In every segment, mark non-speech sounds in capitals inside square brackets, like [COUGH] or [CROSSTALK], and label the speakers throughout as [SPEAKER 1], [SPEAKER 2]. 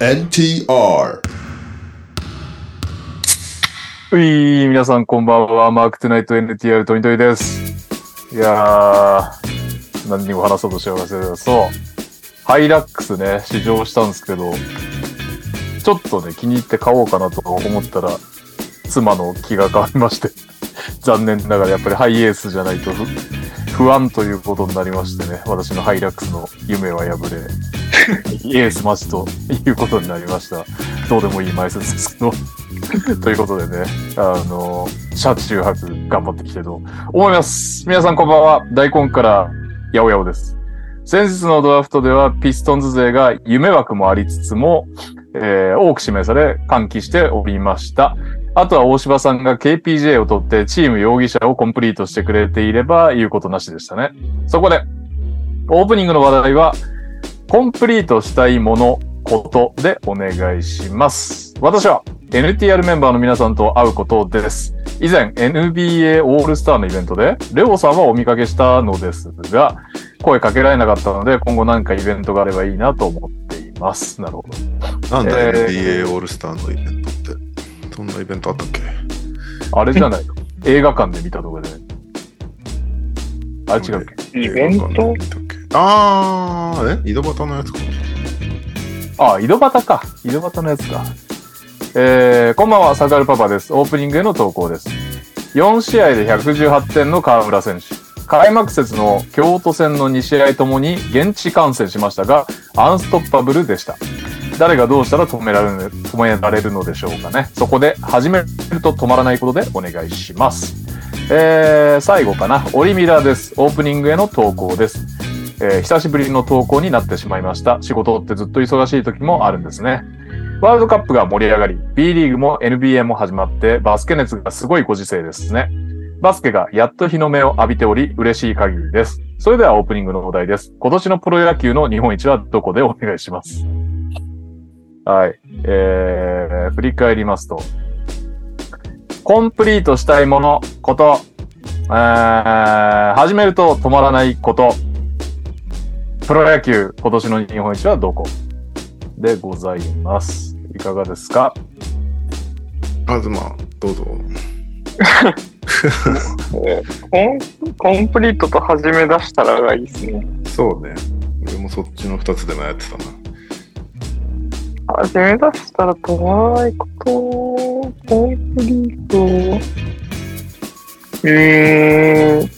[SPEAKER 1] NTR
[SPEAKER 2] うい皆さんこんばんは。マークトゥナイト NTR トニトリです。いやー、何にも話そうとして忘れた。そう。ハイラックスね、試乗したんですけど、ちょっとね、気に入って買おうかなとか思ったら、妻の気が変わりまして、 [LAUGHS] 残念ながらやっぱりハイエースじゃないと不不安ということになりましてね、私のハイラックスの夢は破れ、イエースマジということになりました。どうでもいい前説ですけど。ということでね、あの、車中泊頑張っていきたいと思います。皆さんこんばんは。大根から、やおやおです。先日のドラフトではピストンズ勢が夢枠もありつつも、えー多く指名され歓喜しておりました。あとは大柴さんが KPJ を取ってチーム容疑者をコンプリートしてくれていれば言うことなしでしたね。そこで、オープニングの話題は、コンプリートしたいもの、ことでお願いします。私は NTR メンバーの皆さんと会うことです。以前 NBA オールスターのイベントで、レオさんはお見かけしたのですが、声かけられなかったので、今後何かイベントがあればいいなと思っています。なるほど。
[SPEAKER 3] なんだ、
[SPEAKER 2] えー
[SPEAKER 3] NBA オールスターのイベントって。そんなイベントあったっけ
[SPEAKER 2] あれじゃない映画館で見たとかで。あれ違うっけ
[SPEAKER 4] イベント
[SPEAKER 3] あー、え井戸端のやつか。
[SPEAKER 2] あ井戸端か。井戸端のやつか。えー、こんばんは、サカルパパです。オープニングへの投稿です。4試合で118点の河村選手。開幕節の京都戦の2試合ともに現地観戦しましたが、アンストッパブルでした。誰がどうしたら止められる止められるのでしょうかね。そこで始めると止まらないことでお願いします。えー、最後かな。オリミラです。オープニングへの投稿です。えー久しぶりの投稿になってしまいました。仕事ってずっと忙しい時もあるんですね。ワールドカップが盛り上がり、B リーグも NBA も始まって、バスケ熱がすごいご時世ですね。バスケがやっと日の目を浴びており、嬉しい限りです。それではオープニングのお題です。今年のプロ野球の日本一はどこでお願いします。はい。えー、振り返りますと、コンプリートしたいもの、こと、えー、始めると止まらないこと、プロ野球、今年の日本一はどこでございます。いかがですか
[SPEAKER 3] あずま、どうぞ。
[SPEAKER 4] コンコンプリートと始め出したらがいいですね。
[SPEAKER 3] そうね。俺もそっちの2つでもやってたな。
[SPEAKER 4] 始め出したら止まらないこと、コンプリート。うーん。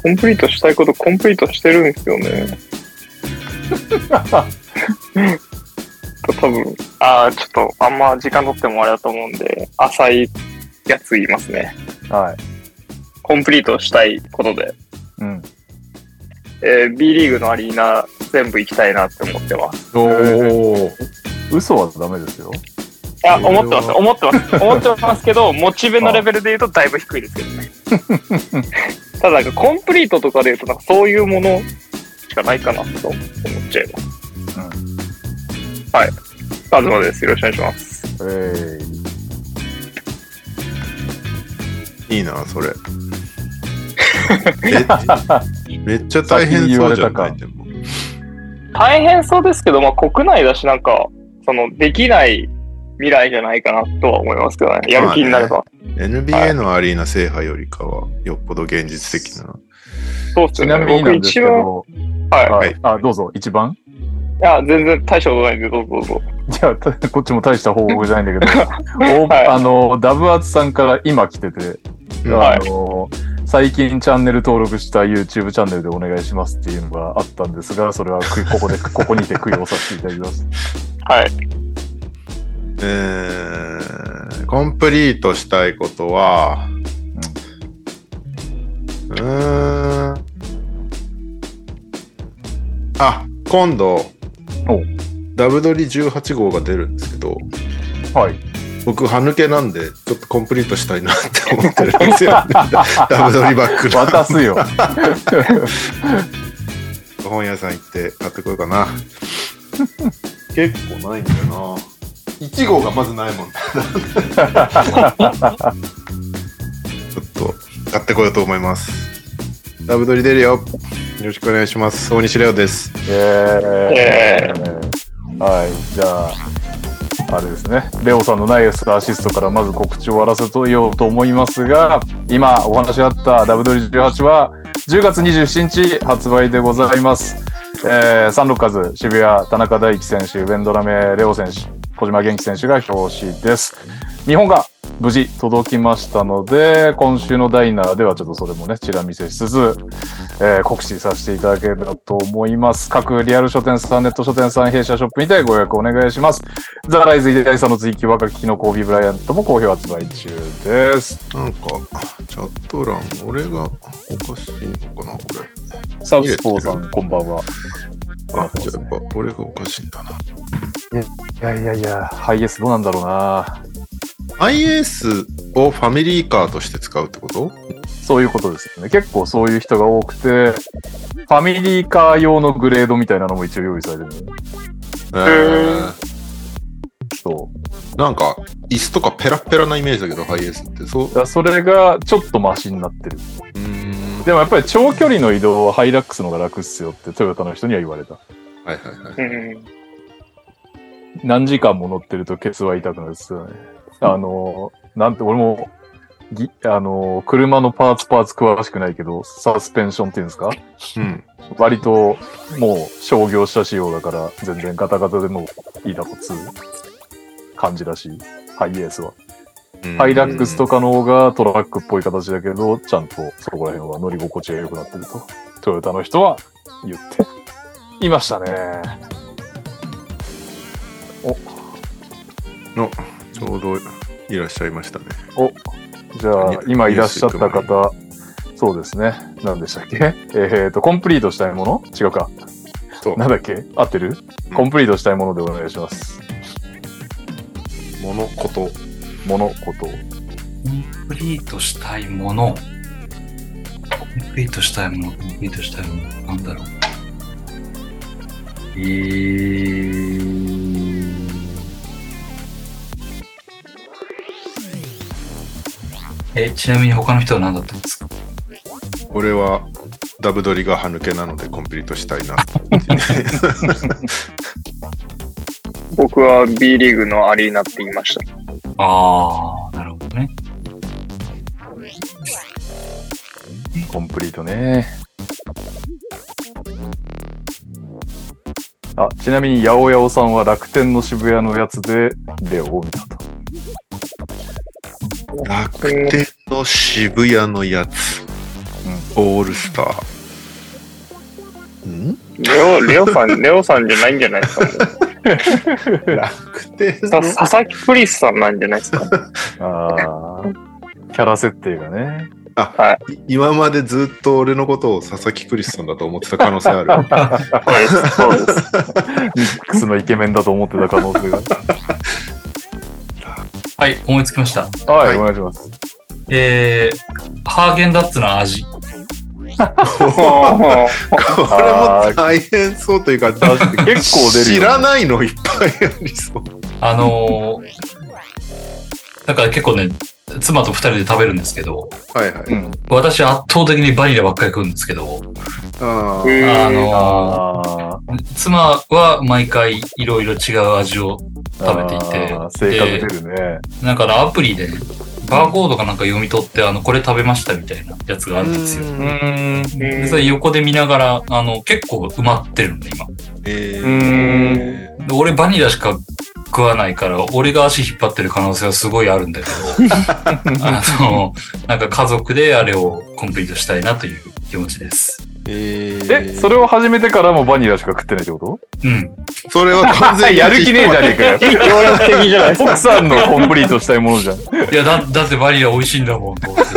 [SPEAKER 4] コンプリートしたいこと、コンプリートしてるんですよね。多分、ああ、ちょっと、あんま時間取ってもあれだと思うんで、浅いやつ言いますね。
[SPEAKER 2] はい。
[SPEAKER 4] コンプリートしたいことで、
[SPEAKER 2] うん。
[SPEAKER 4] えー B リーグのアリーナ全部行きたいなって思ってます。
[SPEAKER 2] お嘘はダメですよ。
[SPEAKER 4] いや、
[SPEAKER 3] それは
[SPEAKER 4] 思ってます、思ってます、思ってますけど、モチベのレベルで言うとだいぶ低いですけど [LAUGHS] ね。ただ、なんかコンプリートとかで言うと、なんかそういうものしかないかなと思っちゃいます。はい。カズマです。よろしくお願いします。
[SPEAKER 2] えー、
[SPEAKER 3] いいな、それ。めめっちゃ大変そうじゃないでも。
[SPEAKER 4] 大変そうですけど、まあ国内だし、なんか、その、できない未来じゃないかなとは思いますけどね。やる気になれば。
[SPEAKER 3] NBA のアリーナ制覇よりかは、よっぽど現実的な。
[SPEAKER 4] そうっす
[SPEAKER 2] ち
[SPEAKER 4] よ
[SPEAKER 2] な
[SPEAKER 4] ね。
[SPEAKER 2] みに
[SPEAKER 4] 僕
[SPEAKER 2] なんです
[SPEAKER 4] 一
[SPEAKER 2] け
[SPEAKER 4] 番、
[SPEAKER 2] ど、
[SPEAKER 4] はい。
[SPEAKER 2] はい、あ、どうぞ、一番 [LAUGHS]
[SPEAKER 4] いや、全然大したことないんで、どうぞどうぞ。
[SPEAKER 2] じゃあ、たこっちも大した報告じゃないんだ [LAUGHS] けど、お
[SPEAKER 4] はい
[SPEAKER 2] あの、ダブアツさんから今来てて、
[SPEAKER 3] うん
[SPEAKER 2] あの、最近チャンネル登録した YouTube チャンネルでお願いしますっていうのがあったんですが、それはくここで、ここにて供養させていただきます。
[SPEAKER 4] はい。
[SPEAKER 3] えー、コンプリートしたいことは、うーん。あ、今度
[SPEAKER 2] お、
[SPEAKER 3] ダブドリ18号が出るんですけど、
[SPEAKER 2] はい。 [LAUGHS]
[SPEAKER 3] 僕、歯抜けなんで、ちょっとコンプリートしたいなって思ってるんですよ、ね。ダブドリバッグ
[SPEAKER 2] 渡
[SPEAKER 3] の
[SPEAKER 2] すよ。
[SPEAKER 3] 本屋さん行って買ってこようかな。 [LAUGHS] 結構ないんだよな。1号がまずないもん [LAUGHS] だ。ちょっと買ってこようと思います。ダブドリ出るよ。よろしくお願いします。大西レオです。
[SPEAKER 2] えー
[SPEAKER 4] え
[SPEAKER 2] はい、じゃあ、あれですね、レオさんのナイスアシストからまず告知を終わらせとようと思いますが、今お話しあった w ドリ18は、10月27日発売でございます。えー、サンロッカーズ、渋谷、田中大輝選手、ベンドラメ、レオ選手、小島元気選手が表紙です。日本が無事届きましたので、今週のダイナーではちょっとそれもね、チラ見せしつつ、えー告知させていただければと思います。各リアル書店さん、ネット書店さん、弊社ショップにてご予約お願いします。ザ・ライズ・イデイさんの追記若き日のコービー・ブライアントも好評発売中です。
[SPEAKER 3] なんか、チャット欄、俺がおかしいのかな、これ。
[SPEAKER 2] サウスポーさん、こんばんは。
[SPEAKER 3] あ、じゃあやっぱ俺がおかしいんだな。
[SPEAKER 2] いやいやいや、ハイエースどうなんだろうな
[SPEAKER 3] IS をファミリーカーとして使うってこと
[SPEAKER 2] そういうことですよね。結構そういう人が多くて、ファミリーカー用のグレードみたいなのも一応用意されてる。
[SPEAKER 3] えー、
[SPEAKER 2] そ
[SPEAKER 3] なんか、椅子とかペラッペラなイメージだけど、ハイエースって。そう
[SPEAKER 2] う。だ。からそれがちょっとマシになってる。
[SPEAKER 3] うーん。
[SPEAKER 2] でもやっぱり長距離の移動はハイラックスの方が楽っすよってトヨタの人には言われた。
[SPEAKER 3] はいはいはい。
[SPEAKER 4] うん。
[SPEAKER 2] 何時間も乗ってるとケツは痛くなるっすよね。あの、なんて、俺も、ぎあの、車のパーツパーツ詳しくないけど、サスペンションっていうんですか
[SPEAKER 3] うん。
[SPEAKER 2] 割と、もう商業車仕様だから、全然ガタガタでもいいだこつう感じらしい。ハイエースは。ハイラックスとかの方がトラックっぽい形だけど、ちゃんとそこら辺は乗り心地が良くなってると、トヨタの人は言っていましたね。
[SPEAKER 3] の、ちょうどいらっしゃいましたね。
[SPEAKER 2] じゃあ、今いらっしゃった方、そうですね。何でしたっけ [LAUGHS] えっと、コンプリートしたいもの違うか。
[SPEAKER 3] そう。
[SPEAKER 2] なんだっけ合ってる
[SPEAKER 3] うん
[SPEAKER 2] コンプリートしたいものでお願いします。
[SPEAKER 3] ものこと。
[SPEAKER 2] ものこと。
[SPEAKER 1] コンプリートしたいもの。コンプリートしたいもの、コンプリートしたいもの、なんだろう。えー。え、ちなみに他の人は何だったんですか
[SPEAKER 3] 俺は、ダブドリが歯抜けなのでコンプリートしたいな。
[SPEAKER 4] 僕は B リーグのアリーナって言いました。
[SPEAKER 1] ああ、なるほどね。
[SPEAKER 2] コンプリートね。あ、ちなみに、八百屋さんは楽天の渋谷のやつで、レオを見たと。
[SPEAKER 3] 楽天の渋谷のやつ。オールスター。ん
[SPEAKER 4] レオ、レオさん、レオさんじゃないんじゃないですか。
[SPEAKER 3] 楽天
[SPEAKER 4] さ佐々木プリスさんなんじゃないですか。
[SPEAKER 2] あーキャラ設定がね。
[SPEAKER 3] 今までずっと俺のことを佐々木クリスさんだと思ってた可能性 [LAUGHS] ある。
[SPEAKER 4] そうです。そうです。
[SPEAKER 2] ミックスのイケメンだと思ってた可能性が。
[SPEAKER 1] はい、思いつきました。
[SPEAKER 2] はい、
[SPEAKER 3] はい
[SPEAKER 2] お願いします。
[SPEAKER 1] えー、ハーゲンダッツの味。
[SPEAKER 4] あ
[SPEAKER 3] これも大変そうというか、
[SPEAKER 2] 確かに結構出る
[SPEAKER 3] 知
[SPEAKER 2] よね
[SPEAKER 3] らないのいっぱいありそう。
[SPEAKER 1] あのー、だから結構ね、妻と二人で食べるんですけど、
[SPEAKER 3] はいはい。
[SPEAKER 2] うん。
[SPEAKER 1] 私圧倒的にバニラばっかり食うんですけど、
[SPEAKER 3] あー
[SPEAKER 4] ー
[SPEAKER 1] あ
[SPEAKER 4] へー
[SPEAKER 1] の
[SPEAKER 2] あ
[SPEAKER 1] ー妻は毎回いろいろ違う味を、食べていて
[SPEAKER 2] 性格出るね。
[SPEAKER 1] なんかねアプリでバーコードかなんか読み取って、あの、これ食べましたみたいなやつがあるんですよ。
[SPEAKER 2] うーん。
[SPEAKER 1] でそれ横で見ながら、あの、結構埋まってるんで、今。
[SPEAKER 3] え
[SPEAKER 2] うーん
[SPEAKER 3] ー
[SPEAKER 1] で俺バニラしか食わないから、俺が足引っ張ってる可能性はすごいあるんだけ
[SPEAKER 2] [LAUGHS]
[SPEAKER 1] ど、あの、なんか家族であれをコンプリートしたいなという気持ちです。
[SPEAKER 3] えー
[SPEAKER 2] え、それを始めてからもバニラしか食ってないってこと
[SPEAKER 1] うん。
[SPEAKER 3] それは完全に
[SPEAKER 2] やる気ねえじゃねえかよ。
[SPEAKER 4] ー協力的じゃないですか。
[SPEAKER 2] 奥さんのコンプリートしたいもの
[SPEAKER 1] [LAUGHS]
[SPEAKER 2] じゃん。
[SPEAKER 1] いや、だ、だってバニラ美味しいんだもん、と思って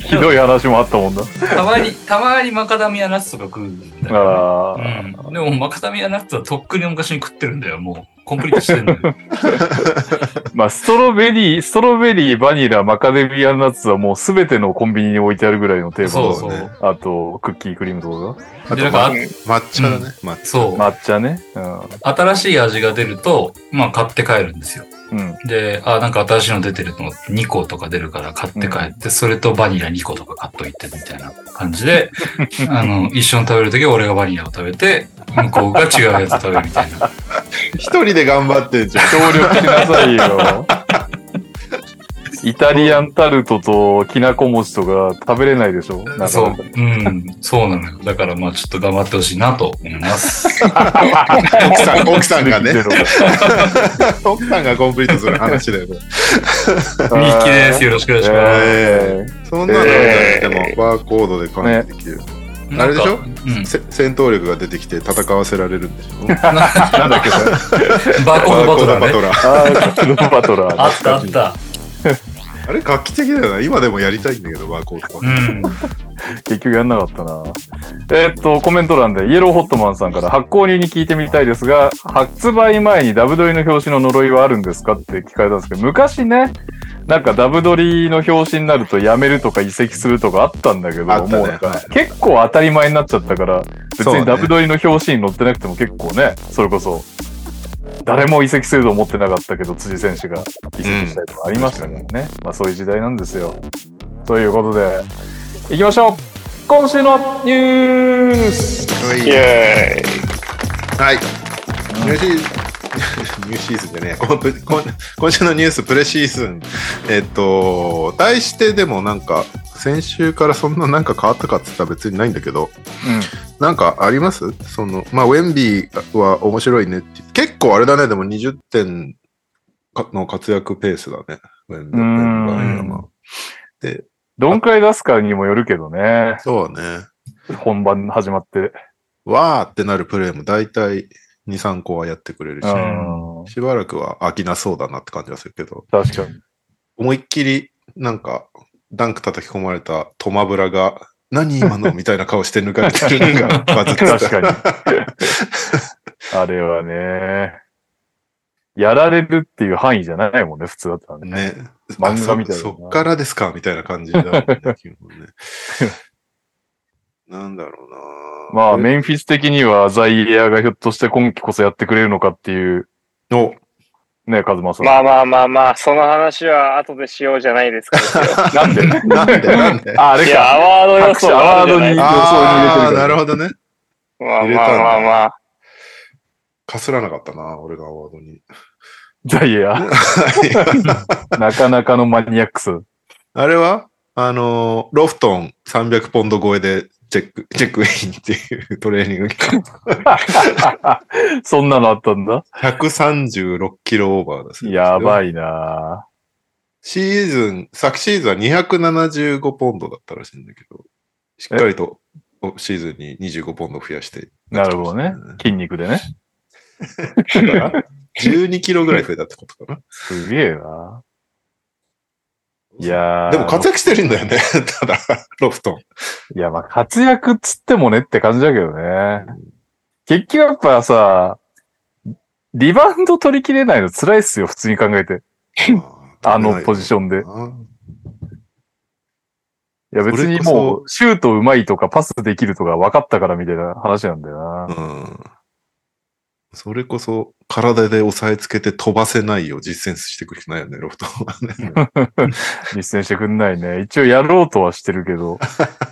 [SPEAKER 2] ひどい話もあったもんだ。
[SPEAKER 1] たまに、たまにマカダミアナッツとか食うんだよね
[SPEAKER 2] あー
[SPEAKER 1] うん、でもマカダミアナッツはとっくに昔に食ってるんだよ、もう。コンプリートしてるんだよ。
[SPEAKER 2] まあ、ストロベリー、ストロベリー、バニラ、マカデミアナッツはもうすべてのコンビニに置いてあるぐらいの定番
[SPEAKER 1] そう
[SPEAKER 2] だ
[SPEAKER 1] そ。
[SPEAKER 3] そううね
[SPEAKER 2] あと、クッキークリームとか
[SPEAKER 3] あ
[SPEAKER 1] で、
[SPEAKER 3] と
[SPEAKER 1] なんか、
[SPEAKER 3] 抹茶だね。抹茶。
[SPEAKER 1] そう、
[SPEAKER 2] 抹茶ね。う
[SPEAKER 1] 新しい味が出ると、まあ買って帰るんですよ。
[SPEAKER 2] ん。うん。
[SPEAKER 1] で、あ、なんか新しいの出てると思って2個とか出るから買って帰って、それとバニラ2個とか買っといてみたいな感じで、あの、一緒に食べるときは俺がバニラを食べて、向こうが違うやつ食べるみたいな。
[SPEAKER 3] 一人で頑張ってんじゃん。
[SPEAKER 2] 協力しなさい
[SPEAKER 1] [LAUGHS]
[SPEAKER 2] よ。イタリアンタルトときなこ餅とか食べれないでしょなかなか
[SPEAKER 1] そう。うん。そうなのよ。だからまあちょっと頑張ってほしいなと思います。
[SPEAKER 3] [LAUGHS] 奥さん、奥さんがね
[SPEAKER 2] ゼ。ロ
[SPEAKER 3] 奥さんがコンプリートする話だよね。
[SPEAKER 1] ミッキーです。よろしくお願いしま
[SPEAKER 2] えー
[SPEAKER 3] そんなのじゃなくても、バーコードで管理できる。
[SPEAKER 1] す。
[SPEAKER 3] ーあれでしょ
[SPEAKER 1] なんかうん。
[SPEAKER 3] せ戦闘力が出てきて戦わせられるんでしょバ
[SPEAKER 2] なん
[SPEAKER 3] [LAUGHS]
[SPEAKER 2] だっけそれ。
[SPEAKER 1] バーコード
[SPEAKER 3] ーコ
[SPEAKER 1] バト
[SPEAKER 3] ー
[SPEAKER 1] ラ
[SPEAKER 3] ドバト
[SPEAKER 1] ーね。
[SPEAKER 3] [LAUGHS] ラー。
[SPEAKER 2] あーカルロバトラ
[SPEAKER 1] あ
[SPEAKER 2] ー。
[SPEAKER 1] [LAUGHS] ったあった。
[SPEAKER 3] あれ画期的だよな。今でもやりたいんだけど、バーコード
[SPEAKER 1] う
[SPEAKER 3] バ
[SPEAKER 1] ん。
[SPEAKER 2] 結局やんなかったな。えーっと、コメント欄で、イエローホットマンさんから、発行人に聞いてみたいですが、発売前にダブドリの表紙の呪いはあるんですかって聞かれたんですけど、昔ね、なんかダブドリの表紙になると辞めるとか移籍するとかあったんだけど、
[SPEAKER 3] あったね
[SPEAKER 2] もうなんか
[SPEAKER 3] は
[SPEAKER 2] 結構当たり前になっちゃったから、別
[SPEAKER 3] そうね
[SPEAKER 2] にダブドリの表紙に載ってなくても結構ね、それこそ、誰も移籍すると思ってなかったけど、辻選手が移籍したりとかありましたもんね。まあそういう時代なんですよ。ということで、行きましょう今週のニュース
[SPEAKER 3] トラー。
[SPEAKER 4] イエーイ。
[SPEAKER 3] はい。ニューシーズン、ニューシーズン [LAUGHS] でねえ、こんこん今週のニュース、プレシーズン、えっと、対してでもなんか、先週からそんななんか変わったかって言ったら別にないんだけど、なんかありますその、まあ、ウェンビーは面白いねって。結構あれだね、でも20点かの活躍ペースだね。ウェンビー
[SPEAKER 2] うーん
[SPEAKER 3] ウェンビーはまあ
[SPEAKER 2] どんくらい出すかにもよるけどね。
[SPEAKER 3] そうね。
[SPEAKER 2] 本番始まって。
[SPEAKER 3] わーってなるプレイも大体2、3個はやってくれるし
[SPEAKER 2] う、ん。
[SPEAKER 3] しばらくは飽きなそうだなって感じはするけど。
[SPEAKER 2] 確かに。
[SPEAKER 3] 思いっきり、なんか、ダンク叩き込まれたトマブラが、何今のみたいな顔して抜かれてるのがバズってた。
[SPEAKER 2] [LAUGHS] 確かに。あれはね。やられるっていう範囲じゃないもんね、普通だったらね。
[SPEAKER 3] ね。
[SPEAKER 2] 漫画みたいだな
[SPEAKER 3] あそそっからですかみたいな感じだもんね。基本ね
[SPEAKER 2] [LAUGHS]
[SPEAKER 3] なんだろうな
[SPEAKER 2] まあ、
[SPEAKER 3] ね。
[SPEAKER 2] メンフィス的にはザイエアがひょっとして今季こそやってくれるのかっていう、
[SPEAKER 3] お
[SPEAKER 2] ね、カズマさん。
[SPEAKER 4] まあまあまあまあ、その話は後でしようじゃないですか。
[SPEAKER 2] なん [LAUGHS] で
[SPEAKER 3] なんでなん
[SPEAKER 2] [LAUGHS]
[SPEAKER 3] で
[SPEAKER 2] あ、あれ
[SPEAKER 4] い
[SPEAKER 2] か。
[SPEAKER 4] や、アワード予想あるじゃな
[SPEAKER 2] 拍手
[SPEAKER 4] いですか。
[SPEAKER 3] ああ、なる
[SPEAKER 2] 予
[SPEAKER 3] ほどね。
[SPEAKER 4] まあ
[SPEAKER 3] 入れた
[SPEAKER 4] まあ
[SPEAKER 3] んだ
[SPEAKER 4] まあまあ。
[SPEAKER 3] かすらなかったな俺がアワードに。
[SPEAKER 2] ザイエア。なかなかのマニアックス。
[SPEAKER 3] あれはあのー、ロフトン300ポンド超えでチェック、チェックインっていうトレーニング期間。
[SPEAKER 2] [LAUGHS] そんなのあったんだ。
[SPEAKER 3] 136キロオーバーですよ。
[SPEAKER 2] や
[SPEAKER 3] い。
[SPEAKER 2] ばいな
[SPEAKER 3] シーズン、昨シーズンは275ポンドだったらしいんだけど、しっかりとおシーズンに25ポンド増やして、
[SPEAKER 2] ぁなるほどね。筋肉でね。
[SPEAKER 3] だ [LAUGHS] から12キロぐらい増えたってこと
[SPEAKER 2] [LAUGHS]
[SPEAKER 3] か
[SPEAKER 2] すげえなぁいや
[SPEAKER 3] な。
[SPEAKER 2] ー
[SPEAKER 3] でも活躍してるんだよね、 [LAUGHS] ただ、ロフトン。
[SPEAKER 2] いや、まあ活躍っつってもねって感じだけどね。結局やっぱさ、リバウンド取りきれないの辛いっすよ、普通に考えて。 [LAUGHS] あのポジションで。い
[SPEAKER 3] ョン。
[SPEAKER 2] や別に
[SPEAKER 3] それ
[SPEAKER 2] も
[SPEAKER 3] こ
[SPEAKER 2] う、シュートうまいとかパスできるとか分かったからみたいな話なんだよな。
[SPEAKER 3] うん。それこそ、体で押さえつけて飛ばせないよう実践してくれないよね、ロフトンはね。
[SPEAKER 2] 実践してくんないね。一応やろうとはしてるけど。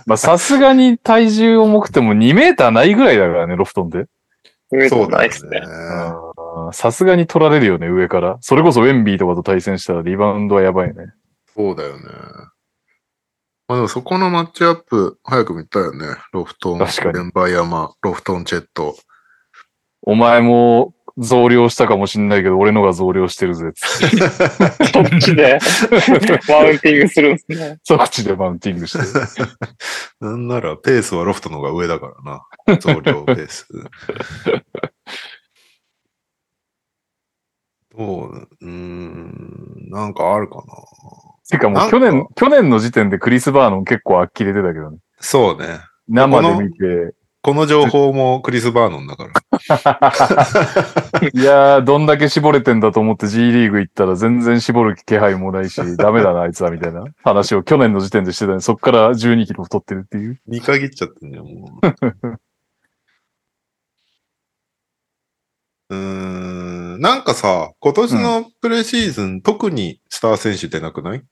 [SPEAKER 2] まあさすがに体重重くても2メーターないぐらいだからね、ロフトンで。
[SPEAKER 4] 見るこ
[SPEAKER 3] そう
[SPEAKER 4] とな
[SPEAKER 3] だ
[SPEAKER 4] いですね。
[SPEAKER 3] [LAUGHS] よね。
[SPEAKER 2] あーさすがに取られるよね、上から。それこそウェンビーとかと対戦したらリバウンドはやばいね。
[SPEAKER 3] そうだよね。まあでもそこのマッチアップ、早く見たいよね。ロフトン、
[SPEAKER 2] 確かに
[SPEAKER 3] レンバイヤマ、ロフトン、チェット。
[SPEAKER 2] お前も増量したかもしんないけど、俺のが増量してるぜ、 [LAUGHS] つって。
[SPEAKER 4] そっちでマウンティングするんですね。
[SPEAKER 2] そっちでマウンティングして。
[SPEAKER 3] [LAUGHS] なんならペースはロフトの方が上だからな。増量ペース。 [LAUGHS] どううーん、なんかあるかな。
[SPEAKER 2] てかも
[SPEAKER 3] なんか
[SPEAKER 2] う去年、去年の時点でクリス・バーノン結構呆れてたけどね。
[SPEAKER 3] そうね。
[SPEAKER 2] 生で見て、
[SPEAKER 3] この情報もクリス・バーノンだから。
[SPEAKER 2] いやー、どんだけ絞れてんだと思って G リーグ行ったら全然絞る気配もないし、
[SPEAKER 3] [LAUGHS]
[SPEAKER 2] ダメだな、あいつは、みたいな話を去年の時点でしてたね。そっから12キロ太ってるっていう。
[SPEAKER 3] 見限っちゃってんじゃん、もう。うーん、なんかさ、今年のプレシーズン、特にスター選手出なくない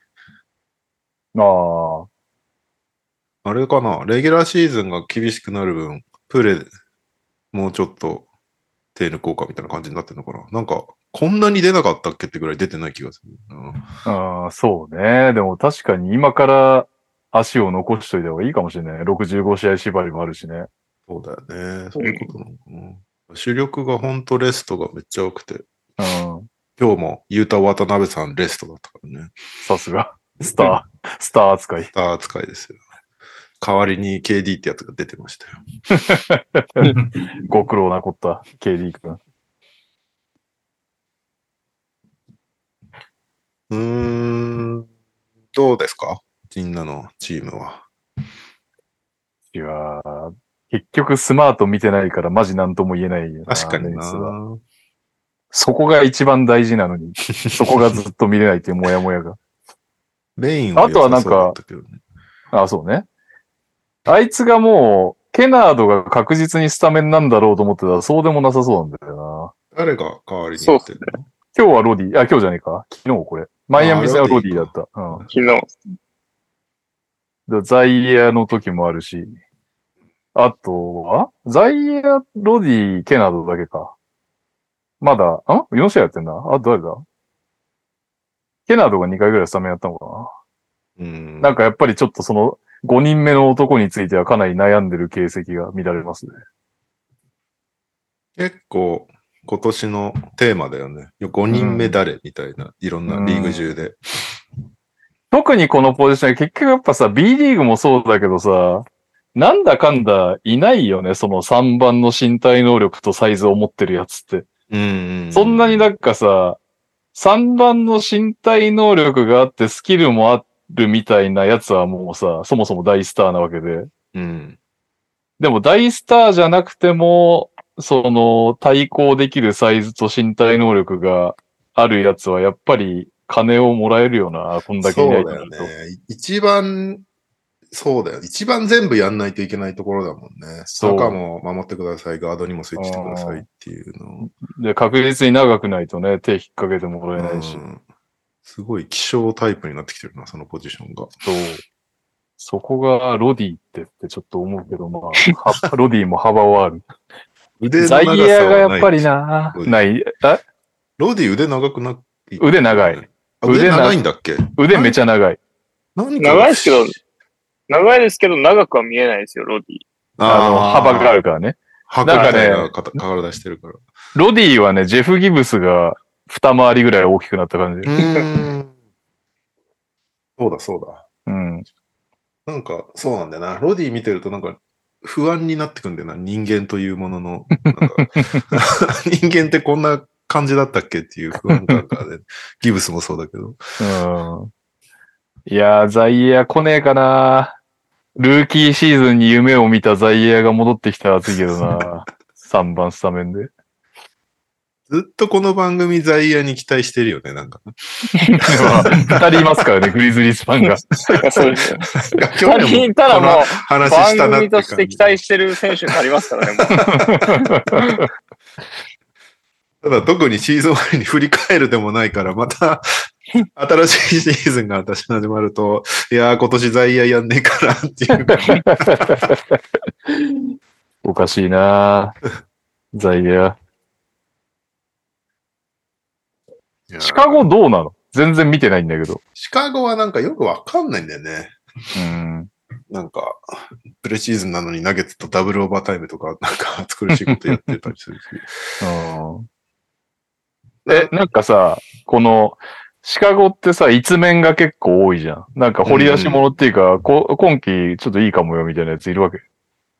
[SPEAKER 2] ああ、
[SPEAKER 3] あれかなレギュラーシーズンが厳しくなる分、プレ、もうちょっと手抜こうかみたいな感じになってるのかな。なんか、こんなに出なかったっけってぐらい出てない気がするな。
[SPEAKER 2] ああ、そうね。でも確かに今から足を残しといた方がいいかもしれない。65試合縛りもあるしね。
[SPEAKER 3] そうだよね。そういうことなのかな。主力がほんとレストがめっちゃ多くて、
[SPEAKER 2] うん。
[SPEAKER 3] 今日もユータ渡辺さんレストだったからね。
[SPEAKER 2] さすが。スター、
[SPEAKER 3] [LAUGHS]
[SPEAKER 2] スター扱い。
[SPEAKER 3] スター扱いですよ。代わりに KD ってやつが出てましたよ。 [LAUGHS]
[SPEAKER 2] ご苦労なこった、KD 君。
[SPEAKER 3] うーん、どうですかみんなのチームは。
[SPEAKER 2] いやー結局スマート見てないからマジ何とも言えないよな
[SPEAKER 3] 確かに
[SPEAKER 2] レースは
[SPEAKER 3] な。
[SPEAKER 2] そこが一番大事な [LAUGHS] のに、そこがずっと見れないっていうモヤモヤが。
[SPEAKER 3] レインは
[SPEAKER 2] あとはなんか
[SPEAKER 3] 良さそうだったけどね
[SPEAKER 2] ああ、そうね。あいつがもう、ケナードが確実にスタメンなんだろうと思ってたら、そうでもなさそうなんだよな。
[SPEAKER 3] 誰が代わりにやってるの
[SPEAKER 2] 今日はロディ、あ、今日じゃねえか。昨日これ。マイアミ戦はロディだった。うん。だか
[SPEAKER 4] 昨日。
[SPEAKER 2] らザイエアの時もあるし。あとはザイエア、ロディ、ケナードだけか。まだ、ん ?4 試合やってんだ。あ、誰だケナードが2回ぐらいスタメンやったのかな。
[SPEAKER 3] うん。
[SPEAKER 2] なんかやっぱりちょっとその5人目の男についてはかなり悩んでる形跡が見られますね。
[SPEAKER 3] 結構、今年のテーマだよね。5人目誰、みたいな、いろんなリーグ中で。
[SPEAKER 2] 特にこのポジション、結局やっぱさ、B リーグもそうだけどさ、なんだかんだいないよね、その3番の身体能力とサイズを持ってるやつって。
[SPEAKER 3] うん。う
[SPEAKER 2] そんなになんかさ、3番の身体能力があってスキルもあるみたいなやつはもうさ、そもそも大スターなわけで。
[SPEAKER 3] うん。
[SPEAKER 2] でも大スターじゃなくても、その対抗できるサイズと身体能力があるやつはやっぱり金をもらえるよな、こんだけい
[SPEAKER 3] そう
[SPEAKER 2] な
[SPEAKER 3] だ
[SPEAKER 2] いとな
[SPEAKER 3] よ
[SPEAKER 2] る
[SPEAKER 3] ね
[SPEAKER 2] と。。
[SPEAKER 3] 一番、そうだよ。一番全部やんないといけないところだもんね。
[SPEAKER 2] そう
[SPEAKER 3] 中も守ってください。ガードにもスイッチしてくださいっていうの。
[SPEAKER 2] で、確実に長くないとね、手引っ掛けてもらえないし。
[SPEAKER 3] うんすごい希少タイプになってきてるな、そのポジションが。
[SPEAKER 2] そう。そこがロディってってちょっと思うけど、まあ、はロディも幅はある。
[SPEAKER 3] 腕の
[SPEAKER 2] ザ
[SPEAKER 3] 長さは
[SPEAKER 2] イ
[SPEAKER 3] ない
[SPEAKER 2] エアがやっぱりな、
[SPEAKER 3] ロディ
[SPEAKER 2] ない、あ
[SPEAKER 3] ロディ腕長くなって
[SPEAKER 2] 腕長い。
[SPEAKER 3] 腕
[SPEAKER 2] 腕な
[SPEAKER 3] 長いんだっけ
[SPEAKER 2] 腕めちゃ長い。
[SPEAKER 3] 何か
[SPEAKER 4] 長いですけど、長いですけど長くは見えないですよ、ロディ。
[SPEAKER 2] あの、幅があ
[SPEAKER 3] る。
[SPEAKER 2] るからね。
[SPEAKER 3] 幅みたい
[SPEAKER 2] な
[SPEAKER 3] なか体してるから。
[SPEAKER 2] ロディはね、ジェフ・ギブスが二回りぐらい大きくなった感じ。
[SPEAKER 3] うん。
[SPEAKER 2] [LAUGHS]
[SPEAKER 3] そうだ、そうだ。
[SPEAKER 2] うん。
[SPEAKER 3] なんか、そうなんだよな。ロディ見てるとなんか、不安になってくんだよな。人間というものの。なんか
[SPEAKER 4] [LAUGHS]
[SPEAKER 3] 人間ってこんな感じだったっけっていう不安感がね。ギブスもそうだけど。
[SPEAKER 2] うん。いやー、ザイエア来ねえかなルーキーシーズンに夢を見たザイエアが戻ってきたら熱いけど [LAUGHS] な3番スタメンで。 [LAUGHS]
[SPEAKER 3] ずっとこの番組ザイヤに期待してるよね、なんか。
[SPEAKER 2] まあ二人いますからね、グリズリーズファン [LAUGHS] が。
[SPEAKER 4] そうですよ。
[SPEAKER 3] 去
[SPEAKER 4] [LAUGHS] 他
[SPEAKER 3] 年
[SPEAKER 4] 人
[SPEAKER 3] も
[SPEAKER 4] いたらもう、
[SPEAKER 3] 話し
[SPEAKER 4] 番
[SPEAKER 3] たなって
[SPEAKER 4] 組
[SPEAKER 3] 感
[SPEAKER 4] と
[SPEAKER 3] じ
[SPEAKER 4] して期待してる選手になりますからね、もう
[SPEAKER 3] ただ特にシーズン終わりに振り返るでもないから、ま
[SPEAKER 4] [LAUGHS]
[SPEAKER 3] た新しいシーズンが私始まると、いやー今年在野やんねえからって
[SPEAKER 4] [LAUGHS]
[SPEAKER 3] いうか、
[SPEAKER 2] おかしいなザイエア。シカゴどうなの全然見てないんだけど。
[SPEAKER 3] シカゴはなんかよくわかんないんだよね。
[SPEAKER 2] うん。
[SPEAKER 3] なんか、プレシーズンなのに投げてたダブルオーバータイムとか、なんか暑苦しいことやってたりす
[SPEAKER 2] [LAUGHS]
[SPEAKER 3] るし。
[SPEAKER 2] うんえ、なんかさ、この、シカゴってさ、一面が結構多いじゃん。なんか掘り出し物っていうか、こ今季ちょっといいかもよみたいなやついるわけ。。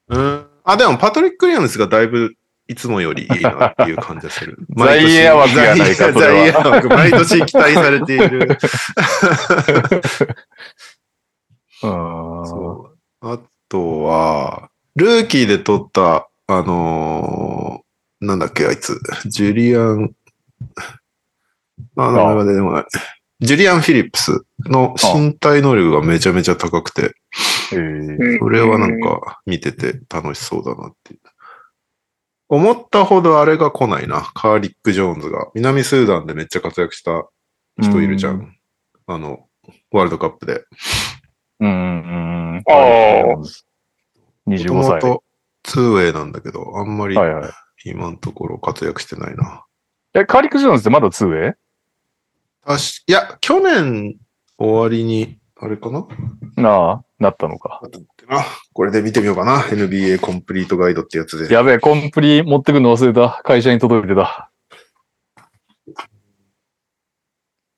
[SPEAKER 3] うん。あ、でもパトリック・リアムスがだいぶいつもよりいいなっていう感じがする
[SPEAKER 2] [LAUGHS] 在野枠やないかそれは
[SPEAKER 3] 在野枠毎年期待されている。
[SPEAKER 2] [LAUGHS] うん。
[SPEAKER 3] そう。あとは、ルーキーで取った、あのーなんだっけ、あいつ。ジュリアン、あ、名前が出てこない。ジュリアン・フィリップスの身体能力がめちゃめちゃ高くて、
[SPEAKER 2] えー
[SPEAKER 3] それはなん。か見てて楽しそうだなっていう。思ったほどあれが来ないな。カーリック・ジョーンズが。南スーダンでめっちゃ活躍した人いるじゃん。。あの、ワールドカップで。
[SPEAKER 2] うんうんうん。
[SPEAKER 4] あー
[SPEAKER 2] 25歳。
[SPEAKER 3] 元々ツーウェイなんだけど、あんまり
[SPEAKER 2] はいはい。
[SPEAKER 3] 今のところ活躍してないな。
[SPEAKER 2] え、カーリック・ジョーンズってまだ 2way?
[SPEAKER 3] 確かいや、去年終わりに、あれかな
[SPEAKER 2] なあ、なったのか。
[SPEAKER 3] あ、これで見てみようかな。NBA コンプリートガイドってやつで。
[SPEAKER 2] やべえ、コンプリ持ってくの忘れた。会社に届いてた。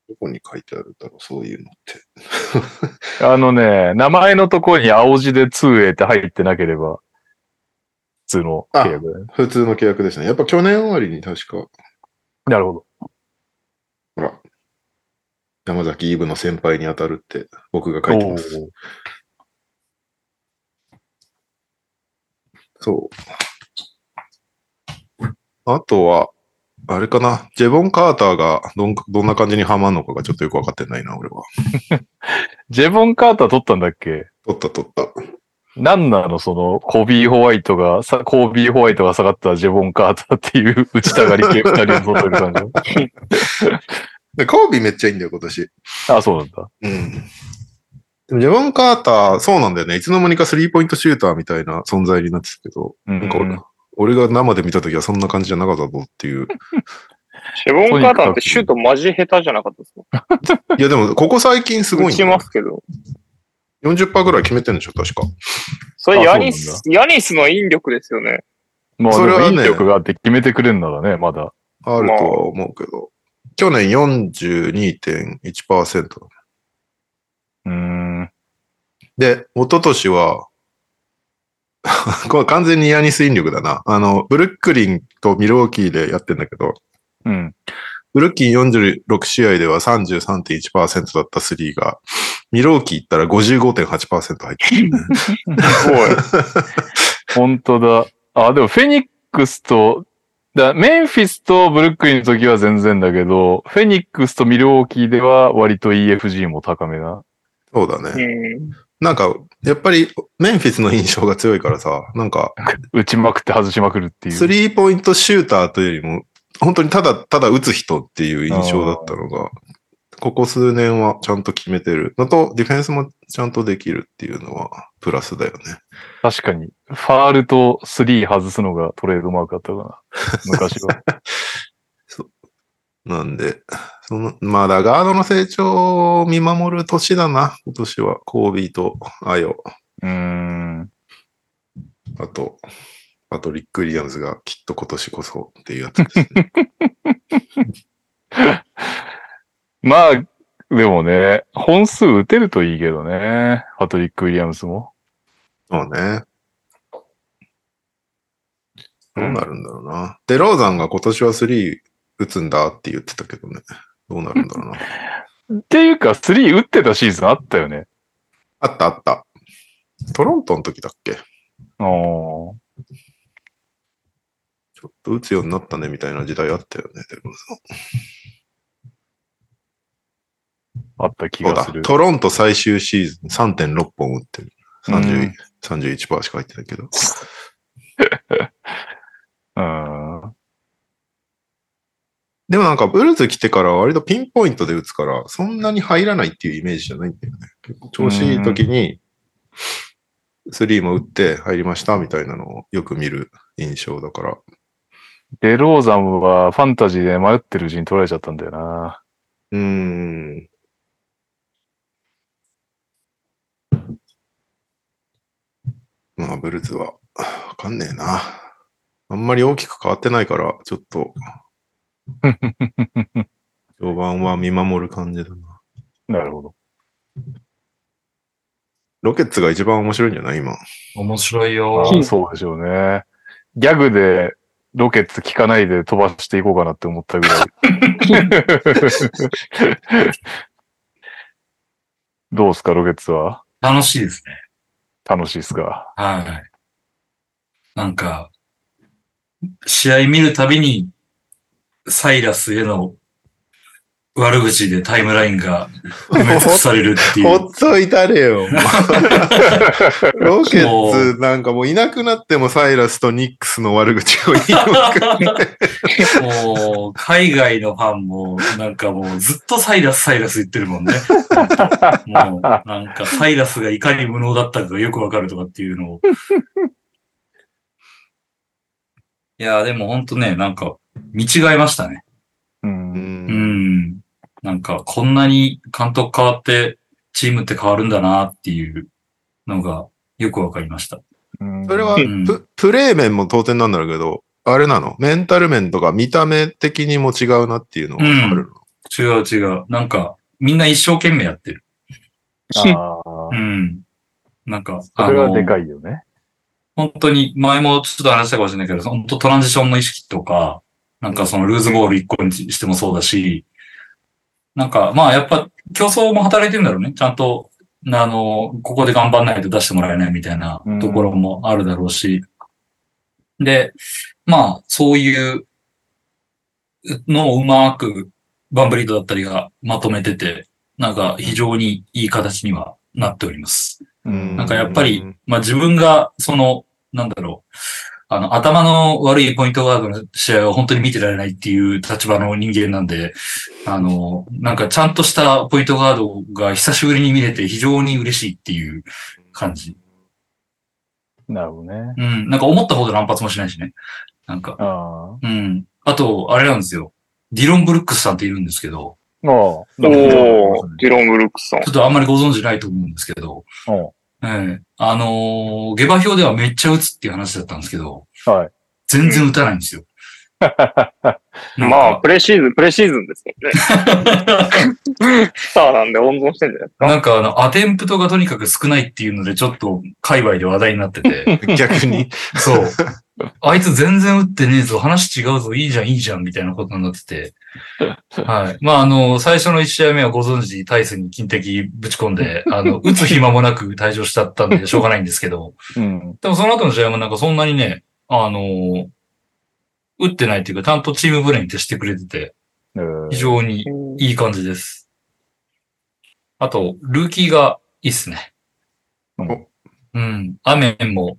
[SPEAKER 3] どこに書いてあるんだろう、そういうのって。
[SPEAKER 2] あのね、名前のところに青字で 2way って入ってなければ、普通の契約だね。
[SPEAKER 3] 普通の契約ですね。やっぱ去年終わりに確か、
[SPEAKER 2] なるほど。
[SPEAKER 3] ほら、山崎イーブの先輩に当たるって僕が書いてます。そう。あとは、あれかな。ジェボン・カーターがどんどんな感じにハマるのかがちょっとよくわかってないな、俺は。
[SPEAKER 2] ジェボン・カーター取ったんだっけ
[SPEAKER 3] 取った取った。
[SPEAKER 2] なんなのその、コビー・ホワイトが、さコービー・ホワイトが下がったジェボン・カーターっていう打ちたがり
[SPEAKER 3] [LAUGHS]
[SPEAKER 2] 系二人を揃える感
[SPEAKER 3] で、カービーめっちゃいいんだよ、今年。
[SPEAKER 2] じ。あ、そうなんだ。
[SPEAKER 3] うん。でもジェボン・カーター、そうなんだよね。いつの間にかスリーポイントシューターみたいな存在になってたけど、
[SPEAKER 2] うん
[SPEAKER 3] なんか俺,、俺が生で見たときはそんな感じじゃなかったぞっていう。
[SPEAKER 4] シェボン・カーターってシュートマジ下手じゃなかったですか
[SPEAKER 3] いや、でも、ここ最近すご
[SPEAKER 4] 打
[SPEAKER 3] いん
[SPEAKER 4] ち
[SPEAKER 3] だよ
[SPEAKER 4] ますけど。
[SPEAKER 3] 40%ぐらい決めてるんでしょ、確か。
[SPEAKER 4] それヤニ
[SPEAKER 2] あそ
[SPEAKER 4] ス、ヤニスの引力ですよね。
[SPEAKER 2] まあ、
[SPEAKER 3] それはね
[SPEAKER 2] でも引力があって決めてくれんならね、まだ。
[SPEAKER 3] あるとは思うけど。去年42.1%。
[SPEAKER 2] うーん。
[SPEAKER 3] で、一昨年は、 [LAUGHS] これ完全にヤニス引力だな。あの、ブルックリンとミルウォーキーでやってんだけど、
[SPEAKER 2] うん。
[SPEAKER 3] ブルックリン46試合では33.1%だったスリーが、ミルウォーキー行ったら55.8%入ってる、ね。
[SPEAKER 4] すごい。
[SPEAKER 2] 本当だ。あ、でもフェニックスと、だメンフィスとブルックリンの時は全然だけど、フェニックスとミルウォーキーでは割と EFG も高めな。
[SPEAKER 3] そうだね。
[SPEAKER 4] うん。
[SPEAKER 3] なんか、やっぱり、メンフィスの印象が強いからさ、なんか、
[SPEAKER 2] 打ちまくって外しまくるってい
[SPEAKER 3] ス
[SPEAKER 2] う。
[SPEAKER 3] リーポイントシューターというよりも、本当にただ、ただ打つ人っていう印象だったのが、ここ数年はちゃんと決めてるのと、ディフェンスもちゃんとできるっていうのは、プラスだよね。
[SPEAKER 2] 確かに。ファールとスリー外すのがトレードマークだったか
[SPEAKER 3] [LAUGHS]
[SPEAKER 2] な。昔は。
[SPEAKER 3] なんで、その、まあ、だガードの成長を見守る年だな、今年は。コービーとアヨ、
[SPEAKER 2] うーん。
[SPEAKER 3] あと、パトリック・ウィリアムズがきっと今年こそっていうやつですね。
[SPEAKER 2] まあ、でもね、本数打てるといいけどね。パトリック・ウィリアムスも。
[SPEAKER 3] そうね。どうなるんだろうな。デローザンが今年は3打つんだって言ってたけどね。どうなるんだ
[SPEAKER 2] [LAUGHS]
[SPEAKER 3] ろうな。
[SPEAKER 2] っていうか、スリー打ってたシーズンあったよね。
[SPEAKER 3] あったあった。トロントの時だっけ
[SPEAKER 2] あー
[SPEAKER 3] ちょっと打つようになったねみたいな時代あったよね、デローザン。
[SPEAKER 2] あった気
[SPEAKER 3] そう
[SPEAKER 2] が
[SPEAKER 3] だ
[SPEAKER 2] する。。
[SPEAKER 3] トロント最終シーズン3.6本打ってる。
[SPEAKER 2] う
[SPEAKER 3] 30
[SPEAKER 2] ん
[SPEAKER 3] 31%しか入ってないけど。
[SPEAKER 2] うん。
[SPEAKER 3] でもなんかブルーズ来てから割とピンポイントで打つから、そんなに入らないっていうイメージじゃないんだよね。結構調子いい時に、スリーも打って入りましたみたいなのをよく見る印象だから。
[SPEAKER 2] デローザムはファンタジーで迷ってるうちに取られちゃったんだよな。
[SPEAKER 3] うーん。まあ、ブルーズは、わかんねえな。あんまり大きく変わってないから、ちょっと、序盤は見守る感じだな。
[SPEAKER 2] なるほど。
[SPEAKER 3] ロケッツが一番面白いんじゃない今。
[SPEAKER 1] 面白いよ
[SPEAKER 2] あ。ーそうでしょうね。ギャグでロケッツ聞かないで飛ばしていこうかなって思ったぐらい。 [LAUGHS] どうすか、ロケッツは
[SPEAKER 1] 楽しいですね。
[SPEAKER 2] 楽しいっすか
[SPEAKER 1] はい。なんか、試合見るたびに、サイラスへの悪口でタイムラインが埋め尽くされるって
[SPEAKER 3] [LAUGHS]
[SPEAKER 1] いう。
[SPEAKER 3] っといたれ [LAUGHS] よ。ロケッツなんかもういなくなってもサイラスとニックスの悪口を言いまくる
[SPEAKER 1] もう、海外のファンも、なんかもう、ずっとサイラス、サイラス言ってるもんね。もう、なんか、サイラスがいかに無能だったかがよくわかるとかっていうのを、いやーでもほんとね、なんか、見違えましたね。
[SPEAKER 2] う。
[SPEAKER 3] うん。
[SPEAKER 1] うんん。なんか、こんなに監督変わって、チームって変わるんだなっていうのが、よくわかりました。
[SPEAKER 2] うん
[SPEAKER 3] それは
[SPEAKER 1] うん
[SPEAKER 3] プ、プレー面も当然なんだろうけど、あれなのメンタル面とか見た目的にも違うなっていうのはあるの、
[SPEAKER 1] 違う違う。なんか、みんな一生懸命やってる。
[SPEAKER 2] あ
[SPEAKER 1] う
[SPEAKER 2] ー
[SPEAKER 1] ん。なんか、
[SPEAKER 2] それはでか
[SPEAKER 1] い。
[SPEAKER 2] いよね。
[SPEAKER 1] 本当に、前もちょっと話したかもしれないけど、本当トランジションの意識とか、なんかそのルーズボール一個にしてもそうだし、なんか、まあやっぱ競争も働いてるんだろうね。ちゃんと、あの、ここで頑張んないと出してもらえないみたいなところもあるだろうし。で、まあ、そういうのをうまく、バンブリードだったりがまとめてて、なんか非常にいい形にはなっております。
[SPEAKER 2] う
[SPEAKER 3] うん
[SPEAKER 1] なんかやっぱ
[SPEAKER 3] う
[SPEAKER 1] り
[SPEAKER 3] ん、
[SPEAKER 1] まあ自分が、その、なんだろう、あの、頭の悪いポイントガードの試合を本当に見てられないっていう立場の人間なんで、あの、なんかちゃんとしたポイントガードが久しぶりに見れて非常に嬉しいっていう感じ。
[SPEAKER 2] なるほどね。
[SPEAKER 1] うん、なんか思ったほど乱発もしないしね。なんか、
[SPEAKER 2] あ
[SPEAKER 1] うん。あと、あれなんですよ。ディロン・ブルックスさんっているんですけど、
[SPEAKER 2] あ。ああ。
[SPEAKER 4] おー、ディロン・ブルックスさん
[SPEAKER 1] ちょ。っとあんまりご存知ないと思うんですけど、
[SPEAKER 2] うん
[SPEAKER 1] ええあのー下馬評ではめっちゃ打つっていう話だったんですけど、
[SPEAKER 2] はい。
[SPEAKER 1] 全然打たないんですよ。なん
[SPEAKER 4] ま
[SPEAKER 1] [LAUGHS]
[SPEAKER 4] あ、
[SPEAKER 1] か、
[SPEAKER 4] プレシーズン、プレシーズンです
[SPEAKER 3] [LAUGHS]
[SPEAKER 4] もんね。スターなんで温存してんじゃないですか。
[SPEAKER 1] なんかあの、アテンプトがとにかく少ないっていうので、ちょっと界隈で話題になって [LAUGHS] て、
[SPEAKER 3] 逆に。
[SPEAKER 1] そう。あいつ全然打ってねえぞ、話違うぞ、いいじゃん、いいじゃん、みたいなことになってて。はい。まあ、あの、最初の1試合目はご存知、タイスに金敵ぶち込んで、あの、打つ暇もなく退場しちゃったんで、しょうがないんですけど、
[SPEAKER 2] うん。
[SPEAKER 1] でもその後の試合もなんかそんなにね、あのー打ってないっていうか、ちゃんとチームプレーに徹してくれてて、
[SPEAKER 2] え
[SPEAKER 1] 非
[SPEAKER 2] ー
[SPEAKER 1] 常にいい感じです。あと、ルーキーがいいっすね。
[SPEAKER 3] お
[SPEAKER 1] うん。雨も、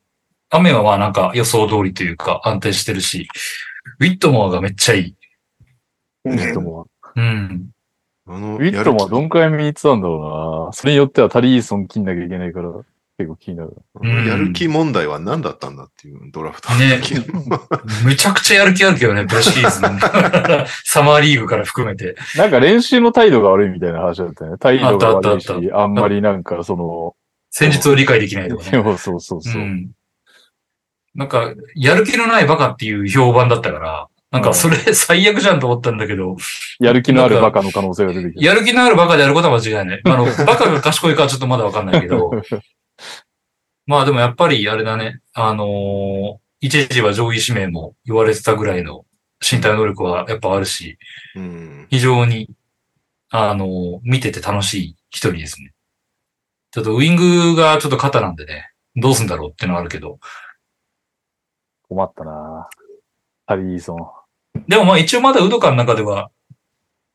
[SPEAKER 1] 雨はまあなんか予想通りというか安定してるし、ウィットモアがめっちゃいい。
[SPEAKER 4] う
[SPEAKER 2] ウ
[SPEAKER 4] ん
[SPEAKER 2] ィットも、
[SPEAKER 1] うん。
[SPEAKER 3] [LAUGHS] あの
[SPEAKER 2] ウィットもど
[SPEAKER 3] やる
[SPEAKER 2] んくらい身につたんだろうな。それによってはタリーソン切んなきゃいけないから、結構気になる。
[SPEAKER 3] 気
[SPEAKER 1] うん
[SPEAKER 3] やる気問題は何だったんだっていうドラフト。
[SPEAKER 1] ねめちゃくちゃやる気あるけどね、プレシーズン。サマーリーグから含めて。
[SPEAKER 2] なんか練習の態度が悪いみたいな話だったよね。態度が悪いし
[SPEAKER 1] あったあっ、
[SPEAKER 2] あんまりなんかその、
[SPEAKER 1] 戦術を理解できないとかね。
[SPEAKER 2] そうそうそうそうう。
[SPEAKER 1] ん。なんか、やる気のないバカっていう評判だったから、なんかそれ最悪じゃんと思ったんだけど、
[SPEAKER 2] やる気のあるバカの可能性が出てきた。
[SPEAKER 1] やる気のあるバカであることは間違いない。あの、バカが賢いかはちょっとまだわかんないけど、まあでもやっぱりあれだね、あのー一時は上位指名も言われてたぐらいの身体能力はやっぱあるし、
[SPEAKER 3] [LAUGHS] うん。
[SPEAKER 1] 非常に、あのー見てて楽しい一人ですね。ちょっとウイングがちょっと肩なんでね、どうすんだろうってのはあるけど、
[SPEAKER 2] 困ったなタリーソン。
[SPEAKER 1] でもまあ一応まだウドカの中では、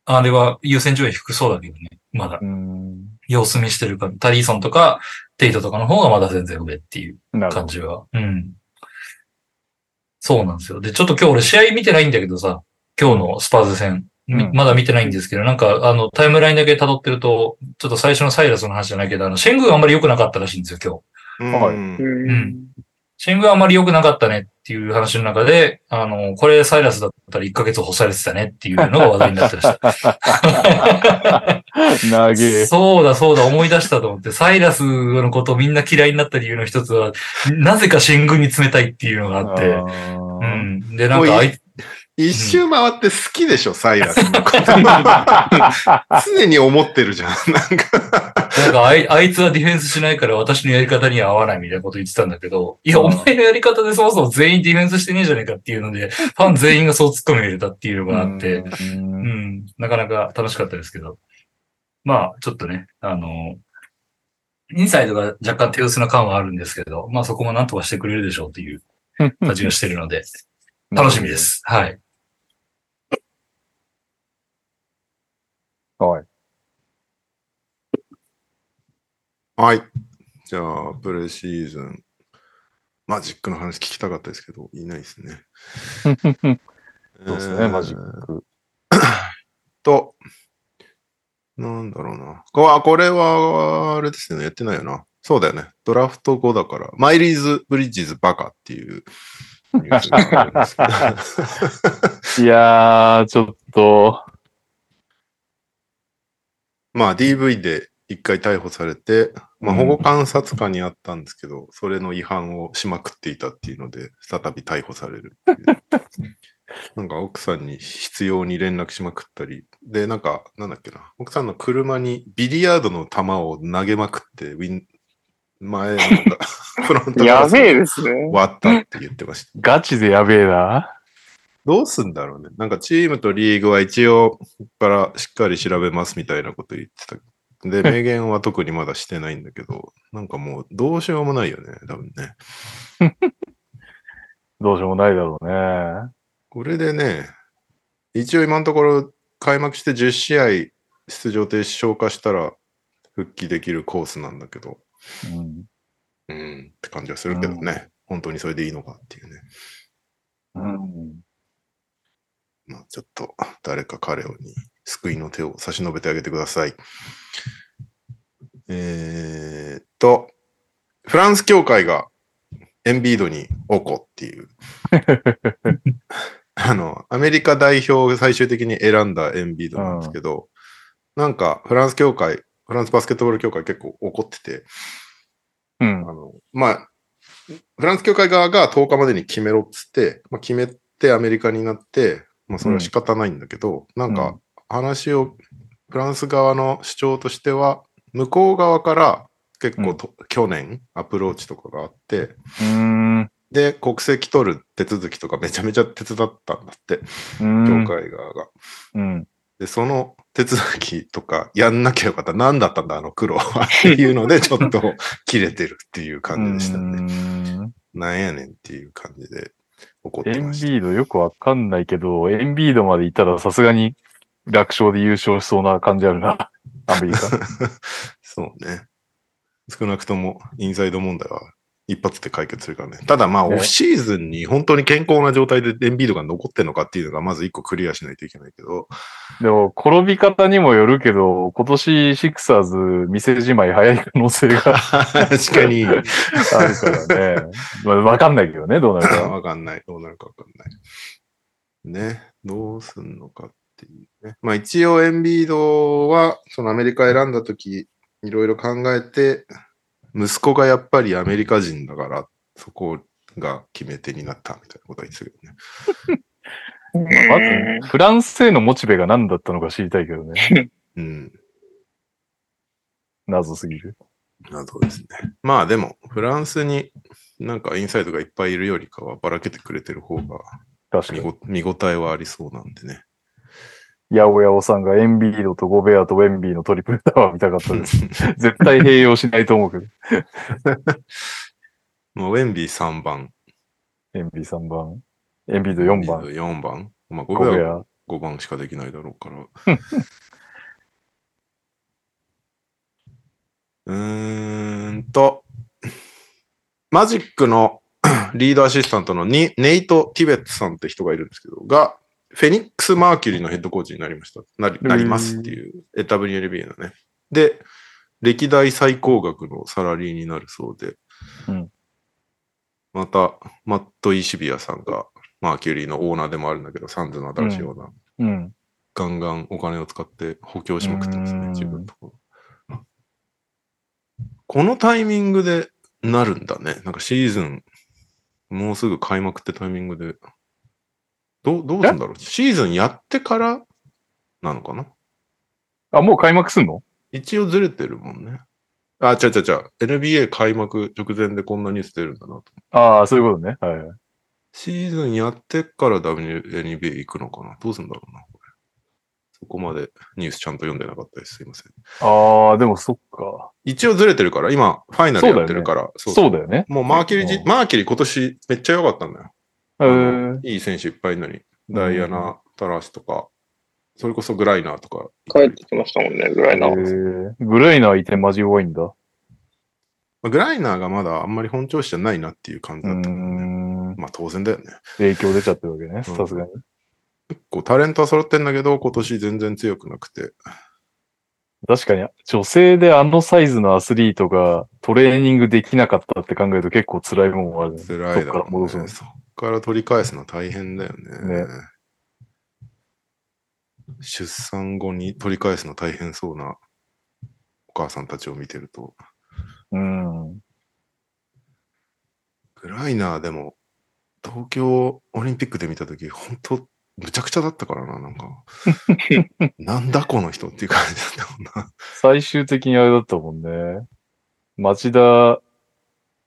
[SPEAKER 1] あれは優先順位低そうだけどね。まだ
[SPEAKER 2] うーん。
[SPEAKER 1] 様子見してるから、タリーソンとかテイトとかの方がまだ全然上っていう
[SPEAKER 2] なるほ
[SPEAKER 1] 感
[SPEAKER 2] ど。
[SPEAKER 1] じは。うん。そうなんですよ。で、ちょっと今日俺試合見てないんだけどさ、今日のスパーズ戦、み
[SPEAKER 2] うん
[SPEAKER 1] まだ見てないんですけど、なんかあのタイムラインだけ辿ってると、ちょっと最初のサイラスの話じゃないけど、あの、シェングがあんまり良くなかったらしいんですよ、今日。
[SPEAKER 2] はい
[SPEAKER 3] うん
[SPEAKER 4] うん
[SPEAKER 1] シェングはあまり良くなかったねっていう話の中で、あの、これサイラスだったら1ヶ月干されてたねっていうのが話題になってました。
[SPEAKER 2] 投げ。
[SPEAKER 1] そうだそうだ思い出したと思って、サイラスのことをみんな嫌いになった理由の一つは、なぜかシェングに冷たいっていうのがあって、う
[SPEAKER 2] あ
[SPEAKER 1] ん。で、なんかあい、
[SPEAKER 3] 一周回って好きでしょ、サイラスの [LAUGHS] こと。
[SPEAKER 2] ー
[SPEAKER 3] 常に思って [LAUGHS] るじゃん。なんか。
[SPEAKER 1] なんかあいあいつはディフェンスしないから私のやり方には合わないみたいなこと言ってたんだけど、いや、お前のやり方でそもそも全員ディフェンスしてねえじゃねえかっていうので、ファン全員がそう突っ込み入れたっていうのがあって、
[SPEAKER 2] うん
[SPEAKER 1] うん、なかなか楽しかったですけど。まあ、ちょっとね、あの、インサイドが若干手薄な感はあるんですけど、まあそこもなんとかしてくれるでしょうという感じがしてるので、楽しみで。す。はい。
[SPEAKER 2] はい。
[SPEAKER 3] はい。じゃあ、プレシーズン。マジックの話聞きたかったですけど、いないですね。 [LAUGHS]
[SPEAKER 2] そうです
[SPEAKER 3] え
[SPEAKER 2] ね、
[SPEAKER 3] ー
[SPEAKER 2] マジック。
[SPEAKER 3] と、なんだろうな。こあこれは、あれですよね。やってないよな。そうだよね。ドラフト後だから。マイリーズ・ブリッジズ・バカっていうニュースがあるんです [LAUGHS] けど
[SPEAKER 2] いやー、ちょっと、
[SPEAKER 3] まあ DV で一回逮捕されて、まあ保護観察下にあったんですけど、それの違反をしまくっていたっていうので、再び逮捕されるって
[SPEAKER 4] [LAUGHS]
[SPEAKER 3] いう。なんか奥さんに必要に連絡しまくったり、で、なんか、なんだっけな、奥さんの車にビリヤードの球を投げまくって、ウィン、前の
[SPEAKER 4] [LAUGHS]
[SPEAKER 3] フロントガ
[SPEAKER 4] や
[SPEAKER 3] ラス
[SPEAKER 4] べえですね。
[SPEAKER 3] 割ったって言ってました。
[SPEAKER 2] ガチでやべえな。
[SPEAKER 3] どうすんだろうね。なんかチームとリーグは一応、ここからしっかり調べますみたいなこと言ってた。で、明言は特にまだしてないんだけど、なんかもうどうしようもないよね、多分ね。
[SPEAKER 2] どうしようもないだろうね。
[SPEAKER 3] これでね、一応今のところ開幕して10試合出場停止消化したら復帰できるコースなんだけど、
[SPEAKER 2] うん
[SPEAKER 3] うんって感じはするけどね。本当にそれでいいのかっていうね。
[SPEAKER 2] うん、
[SPEAKER 3] まあちょっと誰か彼をに救いの手を差し伸べてあげてください。えーっと、フランス協会がエンビードにおこっていう。 [LAUGHS] あの、アメリカ代表を最終的に選んだエンビードなんですけど、なんかフランス協会、フランスバスケットボール協会結構怒ってて、
[SPEAKER 2] うん
[SPEAKER 3] あの、まあ、フランス協会側が10日までに決めろっつって、まあ、決めてアメリカになって、まあ、それは仕方ないんだけど、なん
[SPEAKER 2] う
[SPEAKER 3] か話を、フランス側の主張としては、向こう側から結構と、去年アプローチとかがあって、
[SPEAKER 2] うん。う
[SPEAKER 3] で、国籍取る手続きとかめちゃめちゃ手伝ったんだって、
[SPEAKER 2] ん
[SPEAKER 3] 協。会側が。
[SPEAKER 2] うん。
[SPEAKER 3] で、その手続きとかやんなきゃよかった。何だったんだ、あの苦労は。っていうので、ちょっと切れてるっていう感じでしたね。
[SPEAKER 2] うん
[SPEAKER 3] なんやねんっていう感じで怒っ
[SPEAKER 2] エ
[SPEAKER 3] て
[SPEAKER 2] ン
[SPEAKER 3] ま
[SPEAKER 2] ビ
[SPEAKER 3] した。
[SPEAKER 2] ードよくわかんないけど、エンビードまで行ったらさすがに楽勝で優勝しそうな感じあ
[SPEAKER 3] [LAUGHS]
[SPEAKER 2] るな。アメリカ。
[SPEAKER 3] そうね。少なくともインサイド問題は一発で解決するからね。ただまあ、
[SPEAKER 2] ね
[SPEAKER 3] オフシーズンに本当に健康な状態でエンビードが残ってんのかっていうのがまず一個クリアしないといけないけど、
[SPEAKER 2] でも、転び方にもよるけど、今年シクサーズ店じまい早い可能性が
[SPEAKER 3] 確かに、
[SPEAKER 2] あるから
[SPEAKER 3] [LAUGHS]
[SPEAKER 2] ね。まあ、わかんないけどね、どうなるか。
[SPEAKER 3] わかんない。どうなるかわかんない。ね。どうすんのかっていうね。まあ一応エンビードは、そのアメリカ選んだ時いろいろ考えて、息子がやっぱりアメリカ人だから、そこが決め手になったみたいなことは言ってたけどね。
[SPEAKER 2] まず、フランスへのモチベが何だったのか知りたいけどね。
[SPEAKER 3] うん。
[SPEAKER 2] 謎すぎる。
[SPEAKER 3] などですね。まあでも、フランスになんかインサイドがいっぱいいるよりかはばらけてくれてる方が
[SPEAKER 2] 確か
[SPEAKER 3] 見
[SPEAKER 2] に。
[SPEAKER 3] ご見応えはありそうなんでね。
[SPEAKER 2] ヤオヤオさんがエンビードとゴベアとウェンビーのトリプルタワー見たかっ
[SPEAKER 3] [LAUGHS]
[SPEAKER 2] たです。絶対併用しないと思うけど。
[SPEAKER 3] まあ、ウェンビー3番、
[SPEAKER 2] エンビー3番。エンビード4番。
[SPEAKER 3] 4番、まあ、
[SPEAKER 2] ゴ
[SPEAKER 3] 5
[SPEAKER 2] ベ
[SPEAKER 3] 秒
[SPEAKER 2] ア。
[SPEAKER 3] 5番しかできないだろう
[SPEAKER 2] [LAUGHS]
[SPEAKER 3] から。うーんと、マジックの [COUGHS] リードアシスタントのにネイト・ティベットさんって人がいるんですけど、が、フェニックス・マーキュリーのヘッドコーチになりました。なりなりますっていう、WNBA のね。で、歴代最高額のサラリーになるそうで、
[SPEAKER 2] うん
[SPEAKER 3] また、マット・イシビアさんが、マーキュリーのオーナーでもあるんだけど、サンズの新しいオーナー。
[SPEAKER 2] うん。
[SPEAKER 3] ガンガンお金を使って補強しまくってます
[SPEAKER 2] うー
[SPEAKER 3] ね、
[SPEAKER 2] ん
[SPEAKER 3] 自分のところ。このタイミングでなるんだね。なんかシーズン、もうすぐ開幕ってタイミングで。どう、どうすんだろうシーズンやってからなのかな
[SPEAKER 2] あ、もう開幕すんの
[SPEAKER 3] 一応ずれてるもんね。あ、違う違う違う。NBA 開幕直前でこんなニュース出るんだなと。
[SPEAKER 2] ああ、そういうことね。はい。
[SPEAKER 3] シーズンやってから WNBA 行くのかなどうすんだろうな、これ。そこまでニュースちゃんと読んでなかったです。すいません。
[SPEAKER 2] ああ、でもそっか。
[SPEAKER 3] 一応ずれてるから、今、ファイナルやってるから、そ
[SPEAKER 2] そうだよね。
[SPEAKER 3] もうマーキュリーじ
[SPEAKER 2] う、ん
[SPEAKER 3] マーキュリー今年めっちゃ良かったんだよ。
[SPEAKER 2] えー、
[SPEAKER 3] いい選手いっぱいいるのに。ダイアナ・タラスとか、それこそグライナーとか。
[SPEAKER 4] 帰ってきましたもんね、ぐらいな。
[SPEAKER 2] えーグレイナーいてマジ弱いんだ。
[SPEAKER 3] まあグライナーがまだあんまり本調子じゃないなっていう感じ
[SPEAKER 2] うー
[SPEAKER 3] だったからね。
[SPEAKER 2] ん。
[SPEAKER 3] まあ当然だよね。
[SPEAKER 2] 影響出ちゃってるわけね。さすがに。
[SPEAKER 3] こうタレントは揃ってんだけど、今年全然強くなくて。
[SPEAKER 2] 確かに、女性であのサイズのアスリートがトレーニングできなかったって考えると結構辛いもんはあるね。
[SPEAKER 3] 辛いだ
[SPEAKER 2] そっか
[SPEAKER 3] ろ
[SPEAKER 2] ら
[SPEAKER 3] う、
[SPEAKER 2] 戻すの
[SPEAKER 3] そうから取り返すの大変だよね。
[SPEAKER 2] ね
[SPEAKER 3] 出産後に取り返すの大変そうなお母さんたちを見てると。
[SPEAKER 2] うん。
[SPEAKER 3] グライナーでも、東京オリンピックで見たとき、本当むちゃくちゃだったからな、なんか。なんだこの人っていう感じだったもんな。
[SPEAKER 2] 最終的にあれだったもんね。町田瑠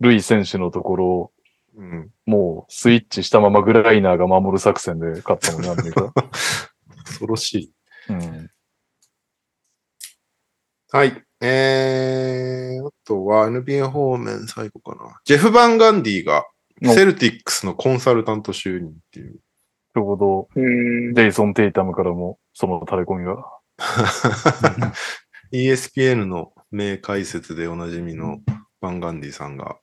[SPEAKER 2] 唯選手のところを、
[SPEAKER 3] うん。
[SPEAKER 2] もうスイッチしたままグライナーが守る作戦で勝ったもんね、アメリ [LAUGHS] カ。
[SPEAKER 3] 恐ろしい。
[SPEAKER 2] うん。
[SPEAKER 3] はい。えー、あとは NBA 方面最後かな。ジェフ・バンガンディが
[SPEAKER 2] お
[SPEAKER 3] セルティックスのコンサルタント就任っていう。
[SPEAKER 2] ちょうど、
[SPEAKER 4] うん。
[SPEAKER 2] ジェイソン・テイタムからも、その垂れ込みが。
[SPEAKER 3] ESPN の名解説でおなじみのバンガンディさんが、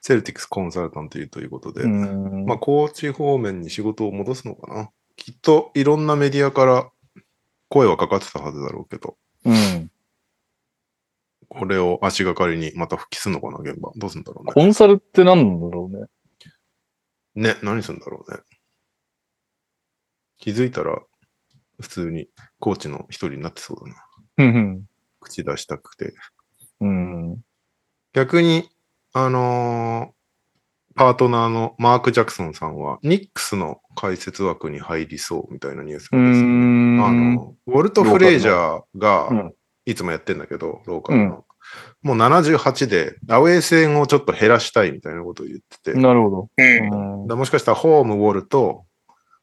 [SPEAKER 3] セルティックスコンサルタントということで、
[SPEAKER 2] うん。
[SPEAKER 3] まあ、コーチ方面に仕事を戻すのかな。きっといろんなメディアから声はかかってたはずだろうけど、
[SPEAKER 2] うん。
[SPEAKER 3] これを足がかりにまた復帰するのかな、現場。どうするんだろうね。
[SPEAKER 2] コンサルって何なんだろうね。
[SPEAKER 3] ね、何するんだろうね。気づいたら、普通にコーチの一人になってそうだな。
[SPEAKER 2] うん
[SPEAKER 3] 口出したくて。
[SPEAKER 2] うん。うん。
[SPEAKER 3] 逆に、あのーパートナーのマーク・ジャクソンさんは、ニックスの解説枠に入りそうみたいなニュース
[SPEAKER 2] う
[SPEAKER 3] がですね。あ
[SPEAKER 2] ん。
[SPEAKER 3] の、ウォルト・フレイジャー
[SPEAKER 2] ローカル
[SPEAKER 3] が
[SPEAKER 2] のうん
[SPEAKER 3] いつもやってんだけど、ローカルの。もう78でアウェー戦をちょっと減らしたいみたいなことを言ってて、だか
[SPEAKER 2] なるほど。
[SPEAKER 4] うん
[SPEAKER 3] らもしかしたらホームウォルト、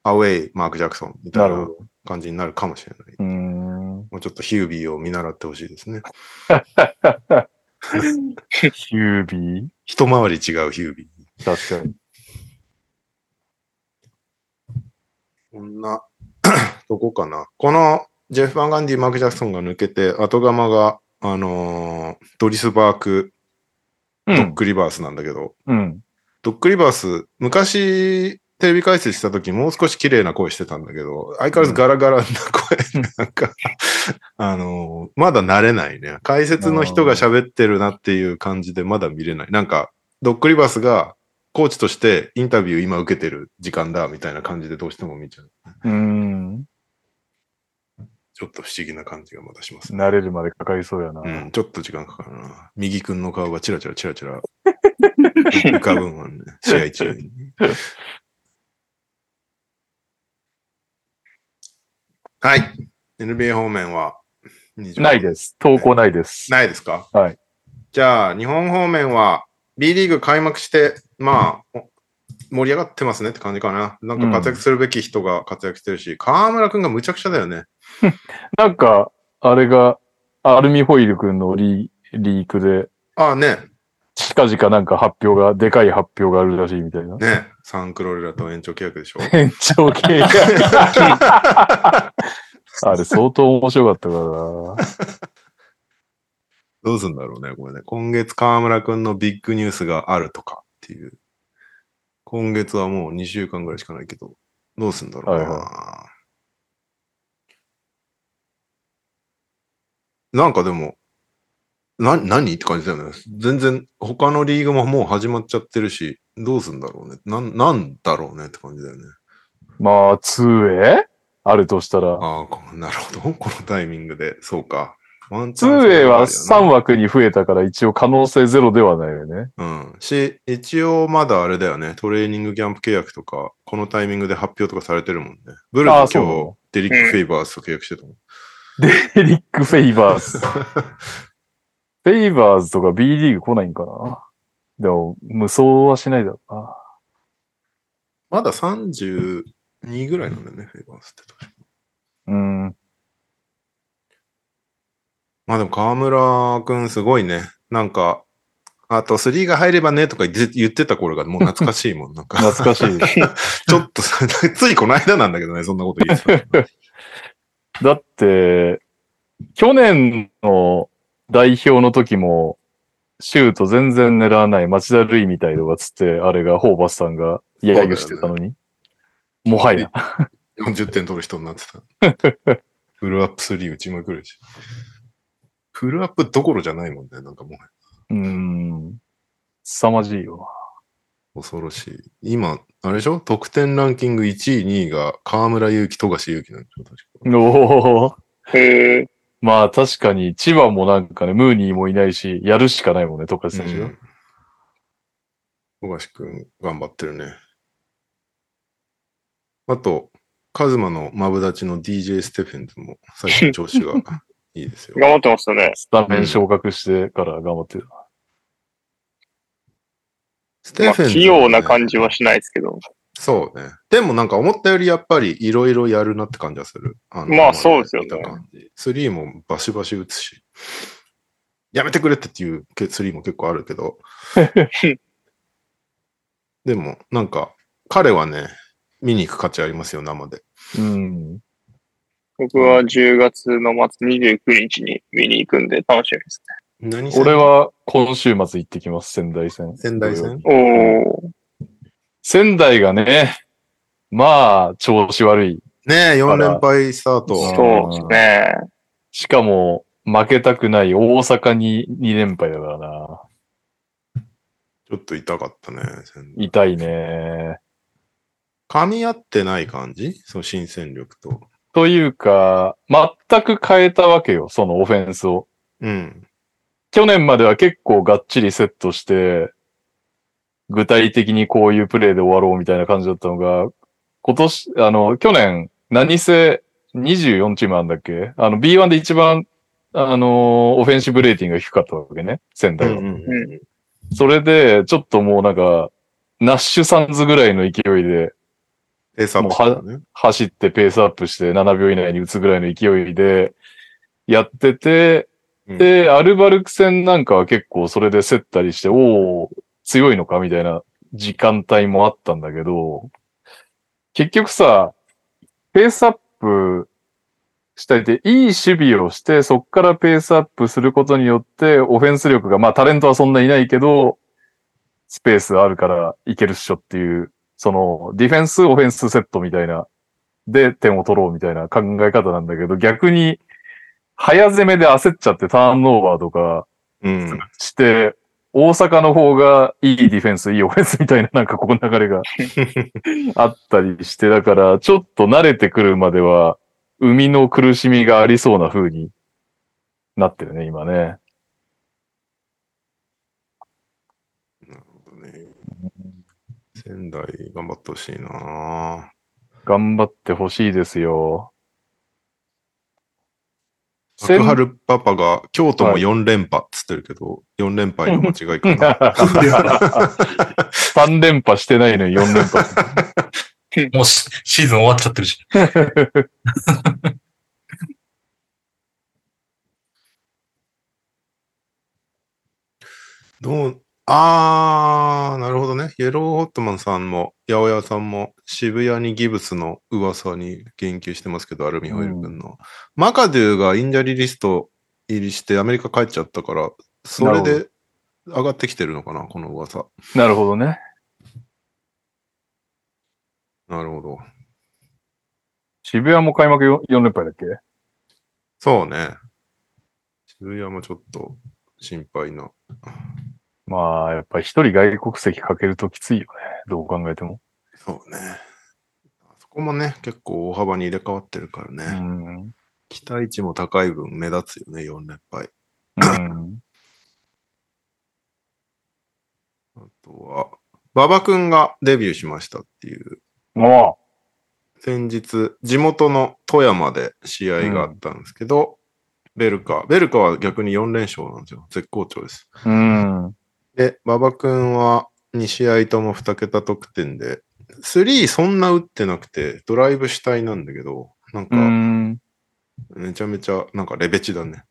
[SPEAKER 3] アウェイマーク・ジャクソンみたい
[SPEAKER 2] なる
[SPEAKER 3] な
[SPEAKER 2] ほ
[SPEAKER 3] 感じになるかもしれ
[SPEAKER 2] [LAUGHS]
[SPEAKER 3] ない。
[SPEAKER 2] うん。うん。
[SPEAKER 3] もうちょっとヒュービーを見習ってほしいですね。
[SPEAKER 2] キュービー
[SPEAKER 3] 一回り違うヒュービー。
[SPEAKER 2] 確かに。
[SPEAKER 3] こんな、 [CLEARS THROAT] どこかな。このジェフ・バンガンディ、マーク・ジャクソンが抜けて、後釜が、あのードリス・バーク、
[SPEAKER 2] う
[SPEAKER 3] ドッ
[SPEAKER 2] ん。
[SPEAKER 3] ク・リバースなんだけど、
[SPEAKER 2] うん。
[SPEAKER 3] ドックリバース、昔、テレビ解説した時もう少し綺麗な声してたんだけど、相変わらずガラガラな声、なんか、 [LAUGHS] あのーまだ慣れないね。解説の人が喋ってるなっていう感じでまだ見れない。なんか、ドックリバースがコーチとしてインタビュー今受けてる時間だ、みたいな感じでどうしても見ちゃう。
[SPEAKER 2] うん。
[SPEAKER 3] ちょっと不思議な感じがまだしますね。
[SPEAKER 2] 慣れるまでかかりそうやな。
[SPEAKER 3] うん、ちょっと時間かかるな。右くんの顔がチラチラチラチ
[SPEAKER 2] [LAUGHS]
[SPEAKER 3] ラ浮かぶんはね、試合中に。はい。NBA 方面は20
[SPEAKER 2] ないです。投稿ないです。
[SPEAKER 3] ないですか
[SPEAKER 2] はい。
[SPEAKER 3] じゃあ、日本方面は B リーグ開幕して、まあ、お盛り上がってますねって感じかな。なんか活躍するべき人が活躍してるし、河村くんがむちゃくちゃだよね。
[SPEAKER 2] なんか、あれが、アルミホイル君のリリークで、
[SPEAKER 3] ああね、
[SPEAKER 2] 近々なんか発表が、でかい発表があるらしいみたいな。
[SPEAKER 3] ね、サンクロレラと延長契約で
[SPEAKER 2] [LAUGHS]
[SPEAKER 3] しょ。
[SPEAKER 2] 延長契約。あれ相当面白かったからな。
[SPEAKER 3] どうすんだろうね、これね。今月河村くんのビッグニュースがあるとかっていう。今月はもう2週間ぐらいしかないけど、どうすんだろうな。
[SPEAKER 2] はい
[SPEAKER 3] なんかでも、な、何って感じだよね。全然他のリーグももう始まっちゃってるし、どうすんだろうね。なん、なんだろうねって感じだよね。
[SPEAKER 2] まあ、2way? あるとしたら。
[SPEAKER 3] ああこ、 [LAUGHS] なるほど。このタイミングで、そうか。ワンチャンス
[SPEAKER 2] 2way は
[SPEAKER 3] があ
[SPEAKER 2] 3
[SPEAKER 3] るよね
[SPEAKER 2] 枠に増えたから一応可能性ゼロではないよね。
[SPEAKER 3] うん。し、一応まだあれだよね、トレーニングキャンプ契約とか、このタイミングで発表とかされてるもんね。ブル
[SPEAKER 2] あ
[SPEAKER 3] ー
[SPEAKER 2] あ
[SPEAKER 3] ズ
[SPEAKER 2] そうな
[SPEAKER 3] 今日
[SPEAKER 2] の、
[SPEAKER 3] デリック・フェイバースと契約してたもん。
[SPEAKER 2] エリック・フェイバーズ。フェイバーズとか B リーグ来ないんかな。でも、無双はしないだろうな。
[SPEAKER 3] まだ32ぐらいなんだよね、フェイバースって確か。
[SPEAKER 2] うん。
[SPEAKER 3] まあでも河村くんすごいね。なんか、あと3が入ればねとか言って言ってた頃がもう懐かしいもん。なんか、
[SPEAKER 2] 懐かしい。
[SPEAKER 3] [LAUGHS] ちょっとさ、ついこの間なんだけどね、そんなこと言ってた。
[SPEAKER 2] だって、去年の代表の時も、シュート全然狙わない町田瑠唯みたいとかつって、あれが、ホーバスさんが揶揄してたのに。もはや。
[SPEAKER 3] 40点取る人になってた。フルアップ3打ちまくるし。フルアップどころじゃないもんね、なんかもう。
[SPEAKER 2] うーん。凄まじいよ。
[SPEAKER 3] 恐ろしい。今、あれでしょ得点ランキング1位、2位が河村勇輝、富樫勇樹なんでしょ確か。
[SPEAKER 2] おお。
[SPEAKER 4] へえ。
[SPEAKER 2] まあ確かに千葉もなんかね、ムーニーもいないし、やるしかないもんね、トカ選手が。
[SPEAKER 3] うん富樫君、頑張ってるね。あと、カズマのマブダチの DJ ステフェンズも最近調子がいいです
[SPEAKER 4] [LAUGHS]
[SPEAKER 3] よ。
[SPEAKER 4] 頑張ってましたね。
[SPEAKER 2] スタメン昇格してから頑張ってる。
[SPEAKER 3] ス
[SPEAKER 4] ま
[SPEAKER 3] テ
[SPEAKER 4] あ、
[SPEAKER 3] フェンズ、
[SPEAKER 4] 器用な感じはしないですけど。
[SPEAKER 3] そうね。でもなんか思ったよりやっぱりいろいろやるなって感じはする。あ
[SPEAKER 4] まあそうですよね
[SPEAKER 3] 見た感じスリーもバシバシ打つし。やめてくれってっていうけスリーも結構あるけど。でもなんか彼はね、見に行く価値ありますよ、生で。
[SPEAKER 2] うん。
[SPEAKER 4] 僕は10月の末29日に見に行くんで楽しみです
[SPEAKER 3] 何
[SPEAKER 2] 俺は今週末行ってきます、仙台戦。
[SPEAKER 3] 仙台戦
[SPEAKER 4] ね。おー。
[SPEAKER 2] 仙台がね、まあ調子悪い。
[SPEAKER 3] ねえ、4連敗スター
[SPEAKER 2] あら
[SPEAKER 3] ト。
[SPEAKER 4] そうですね。
[SPEAKER 2] しかも負けたくない大阪に2連敗だからな。
[SPEAKER 3] ちょっと痛かったね。仙台
[SPEAKER 2] 痛いね。
[SPEAKER 3] 噛み合ってない感じその新戦力と。
[SPEAKER 2] というか、全く変えたわけよ、そのオフェンスを。
[SPEAKER 3] うん。
[SPEAKER 2] 去年までは結構がっちりセットして、具体的にこういうプレーで終わろうみたいな感じだったのが、今年、あの、去年、何せ24チームあんだっけあの、B1 で一番、あの、オフェンシブレーティングが低かったわけね、仙
[SPEAKER 3] う
[SPEAKER 2] 台
[SPEAKER 3] ん
[SPEAKER 2] は。
[SPEAKER 3] うん
[SPEAKER 4] う
[SPEAKER 3] うん
[SPEAKER 4] ん。
[SPEAKER 2] それで、ちょっともうなんか、ナッシュサンズぐらいの勢いで
[SPEAKER 3] エサップだね。
[SPEAKER 2] 走ってペースアップして7秒以内に打つぐらいの勢いでやってて、
[SPEAKER 3] うん
[SPEAKER 2] で、アルバルク戦なんかは結構それで競ったりして、おお強いのかみたいな時間帯もあったんだけど、結局さ、ペースアップしたいって、いい守備をして、そっからペースアップすることによって、オフェンス力が、まあタレントはそんないないけど、スペースあるからいけるっしょっていう、その、ディフェンス、オフェンスセットみたいな、で点を取ろうみたいな考え方なんだけど、逆に、早攻めで焦っちゃってターンオーバーとか
[SPEAKER 3] うん。
[SPEAKER 2] して、大阪の方がいいディフェンス、いいオフェンスみたいな、なんかここ流れがあったりして、だから、ちょっと慣れてくるまでは、生みの苦しみがありそうな風になってるね、今ね。
[SPEAKER 3] ね仙台頑張ってほしいな
[SPEAKER 2] 頑張ってほしいですよ。
[SPEAKER 3] 幕張パパが京都も4連覇っつってるけど、4連敗の間違いか
[SPEAKER 2] [LAUGHS]
[SPEAKER 3] な。
[SPEAKER 2] 3連覇してないのに4連覇。
[SPEAKER 1] もうシシーズン終わっちゃってるし。
[SPEAKER 3] どうあー、なるほどね。イエローホットマンさんも、八百屋さんも、渋谷にギブスの噂に言及してますけど、アルミホイル君の。マカドゥがインジャリリスト入りしてアメリカ帰っちゃったから、それ
[SPEAKER 2] な
[SPEAKER 3] で上がってきてるのかな、この噂。
[SPEAKER 2] なるほどね。
[SPEAKER 3] なるほど。
[SPEAKER 2] 渋谷も開幕 4, 連敗だっけ
[SPEAKER 3] そうね。渋谷もちょっと心配な。
[SPEAKER 2] まあ、やっぱり一人外国籍かけるときついよね。どう考えても。
[SPEAKER 3] そうね。あそこもね、結構大幅に入れ替わってるからね。
[SPEAKER 2] うん。う
[SPEAKER 3] 期待値も高い分目立つよね、4連敗。
[SPEAKER 2] ん。
[SPEAKER 3] あとは、馬場くんがデビューしましたっていう、
[SPEAKER 2] も
[SPEAKER 3] 先日、地元の富山で試合があったんですけど、ベルカ、ベルカは逆に4連勝なんですよ。絶好調です。
[SPEAKER 2] う。うん。
[SPEAKER 3] で、馬場くんは2試合とも2桁得点で、3そんな打ってなくて、ドライブ主体なんだけど、なん
[SPEAKER 2] う
[SPEAKER 3] か、
[SPEAKER 2] ん。
[SPEAKER 3] めちゃめちゃ、なんかレベチだね。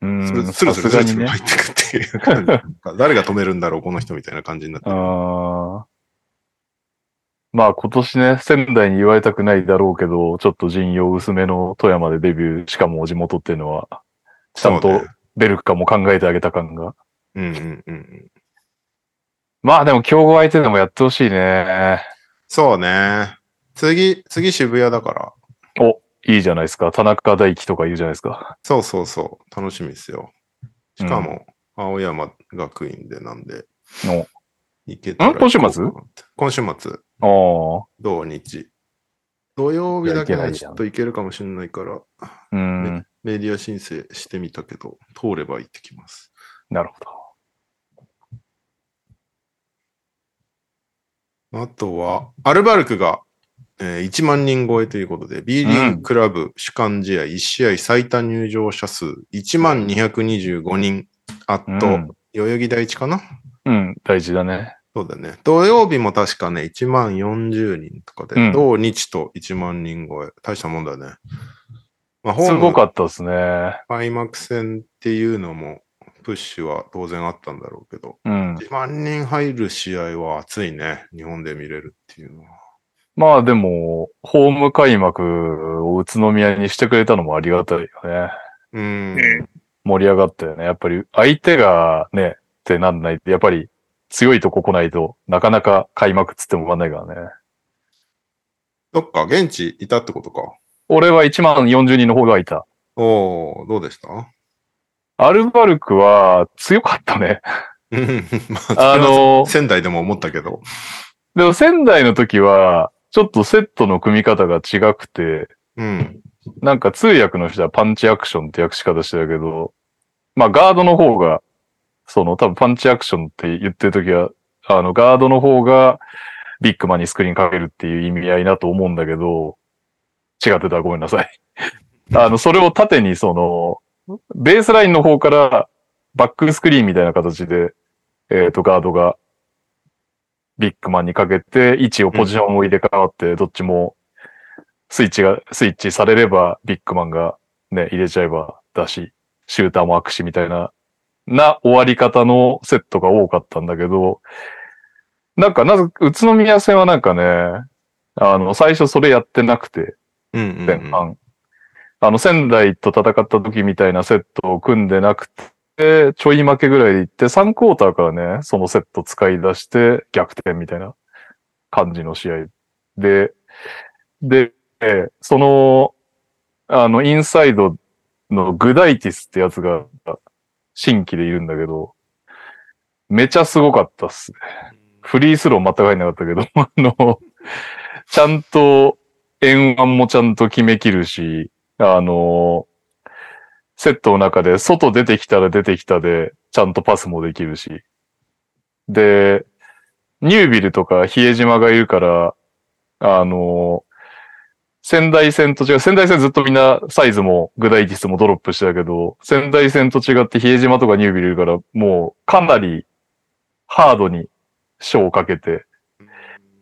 [SPEAKER 2] うん
[SPEAKER 3] スルスルスルス
[SPEAKER 2] さ
[SPEAKER 3] ル
[SPEAKER 2] すが
[SPEAKER 3] ス
[SPEAKER 2] に
[SPEAKER 3] ル
[SPEAKER 2] ね。
[SPEAKER 3] 入ってくっていう感じ。なん
[SPEAKER 2] [LAUGHS]
[SPEAKER 3] か誰が止めるんだろう、この人みたいな感じになってる。
[SPEAKER 2] あーまあ今年ね、仙台に言われたくないだろうけど、ちょっと陣容薄めの富山でデビュー、しかもお地元っていうのは、ちゃん
[SPEAKER 3] そう
[SPEAKER 2] と
[SPEAKER 3] ね
[SPEAKER 2] ベルカも考えてあげた感が。
[SPEAKER 3] うんうんうんうん。
[SPEAKER 2] まあでも競合相手でもやってほしいね。
[SPEAKER 3] そうね。次、次渋谷だから。
[SPEAKER 2] いいじゃないですか。田中大輝とか言うじゃないですか。
[SPEAKER 3] そうそうそう。楽しみですよ。しかも、青山学院でなんで、
[SPEAKER 2] の。
[SPEAKER 3] 行けたら
[SPEAKER 2] ん今週末
[SPEAKER 3] 今週末、
[SPEAKER 2] ああ。
[SPEAKER 3] 土日。土曜日だけ
[SPEAKER 2] いや行けな
[SPEAKER 3] はい
[SPEAKER 2] じ
[SPEAKER 3] ち
[SPEAKER 2] ゃん
[SPEAKER 3] ょっと行けるかもしれないから、
[SPEAKER 2] うん。
[SPEAKER 3] メディア申請してみたけど、通れば行ってきます。
[SPEAKER 2] なるほど。
[SPEAKER 3] あとは、アルバルクが、えー1万人超えということで、B リーグクラブ主幹試合1試合最多入場者数1万225人、あと、
[SPEAKER 2] うん
[SPEAKER 3] 代々木第一かな
[SPEAKER 2] うん。大事だね。
[SPEAKER 3] そうだね。土曜日も確かね、1万40人とかで、
[SPEAKER 2] うん
[SPEAKER 3] 同日と1万人超え。大したもんだね。まあ、ホ
[SPEAKER 2] す
[SPEAKER 3] ー
[SPEAKER 2] ご
[SPEAKER 3] ム
[SPEAKER 2] かったですね。
[SPEAKER 3] 開幕戦っていうのも、プッシュは当然あったんだろうけど、
[SPEAKER 2] うん。
[SPEAKER 3] 1万人入る試合は熱いね。日本で見れるっていうのは。
[SPEAKER 2] まあでも、ホーム開幕を宇都宮にしてくれたのもありがたいよね。
[SPEAKER 3] うーん。
[SPEAKER 4] うん
[SPEAKER 2] 盛り上がったよね。やっぱり相手がね、ってなんないって、やっぱり強いとこ来ないとなかなか開幕っつってもわかんないからね。
[SPEAKER 3] どっか、現地いたってことか。
[SPEAKER 2] 俺は1万40人の方がいた。
[SPEAKER 3] おおどうでした [LAUGHS]
[SPEAKER 2] アルバルクは強かったね。
[SPEAKER 3] うんまあ
[SPEAKER 2] あの、
[SPEAKER 3] 仙台でも思ったけど。
[SPEAKER 2] でも仙台の時は、ちょっとセットの組み方が違くて、
[SPEAKER 3] うん。
[SPEAKER 2] なんか通訳の人はパンチアクションって訳し方してたけど、まあガードの方が、その多分パンチアクションって言ってる時は、あのガードの方がビッグマンにスクリーンかけるっていう意味合いだと思うんだけど、違ってたらごめんなさい。あの、それを縦にその、ベースラインの方からバックスクリーンみたいな形で、えっ、とガードがビッグマンにかけて位置をポジションを入れ替わって、どっちもスイッチが、スイッチされれば、ビッグマンがね、入れちゃえばだし、シューターも握手みたいな、な終わり方のセットが多かったんだけど、なんか、なぜ、宇都宮戦はなんかね、あの、最初それやってなくて、
[SPEAKER 3] うんうん、
[SPEAKER 2] 前半。あの、仙台と戦った時みたいなセットを組んでなくて、ちょい負けぐらいで行って、3クォーターからね、そのセット使い出して逆転みたいな感じの試合で、で、えーその、あの、インサイドのグダイティスってやつが新規でいるんだけど、めちゃすごかったっすね。フリースロー全く入んなかったけど、 [LAUGHS] あの、ちゃんと、円腕もちゃんと決めきるし、あの、セットの中で、外出てきたら出てきたで、ちゃんとパスもできるし。で、ニュービルとか比江島がいるから、あの、仙台戦と違う、仙台戦ずっとみんなサイズもグダイティスもドロップしてたけど、仙台戦と違って比江島とかニュービルいるから、もうかなりハードに賞をかけて、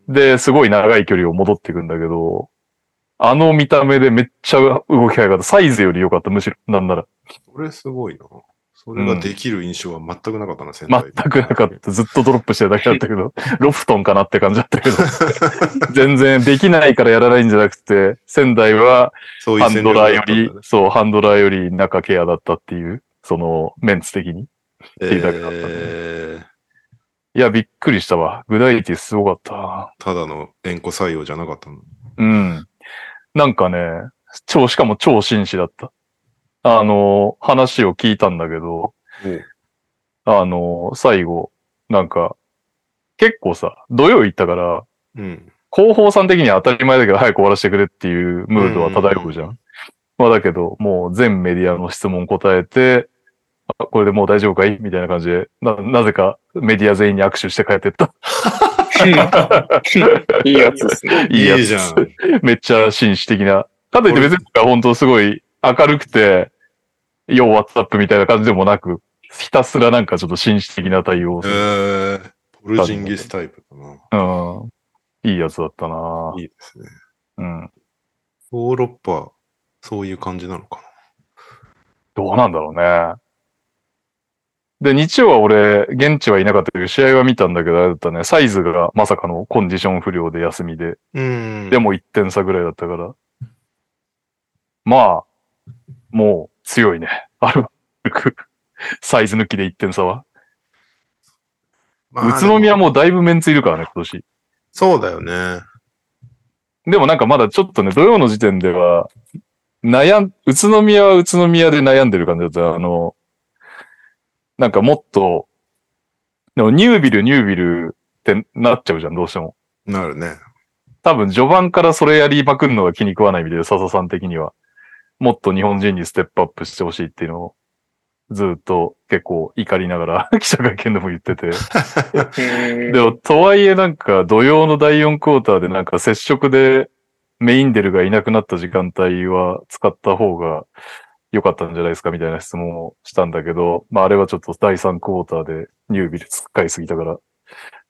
[SPEAKER 2] で、すごい長い距離を戻っていくんだけど、あの見た目でめっちゃ動き早かった。サイズより良かった、むしろ。なんなら。
[SPEAKER 3] それすごいな。それができる印象は全くなかったな、仙台。
[SPEAKER 2] 全くなかった。ずっとドロップしてるだけだったけど、 [LAUGHS] ロフトンかなって感じだったけど、 [LAUGHS] 全然できないからやらないんじゃなくて、仙台は
[SPEAKER 3] そういう
[SPEAKER 2] ハン
[SPEAKER 3] 戦
[SPEAKER 2] ド
[SPEAKER 3] 略
[SPEAKER 2] ラー
[SPEAKER 3] だ
[SPEAKER 2] よ
[SPEAKER 3] ったんだ
[SPEAKER 2] り
[SPEAKER 3] ね、
[SPEAKER 2] そう、ハンドラーより中ケアだったっていう、そのメンツ的に。ていうだけだったね
[SPEAKER 3] えー
[SPEAKER 2] いや、びっくりしたわ。グダイティすごかったな。
[SPEAKER 3] ただの縁故採用じゃなかったの。
[SPEAKER 2] うん。なんかね、超、しかも超紳士だった。あの、話を聞いたんだけど、あの、最後、なんか、結構さ、土曜行ったから、
[SPEAKER 3] うん。
[SPEAKER 2] 広報さん的には当たり前だけど早く終わらせてくれっていうムードは漂うじゃん。
[SPEAKER 3] うんうんう
[SPEAKER 2] まあだけど、もう全メディアの質問答えて、あこれでもう大丈夫かいみたいな感じで、な、なぜかメディア全員に握手して帰ってった。 [LAUGHS]
[SPEAKER 4] いいやつですね。
[SPEAKER 3] い
[SPEAKER 2] やつ
[SPEAKER 3] いじゃん。
[SPEAKER 2] [LAUGHS] めっちゃ紳士的な。かといって別に僕は本当すごい明るくて、よう WhatsApp みたいな感じでもなく、ひたすらなんかちょっと紳士的な対応を
[SPEAKER 3] え
[SPEAKER 2] する。
[SPEAKER 3] ー、ポルジンギスタイプかな。
[SPEAKER 2] うん。いいやつだったない
[SPEAKER 3] いですね。
[SPEAKER 2] うん。
[SPEAKER 3] ヨーロッパ、そういう感じなのか
[SPEAKER 2] どうなんだろうね。で、日曜は俺、現地はいなかったけど、試合は見たんだけど、あれだったね。サイズがまさかのコンディション不良で休みで、
[SPEAKER 3] な。うん。
[SPEAKER 2] でも1点差ぐらいだったから。まあ、もう強いね。ある、サイズ抜きで1点差は。
[SPEAKER 3] まあ、
[SPEAKER 2] 宇都宮もだいぶメンツいるからね、今年。
[SPEAKER 3] そうだよね。
[SPEAKER 2] でもなんかまだちょっとね、土曜の時点では、悩ん、宇都宮は宇都宮で悩んでる感じだった。あの、なんかもっと、でもニュービル、ニュービルってなっちゃうじゃん、どうしても。
[SPEAKER 3] なるね。
[SPEAKER 2] 多分序盤からそれやりまくるのが気に食わないみたいで、笹さん的には。もっと日本人にステップアップしてほしいっていうのを、ずーっと結構怒りながら [LAUGHS] 記者会見でも言ってて。でも、とはいえなんか土曜の第4クォーターでなんか接触でメインデルがいなくなった時間帯は使った方が良かったんじゃないですかみたいな質問をしたんだけど、まああれはちょっと第3クォーターでニュービル使いすぎたから、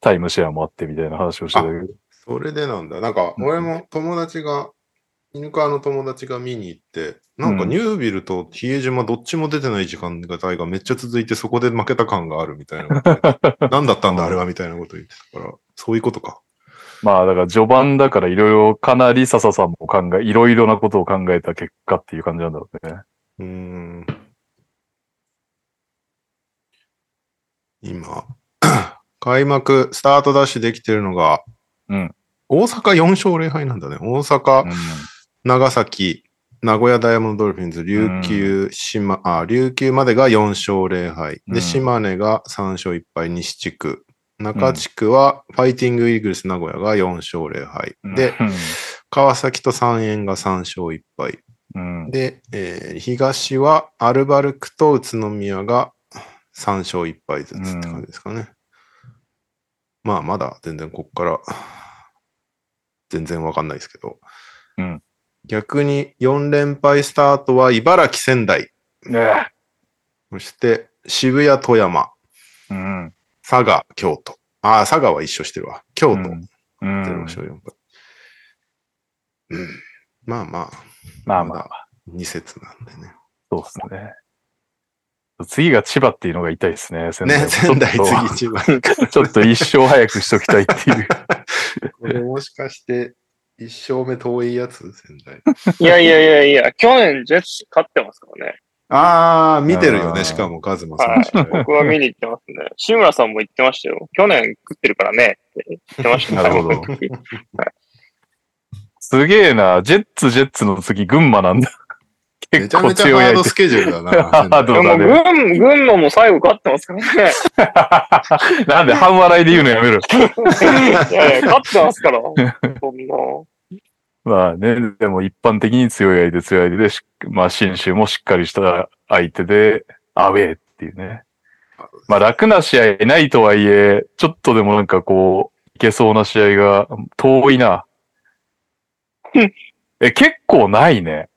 [SPEAKER 2] タイムシェアもあってみたいな話をしてたけど。
[SPEAKER 3] それでなんだ。なんか、
[SPEAKER 2] うん
[SPEAKER 3] 俺も友達が、犬川の友達が見に行って、なんか
[SPEAKER 2] うん
[SPEAKER 3] ニュービルと比江島どっちも出てない時間帯がめっちゃ続いて、そこで負けた感があるみた [LAUGHS] いなこと。何だったんだ、あれはみたいなこと言ってたから、そういうことか。
[SPEAKER 2] まあだから序盤だからいろいろかなり笹さんも考え、いろいろなことを考えた結果っていう感じなんだろうね。
[SPEAKER 3] うーん。今、 [COUGHS] 開幕、スタートダッシュできてるのが、
[SPEAKER 2] うん
[SPEAKER 3] 大阪4勝0敗なんだね。大阪、長崎、名古屋ダイヤモンドドルフィンズ、琉球、島、あ、琉球までが4勝0敗。
[SPEAKER 2] う
[SPEAKER 3] で、
[SPEAKER 2] ん
[SPEAKER 3] 島根が3勝1敗、西地区。中地区は、ファイティングイーグルス名古屋が4勝0敗。
[SPEAKER 2] うん
[SPEAKER 3] で、、川崎と三円が3勝1敗。
[SPEAKER 2] うん。うん
[SPEAKER 3] で、えー東はアルバルクと宇都宮が3勝1敗ずつって感じですかね。まあ、まだ全然こっから、全然わかんないですけど。
[SPEAKER 2] うん
[SPEAKER 3] 逆に4連敗スタートは茨城、仙台、
[SPEAKER 2] ねえ
[SPEAKER 3] そして渋谷、富山、
[SPEAKER 2] うん。
[SPEAKER 3] 佐賀、京都。ああ、佐賀は一緒してるわ。京都、
[SPEAKER 2] うん
[SPEAKER 3] 0勝4敗。うん、まあまあ、
[SPEAKER 2] まあまあ、
[SPEAKER 3] あ。2節なんでね。
[SPEAKER 2] そうですね。次が千葉っていうのが痛いですね。仙台
[SPEAKER 3] ね、仙台
[SPEAKER 2] ちょっと
[SPEAKER 3] 次一番。
[SPEAKER 2] ちょっと一生早くしときたいっていう。
[SPEAKER 3] これもしかして、一生目遠いやつ仙台。
[SPEAKER 4] いやいやいやいや、去年ジェッツ勝ってますからね。
[SPEAKER 3] [LAUGHS] ああ、見てるよ
[SPEAKER 2] あ
[SPEAKER 3] ね、
[SPEAKER 2] ー
[SPEAKER 3] しかもカズマさ
[SPEAKER 4] は
[SPEAKER 3] ん
[SPEAKER 4] い。。僕は見に行ってますね。志村さんも言ってましたよ。去年食ってるからねって言ってました
[SPEAKER 2] なるほど
[SPEAKER 4] ど。
[SPEAKER 2] すげえな。ジェッツ、ジェッツの次、群馬なんだ。
[SPEAKER 3] め
[SPEAKER 2] 結
[SPEAKER 3] ちゃ
[SPEAKER 2] 構
[SPEAKER 3] めちゃ
[SPEAKER 2] 強
[SPEAKER 3] ハー
[SPEAKER 2] い
[SPEAKER 3] ド
[SPEAKER 2] 相
[SPEAKER 3] ス
[SPEAKER 2] 手。
[SPEAKER 3] ケジュー [LAUGHS] ルだ
[SPEAKER 2] [LAUGHS] ハー
[SPEAKER 3] な。
[SPEAKER 2] ド
[SPEAKER 4] [LAUGHS] でも
[SPEAKER 2] だ
[SPEAKER 4] う
[SPEAKER 2] ね。
[SPEAKER 4] 群、群馬も最後勝ってますからね。
[SPEAKER 2] なんで半笑いで言うのやめろ。
[SPEAKER 4] いやいや勝ってますから。そんな。
[SPEAKER 2] まあね、でも一般的に強い相手強い相手でし、まあ新州もしっかりした相手で、アウェーっていうね。まあ楽な試合ないとはいえ、ちょっとでもなんかこう、いけそうな試合が遠いな
[SPEAKER 4] うん。
[SPEAKER 2] え、結構ないね。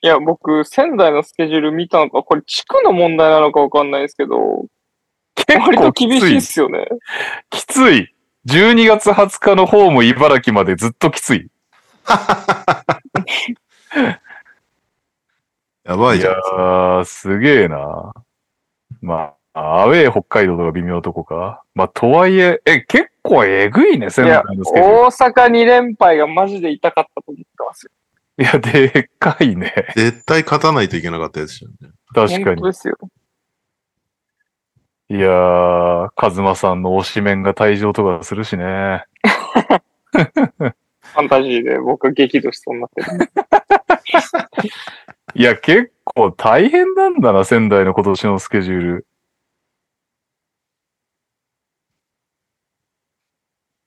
[SPEAKER 4] いや、僕、仙台のスケジュール見たのか、これ地区の問題なのかわかんないですけど、
[SPEAKER 2] 結
[SPEAKER 4] 割と
[SPEAKER 2] 構
[SPEAKER 4] 厳
[SPEAKER 2] き
[SPEAKER 4] し
[SPEAKER 2] つ
[SPEAKER 4] い
[SPEAKER 2] い
[SPEAKER 4] っ。すよね。
[SPEAKER 2] きつい。12月20日のホーム茨城までずっときつい。
[SPEAKER 3] やばい
[SPEAKER 2] い
[SPEAKER 3] じゃ
[SPEAKER 2] や
[SPEAKER 3] ん。
[SPEAKER 2] ー、すげえな。まあ、アウェー北海道とか微妙なとこか。まあ、とはいえ、え、結構えぐいね、仙
[SPEAKER 4] いや
[SPEAKER 2] 台、のスケジュール。
[SPEAKER 4] 大阪2連敗がマジで痛かったと思ってますよ。
[SPEAKER 2] いや、でっかいね。
[SPEAKER 3] 絶対勝たないといけなかったやつじゃんね。
[SPEAKER 2] 確か
[SPEAKER 4] 本当
[SPEAKER 2] に。
[SPEAKER 4] ですよ。
[SPEAKER 2] いやー、カズマさんの推しメンが退場とかするしね。
[SPEAKER 4] ファンタジーで僕は激怒しそうになってる。
[SPEAKER 2] いや、結構大変なんだな、仙台の今年のスケジュール。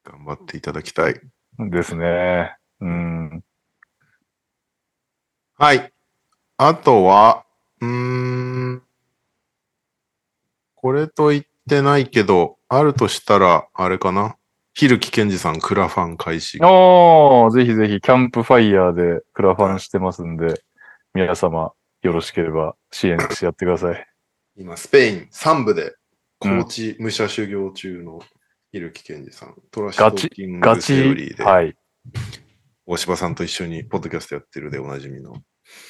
[SPEAKER 3] 頑張っていただきたい。
[SPEAKER 2] ですね。うん。
[SPEAKER 3] はい。あとは、うーん。これと言ってないけど、あるとしたら、あれかな。ひるきけんじさん、クラファン開始。
[SPEAKER 2] おー、ぜひぜひ、キャンプファイヤーでクラファンしてますんで、皆様、よろしければ支援してやってください。
[SPEAKER 3] 今、スペイン3部で、高知武者修行中のひるきけんじさん、トラッシュトーキン
[SPEAKER 2] ガ
[SPEAKER 3] グセオリ
[SPEAKER 2] チ
[SPEAKER 3] ー、で、
[SPEAKER 2] はい。
[SPEAKER 3] 大柴さんと一緒にポッドキャストやってるでおなじみの。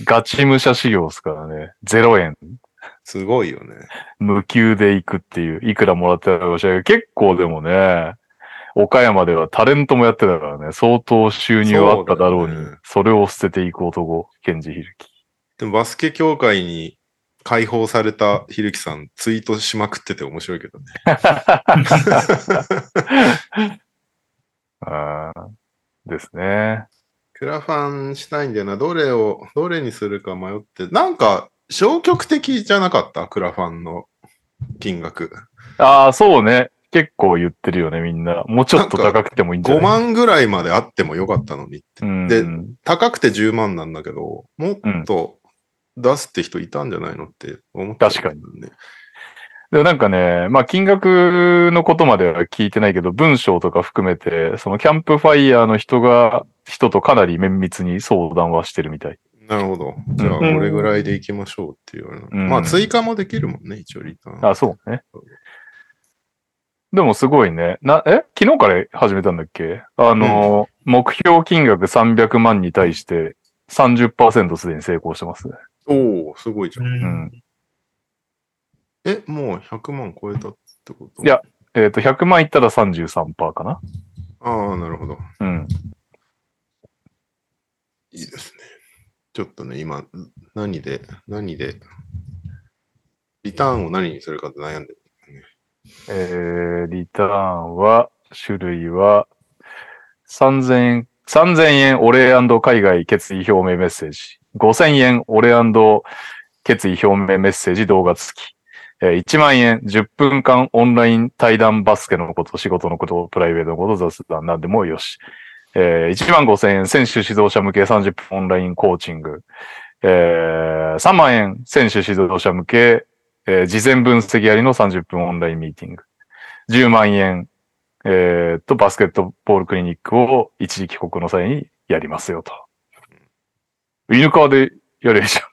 [SPEAKER 2] ガチ武者修行ですからね。0円。
[SPEAKER 3] すごいよね。
[SPEAKER 2] 無給で行くっていう、いくらもらってたかもしれないけど、結構でもね、岡山ではタレントもやってたからね、相当収入はあっただろうに、
[SPEAKER 3] そう
[SPEAKER 2] そ
[SPEAKER 3] だよね
[SPEAKER 2] れを捨てていく男、ケンジヒル [LAUGHS] キ。
[SPEAKER 3] でもバスケ協会に解放されたひるきさん、ツイートしまくってて面白いけどね。
[SPEAKER 2] あーですね。
[SPEAKER 3] クラファンしたいんだよな。どれを、どれにするか迷って。なんか、消極的じゃなかったクラファンの金額。
[SPEAKER 2] ああ、そうね。結構言ってるよね、みんな。もうちょっと高くてもいいんじゃな
[SPEAKER 3] 5
[SPEAKER 2] い
[SPEAKER 3] 万ぐらいまであってもよかったのに。
[SPEAKER 2] うん
[SPEAKER 3] で高くて10万なんだけど、もっと出すって人いたんじゃないのって思った、
[SPEAKER 2] 確かに。でもなんかね、まあ金額のことまでは聞いてないけど、文章とか含めて、そのキャンプファイヤーの人が、人とかなり綿密に相談はしてるみたい。
[SPEAKER 3] なるほど。じゃあ、これぐらいでいきましょうっていうような。
[SPEAKER 2] うん
[SPEAKER 3] まあ、追加もできるもんね、一応リターン。
[SPEAKER 2] あ、そうね。でもすごいね。な、え昨日から始めたんだっけあの、目標金額300万に対して30%すでに成功してますね。
[SPEAKER 3] おおすごいじゃん。
[SPEAKER 2] ん
[SPEAKER 3] え、もう100万超えたってこと
[SPEAKER 2] いや。えっ、と、100万いったら33%かな
[SPEAKER 3] ああ、なるほど。
[SPEAKER 2] うん。
[SPEAKER 3] いいですね。ちょっとね、今、何で、何で、リターンを何にするかって悩んでる。
[SPEAKER 2] えー、リターンは、種類は、3000円、3000円お礼海外決意表明メッセージ。5000円お礼決意表明メッセージ動画付き。えー1万円10分間オンライン対談バスケのこと、仕事のこと、プライベートのこと、雑談なんでもよし。えー1万5000円選手指導者向け30分オンラインコーチング。えー3万円選手指導者向けえー事前分析ありの30分オンラインミーティング。10万円、えーと、バスケットボールクリニックを一時帰国の際にやりますよと。犬川でやれじゃん。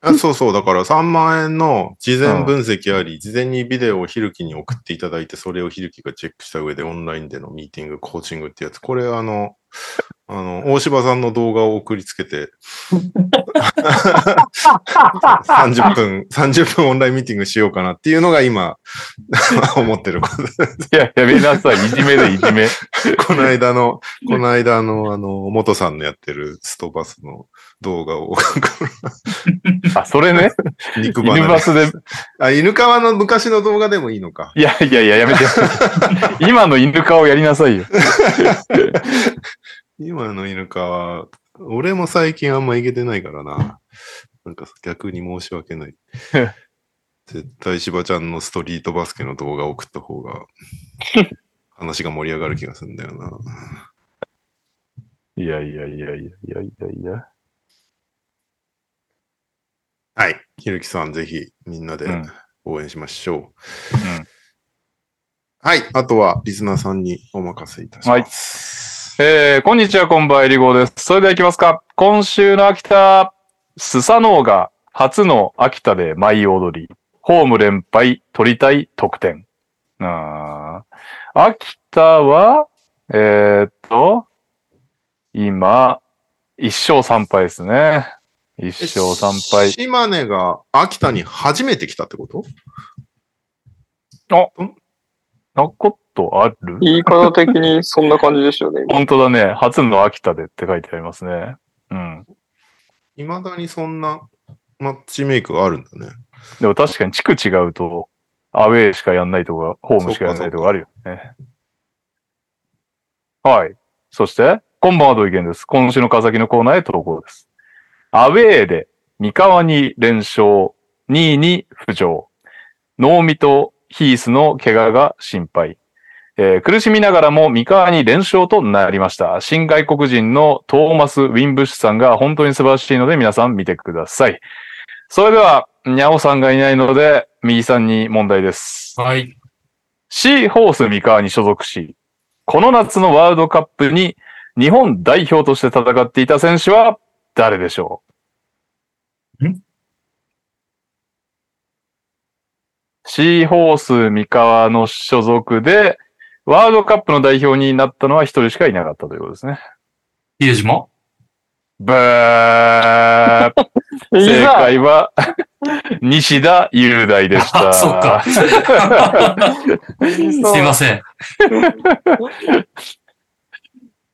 [SPEAKER 3] あそうそう、だから3万円の事前分析あり、事前にビデオをひるきに送っていただいて、それをひるきがチェックした上でオンラインでのミーティング、コーチングってやつ。これ、あの、あの、大柴さんの動画を送りつけて、30分、30分オンラインミーティングしようかなっていうのが
[SPEAKER 2] [LAUGHS]
[SPEAKER 3] 今、思ってること
[SPEAKER 2] いや、やめなさい。いじめでいじめ。
[SPEAKER 3] この間の、この間の、あの、元さんのやってるストバスの動画を、
[SPEAKER 2] あ、それね。
[SPEAKER 3] 肉離
[SPEAKER 2] [LAUGHS] 犬
[SPEAKER 3] れ
[SPEAKER 2] バ。スで。
[SPEAKER 3] あ、犬川の昔の動画でもいいのか。
[SPEAKER 2] いやいやいや、やめて。今の犬川をやりなさいよ。
[SPEAKER 3] 今の犬川、俺も最近あんまいけてないから
[SPEAKER 2] [LAUGHS]
[SPEAKER 3] な。なんか逆に申し訳ない。絶対しばちゃんのストリートバスケの動画を送った方
[SPEAKER 2] [LAUGHS]
[SPEAKER 3] が、話が盛り上がる気がするんだよな。
[SPEAKER 2] いやいやいやいやいやいやいや。
[SPEAKER 3] はい。ひるきさん、ぜひみんなで
[SPEAKER 2] うん
[SPEAKER 3] 応援しましょう。はい。あとは、リスナーさんにお任せいたします。
[SPEAKER 2] えー、こんにちは、こんばんは、えりごです。それでは行きますか。今週の秋田、スサノオが初の秋田で舞い踊り、ホーム連敗、取りたい得点。あー秋田は、えーっと、今、1勝3敗ですね。1勝3敗。
[SPEAKER 3] 島根が秋田に初めて来たってこと
[SPEAKER 2] なことある
[SPEAKER 4] 言い方的にそんな感じでしたよね、今
[SPEAKER 2] 本当だね。初の秋田でって書いてありますね。うん。
[SPEAKER 3] いまだにそんなマッチメイクがあるんだね。
[SPEAKER 2] でも確かに地区違うと、アウェーしかやんないとか、ホームしかやんないとかあるよね。はい。そして、こんばんは土井健です。今週の川崎のコーナーへ投稿です。アウェーで、三河に連勝、2位に浮上。能見とヒースの怪我が心配。えー苦しみながらも三河に連勝となりました。新外国人のトーマス・ウィンブッシュさんが本当に素晴らしいので皆さん見てください。それでは、にゃおさんがいないので、右さんに問題です。
[SPEAKER 1] はい。
[SPEAKER 2] シーホース三河に所属し、この夏のワールドカップに日本代表として戦っていた選手は誰でしょうんシーホース三河の所属で、ワールドカップの代表になったのは一人しかいなかったということですね。
[SPEAKER 1] 比江島
[SPEAKER 2] ブー正解は、西田雄大でした。
[SPEAKER 1] あ、そっか。
[SPEAKER 2] [LAUGHS]
[SPEAKER 1] す
[SPEAKER 4] い
[SPEAKER 1] いません。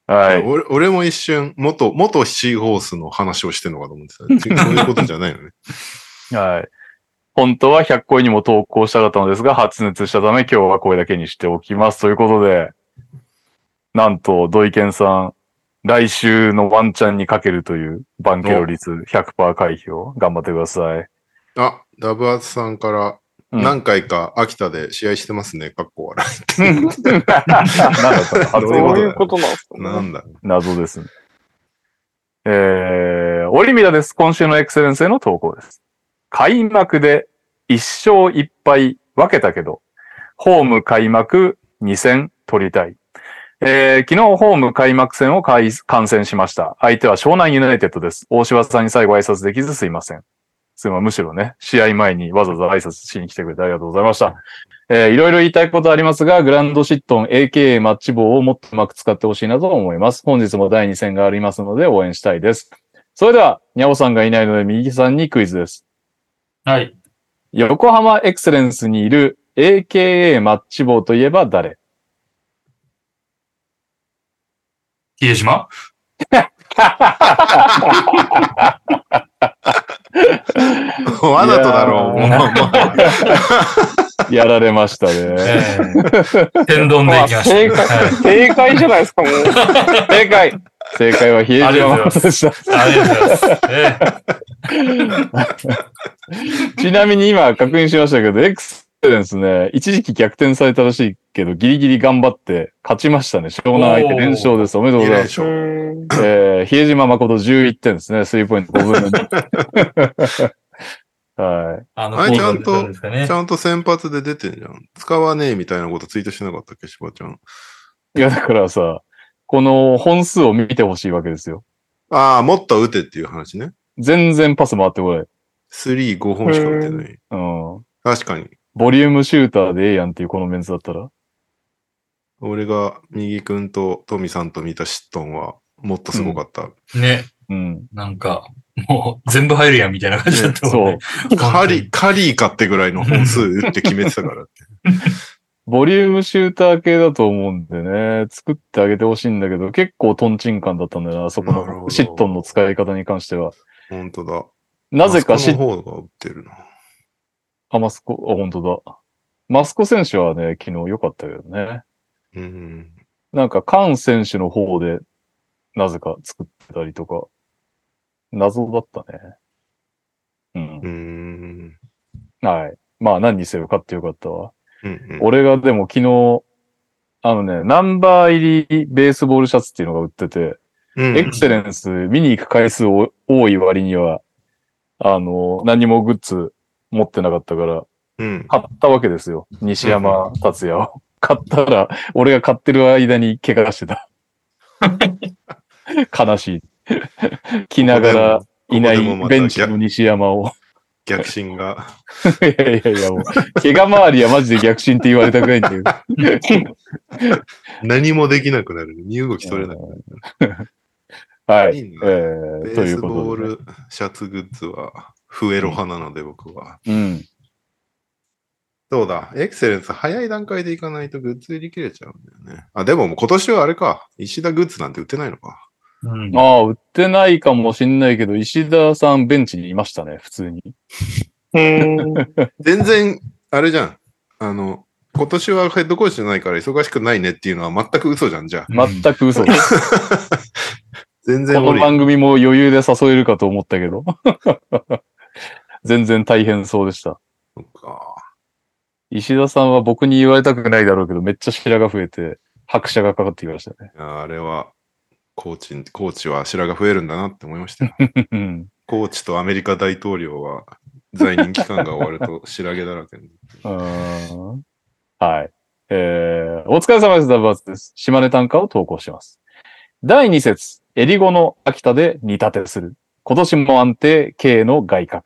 [SPEAKER 2] はい。
[SPEAKER 3] 俺俺も一瞬、元、元シーホースの話をしてんのかと思って
[SPEAKER 2] [LAUGHS]
[SPEAKER 3] た。そういうことじゃないのね。
[SPEAKER 2] はい。本当は100個にも投稿したかったのですが、発熱したため今日はこれだけにしておきます。ということで、なんと、土井健さん、来週のワンチャンにかけるという、バンケロ率100%回避を頑張ってください。
[SPEAKER 3] [LAUGHS] あ、ダブアツさんから、
[SPEAKER 2] うん
[SPEAKER 3] 何回か秋田で試合してますね、かっこ笑
[SPEAKER 2] なんだったの初
[SPEAKER 3] ど
[SPEAKER 4] ど
[SPEAKER 3] う
[SPEAKER 4] う
[SPEAKER 3] いうことだよ
[SPEAKER 4] いうことなんですか
[SPEAKER 3] い。
[SPEAKER 4] ね
[SPEAKER 3] なんだろ
[SPEAKER 2] 謎ですね。えー、オリミダです。今週のエクセレンスへの投稿です。開幕で1勝1敗分けたけど、ホーム開幕2戦取りたい。えー昨日ホーム開幕戦を開観戦しました。相手は湘南ユナイテッドです。大柴さんに最後挨拶できずすいません。すいませんむしろね、試合前にわざわざ挨拶しに来てくれてありがとうございました。えーいろいろ言いたいことありますが、グランドシットン AKA マッチ棒をもっとうまく使ってほしいなと思います。本日も第2戦がありますので応援したいです。それでは、にゃおさんがいないので右さんにクイズです。
[SPEAKER 1] はい。
[SPEAKER 2] 横浜エクセレンスにいる AKA マッチ棒といえば誰
[SPEAKER 1] 比江島
[SPEAKER 3] う。 [LAUGHS] わざとだろう、
[SPEAKER 2] い
[SPEAKER 3] もう。
[SPEAKER 2] や
[SPEAKER 3] も
[SPEAKER 2] やられましたね。
[SPEAKER 1] [LAUGHS] えー、天丼でいきま
[SPEAKER 4] 正
[SPEAKER 1] した。
[SPEAKER 4] 解
[SPEAKER 1] はい、
[SPEAKER 4] 正解じゃないですか、もう。
[SPEAKER 2] 正解正解は比江
[SPEAKER 1] ありがとうご
[SPEAKER 2] 島
[SPEAKER 1] ざい
[SPEAKER 2] でした。
[SPEAKER 1] ありがとうございます。えー
[SPEAKER 2] ちなみに今確認しましたけど、エクセレンスね、一時期逆転されたらしいけど、ギリギリ頑張って勝ちましたね。湘南相手連勝です。おめでとう
[SPEAKER 3] う
[SPEAKER 2] ご
[SPEAKER 3] いな
[SPEAKER 2] ざいま
[SPEAKER 3] い
[SPEAKER 2] す
[SPEAKER 3] で。し
[SPEAKER 4] う
[SPEAKER 3] ょ。
[SPEAKER 4] ー
[SPEAKER 3] [LAUGHS]
[SPEAKER 2] えー、
[SPEAKER 4] ん。
[SPEAKER 2] 比江島誠11点ですね。スリーポイント5分の2。はい。
[SPEAKER 1] あの、
[SPEAKER 3] あれちゃんと
[SPEAKER 1] こういうことですかね
[SPEAKER 3] ちゃんと先発で出てんじゃん。使わねえみたいなことツイートしてなかったっけ、しばちゃん。
[SPEAKER 2] いや、だからさ、この本数を見てほしいわけですよ。
[SPEAKER 3] ああ、もっと打てっていう話ね。
[SPEAKER 2] 全然パス回ってこない。
[SPEAKER 3] スリー5本しか打てない。
[SPEAKER 2] うん。
[SPEAKER 3] 確かに。
[SPEAKER 2] ボリュームシューターでええやんっていうこのメンツだったら。
[SPEAKER 3] 俺が右くんとトミさんと見たシットンは、もっとすごかった。
[SPEAKER 1] ね、
[SPEAKER 3] [LAUGHS]
[SPEAKER 2] うん。
[SPEAKER 1] なんか、もう全部入るやんみたいな感じだったもん
[SPEAKER 2] そう
[SPEAKER 1] ね。。そう
[SPEAKER 3] カリ、カリーかってぐらいの本数打って決めてたから。 [LAUGHS]
[SPEAKER 2] ボリュームシューター系だと思うんでね、作ってあげてほしいんだけど、結構トンチンカンだったんだよな、あそこ
[SPEAKER 3] なるほ
[SPEAKER 2] の
[SPEAKER 3] ど
[SPEAKER 2] シットンの使い方に関しては。
[SPEAKER 3] 本当だ。
[SPEAKER 2] なぜかシ
[SPEAKER 3] シ
[SPEAKER 2] ッ
[SPEAKER 3] ットン。が打ってるな。
[SPEAKER 2] あ、マスコ、あ、本当だ。マスコ選手はね、昨日良かったけどね。
[SPEAKER 3] うん。
[SPEAKER 2] なんか、カン選手の方で、なぜか作ってたりとか、謎だったね。うん
[SPEAKER 3] う。ん。
[SPEAKER 2] はい。まあ、何にせよ勝ってよかったわ。
[SPEAKER 3] うん、
[SPEAKER 2] 俺がでも昨日、あのね、ナンバー入りベースボールシャツっていうのが売ってて、
[SPEAKER 3] うん、
[SPEAKER 2] エクセレンス見に行く回数お多い割には、あの、何もグッズ持ってなかったから、
[SPEAKER 3] うん。
[SPEAKER 2] 買ったわけですよ。西山達也を。買ったら、俺が買ってる間に怪我し
[SPEAKER 3] [LAUGHS]
[SPEAKER 2] てた。悲しい。着ながらいな
[SPEAKER 3] ここでもまた
[SPEAKER 2] いベンチの西山を。 [LAUGHS]
[SPEAKER 3] 逆進が。
[SPEAKER 2] いやいやいや、もう、怪我周りはマジで逆進って言われたくないんだよ。
[SPEAKER 3] 何もできなくなる。身動き取れなくなる。
[SPEAKER 2] はい。
[SPEAKER 3] いいな
[SPEAKER 2] え
[SPEAKER 3] ベ
[SPEAKER 2] ー、
[SPEAKER 3] ー
[SPEAKER 2] とい
[SPEAKER 3] ス
[SPEAKER 2] うこ
[SPEAKER 3] ボー
[SPEAKER 2] とで、ね。
[SPEAKER 3] ル、シャツグッズは、増えろ派なので、僕は。
[SPEAKER 2] うん。
[SPEAKER 3] そうだ。エクセレンス、早い段階でいかないとグッズ売り切れちゃうんだよね。あ、でももう今年はあれか。石田グッズなんて売ってないのか。
[SPEAKER 1] うん
[SPEAKER 2] ああ、売ってないかもしんないけど、石田さんベンチにいましたね、普通に。
[SPEAKER 4] うーん。
[SPEAKER 3] 全然、あれじゃん。あの、今年はヘッドコーチじゃないから忙しくないねっていうのは全く嘘じゃん、じゃあ。
[SPEAKER 2] 全く嘘です。
[SPEAKER 3] 全然
[SPEAKER 2] この
[SPEAKER 3] 俺、
[SPEAKER 2] 番組も余裕で誘えるかと思ったけど。 [LAUGHS] 全然大変そうでした。
[SPEAKER 3] そっか
[SPEAKER 2] 石田さんは僕に言われたくないだろうけど、めっちゃ白髪増えて、拍車がかかってきましたね。
[SPEAKER 3] いやあれは、コーチ、コーチは白が増えるんだなって思いましたよ。
[SPEAKER 2] うん。
[SPEAKER 3] コーチとアメリカ大統領は在任期間が終わると白毛だらけに。
[SPEAKER 2] うーんはい。えー、お疲れ様です。ダブアツです。島根短歌を投稿します。第2節、エリゴの秋田で煮立てする。今年も安定、K の外角。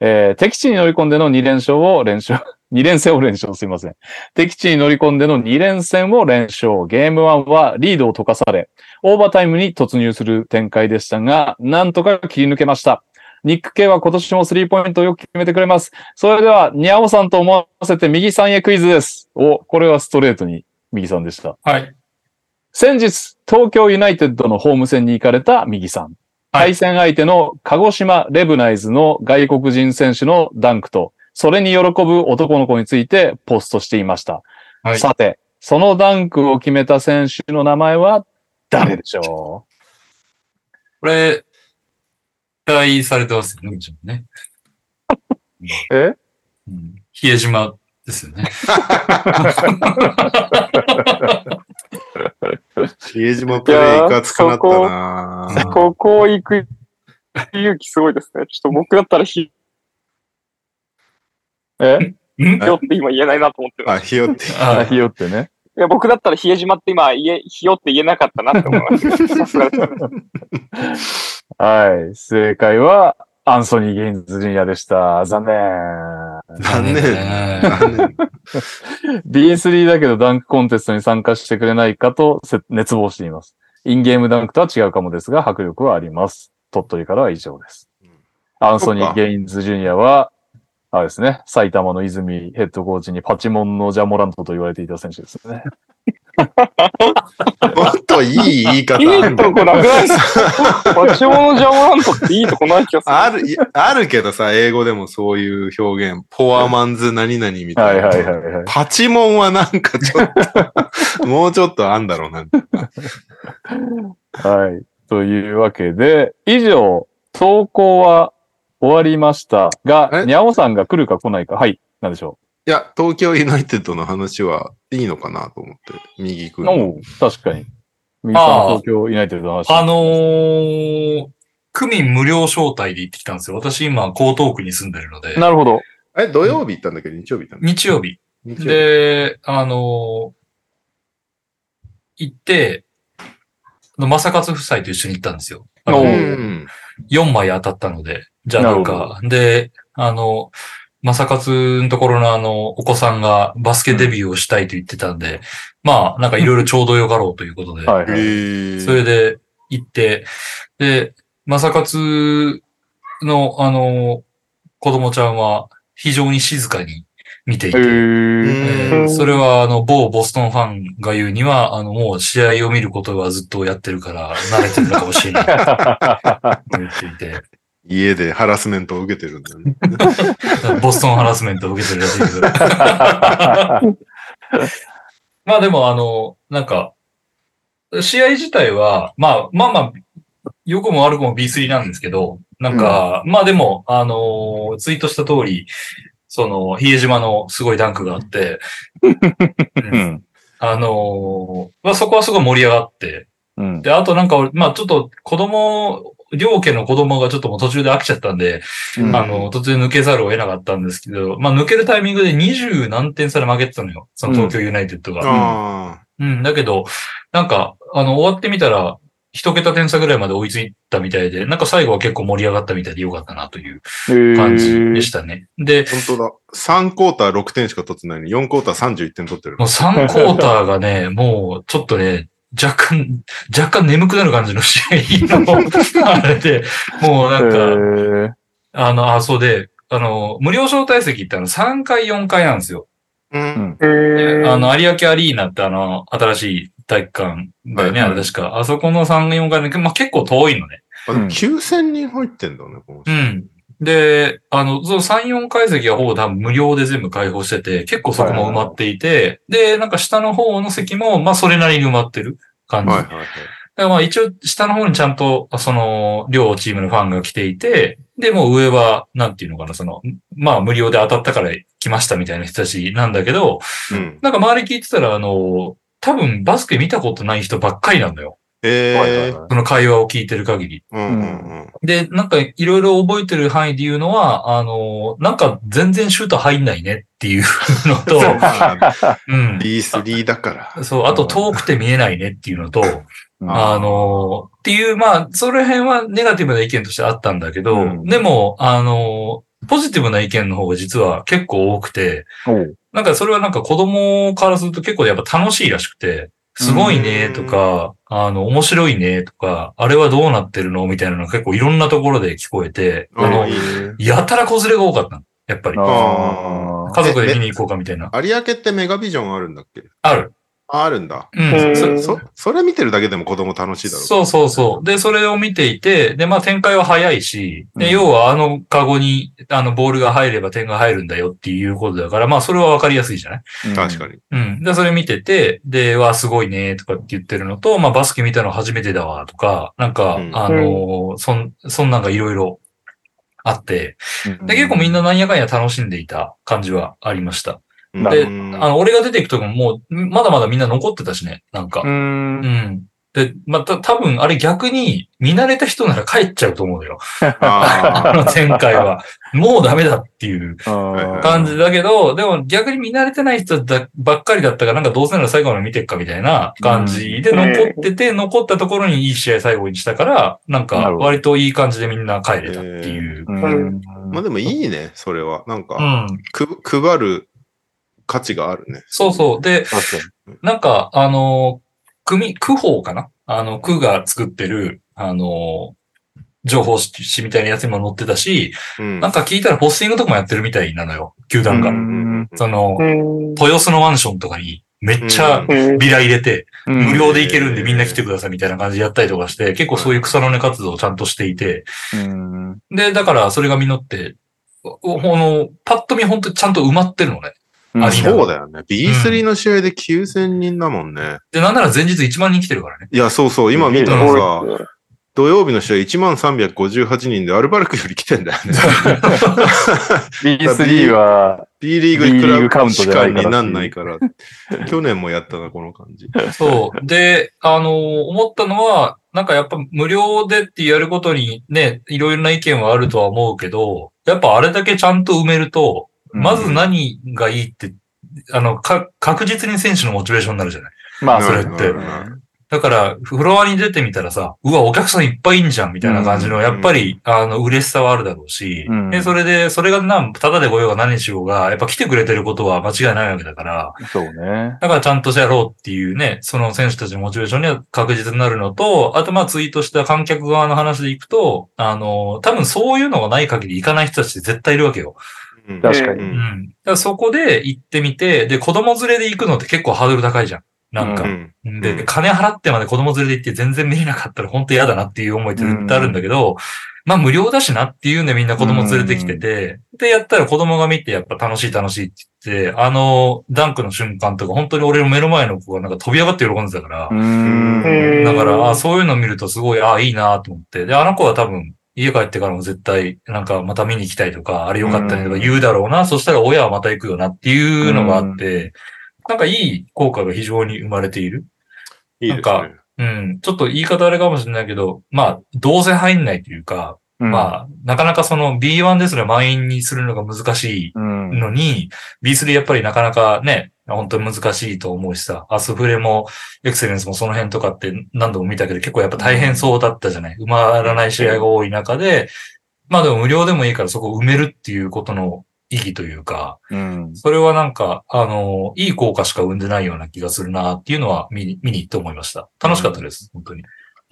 [SPEAKER 2] えー、敵地に乗り込んでの2連勝を連勝、2連 [LAUGHS] 戦を連勝すいません。敵地に乗り込んでの2連戦を連勝。ゲーム1はリードを溶かされ、オーバータイムに突入する展開でしたが、なんとか切り抜けました。ニック系は今年もスリーポイントをよく決めてくれます。それでは、にゃおさんと思わせて右さんへクイズです。お、これはストレートに右さんでした。
[SPEAKER 1] はい。
[SPEAKER 2] 先日、東京ユナイテッドのホーム戦に行かれた右さん。
[SPEAKER 1] はい
[SPEAKER 2] 対戦相手の鹿児島レブナイズの外国人選手のダンクと、それに喜ぶ男の子についてポストしていました。
[SPEAKER 1] はい
[SPEAKER 2] さて、そのダンクを決めた選手の名前は誰でしょ
[SPEAKER 1] これ、期待されてますよね、もちろんね。
[SPEAKER 2] うえ
[SPEAKER 1] うん、比江島ですよね。
[SPEAKER 3] 比江島プレイいかつくなったな
[SPEAKER 4] ここ行く勇気すごいですね。ちょっと僕だったらひ
[SPEAKER 2] え
[SPEAKER 1] ん
[SPEAKER 4] よって今言えないなと思ってる。
[SPEAKER 3] あ、ひよって。
[SPEAKER 2] [LAUGHS]
[SPEAKER 1] あ
[SPEAKER 2] ひよってね。
[SPEAKER 4] いや、僕だったら比江島って今言え、ひよって言えなかったなって思いました。さすがです
[SPEAKER 2] はい。正解は、アンソニー・ゲインズ・ジュニアでした。残念。
[SPEAKER 3] 残念。
[SPEAKER 1] ね
[SPEAKER 3] 残念
[SPEAKER 2] BS3 だけどダンクコンテストに参加してくれないかとせ熱望しています。インゲームダンクとは違うかもですが、迫力はあります。鳥取からは以上です。アンソニ
[SPEAKER 3] そ
[SPEAKER 2] ー・
[SPEAKER 3] っか
[SPEAKER 2] ゲインズ・ジュニアは、あれですね、埼玉の泉ヘッドコーチにパチモンのジャモラントと言われていた選手ですね。
[SPEAKER 3] もっといい言い
[SPEAKER 2] [LAUGHS]
[SPEAKER 3] 方
[SPEAKER 4] い
[SPEAKER 3] ある
[SPEAKER 4] いとこなくないですかパチモンのジャモラントっていいとこない気がする。
[SPEAKER 3] ある、いあるけどさ、英語でもそういう表現。ポアマンズ何々みた
[SPEAKER 2] はいい
[SPEAKER 3] な。
[SPEAKER 2] はいはいはい。
[SPEAKER 3] パチモンはなんかちょっと、もうちょっとあんだろうな。
[SPEAKER 2] はい。というわけで、以上、投稿は終わりましたが、
[SPEAKER 3] え
[SPEAKER 2] にゃおさんが来るか来ないか、はい、なんでしょ
[SPEAKER 3] いや、東京ユナイテッドの話はいいのかなと思って、右行く
[SPEAKER 2] う。
[SPEAKER 3] の。
[SPEAKER 2] おう確かに。右さん
[SPEAKER 1] ああ
[SPEAKER 2] 東京ユナイテッドの話。
[SPEAKER 1] あのー、区民無料招待で行ってきたんですよ。私今、江東区に住んでるので、
[SPEAKER 2] なるほど。
[SPEAKER 3] え、土曜日行ったんだけど、日曜日行ったんだ
[SPEAKER 1] 日曜日。
[SPEAKER 3] 日曜日。
[SPEAKER 1] で、あのー、行って、あの正勝夫妻と一緒に行ったんですよ。あの
[SPEAKER 2] お
[SPEAKER 3] う
[SPEAKER 2] ー
[SPEAKER 3] ん。
[SPEAKER 1] 4枚当たったので、じゃあなん
[SPEAKER 2] なる
[SPEAKER 1] か、で、あの、まさかつのところのあの、お子さんがバスケデビューをしたいと言ってたんで、まあ、なんかいろいろちょうどよかろうということで、
[SPEAKER 2] はい、
[SPEAKER 3] へ
[SPEAKER 2] はい。
[SPEAKER 3] ー
[SPEAKER 1] それで行って、で、まさかつのあの、子供ちゃんは非常に静かに見ていて、
[SPEAKER 2] え
[SPEAKER 1] え
[SPEAKER 3] う
[SPEAKER 1] ー
[SPEAKER 3] ん
[SPEAKER 1] それは、あの、某ボストンファンが言うには、あの、もう試合を見ることはずっとやってるから、慣れてるのかもしれないと言っていて、
[SPEAKER 3] 家でハラスメントを受けてるんだよね。
[SPEAKER 1] [LAUGHS] ボストンハラスメントを受けてるらしいけど。まあでも、あの、なんか、試合自体は、まあまあまあ、良くも悪くも B3 なんですけど、なんか、まあでも、あのツイートした通り、その、比江島のすごいダンクがあって、
[SPEAKER 2] うん。
[SPEAKER 1] あのまあそこはすごい盛り上がって、
[SPEAKER 2] うん。
[SPEAKER 1] で、あとなんか俺、まあちょっと子供、両家の子供がちょっともう途中で飽きちゃったんで、
[SPEAKER 3] うん
[SPEAKER 1] あの、途中で抜けざるを得なかったんですけど、まあ抜けるタイミングで20何点差で負けてたのよ。その東京ユナイテッドが。
[SPEAKER 3] あ
[SPEAKER 1] うん、だけど、なんか、あの、終わってみたら、一桁点差ぐらいまで追いついたみたいで、なんか最後は結構盛り上がったみたいでよかったなという感じでしたね。で、
[SPEAKER 3] あ、本当だ。3クォーター6点しか取ってないのに、4クォーター31点取ってる
[SPEAKER 1] もう。3クォーターがね、もうちょっとね、若干、若干眠くなる感じの試合のあれで、もうなんか、
[SPEAKER 2] え
[SPEAKER 1] あの、あ、そうで、あの、無料招待席ってあの、3階、4階なんですよ。
[SPEAKER 3] うん。
[SPEAKER 4] えー
[SPEAKER 1] あの、有明アリーナってあの、新しい体育館だよね、
[SPEAKER 3] は
[SPEAKER 1] あ
[SPEAKER 3] い
[SPEAKER 1] れ確か。あそこの3、4階の、まあ、結構遠いのね。
[SPEAKER 3] あ、でも9000人入ってんだね、この
[SPEAKER 1] う
[SPEAKER 3] 人。
[SPEAKER 1] ん。で、あの、その3、4階席はほぼ多分無料で全部開放してて、結構そこも埋まっていて、で、なんか下の方の席も、まあ、それなりに埋まってる感じ。
[SPEAKER 3] はいはいはい。
[SPEAKER 1] だからまあ一応、下の方にちゃんと、その、両チームのファンが来ていて、で、もう上は、なんていうのかな、その、まあ無料で当たったから来ましたみたいな人たちなんだけど、
[SPEAKER 3] うん。
[SPEAKER 1] なんか周り聞いてたら、あの、多分バスケ見たことない人ばっかりなんだよ。
[SPEAKER 3] え
[SPEAKER 2] え
[SPEAKER 1] その会話を聞いてる限り。
[SPEAKER 3] ー。うんうんうん。
[SPEAKER 1] で、なんかいろいろ覚えてる範囲で言うのは、あの、なんか全然シュート入んないねっていう [LAUGHS] の
[SPEAKER 3] [LAUGHS]
[SPEAKER 1] と、うん。
[SPEAKER 3] B3 だから。
[SPEAKER 1] そう、あと遠くて見えないねっていうのと、
[SPEAKER 3] あー
[SPEAKER 1] あのーっていう、まあ、その辺はネガティブな意見としてあったんだけど、
[SPEAKER 2] うん
[SPEAKER 1] でも、あのーポジティブな意見の方が実は結構多くて、なんかそれはなんか子供からすると結構やっぱ楽しいらしくて、すごいねとか、あの、面白いねとか、あれはどうなってるのみたいなのが結構いろんなところで聞こえて、
[SPEAKER 3] あ
[SPEAKER 1] あの
[SPEAKER 3] い、いね
[SPEAKER 1] やたら子連れが多かったの。やっぱり。
[SPEAKER 2] あ
[SPEAKER 1] 家族で見に行こうかみたいな。
[SPEAKER 3] 有明ってメガビジョンあるんだっけ
[SPEAKER 1] ある。
[SPEAKER 3] ああるんだ。
[SPEAKER 1] う
[SPEAKER 4] へ
[SPEAKER 1] ん。
[SPEAKER 4] ー
[SPEAKER 1] そ
[SPEAKER 3] そ、それ見てるだけでも子供楽しいだろう。
[SPEAKER 1] そうそうそう。で、それを見ていて、で、まあ展開は早いし、で、
[SPEAKER 2] うん
[SPEAKER 1] 要はあのカゴに、あのボールが入れば点が入るんだよっていうことだから、まあそれはわかりやすいじゃない
[SPEAKER 3] 確
[SPEAKER 2] に。
[SPEAKER 3] かに。
[SPEAKER 1] うん。で、それ見てて、で、わあ、すごいね、とかって言ってるのと、まあバスケ見たの初めてだわ、とか、なんか、
[SPEAKER 3] うん
[SPEAKER 1] あのーそん、そんなんがいろいろあって、
[SPEAKER 2] うん
[SPEAKER 1] で、結構みんななんやかんや楽しんでいた感じはありました。
[SPEAKER 3] うん
[SPEAKER 1] で
[SPEAKER 3] うん
[SPEAKER 1] あの、俺が出ていくときももう、まだまだみんな残ってたしね、なんか
[SPEAKER 2] う。ん
[SPEAKER 1] う。ん。で、また、多分あれ逆に、見慣れた人なら帰っちゃうと思うのよ。あ
[SPEAKER 3] あ
[SPEAKER 1] の前回は。もうダメだっていう感じだけど、でも逆に見慣れてない人だばっかりだったから、なんかどうせなら最後まで見てっかみたいな感じで
[SPEAKER 4] うん
[SPEAKER 1] 残ってて、残ったところにいい試合最後にしたから、なん
[SPEAKER 2] な
[SPEAKER 1] か
[SPEAKER 2] るほど
[SPEAKER 1] 割といい感じでみんな帰れたっていう。
[SPEAKER 2] う
[SPEAKER 4] う
[SPEAKER 2] ん。
[SPEAKER 4] ん
[SPEAKER 3] ー
[SPEAKER 1] [LAUGHS]
[SPEAKER 3] まあでもいいね、それは。なん
[SPEAKER 1] う
[SPEAKER 3] か、
[SPEAKER 1] ん。
[SPEAKER 3] く配る価値があるね。
[SPEAKER 1] そうそう。で、
[SPEAKER 2] 確か
[SPEAKER 1] なんか、あの、組、区法かなあの、区が作ってる、あの、情報誌みたいなやつにも載ってたし、
[SPEAKER 3] うん。
[SPEAKER 1] なんか聞いたらポスティングとかもやってるみたいなのよ、球団が。
[SPEAKER 2] う
[SPEAKER 3] うんん
[SPEAKER 1] その
[SPEAKER 4] う、ん。
[SPEAKER 1] 豊洲のマンションとかにめっち
[SPEAKER 3] う
[SPEAKER 1] ゃ
[SPEAKER 3] ん
[SPEAKER 4] うん
[SPEAKER 1] ビラ入れて、
[SPEAKER 2] に。
[SPEAKER 1] 無料で行けるんでみんな来てくださいみたいな感じでやったりとかして、結構そういう草の根活動をちゃんとしていて、
[SPEAKER 2] うん。
[SPEAKER 1] で、だからそれが実って、おおこの、パッと見本当にちゃんと埋まってるのね。
[SPEAKER 2] うん
[SPEAKER 1] ありがと
[SPEAKER 3] そうだよね。B3 の試合で9000人だもんね。
[SPEAKER 1] で、なんなら前日1万人来てるからね。
[SPEAKER 3] [LAUGHS] いや、そうそう、今見たら
[SPEAKER 4] す
[SPEAKER 3] さ、
[SPEAKER 4] ごいっ
[SPEAKER 3] 土曜日の試合1358人でアルバルクより来てんだよ
[SPEAKER 1] [LAUGHS]
[SPEAKER 3] ね。
[SPEAKER 2] B3 は、
[SPEAKER 3] B リーグに
[SPEAKER 2] B
[SPEAKER 3] 比
[SPEAKER 2] リー
[SPEAKER 3] べ
[SPEAKER 2] グカウント
[SPEAKER 3] し
[SPEAKER 2] じゃ
[SPEAKER 3] か
[SPEAKER 2] ないから
[SPEAKER 3] になんないから。去年もやったな、この感じ。
[SPEAKER 1] そう。で、あの思ったのは、なんかやっぱ無料でってやることにね、いろいろな意見はあるとは思うけど、やっぱあれだけちゃんと埋めると、まず何がいいって、あの、か、確実に選手のモチベーションになるじゃない。
[SPEAKER 2] まあ、それ
[SPEAKER 1] れって
[SPEAKER 2] う
[SPEAKER 1] だから、フロアに出てみたらさ、うわ、お客さんいっぱいいんじゃん、みたいな感じの、やっぱり、あの、嬉しさはあるだろうし、
[SPEAKER 2] うん
[SPEAKER 1] で、それで、それがなん、ただでご用が何にしようが、やっぱ来てくれてることは間違いないわけだから、
[SPEAKER 2] そうね。
[SPEAKER 1] だからちゃんとやろうっていうね、その選手たちのモチベーションには確実になるのと、あとまあツイートした観客側の話でいくと、あの、多分そういうのがない限り行かない人たちって絶対いるわけよ。
[SPEAKER 3] うん
[SPEAKER 2] 確かに。
[SPEAKER 1] うん。だからそこで行ってみて、で、子供連れで行くのって結構ハードル高いじゃん。なん
[SPEAKER 3] う
[SPEAKER 1] か。
[SPEAKER 3] んう
[SPEAKER 1] で、
[SPEAKER 3] ん
[SPEAKER 1] 金払ってまで子供連れで行って全然見れなかったら本当嫌だなっていう思いって絶対あるんだけど、まあ無料だしなっていうんでみんな子供連れてきてて、で、やったら子供が見てやっぱ楽しい楽しいって言って、あの、ダンクの瞬間とか本当に俺の目の前の子がなんか飛び上がって喜んでたから
[SPEAKER 2] う、ん。
[SPEAKER 4] うん
[SPEAKER 1] だから、あそういうの見るとすごい、あいいなと思って、で、あの子は多分、家帰ってからも絶対、なんかまた見に行きたいとか、あれよかったねとか言うだろうな、そしたら親はまた行くよなっていうのがあって、なんかいい効果が非常に生まれている。
[SPEAKER 3] いいです
[SPEAKER 1] なん
[SPEAKER 3] ね。
[SPEAKER 1] うん、ちょっと言い方あれかもしれないけど、まあ、どうせ入んないというか、
[SPEAKER 2] まあ、
[SPEAKER 1] まあ、なかなかその B1 ですら満員にするのが難し
[SPEAKER 2] うん
[SPEAKER 1] い。のに、B3 やっぱりなかなかね、本当に難しいと思うしさ、アスフレもエクセレンスもその辺とかって何度も見たけど、結構やっぱ大変そうだったじゃない埋まらない試合が多い中で、まあでも無料でもいいからそこを埋めるっていうことの意義というか、
[SPEAKER 2] うん。
[SPEAKER 1] それはなんか、あの、いい効果しか生んでないような気がするなっていうのは見に見に行って思いました。楽しかったです、本当に。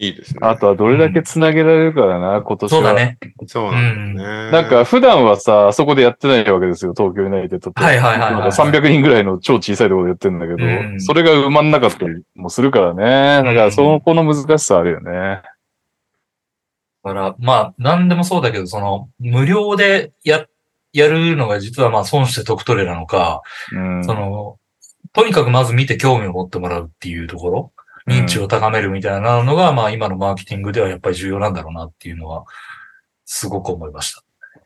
[SPEAKER 3] いいですね。
[SPEAKER 2] あとはどれだけ繋げられるかだな、今年は。
[SPEAKER 1] そうだ。ね。
[SPEAKER 3] そうなんだよね。
[SPEAKER 2] なんか、普段はさ、あそこでやってないわけですよ、東京ユナイテッドって。
[SPEAKER 1] はいはいは
[SPEAKER 2] な
[SPEAKER 1] い
[SPEAKER 2] ん
[SPEAKER 1] は
[SPEAKER 2] か
[SPEAKER 1] い。
[SPEAKER 2] 300人ぐらいの超小さいところでやってんだけ
[SPEAKER 1] う
[SPEAKER 2] ど、
[SPEAKER 1] ん
[SPEAKER 2] それが埋まんなかったりもするからね。だから、その子の難しさあるよね。
[SPEAKER 1] だから、まあ、何でもそうだけど、その、無料でや、やるのが実はまあ損して得取れなのか、
[SPEAKER 2] うん。
[SPEAKER 1] その、とにかくまず見て興味を持ってもらうっていうところ、認知を高めるみたいなのが、まあ今のマーケティングではやっぱり重要なんだろうなっていうのは、すごく思いまし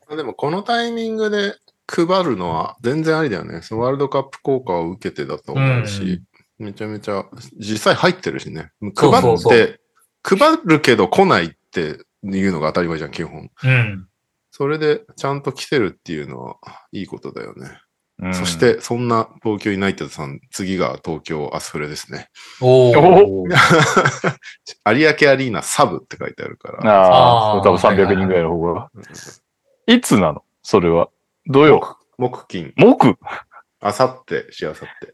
[SPEAKER 1] た。
[SPEAKER 3] でもこのタイミングで配るのは全然ありだよね。そのワールドカップ効果を受けてだと思うし、めちゃめちゃ、実際入ってるしね。配って、
[SPEAKER 1] そうそう
[SPEAKER 3] 配るけど来ないっていうのが当たり前じゃん、基本。
[SPEAKER 1] うん。
[SPEAKER 3] それでちゃんと来てるっていうのはいいことだよね。
[SPEAKER 2] うん
[SPEAKER 3] そし、て、そんな東京ユナイテッドさん、次が東京アスフレですね。
[SPEAKER 1] お
[SPEAKER 3] 有
[SPEAKER 2] お
[SPEAKER 1] ー。
[SPEAKER 3] 明アリーナサブって書いてあるから。
[SPEAKER 2] ああ、
[SPEAKER 1] あー
[SPEAKER 2] 多分300人ぐらいの方が。
[SPEAKER 3] うん
[SPEAKER 2] いつなのそれは。土曜。
[SPEAKER 3] 木金、
[SPEAKER 2] 木
[SPEAKER 3] あさって、しあさって。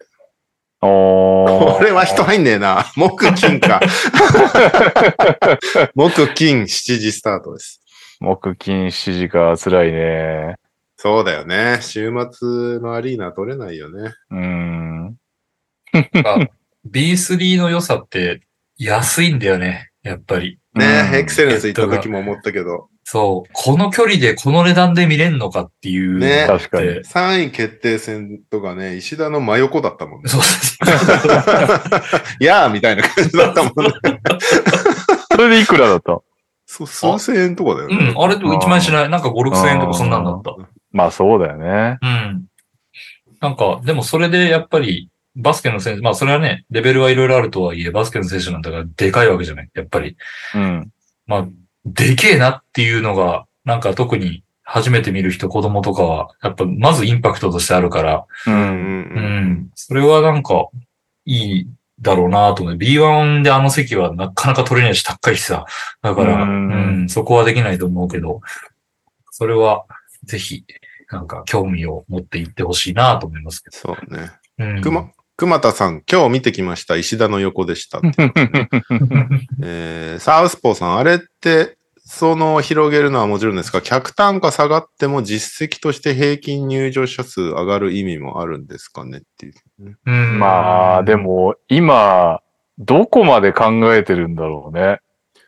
[SPEAKER 2] おー
[SPEAKER 3] これは人入んねえな。 [LAUGHS] 木金か。木金7時スタートです。
[SPEAKER 2] 木金7時か、辛いね。
[SPEAKER 3] そうだよね。週末のアリーナ取れないよね。
[SPEAKER 2] うーん。
[SPEAKER 1] なんか B3 の良さって安いんだよね、やっぱり。
[SPEAKER 3] ねえ、エクセレンス
[SPEAKER 1] えっ
[SPEAKER 3] 行
[SPEAKER 1] と
[SPEAKER 3] った時も思ったけど、
[SPEAKER 1] そう。この距離でこの値段で見れんのかっていう。
[SPEAKER 2] う
[SPEAKER 3] ね
[SPEAKER 2] ん確かに。
[SPEAKER 3] 3位決定戦とかね、石田の真横だったもん [LAUGHS] ね。
[SPEAKER 1] そうそうそう。
[SPEAKER 3] [LAUGHS] いやーみたいな感じだったもんね。
[SPEAKER 2] それでいくらだった
[SPEAKER 3] そう、数千円とかだよ
[SPEAKER 1] う
[SPEAKER 3] ね。
[SPEAKER 1] ん、
[SPEAKER 2] [LAUGHS]
[SPEAKER 1] あれでも1万円しない。なんか5、6千円とかそんなんだった。
[SPEAKER 2] まあそうだよね。
[SPEAKER 1] うん。なんか、でもそれでやっぱり、バスケの選手、まあそれはね、レベルはいろいろあるとはいえ、バスケの選手なんだからでかいわけじゃない。やっぱり。
[SPEAKER 2] うん。
[SPEAKER 1] まあ、でけえなっていうのが、なんか特に初めて見る人、子供とかは、やっぱまずインパクトとしてあるから、
[SPEAKER 3] う
[SPEAKER 2] う
[SPEAKER 3] ん
[SPEAKER 2] ん。
[SPEAKER 1] う
[SPEAKER 3] うん
[SPEAKER 1] ん、それはなんか、いいだろうなと思って、B1 であの席はなかなか取れないし高いしさ、だから、
[SPEAKER 2] う
[SPEAKER 1] うんん、そこはできないと思うけど、それは、ぜひ、なんか興味を持っていってほしいなと思いますけ
[SPEAKER 3] そうね。
[SPEAKER 1] ど。うん。
[SPEAKER 3] 熊、熊田さん、今日見てきました。石田の横でした。えーサウスポーさん、あれって、その広げるのはもちろんですが、客単価下がっても実績として平均入場者数上がる意味もあるんですかねっていう。
[SPEAKER 1] う
[SPEAKER 2] [LAUGHS]
[SPEAKER 1] ん
[SPEAKER 2] まあ、で。も、今、どこまで考えてるんだろうね。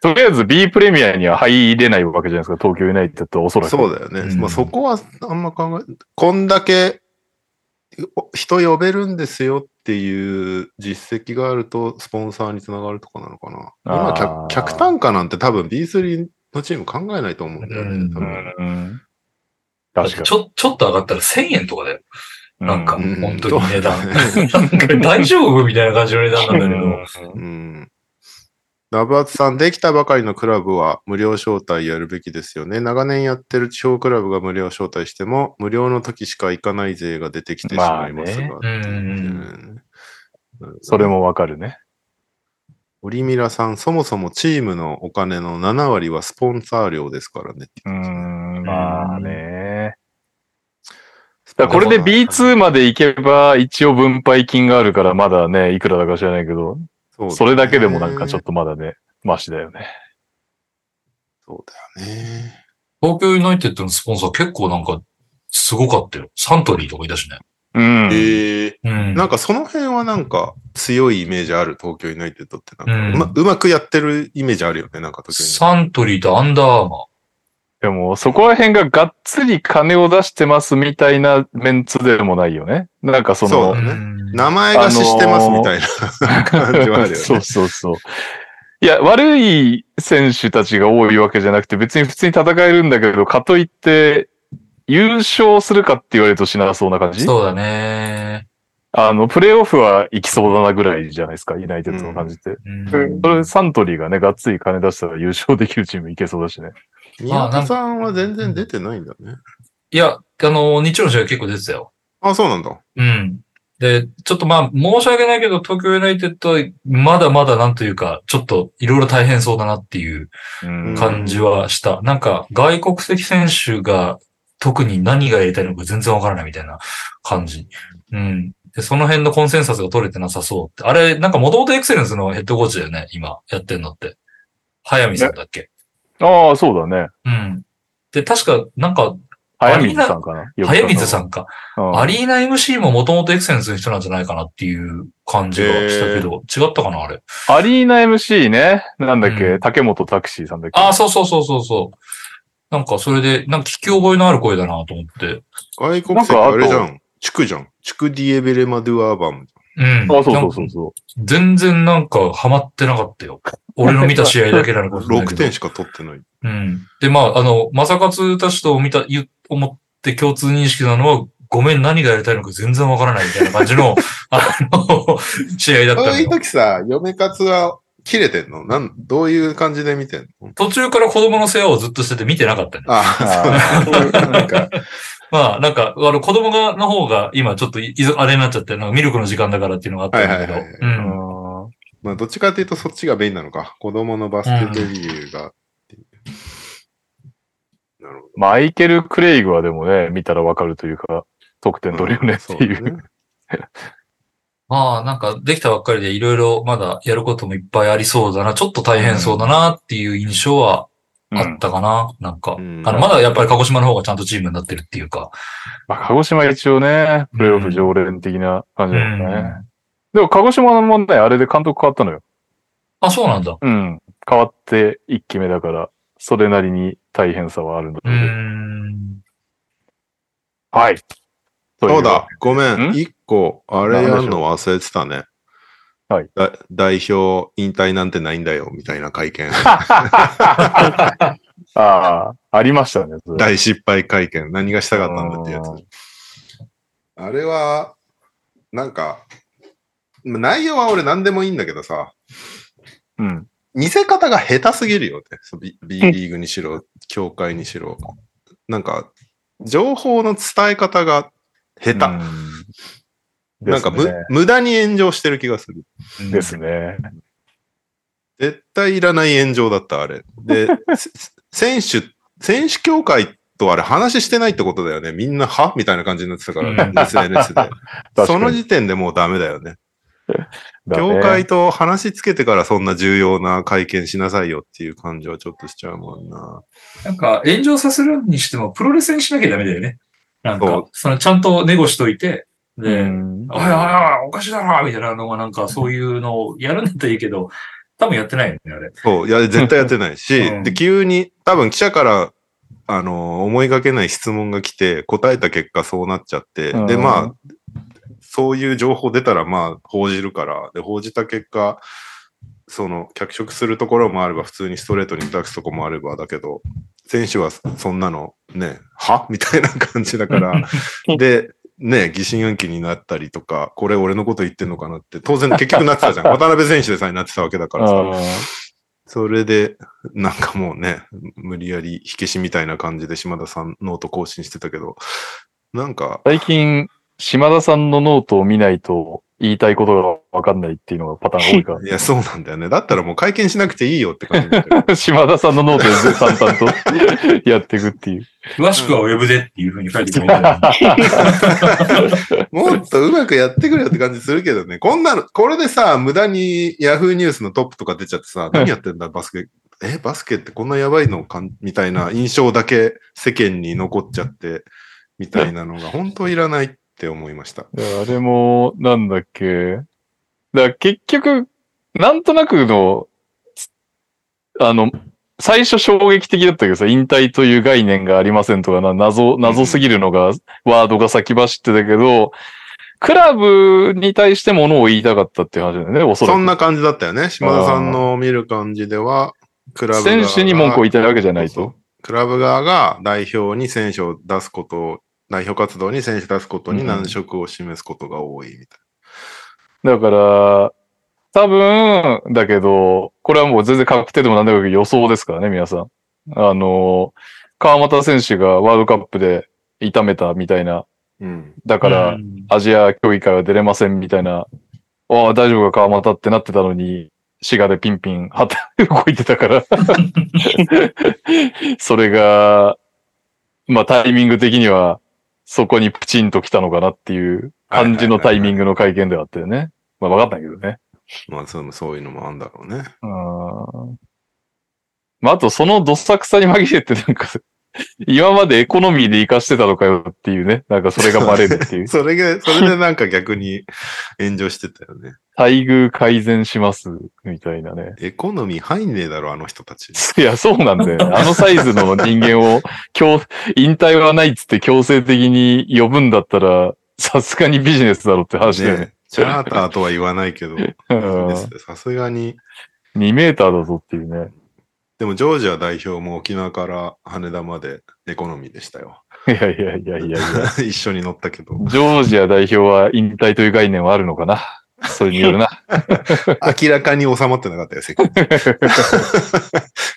[SPEAKER 2] とりあえず B プレミアには入れないわけじゃないですか、東京ユナイテッドはおそらく。
[SPEAKER 3] そうだよね。
[SPEAKER 1] うん
[SPEAKER 3] まあ、そこはあんま考え、こんだけお人呼べるんですよっていう実績があると、スポンサーにつながるとかなのかな。今
[SPEAKER 2] あー
[SPEAKER 3] 客、客単価なんて多分 B3 のチーム考えないと思うんだよね。
[SPEAKER 1] うん
[SPEAKER 3] 多
[SPEAKER 2] う
[SPEAKER 3] 分
[SPEAKER 2] ん。
[SPEAKER 1] だっ
[SPEAKER 2] 確
[SPEAKER 1] て
[SPEAKER 2] か
[SPEAKER 1] ちょ、ちょっと上がったら1000円とかだよ。
[SPEAKER 2] に。
[SPEAKER 1] なんか、
[SPEAKER 2] う
[SPEAKER 3] うん
[SPEAKER 1] 本当に値段。
[SPEAKER 3] そ
[SPEAKER 1] なんか大丈夫みたいな感じの値段なんだけど。
[SPEAKER 3] うん。ラブアツさん、できたばかりのクラブは無料招待やるべきですよね。長年やってる地方クラブが無料招待しても、無料の時しか行かない税が出てきてしまいますが。
[SPEAKER 2] ま
[SPEAKER 1] あね
[SPEAKER 3] うん
[SPEAKER 2] それ。もわかるね。
[SPEAKER 3] オリミラさん、そもそもチームのお金の7割はスポンサー料ですからね。
[SPEAKER 2] うーん、まあね。だからこれで B2 まで行けば、一応分配金があるから、まだね、いくらだか知らないけど、
[SPEAKER 3] そ
[SPEAKER 2] それだけでもなんかちょっとまだね、マシだよね。
[SPEAKER 3] と。そうだよね。
[SPEAKER 1] 東京ユナイテッドのスポンサー結構なんか、すごかったよ。サントリーとかいたしね。
[SPEAKER 2] うん。
[SPEAKER 3] えー
[SPEAKER 1] うん。
[SPEAKER 3] なんかその辺はなんか強いイメージある東京ユナイテッドってなんかう
[SPEAKER 1] う
[SPEAKER 3] まうまくやってるイメージあるよね、なんか時に。
[SPEAKER 1] サントリーとアンダーアーマ
[SPEAKER 2] でも、そこら辺ががっつり金を出してますみたいなメンツでもないよね。なんかそ
[SPEAKER 3] そ
[SPEAKER 2] の
[SPEAKER 3] う、
[SPEAKER 1] ー。
[SPEAKER 3] ね
[SPEAKER 1] うん
[SPEAKER 3] 名前貸ししてますみたいな感じはあるよね。
[SPEAKER 2] [LAUGHS] そうそうそう。いや、悪い選手たちが多いわけじゃなくて、別に普通に戦えるんだけど、かといって、優勝するかって言われるとしなそうな感じ
[SPEAKER 1] そうだね。
[SPEAKER 2] あの、プレイオフは行きそうだなぐらいじゃないですか、ユナイテッドの感じって。
[SPEAKER 1] うん
[SPEAKER 2] それ、サントリーがね、がっつり金出したら優勝できるチームいけそうだしね。
[SPEAKER 3] 宮田さんは全然出てないんだね。
[SPEAKER 1] いや、あの、日曜の試合結構出てたよ。
[SPEAKER 3] あ、そうなんだ。
[SPEAKER 1] うん。で、ちょっとまあ、申し訳ないけど、東京ユナイテッドは、まだまだなんというか、ちょっといろいろ大変そうだなっていう
[SPEAKER 2] うん。
[SPEAKER 1] 感じはした。なんか、外国籍選手が特に何がやりたいのか全然わからないみたいな感じ。うん。で、その辺のコンセンサスが取れてなさそうって。あれ、なんか元々エクセレンスのヘッドコーチだよね、今、やってんのって。早見さんだっけ
[SPEAKER 2] ああ、そうだね。
[SPEAKER 1] うん。で、確か、なんか、
[SPEAKER 2] 早水さんかな。
[SPEAKER 1] 早水さ
[SPEAKER 2] ん。
[SPEAKER 1] んか。
[SPEAKER 2] うん
[SPEAKER 1] アリーナ MC ももともとエクセレンスの人なんじゃないかなっていう感じがしたけど、違ったかな、あれ。
[SPEAKER 2] アリーナ MC ね。なんだっけ、
[SPEAKER 1] うん
[SPEAKER 2] 竹本拓司さんだっけ
[SPEAKER 1] ああ、そうそうそうそうそう。なんか、それで、なんか聞き覚えのある声だなと思って。
[SPEAKER 3] 外国籍あれじゃん。地区じゃん。地区ディエベレマドゥアーバム。
[SPEAKER 1] うん。
[SPEAKER 2] あそうそうそうそ
[SPEAKER 1] 全然なんかハマってなかった
[SPEAKER 2] [LAUGHS]
[SPEAKER 1] よ。俺の見た試合だけなのかもしれないけ
[SPEAKER 3] 6
[SPEAKER 1] ど
[SPEAKER 3] 点しか取ってない。
[SPEAKER 1] うん。で、まあ、あの、まさかつたちと見た、言う思って共通認識なのは、ごめん、何がやりたいのか全然わからないみたいな感じの、 [LAUGHS] あの、試合だった
[SPEAKER 3] そう
[SPEAKER 1] の
[SPEAKER 3] いう
[SPEAKER 1] よ。
[SPEAKER 3] 時さ、嫁活は切れてんのなんどういう感じで見てんの
[SPEAKER 1] 途中から子供の世話をずっとしてて見てなかったね。
[SPEAKER 3] あ、そうだ。なんか、
[SPEAKER 1] まあ、なんか、あの、子供が、の方が、今ちょっとい、いあれになっちゃって、なんかミルクの時間だからっていうのがあったんだけど。
[SPEAKER 3] はいはいはいう
[SPEAKER 2] う。
[SPEAKER 1] ん。
[SPEAKER 2] うん
[SPEAKER 3] まあ、どっちかっていうとそっちがメインなのか。子供のバスケット理由がっていう、なるほど。
[SPEAKER 2] マイケル・クレイグはでもね、見たらわかるというか、得点取るよねっていう。
[SPEAKER 3] そだね
[SPEAKER 1] まあ、なんか、できたばっかりで、いろいろまだやることもいっぱいありそうだな、ちょっと大変そうだなっていう印象はあ
[SPEAKER 2] うん
[SPEAKER 1] ったかな、なんか。
[SPEAKER 3] うん
[SPEAKER 1] あの、まだやっぱり鹿児島の方がちゃんとチームになってるっていうか。
[SPEAKER 2] まあ、鹿児島一応ね、プレイオフ常連的な感じだったね。
[SPEAKER 1] うん
[SPEAKER 2] でも、鹿児島の問題、あれで監督変わったのよ。
[SPEAKER 1] あ、そうなんだ。
[SPEAKER 2] うん。変わって1期目だから、それなりに大変さはあるので。
[SPEAKER 1] うーん。
[SPEAKER 2] はい。
[SPEAKER 3] そうだ、ごめん。
[SPEAKER 2] ん
[SPEAKER 3] 一個、あれやるの忘れてたね。
[SPEAKER 2] はい
[SPEAKER 3] だ代表引退なんてないんだよ、みたいな会
[SPEAKER 2] [LAUGHS]
[SPEAKER 3] 見。
[SPEAKER 2] ああ、ありましたね。それ
[SPEAKER 3] 大失敗会見。何がしたかったんだってやつ
[SPEAKER 2] う。
[SPEAKER 3] あれは、なんか、内容は俺何でもいいんだけどさ、
[SPEAKER 2] うん。
[SPEAKER 3] 見せ方が下手すぎるよね。そう B, B リーグにしろ、協会にしろ。なんか、情報の伝え方が下手。
[SPEAKER 2] うん。
[SPEAKER 3] なんか
[SPEAKER 2] で
[SPEAKER 3] む、
[SPEAKER 2] すね。
[SPEAKER 3] 無駄に炎上してる気がする。
[SPEAKER 2] ですね。
[SPEAKER 3] 絶対いらない炎上だった、あれ。で、 [LAUGHS] せ選手、選手協会とあれ話してないってことだよね。みんなはみたいな感じになってたか
[SPEAKER 1] う
[SPEAKER 3] ら、
[SPEAKER 1] ん
[SPEAKER 3] SNS で。
[SPEAKER 2] [LAUGHS] 確か
[SPEAKER 3] そ
[SPEAKER 2] に
[SPEAKER 3] の時点でもうダメだよね。
[SPEAKER 2] だね
[SPEAKER 3] 協会と話つけてからそんな重要な会見しなさいよっていう感じはちょっとしちゃうもんな。
[SPEAKER 1] なんか、炎上させるにしても、プロレスにしなきゃダメだよね。なん
[SPEAKER 3] そ
[SPEAKER 1] か
[SPEAKER 3] う、
[SPEAKER 1] その、ちゃんとネゴしといて、
[SPEAKER 2] う
[SPEAKER 1] で、
[SPEAKER 2] ん。
[SPEAKER 1] おいおいおい、おかしいだろみたいなのが、なんか、そういうのをやるんだったらいいけど、多分やってないよね、あれ。
[SPEAKER 3] そう、いや、絶対やってない
[SPEAKER 2] [LAUGHS]
[SPEAKER 3] し、
[SPEAKER 1] うん
[SPEAKER 3] で、急に、多分記者から、あの、思いがけない質問が来て、答えた結果そうなっちゃって、
[SPEAKER 2] うん
[SPEAKER 3] で、まあ、そういう情報出たら、まあ、報じるから、で、報じた結果、その、脚色するところもあれば、普通にストレートに抱くとこもあれば、だけど、選手はそんなの、ね、はみたいな感じだ
[SPEAKER 2] [LAUGHS]
[SPEAKER 3] から、で、ね、疑心暗鬼になったりとか、これ俺のこと言ってんのかなって、当然結局なって
[SPEAKER 2] [LAUGHS]
[SPEAKER 3] たじゃん。渡辺選手でさえなってたわけだからさ。
[SPEAKER 2] あ
[SPEAKER 3] それで、なんかもうね、無理やり火消しみたいな感じで島田さんノート更新してたけど、なんか、
[SPEAKER 2] 最近、島田さんのノートを見ないと言いたいことがわかんないっていうのがパターンが多い
[SPEAKER 3] いや、そうなんだよね。だったらもう会見しなくていいよって感じだけど。 [LAUGHS]
[SPEAKER 2] から。島田さんのノートで淡々とやっていくっていう。
[SPEAKER 1] 詳しくはウェブでっていうふうに書いてくれ
[SPEAKER 2] [LAUGHS]
[SPEAKER 1] たら、
[SPEAKER 3] もっとうまくやってくれよって感じするけどね。こんなの、これでさ、無駄にヤフーニュースのトップとか出ちゃってさ、何やってんだ、バスケ。え、バスケってこんなやばいのかんみたいな印象だけ世間に残っちゃって、みたいなのが本当いらないって思いました。
[SPEAKER 2] いやあれも、なんだっけ。だから結局、なんとなくの、あの、最初衝撃的だったけどさ、引退という概念がありませんとかな、謎、謎すぎるのが、ワードが先走ってたけど、クラブに対してものを言いたかったっていう話だよね、おそら
[SPEAKER 3] そん
[SPEAKER 2] く。
[SPEAKER 3] な感じだったよね。島田さんの見る感じでは、クラブ側
[SPEAKER 2] 選
[SPEAKER 3] が
[SPEAKER 2] 手に文句を言いたいわけじゃない
[SPEAKER 3] そうそう
[SPEAKER 2] と。
[SPEAKER 3] クラブ側が代表に選手を出すことを、代表活動に選手出すことに難色を示すことが多いみたい
[SPEAKER 2] だから、多分、だけど、これはもう全然確定でもなんでもなく予想ですからね、皆さん。あの、川又選手がワールドカップで痛めたみたいな。
[SPEAKER 3] な。うん。
[SPEAKER 2] だか
[SPEAKER 1] か
[SPEAKER 2] ら、アジア競技会は出れませんみたいな。ああ、大丈夫か、川又ってなってたのに、滋賀でピンピン、はた、動いてたから。それが、まあタイミング的には、そこにプチンと来たのかなっていう感じのタイミングの会見ではあったよね。まあわかんないけどね。
[SPEAKER 3] まあ、そのそういうのもあるんだろうね。。
[SPEAKER 2] うんまあ、あとそのどさくさに紛れてなんか、今までエコノミーで活かしてたのかよっていうね。なんかそれがバレるっていう
[SPEAKER 3] それが、それでなんか逆に [LAUGHS] 炎上してたよね。
[SPEAKER 2] 待遇改善します、みたいなね。 [LAUGHS]
[SPEAKER 3] エコノミー入んねえだろ、あの人たち。
[SPEAKER 2] いや、そうなんだよね。あのサイズの人間を、強、引退はないっつって強制的に呼ぶんだったら、さすがにビジネスだろって話だよね。
[SPEAKER 3] ねチャーターとは言わないけど、
[SPEAKER 2] うん
[SPEAKER 3] ですさすがに。
[SPEAKER 2] 2メーターだぞっていうね。
[SPEAKER 3] でも、ジョージア代表も沖縄から羽田までエコノミーでしたよ。
[SPEAKER 2] いやいやいやいやいや。
[SPEAKER 3] [LAUGHS] 一緒に乗ったけど。
[SPEAKER 2] ジョージア代表は引退という概念はあるのかなそれによるな。
[SPEAKER 3] 明らかに収まってなかったよ、世界。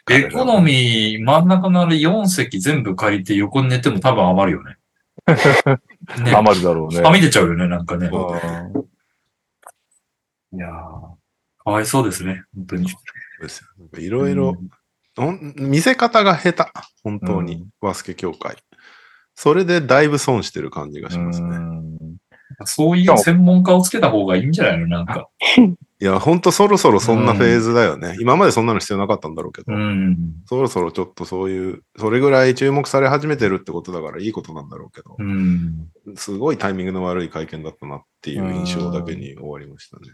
[SPEAKER 1] エコノミー、真ん中のあれ4席全部借りて横に寝ても多分余るよね。ねは
[SPEAKER 2] 余るだろうね。
[SPEAKER 1] み出ちゃうよね、なんかね。
[SPEAKER 3] そ
[SPEAKER 2] うん
[SPEAKER 1] いやーかわいそうですね、本当に。
[SPEAKER 3] いろいろ、ほん見せ方が下手。本当
[SPEAKER 2] う
[SPEAKER 3] に
[SPEAKER 2] ん、
[SPEAKER 3] バスケ協会。それでだいぶ損してる感じがします
[SPEAKER 2] う
[SPEAKER 3] ね。
[SPEAKER 2] ん
[SPEAKER 1] そうい
[SPEAKER 2] しか
[SPEAKER 1] う
[SPEAKER 2] も
[SPEAKER 1] 専門家をつけた方がいいんじゃないのなんか。
[SPEAKER 3] いや、ほんとそろそろそんなフェーズだよね。今までそんなの必要なかったんだろうけ
[SPEAKER 1] う
[SPEAKER 3] ど、
[SPEAKER 1] ん。
[SPEAKER 3] そろそろちょっとそういう、それぐらい注目され始めてるってことだからいいことなんだろうけど
[SPEAKER 1] う、ん。
[SPEAKER 3] すごいタイミングの悪い会見だったなっていう印象だけに終わりましたね。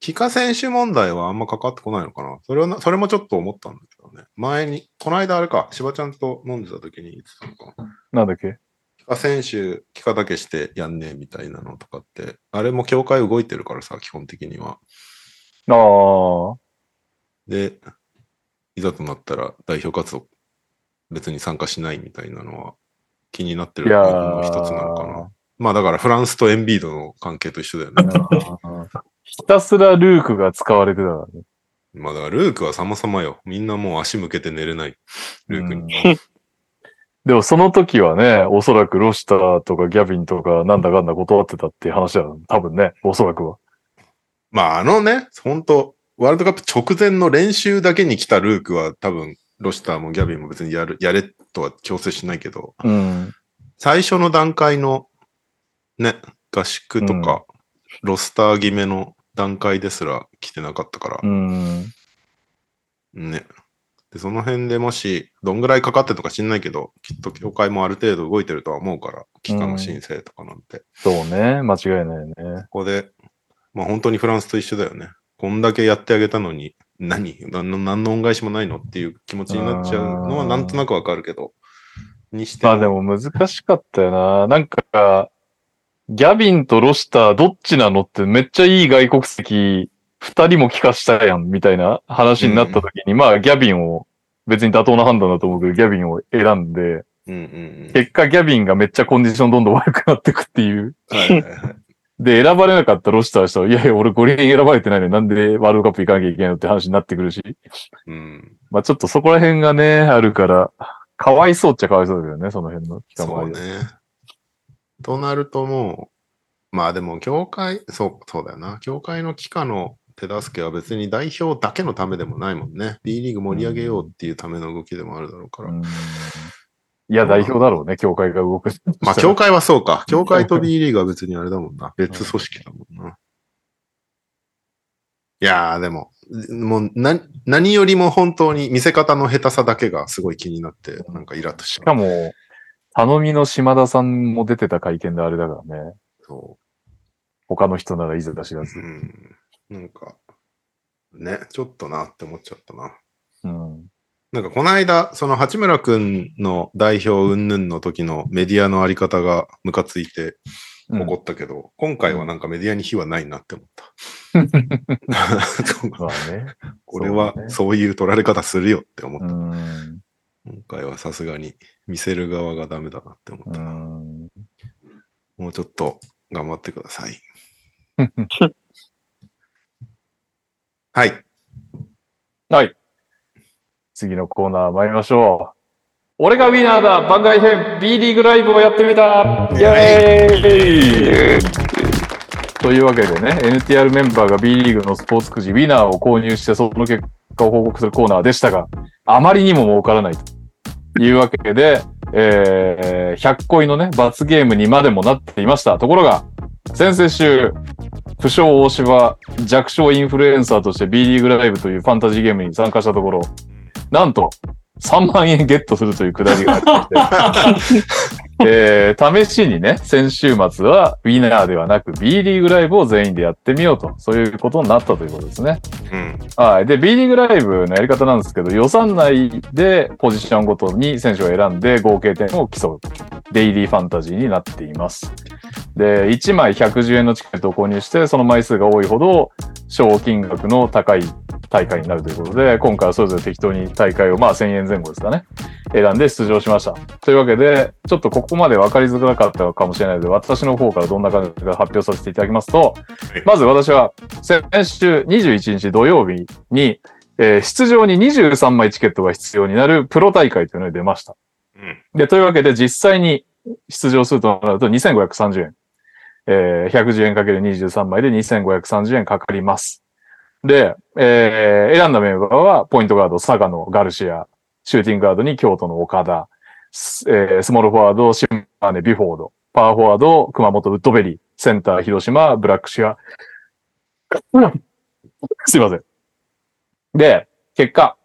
[SPEAKER 3] 帰化選手問題はあんま関わってこないのかなそれはな、それもちょっと思ったんだけどね。前に、この間あれか、芝ちゃんと飲んでた時に言ってたのか。
[SPEAKER 2] なんだっけ
[SPEAKER 3] 帰化選手、帰化だけしてやんねえみたいなのとかって、あれも協会動いてるからさ、基本的には。
[SPEAKER 2] ああ。
[SPEAKER 3] で、いざとなったら代表活動別に参加しないみたいなのは気になってる
[SPEAKER 2] いや
[SPEAKER 3] 部
[SPEAKER 2] ー
[SPEAKER 3] 分の一つなのかな。まあだからフランスとエンビードの関係と一緒だよね。
[SPEAKER 2] ひたすらルークが使われてたからね。
[SPEAKER 3] まあだからルークは様々よ。みんなもう足向けて寝れない。ルークに。
[SPEAKER 2] でもその時はね、おそらくロシターとかギャビンとかなんだかんだ断ってたっていう話だよ。多分ね、おそらくは。
[SPEAKER 3] [LAUGHS] まああのね、本当ワールドカップ直前の練習だけに来たルークは多分、ロシターもギャビンも別にやる、やれとは強制しないけど、
[SPEAKER 2] うん。
[SPEAKER 3] 最初の段階の、ね、合宿とか、ロスター決めの段階ですら来てなかったから
[SPEAKER 2] う、ん。
[SPEAKER 3] ね。で、その辺でもし、どんぐらいかかってとか知んないけど、きっと協会もある程度動いてるとは思うから、期間の申請とかなんて。
[SPEAKER 2] そうね。間違いないね。
[SPEAKER 3] ここで、まあ本当にフランスと一緒だよね。こんだけやってあげたのに、何何の何の恩返しもないのっていう気持ちになっちゃうのは
[SPEAKER 2] あー
[SPEAKER 3] なんとなくわかるけど、にして
[SPEAKER 2] ま
[SPEAKER 3] も
[SPEAKER 2] あでも難しかったよな。なんか、ギャビンとロシターどっちなのってめっちゃいい外国籍二人も聞かしたやんみたいな話になった時に、まあギャビンを、別に妥当な判断だと思うけど、ギャビンを選んで、
[SPEAKER 3] うんうんうん。
[SPEAKER 2] 結果ギャビンがめっちゃコンディションどんどん悪くなってくっていう。
[SPEAKER 3] はいはいはい。
[SPEAKER 2] で、選ばれなかったロシターしたら、いやいや、俺五輪選ばれてないのになんでワールドカップ行かなきゃいけないのって話になってくるし。 [LAUGHS]
[SPEAKER 3] うん。
[SPEAKER 2] まあちょっとそこら辺がね、あるから、かわいそうっちゃかわいそうだけどね、その辺の期間も
[SPEAKER 3] そ
[SPEAKER 2] あ
[SPEAKER 3] う
[SPEAKER 2] り
[SPEAKER 3] ね。となるともう、まあでも、協会、そう、そうだよな。協会の帰化の手助けは別に代表だけのためでもないもんね。B リーグ盛り上げようっていうための動きでもあるだろうから。
[SPEAKER 2] うんいや、代表だろうね、協会が動く。
[SPEAKER 3] まあ、協会はそうか。協会と B リーグは別にあれだもんな。別組織だもんな。いやー、でも、もう、な、何よりも本当に見せ方の下手さだけがすごい気になって、なんかイラッとし。
[SPEAKER 2] したかも、頼みの島田さんも出てた会見であれだからね。
[SPEAKER 3] そう。
[SPEAKER 2] 他の人ならいざ出し出す。
[SPEAKER 3] うん。なんか、ね、ちょっとなって思っちゃったな。
[SPEAKER 2] うん。
[SPEAKER 3] なんかこの間、その八村くんの代表云々の時のメディアのあり方がムカついて
[SPEAKER 2] うん
[SPEAKER 3] 怒ったけど、今回はなんかメディアに非はないなって思 [LAUGHS] った。
[SPEAKER 2] まあね。
[SPEAKER 3] 俺は
[SPEAKER 2] そうだね
[SPEAKER 3] そういう取られ方するよって思っ
[SPEAKER 2] う
[SPEAKER 3] た。
[SPEAKER 2] ん。
[SPEAKER 3] 今回はさすがに見せる側がダメだなって思っ
[SPEAKER 2] う
[SPEAKER 3] た。
[SPEAKER 2] ん。
[SPEAKER 3] もうちょっと頑張ってくだ
[SPEAKER 2] [LAUGHS]
[SPEAKER 3] さい。はい。
[SPEAKER 2] はい。次のコーナー参りましょう。俺がウィナーだ番外編 B リーグライブをやってみたイェーイというわけでね、NTR メンバーが B リーグのスポーツくじウィナーを購入してその結果を報告するコーナーでしたが、あまりにも儲からないというわけで、えー、100恋のね、罰ゲームにまでもなっていました。ところが、先々週、不詳大芝、弱小インフルエンサーとして B リーグライブというファンタジーゲームに参加したところ、なんと、3万円ゲットするというくだりがあって、 [LAUGHS] えー試しにね、先週末はウィナーではなく B リーグライブを全員でやってみようと、そういうことになったということですね。
[SPEAKER 3] うん。
[SPEAKER 2] はい。で、B リーグライブのやり方なんですけど、予算内でポジションごとに選手を選んで合計点を競う。デイリーファンタジーになっています。で、1枚110円のチケットを購入して、その枚数が多いほど、賞金額の高い大会になるということで、今回はそれぞれ適当に大会を、まあ1000円前後ですかね、選んで出場しました。というわけで、ちょっとここまで分かりづらかったかもしれないので、私の方からどんな感じか発表させていただきますと、まず私は、先週21日土曜日に、えー出場に23枚チケットが必要になるプロ大会というのに出ました。
[SPEAKER 3] うん。
[SPEAKER 2] で、というわけで実際に出場するとなると2530円。えー、110円かける23枚で2530円かかります。で、えー選んだメンバーは、ポイントガード、佐賀のガルシア、シューティングガードに京都の岡田、ス,、えースモールフォワード、シンマーネ、ビュフォード、パワーフォワード、熊本、ウッドベリー、センター、広島、ブラックシア。 [COUGHS] すいません。で、結果、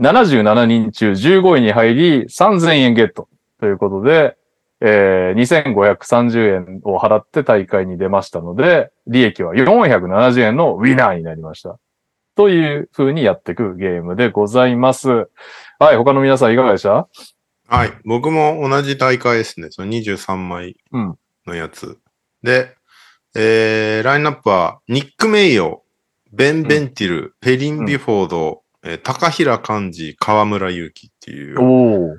[SPEAKER 2] 77人中15位に入り3000円ゲットということで、えー、2530円を払って大会に出ましたので、利益は470円のウィナーになりました。という風にやっていくゲームでございます。はい、他の皆さんいかがでした
[SPEAKER 3] はい。僕も同じ大会ですね。その23枚
[SPEAKER 2] うん
[SPEAKER 3] のやつ。で、えー、ラインナップは、ニック・メイヨー、ベン・ベンティル、ペリン・ビフォード、えー高平寛治、河村勇輝っていう、
[SPEAKER 2] おお。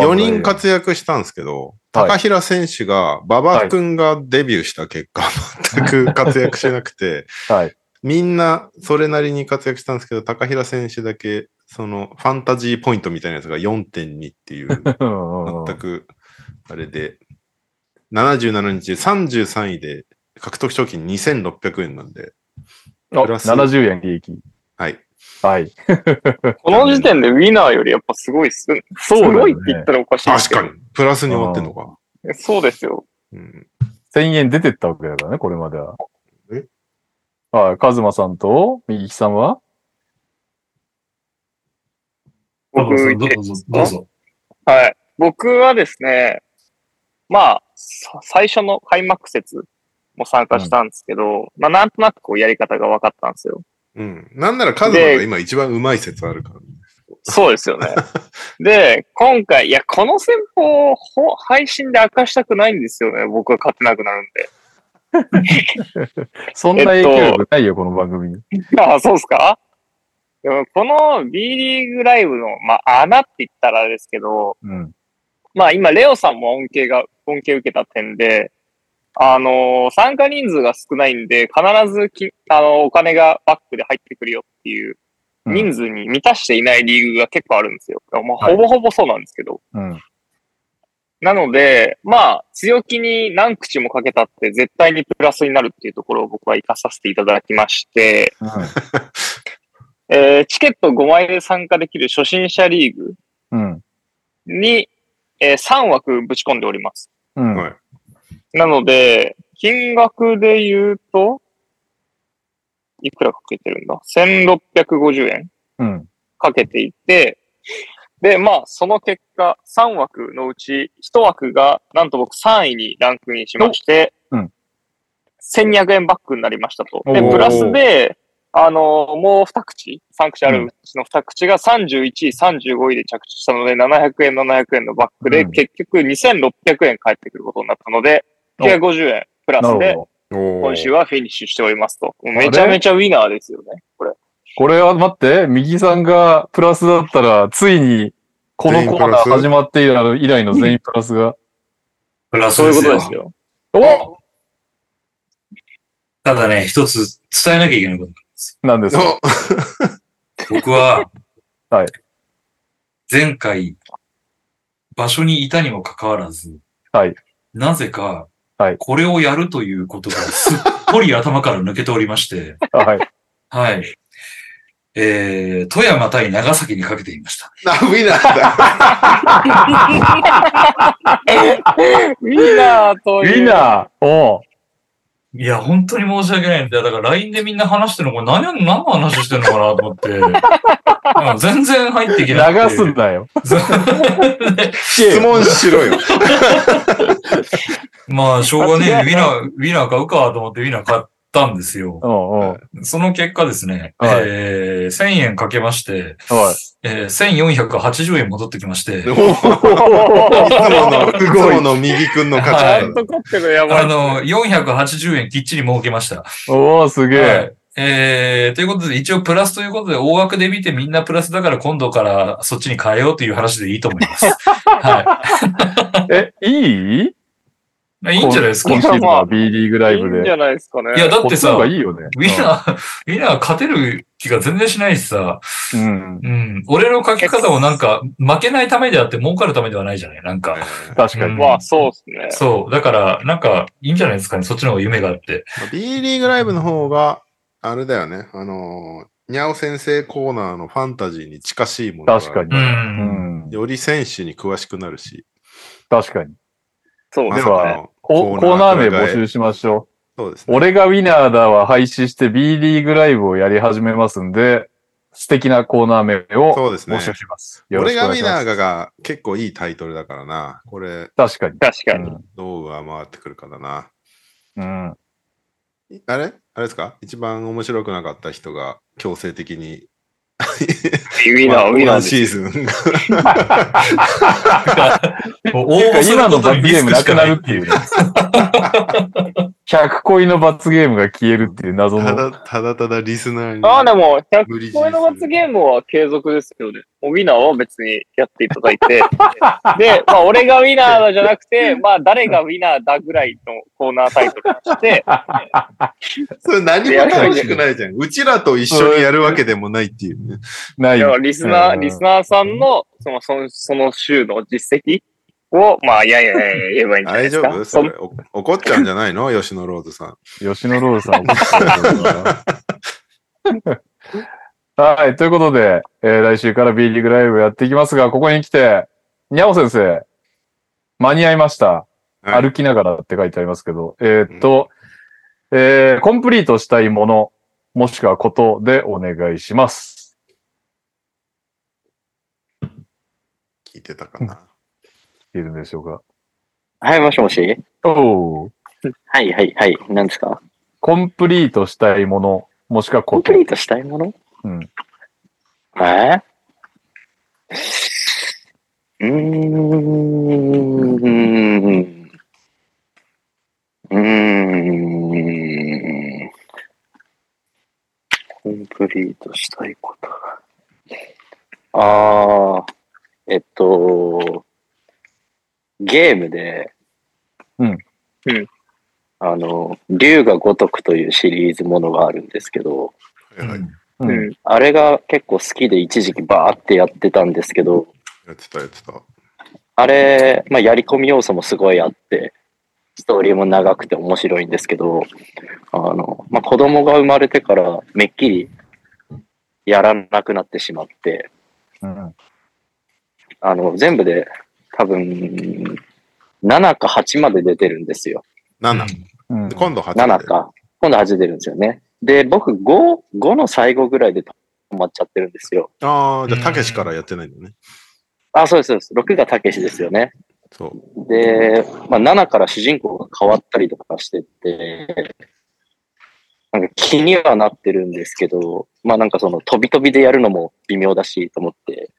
[SPEAKER 3] 4人活躍したんですけど、
[SPEAKER 2] はい
[SPEAKER 3] 高平選手が、馬場君がデビューした結 [LAUGHS] 果、全く活躍しなくて、
[SPEAKER 2] はい。
[SPEAKER 3] みんなそれなりに活躍したんですけど、高平選手だけ、そのファンタジーポイントみたいなやつが4.2って [LAUGHS] いう、
[SPEAKER 2] うんうんうん
[SPEAKER 3] 全くあれで、77日33位で獲得賞金2600円なんで、
[SPEAKER 2] あ
[SPEAKER 3] プラス
[SPEAKER 2] 70円利益。
[SPEAKER 3] はい。
[SPEAKER 2] はい。
[SPEAKER 4] この時点でウィナーよりやっぱすごいっす。す
[SPEAKER 2] うだよね
[SPEAKER 4] ごいって言ったらおかしいです
[SPEAKER 3] 確
[SPEAKER 4] けど
[SPEAKER 3] かに、プラスに終わってんのか。
[SPEAKER 4] そうですよ。
[SPEAKER 3] うん、
[SPEAKER 2] 1000円出てったわけだからね、これまでは。
[SPEAKER 3] え
[SPEAKER 2] はい。カズマさんと、右木さんは
[SPEAKER 4] 僕、
[SPEAKER 1] どうぞ、どうぞ。
[SPEAKER 4] はい。僕はですね、まあ、さ最初の開幕節も参加したんですけど、まあ、なんとなくこうやり方が分かったんですよ。
[SPEAKER 3] うん。なんならカズマが今一番うまい説あるから、ね。
[SPEAKER 4] そうですよ
[SPEAKER 2] [LAUGHS]
[SPEAKER 4] ね。で、今回、いや、この戦法をほ配信で明かしたくないんですよね。僕が勝てなくなるんで。 [LAUGHS]
[SPEAKER 2] そんな影響力ないよ、この番組に。
[SPEAKER 4] ああ、そうですかでもこの B リーグライブの、まあ、穴って言ったらあれですけど、
[SPEAKER 2] うん。
[SPEAKER 4] まあ今、レオさんも恩恵が、恩恵受けた点で、あのー参加人数が少ないんで、必ずき、あのーお金がバックで入ってくるよってい
[SPEAKER 2] う
[SPEAKER 4] う、
[SPEAKER 2] ん
[SPEAKER 4] 人数に満たしていないリーグが結構あるんですよ。まあ、
[SPEAKER 2] はい
[SPEAKER 4] ほぼほぼそうなんですけど。
[SPEAKER 2] うん。
[SPEAKER 4] なので、まあ、強気に何口もかけたって絶対にプラスになるっていうところを僕は活かさせていただきまして、えーチケット5枚で参加できる初心者リーグ
[SPEAKER 2] うん。
[SPEAKER 4] に、えー3枠ぶち込んでおります。
[SPEAKER 2] うん。
[SPEAKER 3] はい
[SPEAKER 4] なので、金額で言うと、いくらかけてるんだ ?1650 円
[SPEAKER 2] うん。
[SPEAKER 4] かけていて、で、まあ、その結果、3枠のうち1枠が、なんと僕3位にランクインしまして、
[SPEAKER 2] おうん
[SPEAKER 4] 1200円バックになりましたと。で、
[SPEAKER 2] おー
[SPEAKER 4] プラスで、あのもう2口、3口あるうちの2口が31位、35位で着地したので、700円、700円のバックで、
[SPEAKER 2] うん
[SPEAKER 4] 結局2600円返ってくることになったので、
[SPEAKER 2] お
[SPEAKER 4] 950円プラ
[SPEAKER 2] な
[SPEAKER 4] ス
[SPEAKER 2] る
[SPEAKER 4] で、
[SPEAKER 2] ほど。
[SPEAKER 3] おー
[SPEAKER 4] 今週はフィニッシュしておりますと。めちゃめちゃウィナーですよね、これ。
[SPEAKER 2] これは待って、右さんがプラスだったら、ついに、このコーナー始まって以来の以来の全員プラスが。
[SPEAKER 1] プラス
[SPEAKER 4] そう
[SPEAKER 1] で
[SPEAKER 4] いうこ
[SPEAKER 1] す
[SPEAKER 4] と
[SPEAKER 1] よ
[SPEAKER 4] です。よ。
[SPEAKER 2] お
[SPEAKER 1] ただね、一つ伝えなきゃいけないことがあるんです。
[SPEAKER 2] なんですか、
[SPEAKER 3] お
[SPEAKER 1] 僕は
[SPEAKER 2] はい
[SPEAKER 1] 前回、場所にいたにもかかわらず、
[SPEAKER 2] はい
[SPEAKER 1] なぜか、
[SPEAKER 2] はい
[SPEAKER 1] これをやるということがすっぽり頭から抜けておりまして、 [LAUGHS]
[SPEAKER 2] はい。
[SPEAKER 1] はい。えー、富山対長崎にかけていました。
[SPEAKER 3] なウ [LAUGHS] ィナーだ。
[SPEAKER 4] ウィナーと
[SPEAKER 2] ウ
[SPEAKER 4] いう。
[SPEAKER 2] ィナーおう
[SPEAKER 1] いや、本当に申し訳ないんだよ。だから LINE でみんな話してるの、これ何や、何の話してるのかなと思って。 [LAUGHS] なんか全然入っていけない。
[SPEAKER 2] 流すんだよ。 [LAUGHS]
[SPEAKER 3] 質問しろよ。
[SPEAKER 1] まあ、しょうがね
[SPEAKER 4] 間違
[SPEAKER 1] え
[SPEAKER 4] い
[SPEAKER 1] ウィナー、ウィナー買うかと思ってウィナー買ったんですよ。
[SPEAKER 2] うんうん。はい。
[SPEAKER 1] その結果ですね、
[SPEAKER 2] はい
[SPEAKER 1] えー、1000円かけまして、えー、1480円戻ってきまして、
[SPEAKER 3] おーいつもの、い
[SPEAKER 2] す
[SPEAKER 3] つ
[SPEAKER 2] ごい
[SPEAKER 3] もの右くんの
[SPEAKER 4] ちゃ
[SPEAKER 3] 勝
[SPEAKER 4] ん
[SPEAKER 3] ち方
[SPEAKER 4] と勝ってるやば
[SPEAKER 1] あ
[SPEAKER 4] い。
[SPEAKER 1] の、480円きっちり儲けました。
[SPEAKER 2] おおすげ
[SPEAKER 1] は
[SPEAKER 2] え。
[SPEAKER 1] い。えー、ということで、一応プラスということで、大枠で見てみんなプラスだから今度からそっちに変えようという話でいいと
[SPEAKER 2] [LAUGHS]
[SPEAKER 1] 思います。は
[SPEAKER 2] え、いい
[SPEAKER 1] い。いいんじゃないですか。
[SPEAKER 2] 今
[SPEAKER 1] い
[SPEAKER 2] シーズンは B リーグライ
[SPEAKER 4] い
[SPEAKER 2] ブ
[SPEAKER 4] いんじ
[SPEAKER 2] で。
[SPEAKER 4] ゃないですかね。
[SPEAKER 1] や、だっ
[SPEAKER 2] こ
[SPEAKER 1] て
[SPEAKER 2] っち
[SPEAKER 1] さ、
[SPEAKER 2] の方
[SPEAKER 1] ウ
[SPEAKER 2] が
[SPEAKER 1] ィ
[SPEAKER 2] いいよね。
[SPEAKER 1] ナー、ウィナー勝てる気が全然しないしさ、
[SPEAKER 2] うん。
[SPEAKER 1] うん。俺の書き方もなんか、負けないためであって儲かるためではないじゃないなんか。
[SPEAKER 2] 確かに。
[SPEAKER 4] まあ、そうですね。
[SPEAKER 1] そう。だから、なんか、いいんじゃないですかね。そっちの方が夢があって。
[SPEAKER 3] B リーグライブの方が、あれだよね。あのー、にゃお先生コーナーのファンタジーに近しいものが
[SPEAKER 2] 確かに
[SPEAKER 1] う。。
[SPEAKER 2] うんん。
[SPEAKER 3] より選手に詳しくなるし。
[SPEAKER 2] 確かに。
[SPEAKER 4] そう
[SPEAKER 3] な
[SPEAKER 4] で
[SPEAKER 3] ん
[SPEAKER 4] す
[SPEAKER 3] かあ
[SPEAKER 4] ね。
[SPEAKER 3] の
[SPEAKER 2] ココーナー名募集しましょ
[SPEAKER 3] そうです
[SPEAKER 2] う。
[SPEAKER 3] ね。
[SPEAKER 2] 俺がウィナーだは廃止して B リーグライブをやり始めますんで、素敵なコーナー名を
[SPEAKER 3] そうですね
[SPEAKER 2] 募。集します。よろ
[SPEAKER 3] 俺
[SPEAKER 2] しくお
[SPEAKER 3] がウ
[SPEAKER 2] 願い
[SPEAKER 3] ィ
[SPEAKER 2] しま
[SPEAKER 3] ナ
[SPEAKER 2] す
[SPEAKER 3] ーがが結構いいタイトルだからな。これ、
[SPEAKER 2] 確かに。
[SPEAKER 4] 確かに。
[SPEAKER 3] どう上回ってくるかだな。
[SPEAKER 2] うん。うん
[SPEAKER 3] いあれあれですか一番面白くなかった人が強制的に。
[SPEAKER 4] ウィナー、ウィナー
[SPEAKER 3] ワン
[SPEAKER 4] です
[SPEAKER 3] シーズン。
[SPEAKER 1] なんか、もう応
[SPEAKER 2] て
[SPEAKER 1] 募
[SPEAKER 2] か
[SPEAKER 1] する
[SPEAKER 2] 今の
[SPEAKER 1] こと
[SPEAKER 2] 罰
[SPEAKER 1] に
[SPEAKER 2] ゲ
[SPEAKER 1] リ
[SPEAKER 2] ー
[SPEAKER 1] ス
[SPEAKER 2] ム
[SPEAKER 1] ク
[SPEAKER 2] な
[SPEAKER 1] し
[SPEAKER 2] く
[SPEAKER 1] か
[SPEAKER 2] な
[SPEAKER 1] な
[SPEAKER 2] る [LAUGHS]
[SPEAKER 1] い
[SPEAKER 2] っ。ていうね。 100恋の罰ゲームが消えるっていう謎
[SPEAKER 3] た
[SPEAKER 2] の。
[SPEAKER 3] だ、ただただリスナーに。
[SPEAKER 4] ああ、でも、
[SPEAKER 3] 無理強いする
[SPEAKER 4] 100超えの罰ゲームは継続ですよね。もうウィナーは別にやっていただいて。で、まあ、俺がウィナーじゃなくて、まあ、誰がウィナーだぐらいのコーナータイトルにして、
[SPEAKER 3] それ何も楽しくないじゃん。うちらと一緒にやるわけでもないっていうね。
[SPEAKER 2] ないい。
[SPEAKER 4] やリスナ
[SPEAKER 2] う
[SPEAKER 4] ー、
[SPEAKER 2] ん
[SPEAKER 4] リスナーさんの、その、その、その週の実績を、まあ、いやいやいやいや言えばいいんじゃないで
[SPEAKER 3] 大丈
[SPEAKER 4] すか。
[SPEAKER 3] 夫
[SPEAKER 4] そ
[SPEAKER 3] そ
[SPEAKER 4] ん
[SPEAKER 3] れお怒っちゃうんじゃないの吉野ローズさん。
[SPEAKER 2] 吉野ロール
[SPEAKER 5] [LAUGHS]
[SPEAKER 2] さん怒ってたよどうかなはい。ということで、えー来週から B リーグライブやっていきますが、ここに来て、にゃお先生、間に合いました。
[SPEAKER 3] はい
[SPEAKER 2] 歩きながらって書いてありますけど、えーっと、えーコンプリートしたいもの、もしくはことでお願いします。
[SPEAKER 3] 聞いてたかな。
[SPEAKER 2] いるんでしょうか。
[SPEAKER 5] はい、もしもし。
[SPEAKER 2] おー
[SPEAKER 5] はい、はい、はい。何ですか
[SPEAKER 2] コンプリートしたいもの、もしくは
[SPEAKER 5] コ
[SPEAKER 2] こ
[SPEAKER 5] ン
[SPEAKER 2] と
[SPEAKER 5] プ。リートしたいもの
[SPEAKER 2] うん。
[SPEAKER 5] えうーん。うーん。コンプリートしたいこと。ああ、えっと、ゲームで、
[SPEAKER 2] うん。
[SPEAKER 4] うん。
[SPEAKER 5] あの、竜が如くというシリーズものがあるんですけど、
[SPEAKER 3] はいはい。
[SPEAKER 2] うん
[SPEAKER 4] うん
[SPEAKER 5] あれが結構好きで一時期バーってやってたんですけど、
[SPEAKER 3] やってたやってた。
[SPEAKER 5] あれ、まあ、やり込み要素もすごいあって、ストーリーも長くて面白いんですけど、あの、まあ、子供が生まれてからめっきりやらなくなってしまって、
[SPEAKER 2] うん。
[SPEAKER 5] あの、全部で多分、7か8まで出てるんですよ。
[SPEAKER 3] 7。
[SPEAKER 2] うん
[SPEAKER 3] で今度8で。
[SPEAKER 5] 7か。今度8出るんですよね。で、僕5、5の最後ぐらいで止まっちゃってるんですよ。
[SPEAKER 3] ああ、じゃあ、たけしからやってないんだね。
[SPEAKER 5] あ、そうです、そうです。6がたけしですよね。
[SPEAKER 3] そう。
[SPEAKER 5] で、まあ、7から主人公が変わったりとかしてて、なんか気にはなってるんですけど、まあなんかその飛び飛びでやるのも微妙だしと思って、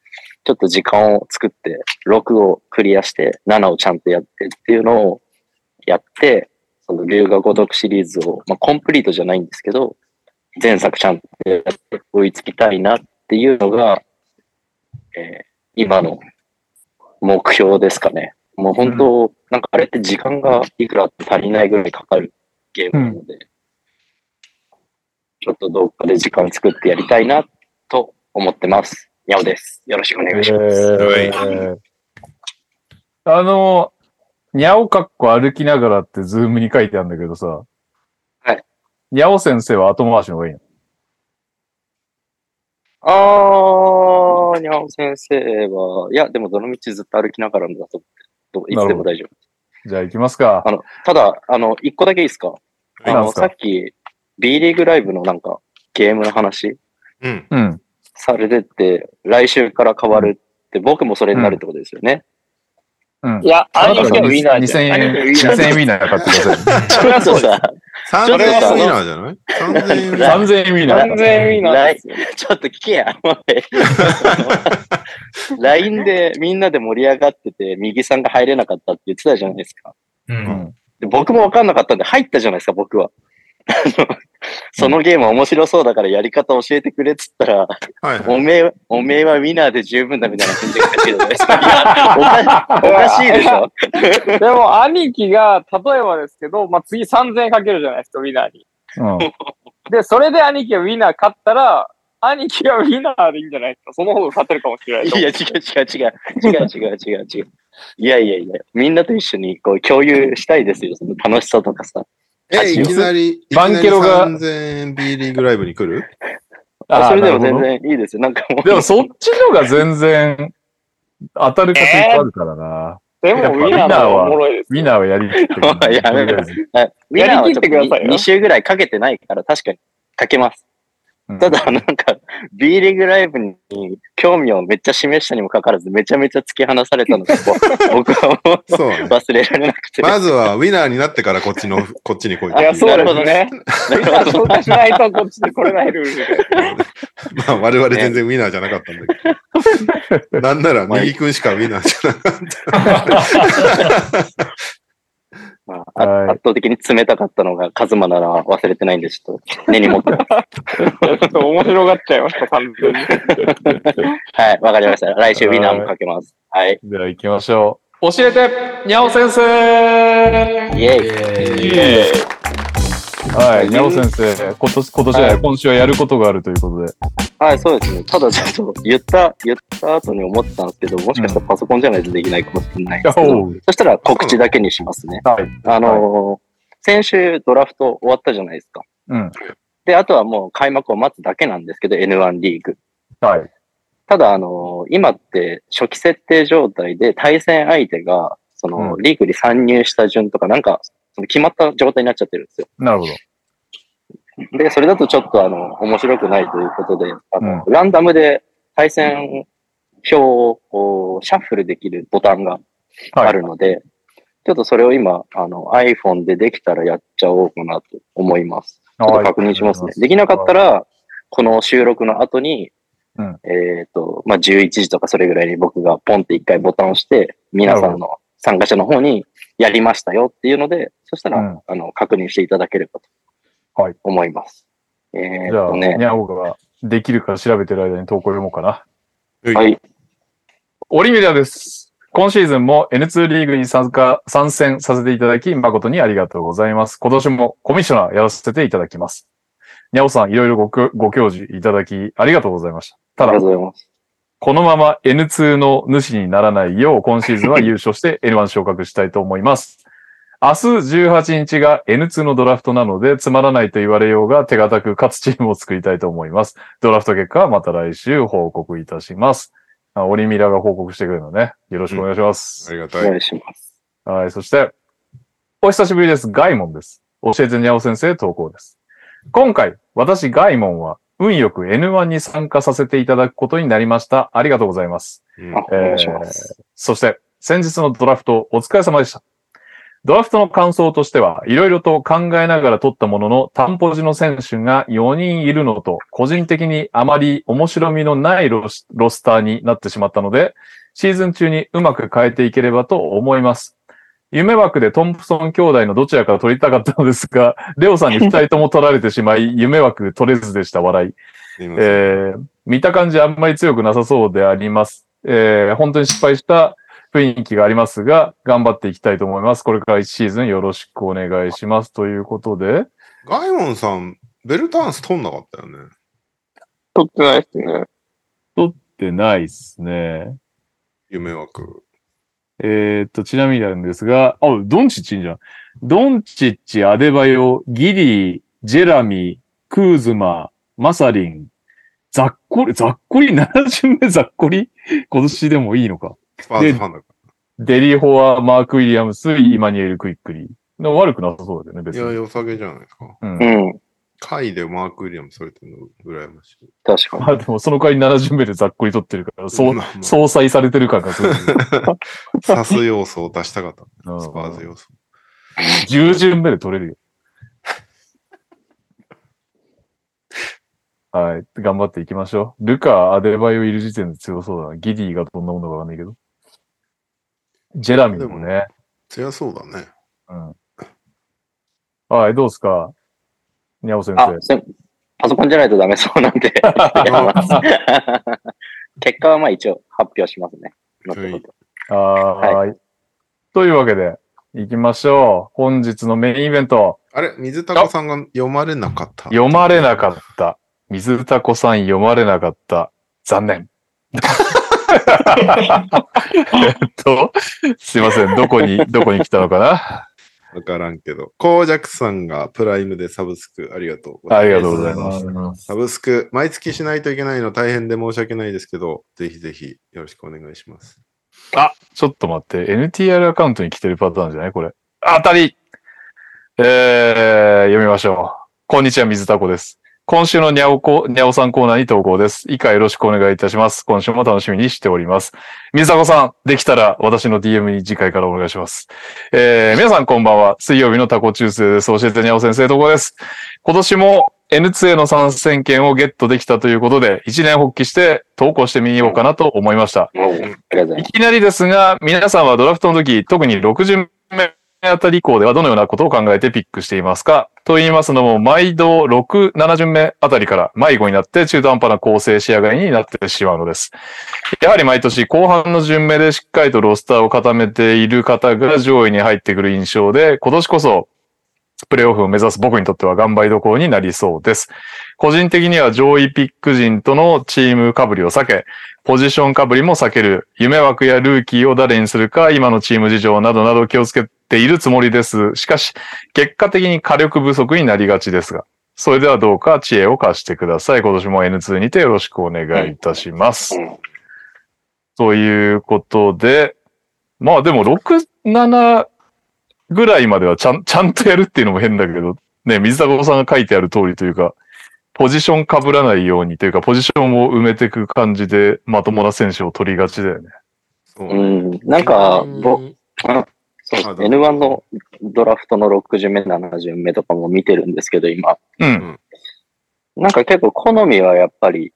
[SPEAKER 5] ちょっと時間を作って、6をクリアして、7をちゃんとやってっていうのをやって、その龍が如くシリーズを、まあコンプリートじゃないんですけど、前作ちゃんとやって追いつきたいなっていうのが、えー今の目標ですかね。もう本当、なんかあれって時間がいくらあって足りないぐらいかかるゲームなので、ちょっとどっかで時間作ってやりたいなと思ってます。にゃおです。よろしくお願いします。
[SPEAKER 2] えーあの、にゃおかっこ歩きながらってズームに書いてあるんだけどさ。
[SPEAKER 5] はい。
[SPEAKER 2] にゃお先生は後回しの方がいいの
[SPEAKER 5] あー、にゃお先生は、いや、でもどの道ずっと歩きながらだと思って、いつでも大丈夫。
[SPEAKER 2] じゃあ行きますか。
[SPEAKER 5] あの、ただ、あの、一個だけいいですかあ
[SPEAKER 2] なんで
[SPEAKER 5] の、
[SPEAKER 2] すか
[SPEAKER 5] さっき、B リーグライブのなんか、ゲームの話
[SPEAKER 3] うん。
[SPEAKER 2] うん。
[SPEAKER 5] されてて、来週から変わるって、僕もそれになるってことですよね。
[SPEAKER 2] うん
[SPEAKER 4] い。や、
[SPEAKER 2] あ
[SPEAKER 4] アニメウィナーじゃ
[SPEAKER 2] 2000
[SPEAKER 4] ん。アニ
[SPEAKER 2] 円、
[SPEAKER 4] メウィナー
[SPEAKER 2] 2000円ウィナー買ってくださ
[SPEAKER 5] [LAUGHS]
[SPEAKER 2] い。
[SPEAKER 5] ちょっとさ、
[SPEAKER 3] 3000円ウィナーじゃない ?3000 円ウィナー。
[SPEAKER 2] 3000円ウィナー買っ
[SPEAKER 4] 完
[SPEAKER 2] て。
[SPEAKER 4] 全ウィナーですよ。
[SPEAKER 5] ちょっと聞けや、 [LAUGHS] おい LINE でみんなで盛り上がってて、右さんが入れなかったって言ってたじゃないですか。
[SPEAKER 1] う。
[SPEAKER 2] うんん。
[SPEAKER 5] で僕もわかんなかったんで入ったじゃないですか、僕は。 [LAUGHS] あのそのゲーム面白そうだからやり方教えてくれっつったら、
[SPEAKER 3] はいは
[SPEAKER 5] お
[SPEAKER 3] い。
[SPEAKER 5] めえ、おめえはウィナーで十分だみたいな感じで返してきたじゃな
[SPEAKER 2] [LAUGHS]
[SPEAKER 5] いですか。いやおかおかしいでしょ
[SPEAKER 4] でも、兄貴が、例えばですけど、まあ、次3000円かけるじゃないですか、ウィナーに。
[SPEAKER 2] うん。
[SPEAKER 4] で、それで兄貴がウィナー勝ったら、兄貴がウィナーでいいんじゃないですか。その方が勝てるかもしれないと思う
[SPEAKER 5] いや、違う違う違う。違う違う違う違う。いやいやいや、みんなと一緒にこう共有したいですよ。その楽しさとかさ。
[SPEAKER 3] え、いきなり、
[SPEAKER 2] バンケロが
[SPEAKER 3] いきなり3000円 B リーグライブに来る
[SPEAKER 2] あー
[SPEAKER 5] それでも
[SPEAKER 2] なるほ
[SPEAKER 5] 全
[SPEAKER 2] ど
[SPEAKER 5] 然いいですよ。なんかもう。
[SPEAKER 2] でもそっちのが全然当たる確率あるからな。
[SPEAKER 4] でも、ウィナーの方がおもろいです。
[SPEAKER 2] ウィナーはやりきってくれ
[SPEAKER 5] おい [LAUGHS] やめろ
[SPEAKER 2] とりあえず
[SPEAKER 5] はい
[SPEAKER 4] やりきってくださいよ
[SPEAKER 5] ウィナーはちょっとに2週ぐらいかけてないから、確かにかけます。
[SPEAKER 2] うん
[SPEAKER 5] ただ、なんか、B リーグライブに興味をめっちゃ示したにもかかわらず、めちゃめちゃ突き放されたの
[SPEAKER 2] [LAUGHS]
[SPEAKER 5] が、こう僕はもう
[SPEAKER 3] そうね。
[SPEAKER 5] 忘れられなくて。
[SPEAKER 3] まずは、ウィナーになってからこっちの、こっちに来い。
[SPEAKER 4] いや、そう
[SPEAKER 5] な
[SPEAKER 4] で
[SPEAKER 5] るほど
[SPEAKER 4] すね。ウィナー消化しないと、こっちに来れないルールで。
[SPEAKER 3] まあ、我々全然ウィナーじゃなかったんだけど。なんなら、右くんしかウィナーじゃなかった。
[SPEAKER 5] まあ、あ
[SPEAKER 2] はい
[SPEAKER 5] 圧倒的に冷たかったのが、カズマなら忘れてないんで、ちょっ
[SPEAKER 2] [LAUGHS]
[SPEAKER 5] と根に持ってます。
[SPEAKER 4] ちょっと面白がっちゃいました、完全に。
[SPEAKER 5] はい、わかりました。来週ウィナーもかけます。はい。
[SPEAKER 2] では行きましょう。教えて、にゃお先生
[SPEAKER 5] イェイ。
[SPEAKER 1] え
[SPEAKER 2] はい、にゃお先生、今年、今年は、
[SPEAKER 5] はい
[SPEAKER 2] 今週はやることがあるということで。
[SPEAKER 5] はい、そうですね。ただちょっと言った、言った後に思ってたんですけど、もしかしたらパソコンじゃないとできないかもしれないんですけど、
[SPEAKER 2] おう
[SPEAKER 5] そしたら告知だけにしますね。
[SPEAKER 2] はい。
[SPEAKER 5] あのー先週ドラフト終わったじゃないですか。
[SPEAKER 2] うん。
[SPEAKER 5] で、あとはもう開幕を待つだけなんですけど、N1 リーグ。
[SPEAKER 2] はい。
[SPEAKER 5] ただ、あのー今って初期設定状態で対戦相手が、その、リーグに参入した順とか、なんか、その決まった状態になっちゃってるんですよ。
[SPEAKER 2] なるほど。
[SPEAKER 5] で、それだとちょっとあの、面白くないということで、あの、
[SPEAKER 2] う
[SPEAKER 5] ランダムで対戦表をこうシャッフルできるボタンが
[SPEAKER 2] はい。
[SPEAKER 5] あるので、ちょっとそれを今、あの、iPhone でできたらやっちゃおうかなと思います。ちょっと確認しますね。できなかった
[SPEAKER 2] ら。
[SPEAKER 5] ら、この収録の後に、
[SPEAKER 2] うん
[SPEAKER 5] えっ、と、まあ、11時とかそれぐらいに僕がポンって一回ボタンを押して、皆さ
[SPEAKER 2] なん
[SPEAKER 5] の参加者の方にやりましたよっていうので、そしたら、
[SPEAKER 2] うん
[SPEAKER 5] あの、確認していただければと
[SPEAKER 2] はい
[SPEAKER 5] 思います。え
[SPEAKER 2] じ
[SPEAKER 5] ー
[SPEAKER 2] ゃ
[SPEAKER 5] っ
[SPEAKER 2] あ、
[SPEAKER 5] と
[SPEAKER 2] に
[SPEAKER 5] ね、
[SPEAKER 2] ゃおができるか調べてる間に投稿読もうかな。
[SPEAKER 5] はい。
[SPEAKER 2] オリミラです。今シーズンも N2 リーグに参加、参戦させていただき、誠にありがとうございます。今年もコミッショナーやらせていただきます。にゃおさん、いろいろごくご教示いただき、ありがとうございました。た
[SPEAKER 5] あ
[SPEAKER 2] だ
[SPEAKER 5] りがと、うございます。
[SPEAKER 2] このまま N2 の主にならない [LAUGHS] よう、今シーズンは優勝して N1 昇格したいと思います。明日18日が N2 のドラフトなので、つまらないと言われようが手堅く勝つチームを作りたいと思います。ドラフト結果はまた来週報告いたします。あオリミラが報告してくれるのね。よろしくお願いします
[SPEAKER 3] あ。りが
[SPEAKER 5] お
[SPEAKER 3] たい。
[SPEAKER 5] 願いします。
[SPEAKER 2] はい、そして、お久しぶりです。ガイモンです。教えてにゃお先生投稿です。今回、私ガイモンは、運よく N1 に参加させていただくことになりました。ありがとうございます。
[SPEAKER 3] うん
[SPEAKER 5] あ、お願いします。
[SPEAKER 2] そして、先日のドラフト、お疲れ様でした。ドラフトの感想としては、いろいろと考えながら取ったものの、担保時の選手が4人いるのと、個人的にあまり面白みのないロスロスターになってしまったので、シーズン中にうまく変えていければと思います。夢枠でトンプソン兄弟のどちらか取りたかったのですが、レオさんに2人とも取られてしまい、夢枠取れずでした、笑い。
[SPEAKER 3] すいません
[SPEAKER 2] えー見た感じあんまり強くなさそうであります。えー本当に失敗した雰囲気がありますが、頑張っていきたいと思います。これから1シーズンよろしくお願いします。ということで、
[SPEAKER 3] ガイモンさん、ベルタンス取んなかったよね。
[SPEAKER 4] 撮ってないですね。
[SPEAKER 2] で、ないですね。
[SPEAKER 3] 夢枠。
[SPEAKER 2] えーっと、ちなみになんですが、あ、ドンチッチいいんじゃん。ドンチッチ、アデバヨ、ギリー、ジェラミー、クーズマ、マサリン、ざっこり、ざっこり、7巡 [LAUGHS] 目ざっこり今年でもいいのか。
[SPEAKER 3] スパーズファンだか
[SPEAKER 2] デリー・ホア、マーク・ウィリアムス、イマニュエル・クイックリー。の悪くなさそうだよね、
[SPEAKER 3] ら。い
[SPEAKER 2] 別
[SPEAKER 3] や、
[SPEAKER 2] に。
[SPEAKER 3] 良さげじゃないですか。
[SPEAKER 2] うん
[SPEAKER 5] うん、
[SPEAKER 3] 回でマーク・ウィリアムそれってんの羨ましい。
[SPEAKER 5] 確かに
[SPEAKER 2] ま。あでも、その代わり70名でざっくり取ってるから、そう、
[SPEAKER 3] まあまあ
[SPEAKER 2] 相殺されてる感がする。
[SPEAKER 3] 刺す要素を出したかった。
[SPEAKER 2] うん
[SPEAKER 3] スパーズ要素。
[SPEAKER 2] 10巡目で
[SPEAKER 3] [LAUGHS]
[SPEAKER 2] 取れるよ。はい。頑張っていきましょう。ルカ、アデバイをいる時点で強そうだな。ギディがどんなものかわかんないけど。ジェラミーもね。
[SPEAKER 3] 強そうだね。
[SPEAKER 2] うん。はい、どうですかニャオ先
[SPEAKER 5] あ
[SPEAKER 2] 生。、
[SPEAKER 5] せパソコンじゃないとダメそうな
[SPEAKER 2] [LAUGHS]
[SPEAKER 5] んで。結果はまあ一応発表しますね。
[SPEAKER 3] はい
[SPEAKER 2] はーい。というわけで、行きましょう。本日のメインイベント、
[SPEAKER 3] あれ、水高さんが読まれなかった。
[SPEAKER 2] 読まれなかった。水田子さん読まれなかった。残 [LAUGHS] 念。えっと、すいません。どこに、どこに来たのか
[SPEAKER 3] わからんけど。コージャクさんがプライムでサブスクありがとうご
[SPEAKER 2] なあ
[SPEAKER 3] ざい
[SPEAKER 2] り
[SPEAKER 3] ます。
[SPEAKER 2] がとうございます。
[SPEAKER 1] ます。
[SPEAKER 3] サブスク、毎月しないといけないの大変で申し訳ないですけど、ぜひぜひよろしくお願いします。
[SPEAKER 2] あ、ちょっと待って。NTR アカウントに来てるパターンじゃないこれ。当たりえー、読みましょう。こんにちは、水田子です。今週のにゃおこ、にゃおさんコーナーに投稿です。以下よろしくお願いいたします。今週も楽しみにしております。水田子さん、できたら私の DM に次回からお願いします。えー、皆さんこんばんは。水曜日のタコ中世です。教えてにゃお先生投稿です。今年も N2 への参戦権をゲットできたということで、一年発起して投稿してみようかなと思いました。
[SPEAKER 5] ありがとうござい
[SPEAKER 2] い
[SPEAKER 5] ます。
[SPEAKER 2] きなりですが、皆さんはドラフトの時、特に60名あたり以降ではどのようなことを考えてピックしていますかと言いますのも、毎度6、7巡目あたりから迷子になって中途半端な構成仕上がりになってしまうのです。やはり毎年後半の巡目でしっかりとロスターを固めている方が上位に入ってくる印象で、今年こそプレイオフを目指す僕にとっては頑張りどころになりそうです。個人的には上位ピック陣とのチーム被りを避け、ポジション被りも避ける、夢枠やルーキーを誰にするか、今のチーム事情などなど気をつけているつもりです。しかし、結果的に火力不足になりがちですが、それではどうか知恵を貸してください。今年も N2 にてよろしくお願いいたします。
[SPEAKER 5] うん
[SPEAKER 2] ということで、まあでも6、7ぐらいまではちゃん、ちゃんとやるっていうのも変だけど、ね、水田さんが書いてある通りというか、ポジション被らないようにというか、ポジションを埋めていく感じで、まともな選手を取りがちだよね。
[SPEAKER 5] うん、なんか、ぼ、あそう
[SPEAKER 3] あどうぞ
[SPEAKER 5] N1 のドラフトの6巡目、7巡目とかも見てるんですけど、今。
[SPEAKER 2] うん。
[SPEAKER 5] なんか結構好みはやっぱり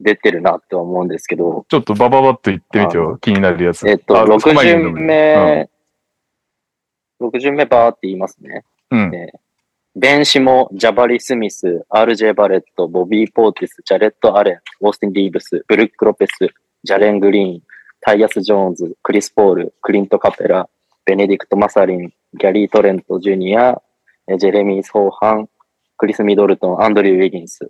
[SPEAKER 5] 出てるなって思うんですけど、
[SPEAKER 2] ちょっとバババッと言ってみてよ。気になるやつ。
[SPEAKER 5] えっと、
[SPEAKER 2] あ
[SPEAKER 5] 6
[SPEAKER 2] 前に言うの
[SPEAKER 5] 巡
[SPEAKER 2] もいいね
[SPEAKER 5] 目、6巡目バーって言いますね。
[SPEAKER 2] うん。
[SPEAKER 5] ベンシモ、ジャバリ・スミス、RJ ・バレット、ボビー・ポーティス、ジャレット・アレン、オースティン・リーブス、ブルック・ロペス、ジャレン・グリーン、タイヤス・ジョーンズ、クリス・ポール、クリント・カペラ、ベネディクト・マサリン、ギャリー・トレント・ジュニア、えジェレミー・ソーハン、クリス・ミドルトン、アンドリュー・ウィギンス。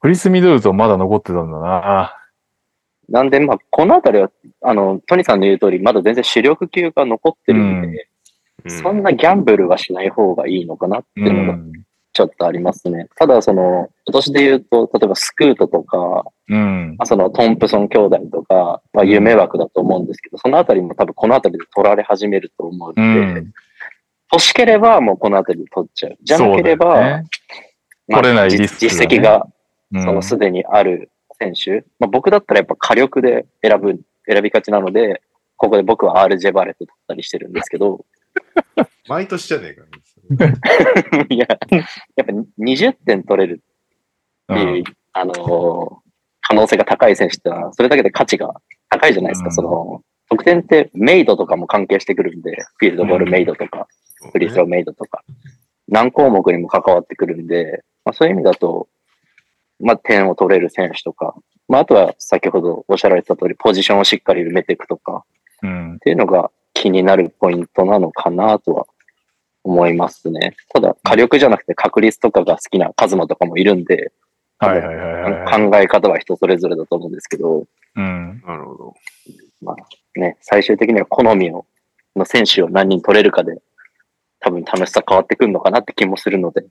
[SPEAKER 2] クリス・ミドルトンまだ残ってたんだな。
[SPEAKER 5] なんで、まあ、このあたりは、あの、トニーさんの言う通り、まだ全然主力級が残ってるんで、そんなギャンブルはしない方がいいのかなって
[SPEAKER 2] う
[SPEAKER 5] いうのが
[SPEAKER 2] ん。
[SPEAKER 5] ちょっとありますね。ただ、その、今年で言うと、例えばスクートとか、
[SPEAKER 2] うん
[SPEAKER 5] ま。あそのトンプソン兄弟とか、まあ、夢枠だと思うんですけど、そのあたりも多分このあたりで取られ始めると思うの
[SPEAKER 2] う
[SPEAKER 5] で、
[SPEAKER 2] ん。
[SPEAKER 5] 欲しければもうこのあたりで取っちゃう。じゃなければ、
[SPEAKER 2] そうだよね
[SPEAKER 5] まあ
[SPEAKER 2] 取れない
[SPEAKER 5] じ
[SPEAKER 2] リスクがね
[SPEAKER 5] 実績が
[SPEAKER 2] うん
[SPEAKER 5] そのすでにある選手、まあ、僕だったらやっぱ火力で選ぶ、選びがちなので、ここで僕は RJ バレットだったりしてるんですけど、 [LAUGHS]
[SPEAKER 3] 毎年じゃねえかね。
[SPEAKER 5] いや、やっぱ20点取れるっていう、あのー可能性が高い選手ってのは、それだけで価値が高いじゃないですか、
[SPEAKER 2] うん
[SPEAKER 5] その、得点ってメイドとかも関係してくるんで、フィールドボールメイドとか、フリースローメイドとか、何項目にも関わってくるんで、まあ、そういう意味だと、まあ、点を取れる選手とか、まあ、あとは先ほどおっしゃられてた通り、ポジションをしっかり埋めていくとか、
[SPEAKER 2] うん。
[SPEAKER 5] っていうのが気になるポイントなのかなとは思いますね。ただ、火力じゃなくて確率とかが好きなカズマとかもいるんで、
[SPEAKER 2] はいはいはいはいはい。
[SPEAKER 5] 考え方は人それぞれだと思うんですけど、
[SPEAKER 2] うん。
[SPEAKER 3] なるほど。
[SPEAKER 5] ね、最終的には好みをの選手を何人取れるかで、多分楽しさ変わってくるのかなって気もするので、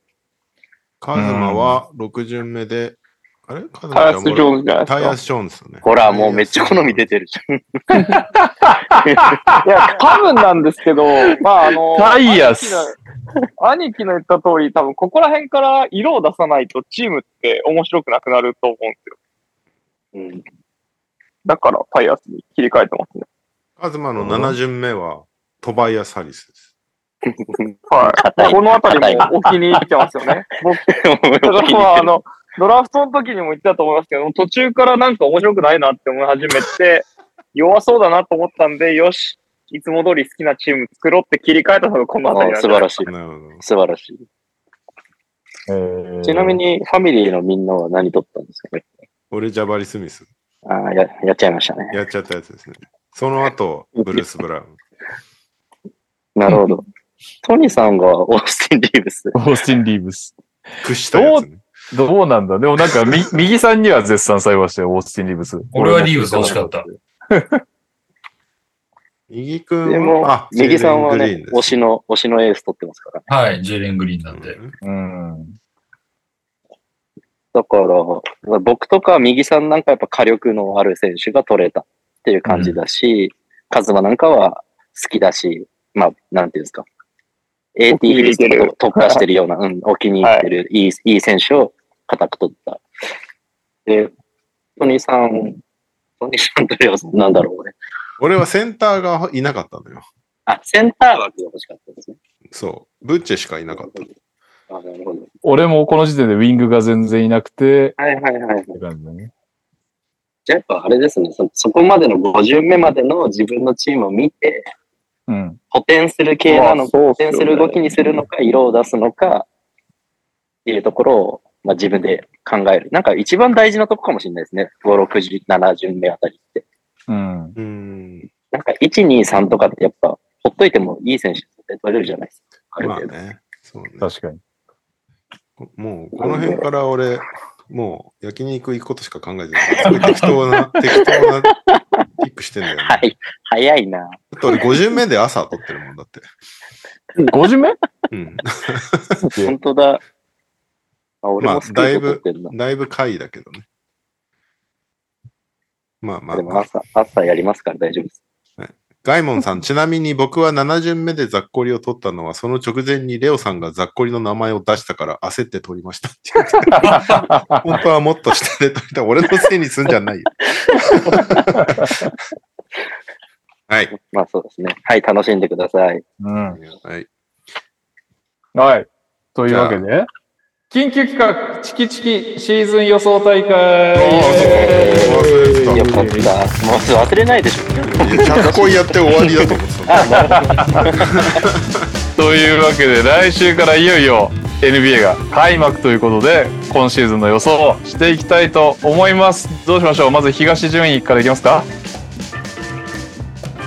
[SPEAKER 3] カズマは6巡目で、あれカズ
[SPEAKER 4] タ
[SPEAKER 3] マじ
[SPEAKER 4] イヤ
[SPEAKER 3] ゃ
[SPEAKER 4] ス・
[SPEAKER 3] も
[SPEAKER 4] ジ
[SPEAKER 3] う
[SPEAKER 4] ョーンズじゃない
[SPEAKER 3] タイ
[SPEAKER 4] で
[SPEAKER 3] ヤ
[SPEAKER 4] す
[SPEAKER 3] ス・ジョーンズだね。
[SPEAKER 5] ほら、もうめっちゃ好み出てるじ
[SPEAKER 4] か。いや、多分なんですけど、まあ、あの、
[SPEAKER 2] タイヤス
[SPEAKER 4] 兄貴の兄貴の言った通り、多分ここら辺から色を出さないとチームって面白くなくなると思うんですよ。
[SPEAKER 5] ゃん。 [LAUGHS] うん、
[SPEAKER 4] だからタイヤスに切り替えてますね。
[SPEAKER 3] カズマの7巡目は、トバイアス・ハリスです。
[SPEAKER 4] は
[SPEAKER 5] 硬
[SPEAKER 4] い。
[SPEAKER 5] い
[SPEAKER 4] この辺りもお気に入りってますよね。僕だからまあ、あ
[SPEAKER 5] [LAUGHS]
[SPEAKER 4] の、ドラフトの時にも言ってたと思いますけど、途中からなんか面白くないなって思い始めて、 [LAUGHS] 弱そうだなと思ったんで、よし、いつも通り好きなチーム作ろうって切り替えたのがこの辺り
[SPEAKER 5] あ
[SPEAKER 4] なん
[SPEAKER 5] 素
[SPEAKER 4] で
[SPEAKER 5] 晴らしい。
[SPEAKER 3] なるほど。
[SPEAKER 5] 素晴らしい。
[SPEAKER 2] えー
[SPEAKER 5] ちなみ。に、ファミリーのみんなは何取ったんですかね
[SPEAKER 3] 俺、ジャバリ・スミス。
[SPEAKER 5] ああ、や、やっちゃいましたね。
[SPEAKER 3] やっちゃったやつですね。その後、ブルース・ブラウン。
[SPEAKER 5] なるほど。トニーさんがオースティン・リーブス。
[SPEAKER 2] オースティン・リーブス。
[SPEAKER 3] 屈したやつね。
[SPEAKER 2] どうなんだでもなんか、み、 [LAUGHS] 右さんには絶賛されましたよ、オースティン・リーブス。
[SPEAKER 1] 俺はリーブス欲しかった。
[SPEAKER 3] 右く
[SPEAKER 5] で
[SPEAKER 3] ん
[SPEAKER 5] も
[SPEAKER 3] は、あ、
[SPEAKER 5] 右さんは
[SPEAKER 3] ジェイレングリーン
[SPEAKER 5] ね、
[SPEAKER 3] です
[SPEAKER 5] 推しの、推しのエース取ってますからね。
[SPEAKER 1] はい、ジェレン・グリーンなんで。
[SPEAKER 2] うん。
[SPEAKER 5] だから、僕とか右さんなんかやっぱ火力のある選手が取れたっていう感じだし、カズマなんかは好きだし、まあ、なんていうんですか。AT
[SPEAKER 4] 気に入
[SPEAKER 5] に
[SPEAKER 4] ってる
[SPEAKER 5] 特化してるような、うん、お気に入ってる、い、いいい選手を固く取った。で、トニーさん、トニーさんとレオさん、なんだろうね。
[SPEAKER 3] 俺はセンターがいなかったのよ。
[SPEAKER 5] あ、センター枠が欲しかったですね。
[SPEAKER 3] そう。ブッチェしかいなかった。
[SPEAKER 5] あ、なるほど。
[SPEAKER 2] 俺もこの時点でウィングが全然いなくて、っ
[SPEAKER 5] はいはいはいはい。
[SPEAKER 2] て感じだね。
[SPEAKER 5] じゃあやっぱあれですね、そそこまでの50目までの自分のチームを見て、
[SPEAKER 2] うん。
[SPEAKER 5] 補填する系なのか、
[SPEAKER 4] まあそう
[SPEAKER 5] 補
[SPEAKER 4] っすよね
[SPEAKER 5] 填する動きにするのか、色を出すのか、っていうところを、まあ、自分で考える。なんか一番大事なとこかもしれないですね。5、6、7巡目あたりって。
[SPEAKER 2] うん。
[SPEAKER 3] うん。
[SPEAKER 5] なんか1、2、3とかってやっぱ、ほっといてもいい選手って取れるじゃないですか。ある
[SPEAKER 3] まあ
[SPEAKER 5] 程度。
[SPEAKER 3] ね。そうね。
[SPEAKER 2] 確 [LAUGHS] かに。
[SPEAKER 3] もう、この辺から俺、もう、焼肉行くことしか考えてない。すごい適当
[SPEAKER 5] [LAUGHS]
[SPEAKER 3] な、適当なピックしてんだよね。
[SPEAKER 5] は
[SPEAKER 3] だ
[SPEAKER 5] い。早いな。
[SPEAKER 3] って俺50目で朝撮ってるもんだって。
[SPEAKER 2] 50目
[SPEAKER 3] うん。
[SPEAKER 5] 本当だ。あ、俺
[SPEAKER 3] まあ
[SPEAKER 5] もスクープ取ってんな。
[SPEAKER 3] だいぶ回だけどね。まあまあ
[SPEAKER 5] でも朝、朝やりますから大丈夫です。
[SPEAKER 3] ガイモンさん、ちなみに僕は7巡目でざっこりを取ったのは、その直前にレオさんがざっこりの名前を出したから焦って取りましたって言ってた本当はもっと下で取りたい。俺のせいにすんじゃないよ。はい。
[SPEAKER 5] まあそうですね。はい、楽しんでください。
[SPEAKER 2] うん。
[SPEAKER 3] はい。
[SPEAKER 2] はい。というわけで、緊急企画、チキチキシーズン予想大会
[SPEAKER 3] ーそう
[SPEAKER 5] よかった。もう忘れないでしょ。
[SPEAKER 3] 100個やって終わりだと思ってた。
[SPEAKER 2] というわけで、来週からいよいよ NBA が開幕ということで、今シーズンの予想をしていきたいと思います。どうしましょうまず東順位からいきますか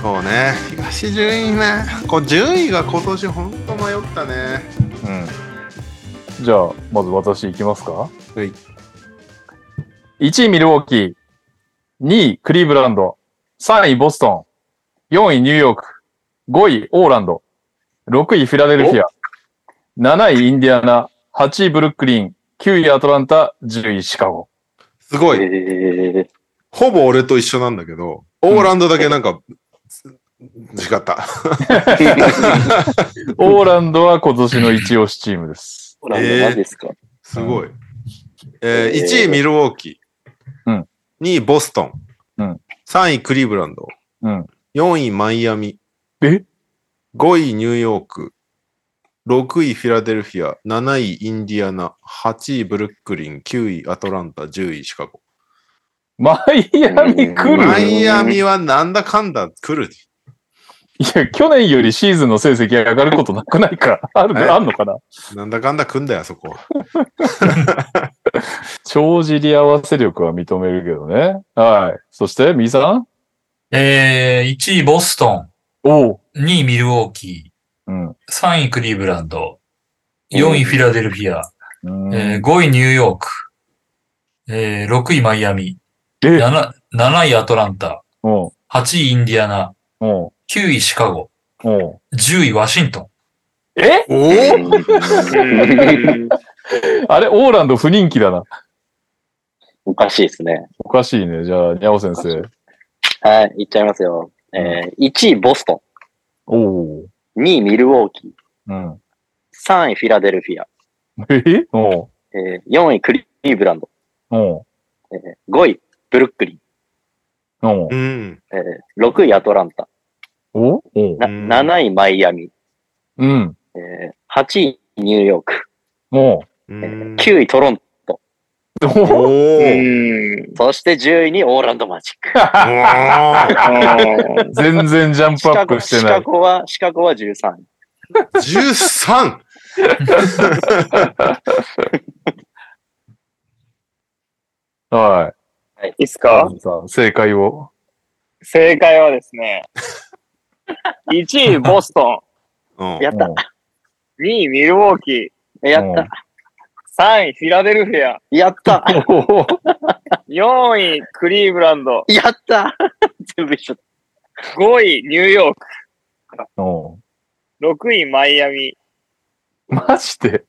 [SPEAKER 3] そうね。東順位ね。こう順位が今年本当迷ったね。
[SPEAKER 2] うん。じゃあ、まず私いきますか
[SPEAKER 3] はい。
[SPEAKER 2] 1位ミルウォーキー、2位クリーブランド、3位ボストン、4位ニューヨーク、5位オーランド、6位フィラデルフィア、7位インディアナ、8位ブルックリン、9位アトランタ、10位シカゴ。
[SPEAKER 3] すごい。
[SPEAKER 5] えー
[SPEAKER 3] ほぼ俺と一緒なんだけど、オーランドだけなんか、違った。
[SPEAKER 2] オーランドは今年の一押しチーム
[SPEAKER 3] [LAUGHS]
[SPEAKER 2] です。
[SPEAKER 5] ほら、
[SPEAKER 3] えー
[SPEAKER 5] マジですか。
[SPEAKER 3] すごい。えー、1位ミルウォーキ
[SPEAKER 2] う
[SPEAKER 3] ー
[SPEAKER 2] ん。
[SPEAKER 3] 2位ボストン。
[SPEAKER 2] うん
[SPEAKER 3] 3位クリーブランド。
[SPEAKER 2] うん。
[SPEAKER 3] 4位マイアミ。
[SPEAKER 2] え
[SPEAKER 3] ?5 位ニューヨーク。6位フィラデルフィア。7位インディアナ。8位ブルックリン。9位アトランタ。10位シカゴ。
[SPEAKER 2] マイアミ来
[SPEAKER 5] うん
[SPEAKER 2] る
[SPEAKER 3] マイアミはなんだかんだ来る。
[SPEAKER 2] いや、去年よりシーズンの成績が上がることなくないかある、
[SPEAKER 3] え
[SPEAKER 2] あんのかな
[SPEAKER 3] なんだかんだ来んだよ、あそこ。
[SPEAKER 2] 帳尻合わせ力は認めるけどね。はい。そして、ミーさん
[SPEAKER 1] えー、1位ボスト
[SPEAKER 2] おう。
[SPEAKER 1] ン、2位ミルウォーキ
[SPEAKER 2] うん。
[SPEAKER 1] ー、3位クリーブランド、4位フィラデルフィア、
[SPEAKER 2] うん
[SPEAKER 1] えー5位ニューヨーク、えー6位マイアミ、
[SPEAKER 2] え
[SPEAKER 1] 7, 7位アトランタ、
[SPEAKER 2] おう。
[SPEAKER 1] 8位インディアナ、
[SPEAKER 2] おう。
[SPEAKER 1] 9位シカゴ、
[SPEAKER 2] おう。
[SPEAKER 1] 10位ワシント
[SPEAKER 2] え
[SPEAKER 3] お
[SPEAKER 4] うん
[SPEAKER 2] あれ、オーランド不人気だな。
[SPEAKER 5] おかしいですね。
[SPEAKER 2] おかしいね。じゃあ、にゃお先生。
[SPEAKER 5] はい、いっちゃいますよ。えー、1位ボスト
[SPEAKER 2] おう。
[SPEAKER 5] ン、2位ミルウォーキ
[SPEAKER 2] う
[SPEAKER 5] ー、
[SPEAKER 2] ん。
[SPEAKER 5] 3位フィラデルフィア、
[SPEAKER 2] えおう。
[SPEAKER 5] えー、4位クリーブランド、
[SPEAKER 2] おう。
[SPEAKER 5] えー、5位ブルックリン、
[SPEAKER 2] おう
[SPEAKER 3] う。ん。
[SPEAKER 5] えー、6位アトランタ、
[SPEAKER 2] おう。おう。
[SPEAKER 5] な
[SPEAKER 3] うん
[SPEAKER 5] 7位マイアミ、
[SPEAKER 2] うん。
[SPEAKER 5] えー、8位ニューヨーク、
[SPEAKER 2] おう。
[SPEAKER 3] う
[SPEAKER 5] え
[SPEAKER 3] ん
[SPEAKER 5] ー、9位トロント、
[SPEAKER 2] おう。
[SPEAKER 3] おー
[SPEAKER 4] うん
[SPEAKER 5] そして10位にオーランドマジック。
[SPEAKER 3] おー
[SPEAKER 4] あー
[SPEAKER 2] 全然ジャン
[SPEAKER 5] シ
[SPEAKER 2] プア
[SPEAKER 5] カ
[SPEAKER 2] ッ
[SPEAKER 5] ゴ
[SPEAKER 2] プして
[SPEAKER 5] シ
[SPEAKER 2] な
[SPEAKER 5] カ
[SPEAKER 2] い。
[SPEAKER 5] ゴは、シカゴは13位。
[SPEAKER 3] 13!
[SPEAKER 2] は
[SPEAKER 5] はい
[SPEAKER 4] いいっすか
[SPEAKER 2] い。さあ、正解を。
[SPEAKER 4] 正解はです
[SPEAKER 5] [LAUGHS]
[SPEAKER 4] ね、1位ボスト
[SPEAKER 3] うん
[SPEAKER 5] やった
[SPEAKER 2] おう。
[SPEAKER 4] ン、2位ミルウォーキー、
[SPEAKER 5] やった。
[SPEAKER 4] 3位フィラデルフィア、
[SPEAKER 2] [LAUGHS]
[SPEAKER 5] やった。
[SPEAKER 2] おう。
[SPEAKER 4] 4位クリーブランド、
[SPEAKER 5] やった。全部一緒。
[SPEAKER 4] 5位ニューヨーク、
[SPEAKER 2] おう。
[SPEAKER 4] 6位マイアミ、
[SPEAKER 2] マジで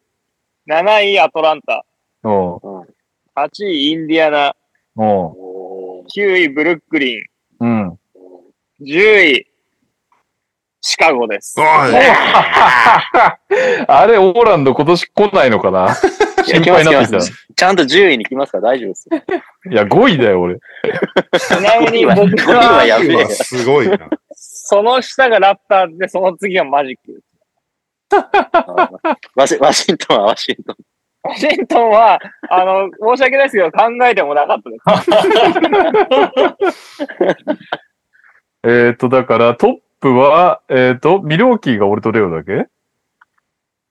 [SPEAKER 4] 7位アトランタ、
[SPEAKER 2] おう。
[SPEAKER 4] 8位インディアナ、
[SPEAKER 2] おう。
[SPEAKER 4] 9位ブルックリン、
[SPEAKER 2] うん。
[SPEAKER 4] 10位シカゴです。
[SPEAKER 3] おい
[SPEAKER 2] あれ、オーランド今年来ないのかな心配になってきた。い
[SPEAKER 5] ちゃんと10位に来ますから大丈夫です
[SPEAKER 2] [LAUGHS]
[SPEAKER 5] よ。
[SPEAKER 2] や、5位だよ、俺。
[SPEAKER 4] ちなみに僕
[SPEAKER 5] 5位はや
[SPEAKER 4] は、
[SPEAKER 5] べえよ。
[SPEAKER 3] 今すごいな。
[SPEAKER 4] その下がラプターズで、その次がマジック。
[SPEAKER 5] ワシワシントンはワシントン。
[SPEAKER 4] ワシントンは、あの、申し訳ないですけど、考えてもなかったです。
[SPEAKER 2] えっ、と、だから、トップは、えっ、と、ミルウォーキーが俺とレオだけ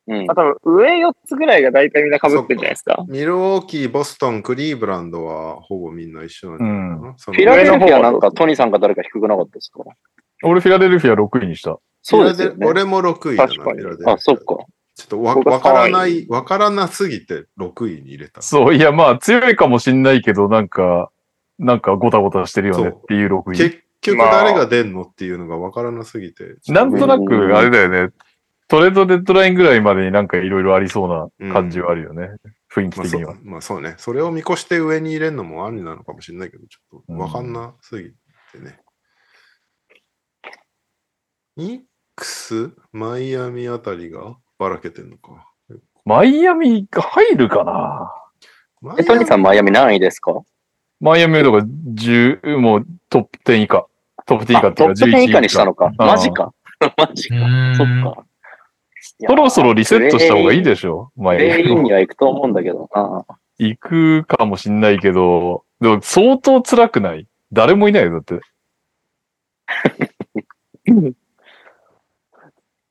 [SPEAKER 5] うん
[SPEAKER 4] あ、。多分上4つぐらいが大体みんな被ってるんじゃないですか。
[SPEAKER 3] ミルウォーキー、ボストン、クリーブランドはほぼみんな一緒なんじゃないかな。その
[SPEAKER 5] フィラデルフィアなんかトニーさんか誰か低くなかったですか
[SPEAKER 2] 俺フィラデルフィア6位にした。
[SPEAKER 5] そうですよね。
[SPEAKER 3] 俺も6位だな。
[SPEAKER 4] 確かに
[SPEAKER 3] フィラデルフィア
[SPEAKER 5] あ、そっか。
[SPEAKER 3] ちょっとわ
[SPEAKER 4] ここ
[SPEAKER 3] わ
[SPEAKER 4] が
[SPEAKER 3] か
[SPEAKER 4] 可
[SPEAKER 3] ら
[SPEAKER 4] 愛い
[SPEAKER 3] ない、わからなすぎて6位に入れた。
[SPEAKER 2] そう、いや、まあ、強いかもしんないけど、なんか、なんかごたごたしてるよねっていう6位。
[SPEAKER 3] 結局誰が出んのっていうのがわからなすぎて。
[SPEAKER 2] なんとなく、あれだよね。トレードデッドラインぐらいまでになんかいろいろありそうな感じはあるよね。雰囲気
[SPEAKER 3] まあ
[SPEAKER 2] 的
[SPEAKER 3] そ
[SPEAKER 2] には
[SPEAKER 3] う。まあそうね。それを見越して上に入れるのもありなのかもしれないけど、ちょっとわかんなすぎてね。ニックス、マイアミあたりがばらけてんのか。
[SPEAKER 2] マイアミが入るかな
[SPEAKER 3] マ
[SPEAKER 5] え、トニーさんマイアミ何位ですか
[SPEAKER 2] マイアミはだから10、もうトップ10以下。トップ10以下
[SPEAKER 5] あ
[SPEAKER 2] って
[SPEAKER 5] ト
[SPEAKER 2] い
[SPEAKER 5] ッ
[SPEAKER 2] うか11
[SPEAKER 5] プ
[SPEAKER 2] 位
[SPEAKER 5] 10以下にしたのか。
[SPEAKER 2] あー
[SPEAKER 5] マジか。 [LAUGHS] マジか。そっか。
[SPEAKER 2] そろそろリセットした方がいい
[SPEAKER 5] す。
[SPEAKER 2] でしょマイア
[SPEAKER 5] 全
[SPEAKER 2] ミ
[SPEAKER 5] 員。には行くと思うんだけどな。
[SPEAKER 2] 行くかもしんないけど、でも相当辛くない誰もいないよ、だって。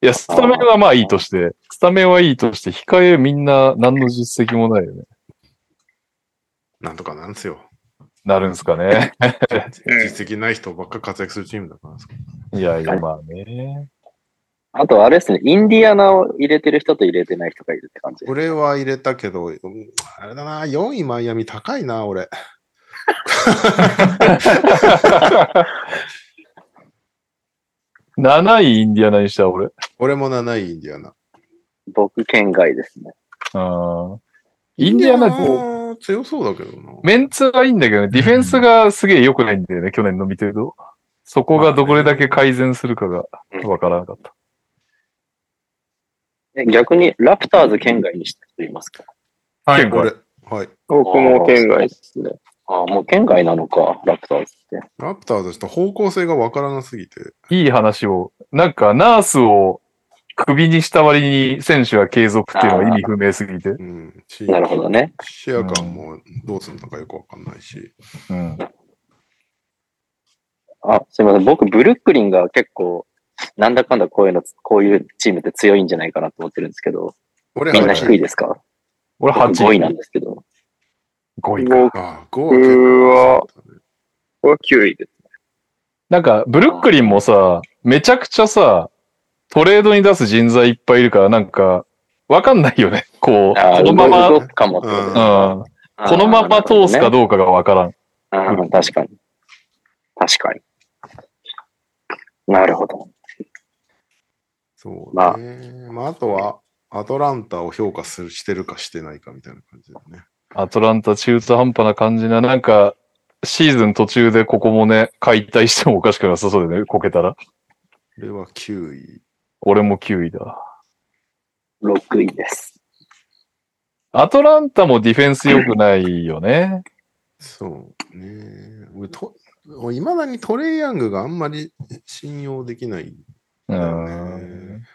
[SPEAKER 2] いや、スタメンはまあいいとして、スタメンはいいとして、控えみんな何の実績もないよね。
[SPEAKER 3] なんとかなんですよ。
[SPEAKER 2] なるんすかね。
[SPEAKER 3] 実績ない人ばっか活躍するチームだから。
[SPEAKER 2] いやいや、まあね。 [LAUGHS]
[SPEAKER 5] あとあれですね、インディアナを入れてる人と入れてない人がいるって感じ。
[SPEAKER 3] 俺は入れたけど、うんあれだな、4位マイアミ高いな、俺。
[SPEAKER 2] 7位インディアナにした、俺。
[SPEAKER 3] 俺も7位インディアナ。
[SPEAKER 5] 僕、県外ですね。
[SPEAKER 2] うんインディアナ、
[SPEAKER 3] ナ強そうだけどな。
[SPEAKER 2] メンツはいいんだけどね、ディフェンスがすげえ良くないんだよね、去年の見てると。そこがどこれだけ改善するかがわからなかった。
[SPEAKER 5] え逆に、ラプターズ県外にした人いますか
[SPEAKER 1] は
[SPEAKER 2] 健
[SPEAKER 1] い
[SPEAKER 2] 康。
[SPEAKER 3] 俺、はい。
[SPEAKER 4] 僕も県外です。
[SPEAKER 5] すね。ああ、もう県外なのか、ラプターズって。
[SPEAKER 3] ラプターズした方向性がわからなすぎて。
[SPEAKER 2] いい話を、なんかナースを首にした割に選手は継続っていうのは意味不明すぎて。
[SPEAKER 3] うん。シ
[SPEAKER 5] なるほどね。
[SPEAKER 3] シェア感もどうするのかよくわかんないし。
[SPEAKER 2] うん。
[SPEAKER 5] あ、すみません。僕、ブルックリンが結構、なんだかんだこういうの、こういうチームって強いんじゃないかなと思ってるんですけど、
[SPEAKER 3] 俺
[SPEAKER 5] みんな
[SPEAKER 3] 8
[SPEAKER 5] 低
[SPEAKER 3] 位。
[SPEAKER 5] いですか
[SPEAKER 2] 俺
[SPEAKER 5] 僕5
[SPEAKER 2] 8
[SPEAKER 5] 位
[SPEAKER 2] 位。
[SPEAKER 5] なんですけど。
[SPEAKER 2] 5位か。
[SPEAKER 4] 僕
[SPEAKER 3] ああ、5は結構強かったね
[SPEAKER 4] は9位です。
[SPEAKER 2] なんか、ブルックリンもさ、めちゃくちゃさ、トレードに出す人材いっぱいいるから、なんか、わかんないよね。こう、
[SPEAKER 5] ああ、
[SPEAKER 2] このまま、
[SPEAKER 5] 動くかもってことで
[SPEAKER 2] うん。
[SPEAKER 5] すね
[SPEAKER 2] このまま通すかどうかがわからん。
[SPEAKER 5] ああ、確かに。確かに。なるほど。
[SPEAKER 3] そう
[SPEAKER 5] まあ
[SPEAKER 3] ね。まあ、あとは、アトランタを評価するしてるかしてないかみたいな感じだよね。
[SPEAKER 2] アトランタ中途半端な感じな、なんか、シーズン途中でここもね、解体してもおかしくなさそうでね、こけたら。
[SPEAKER 3] 俺は9位。
[SPEAKER 2] 俺も9位だ。
[SPEAKER 5] 6位です。
[SPEAKER 2] アトランタもディフェンス良くないよね。
[SPEAKER 3] そうね。俺と、いまだにトレイヤングがあんまり信用できない
[SPEAKER 2] う
[SPEAKER 3] だよね
[SPEAKER 2] ん。。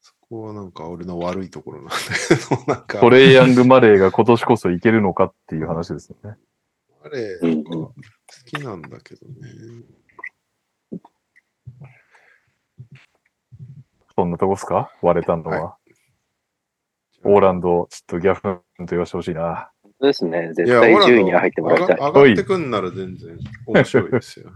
[SPEAKER 3] そこはなんか俺の悪いところなんだけど、なんか、
[SPEAKER 2] トレイヤング・マレーが今年こそいけるのかっていう話ですよね。
[SPEAKER 3] あれ、
[SPEAKER 5] う
[SPEAKER 3] なんんか好きなんだけどね。
[SPEAKER 2] そんなとこっすか割れたのは。
[SPEAKER 3] は
[SPEAKER 2] オーランド、ちょっとギャフンと言わしてほしいな。
[SPEAKER 5] 本当ですね。絶
[SPEAKER 3] いや、
[SPEAKER 5] 対
[SPEAKER 3] オラン
[SPEAKER 5] 10位
[SPEAKER 3] ド
[SPEAKER 5] には入ってもらいたい。
[SPEAKER 3] 上が上がってくんなら全然面白いです
[SPEAKER 5] [LAUGHS]
[SPEAKER 3] よ。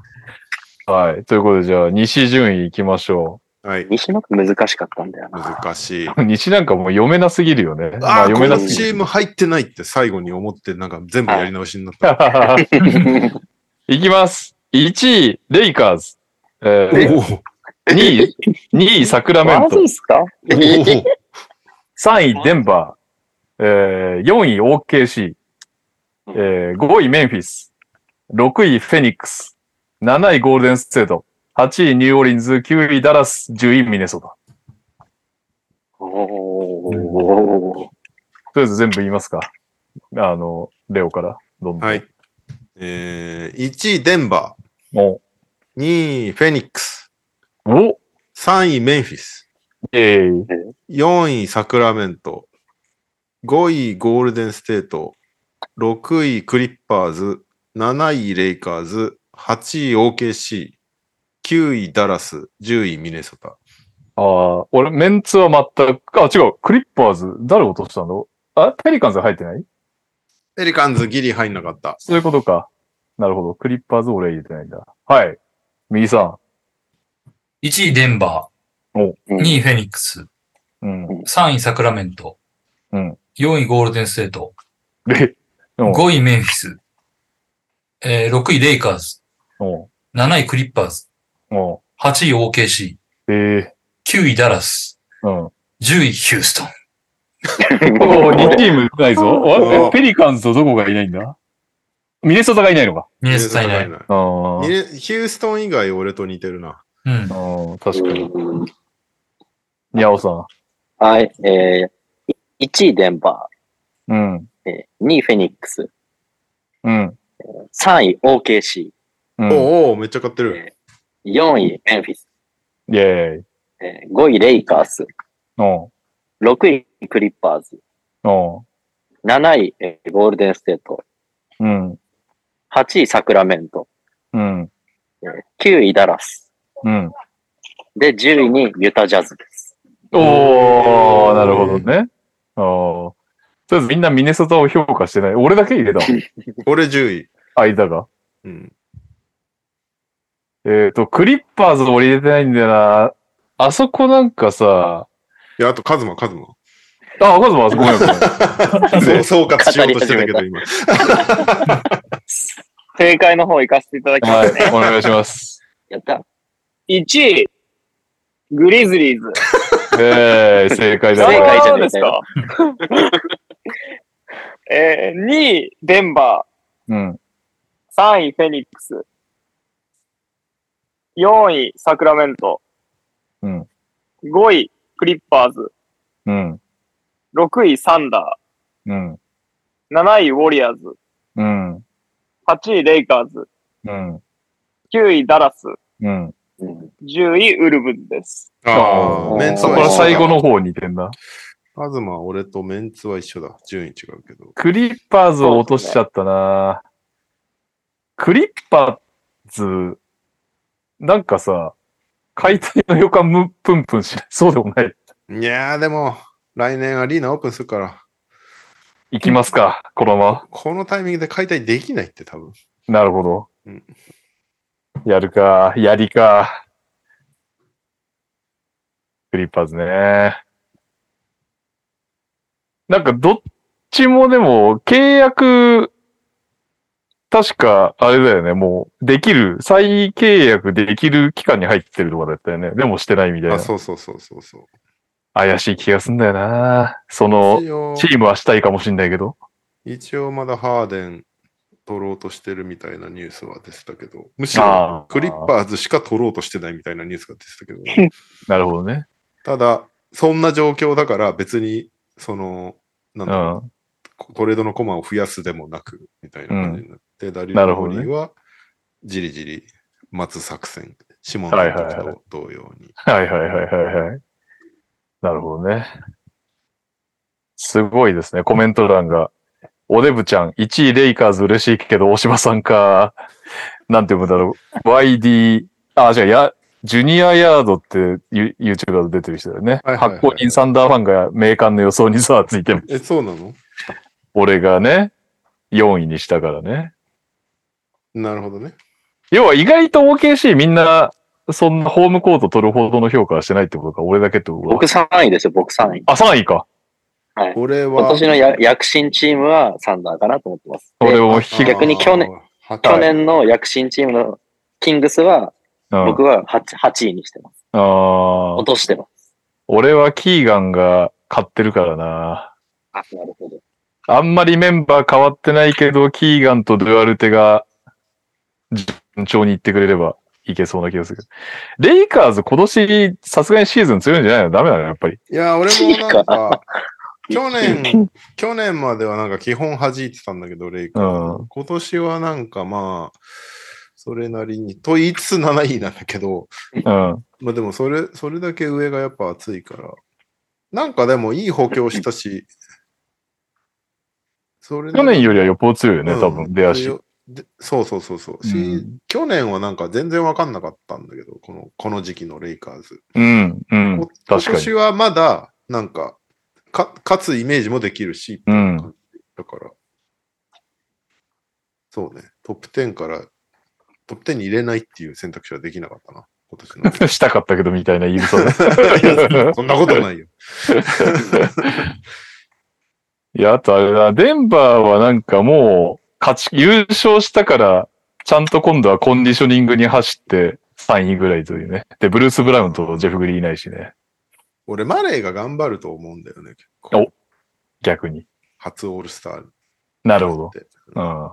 [SPEAKER 2] はい。ということで、じゃあ、西順位行きましょ
[SPEAKER 3] はい。
[SPEAKER 5] 西の方が難しかったんだよな。
[SPEAKER 3] 難しい。あ
[SPEAKER 2] う。 [LAUGHS] 西なんかもう読めなすぎるよね。まあ
[SPEAKER 3] あー、
[SPEAKER 2] 読
[SPEAKER 3] こ
[SPEAKER 2] め
[SPEAKER 3] の
[SPEAKER 2] なすぎ
[SPEAKER 3] チ
[SPEAKER 2] る。
[SPEAKER 3] ーム入ってないって最後に思って、なんか全部やり直しになった。
[SPEAKER 2] [LAUGHS] いきます。1位、レイカーズ。え
[SPEAKER 3] お
[SPEAKER 2] ー、
[SPEAKER 3] おー
[SPEAKER 2] 2位、2位、サクラメン
[SPEAKER 4] マ
[SPEAKER 2] ト
[SPEAKER 4] ジ。っすか
[SPEAKER 3] おー
[SPEAKER 2] 3位、デンバー。えー、4位、OKC。えー、5位、メンフィス。6位、フェニックス。7位、ゴールデンステート。8位、ニューオーリンズ。9位、ダラス。10位、ミネソタ。
[SPEAKER 5] おー。
[SPEAKER 2] とりあえず全部言いますか。あの、レオから。どんどん。
[SPEAKER 3] はい。えー、1位デンバ
[SPEAKER 2] お
[SPEAKER 3] ー、2位フェニックス、
[SPEAKER 2] おイ
[SPEAKER 3] 3位メンフィス、
[SPEAKER 2] ェーイ。
[SPEAKER 3] 4位サクラメント、5位ゴールデンステート、6位クリッパーズ、7位レイカーズ、8位 OKC、 9位ダラス、10位ミネソタ。
[SPEAKER 2] ああ、俺、メンツは全く、あ、違う、クリッパーズ、誰落としたんだあ、ペリカンズ入ってない
[SPEAKER 3] ペリカンズギリ入んなかった。
[SPEAKER 2] そういうことか。なるほど。クリッパーズ俺入れてないんだ。はい。右さ
[SPEAKER 1] 1位デンバ
[SPEAKER 5] う
[SPEAKER 1] ー、2
[SPEAKER 5] ん
[SPEAKER 1] 位フェニックス、
[SPEAKER 2] ん。うん。
[SPEAKER 1] 3位サクラメント、
[SPEAKER 2] うん
[SPEAKER 1] 4位ゴールデンステート、
[SPEAKER 2] で、うん
[SPEAKER 1] 5位メンフィス、えー6位レイカーズ、
[SPEAKER 2] お
[SPEAKER 1] 7位クリッパーズ、
[SPEAKER 2] うん。お
[SPEAKER 1] 8位 OKC、
[SPEAKER 2] うん。え
[SPEAKER 1] 9位ダラス、
[SPEAKER 2] えうん。
[SPEAKER 1] 10位ヒューストン。
[SPEAKER 2] おお、2チームないぞ。
[SPEAKER 3] お
[SPEAKER 2] おペリカンズとどこがいないんだミネソタがいないのか。
[SPEAKER 1] ミネソタいない。
[SPEAKER 3] ミネソタがいない
[SPEAKER 2] ああ
[SPEAKER 3] ミ。ネヒューストン以外俺と似てるな。
[SPEAKER 1] うん。
[SPEAKER 2] うん、確かに。
[SPEAKER 5] うん
[SPEAKER 2] ニャオさ
[SPEAKER 5] はい、えー、1位デンバ
[SPEAKER 2] ん。うん。
[SPEAKER 5] ー、えー、2位フェニックス、
[SPEAKER 2] うん。
[SPEAKER 5] 3位 OKC、
[SPEAKER 2] うん。イ
[SPEAKER 3] おうおうめっちゃ買ってる。
[SPEAKER 5] 4位メンフィス、
[SPEAKER 2] ェーイ。
[SPEAKER 5] えー、5位レイカース、
[SPEAKER 2] お
[SPEAKER 5] 6位クリッパーズ、
[SPEAKER 2] うん。お
[SPEAKER 5] 7位えーゴールデンステート、
[SPEAKER 2] うん。うん。
[SPEAKER 5] 8位サクラメント、
[SPEAKER 2] うん。
[SPEAKER 5] 9位ダラス、
[SPEAKER 2] うん。
[SPEAKER 5] で、10位にユタジャズです。
[SPEAKER 2] おー、なるほどね。おー。とりあえずみんなミネソタを評価してない。俺だけ入れ
[SPEAKER 5] [LAUGHS]
[SPEAKER 2] た。
[SPEAKER 3] 俺10位。
[SPEAKER 2] 間が。
[SPEAKER 3] うん。
[SPEAKER 2] えっ、と、クリッパーズ俺入れてないんだよな。あそこなんかさ、
[SPEAKER 3] いや、あとカズマ、カズマ。
[SPEAKER 2] あ、カズマ、ごめんご
[SPEAKER 5] [LAUGHS]
[SPEAKER 2] めん。
[SPEAKER 3] そう総括しようとしてたけど、今。
[SPEAKER 5] 正解の方行かせていただきま
[SPEAKER 2] は
[SPEAKER 5] すね。
[SPEAKER 2] い、お願いします。
[SPEAKER 5] やった。
[SPEAKER 6] 1位、グリズリーズ。
[SPEAKER 2] えー、正解
[SPEAKER 5] 正
[SPEAKER 2] だ。
[SPEAKER 5] 解じ
[SPEAKER 6] な
[SPEAKER 5] ゃねえ
[SPEAKER 6] です
[SPEAKER 5] か
[SPEAKER 6] か
[SPEAKER 5] よ。
[SPEAKER 6] [LAUGHS] えー、2位、デンバ
[SPEAKER 2] うん。
[SPEAKER 6] ー。3位、フェニックス。4位、サクラメント。
[SPEAKER 2] うん
[SPEAKER 6] 5位、クリッパーズ。
[SPEAKER 2] うん。
[SPEAKER 6] 6位、サンダ
[SPEAKER 2] うん。
[SPEAKER 6] ー。7位、ウォリアーズ。
[SPEAKER 2] うん。
[SPEAKER 6] 8位、レイカーズ。
[SPEAKER 2] うん。
[SPEAKER 6] 9位、ダラス。
[SPEAKER 2] うん。
[SPEAKER 5] うん
[SPEAKER 6] 10位、ウルブズです。
[SPEAKER 3] ああ、メンツ
[SPEAKER 2] そ
[SPEAKER 3] は
[SPEAKER 2] こ
[SPEAKER 3] 一緒だ
[SPEAKER 2] から最後の方似てんだ。
[SPEAKER 3] カズマ、俺とメンツは一緒だ。順位違うけど。
[SPEAKER 2] クリッパーズを落としちゃったなクリッパーズ、なんかさ、解体の予感むプンプンしないそうでもない。
[SPEAKER 3] いやー、でも、来年アリーナオープンするから、
[SPEAKER 2] いきますか、このまま。
[SPEAKER 3] このタイミングで解体できないって多分。
[SPEAKER 2] なるほど
[SPEAKER 3] うん。
[SPEAKER 2] やるか、やりか。クリッパーズね。なんかどっちもでも契約、確かあれだよね、もうできる、再契約できる期間に入ってるとかだったよね。でもしてないみたい
[SPEAKER 3] あ、
[SPEAKER 2] な。
[SPEAKER 3] そうそうそうそうそう。
[SPEAKER 2] 怪しい気がすんだよな。その、
[SPEAKER 3] 一応
[SPEAKER 2] チ、ームはしたいかもしんないけど。
[SPEAKER 3] 一応まだハーデン取ろうとしてるみたいなニュースは出てたけど、むしろ
[SPEAKER 2] ああ。
[SPEAKER 3] クリッパーズしか取ろうとしてないみたいなニュースが出てたけ
[SPEAKER 2] [LAUGHS]
[SPEAKER 3] ど、
[SPEAKER 2] なるほどね。
[SPEAKER 3] ただ、そんな状況だから別に、その、なん
[SPEAKER 2] う。
[SPEAKER 3] だろうんトレードのコマを増やすでもなく、みたいな感じになって、ダリル・
[SPEAKER 2] なる
[SPEAKER 3] モ
[SPEAKER 2] ほどね
[SPEAKER 3] ーリーは、じりじり待つ作戦、シモン
[SPEAKER 2] はい
[SPEAKER 3] 監
[SPEAKER 2] はいはい
[SPEAKER 3] 督と同様に。
[SPEAKER 2] はいはいはいはいはい。なるほどね。すごいですね、コメント欄が。おデブちゃん、1位レイカーズ嬉しいけど、大島さんか。なんて読むんだろう。YD、あ、じゃあ、や、ジュニアヤードってユ YouTube で出てる人だよね。
[SPEAKER 3] はいはいはい
[SPEAKER 2] 発行人サンダーファンが名鑑の予想にさ、ついてる。
[SPEAKER 3] え、そうなの
[SPEAKER 2] 俺がね、4位にしたからね。
[SPEAKER 3] なるほどね。
[SPEAKER 2] 要は意外と OKC みんな、そんなホームコート取るほどの評価はしてないってことか、俺だけってこと
[SPEAKER 5] 僕
[SPEAKER 2] か。
[SPEAKER 5] 3位ですよ、僕3位。
[SPEAKER 2] あ、3位か。
[SPEAKER 5] はい。
[SPEAKER 3] 俺は、
[SPEAKER 5] 今年のや躍進チームはサンダーかなと思ってます。で
[SPEAKER 2] 俺も
[SPEAKER 3] あ
[SPEAKER 2] ひ
[SPEAKER 5] 逆に去年、
[SPEAKER 3] あー
[SPEAKER 5] 去年の躍進チームのキングスは、
[SPEAKER 2] うん
[SPEAKER 5] 僕は 8, 8位にしてます。
[SPEAKER 2] ああ
[SPEAKER 5] 落、としてます。
[SPEAKER 2] 俺はキーガンが買ってるからな。
[SPEAKER 5] あ、なるほど。
[SPEAKER 2] あんまりメンバー変わってないけど、キーガンとドゥアルテが順調にいってくれればいけそうな気がする。レイカーズ今年さすがにシーズン強いんじゃないのダメなのやっぱり。
[SPEAKER 3] いや、俺も
[SPEAKER 5] [LAUGHS]
[SPEAKER 3] なん
[SPEAKER 5] チー
[SPEAKER 3] か、去
[SPEAKER 5] [LAUGHS]
[SPEAKER 3] 年、去年まではなんか基本弾いてたんだけど、レイカーズ
[SPEAKER 2] う
[SPEAKER 3] 今年はなんかまあ、それなりに、と言いつつ7位なんだけど、
[SPEAKER 2] うん。
[SPEAKER 3] まあでもそれ、それだけ上がやっぱ熱いから。なんかでもいい補強したし、それ
[SPEAKER 2] 去年よりはよっぽど強いよね、
[SPEAKER 3] うん
[SPEAKER 2] 多分、出足。
[SPEAKER 3] 強でそうそうそうそう、し
[SPEAKER 2] うん
[SPEAKER 3] 去年はなんか全然わかんなかったんだけど、この、この時期のレイカーズ。
[SPEAKER 2] うん、うん
[SPEAKER 3] こ。今
[SPEAKER 2] 確か
[SPEAKER 3] 年
[SPEAKER 2] に。
[SPEAKER 3] はまだ、なんか、か、勝つイメージもできるし、
[SPEAKER 2] うん。
[SPEAKER 3] だから、そうね、トップ10から、トップ10に入れないっていう選択肢はできなかったな、今年
[SPEAKER 2] [LAUGHS]
[SPEAKER 3] の。
[SPEAKER 2] したかったけどみたいな言い草で。
[SPEAKER 3] [LAUGHS] そんなことないよ。
[SPEAKER 2] いや、あとあれだ、デンバーはなんかもう、勝ち、優勝したから、ちゃんと今度はコンディショニングに走って3位ぐらいというね。で、ブルース・ブラウンとジェフ・グリーンいないしね。
[SPEAKER 3] 俺、マレーが頑張ると思うんだよね、結
[SPEAKER 2] お
[SPEAKER 3] 構。
[SPEAKER 2] 逆に。
[SPEAKER 3] 初オールスター
[SPEAKER 2] なるほど。
[SPEAKER 3] って。
[SPEAKER 2] うん。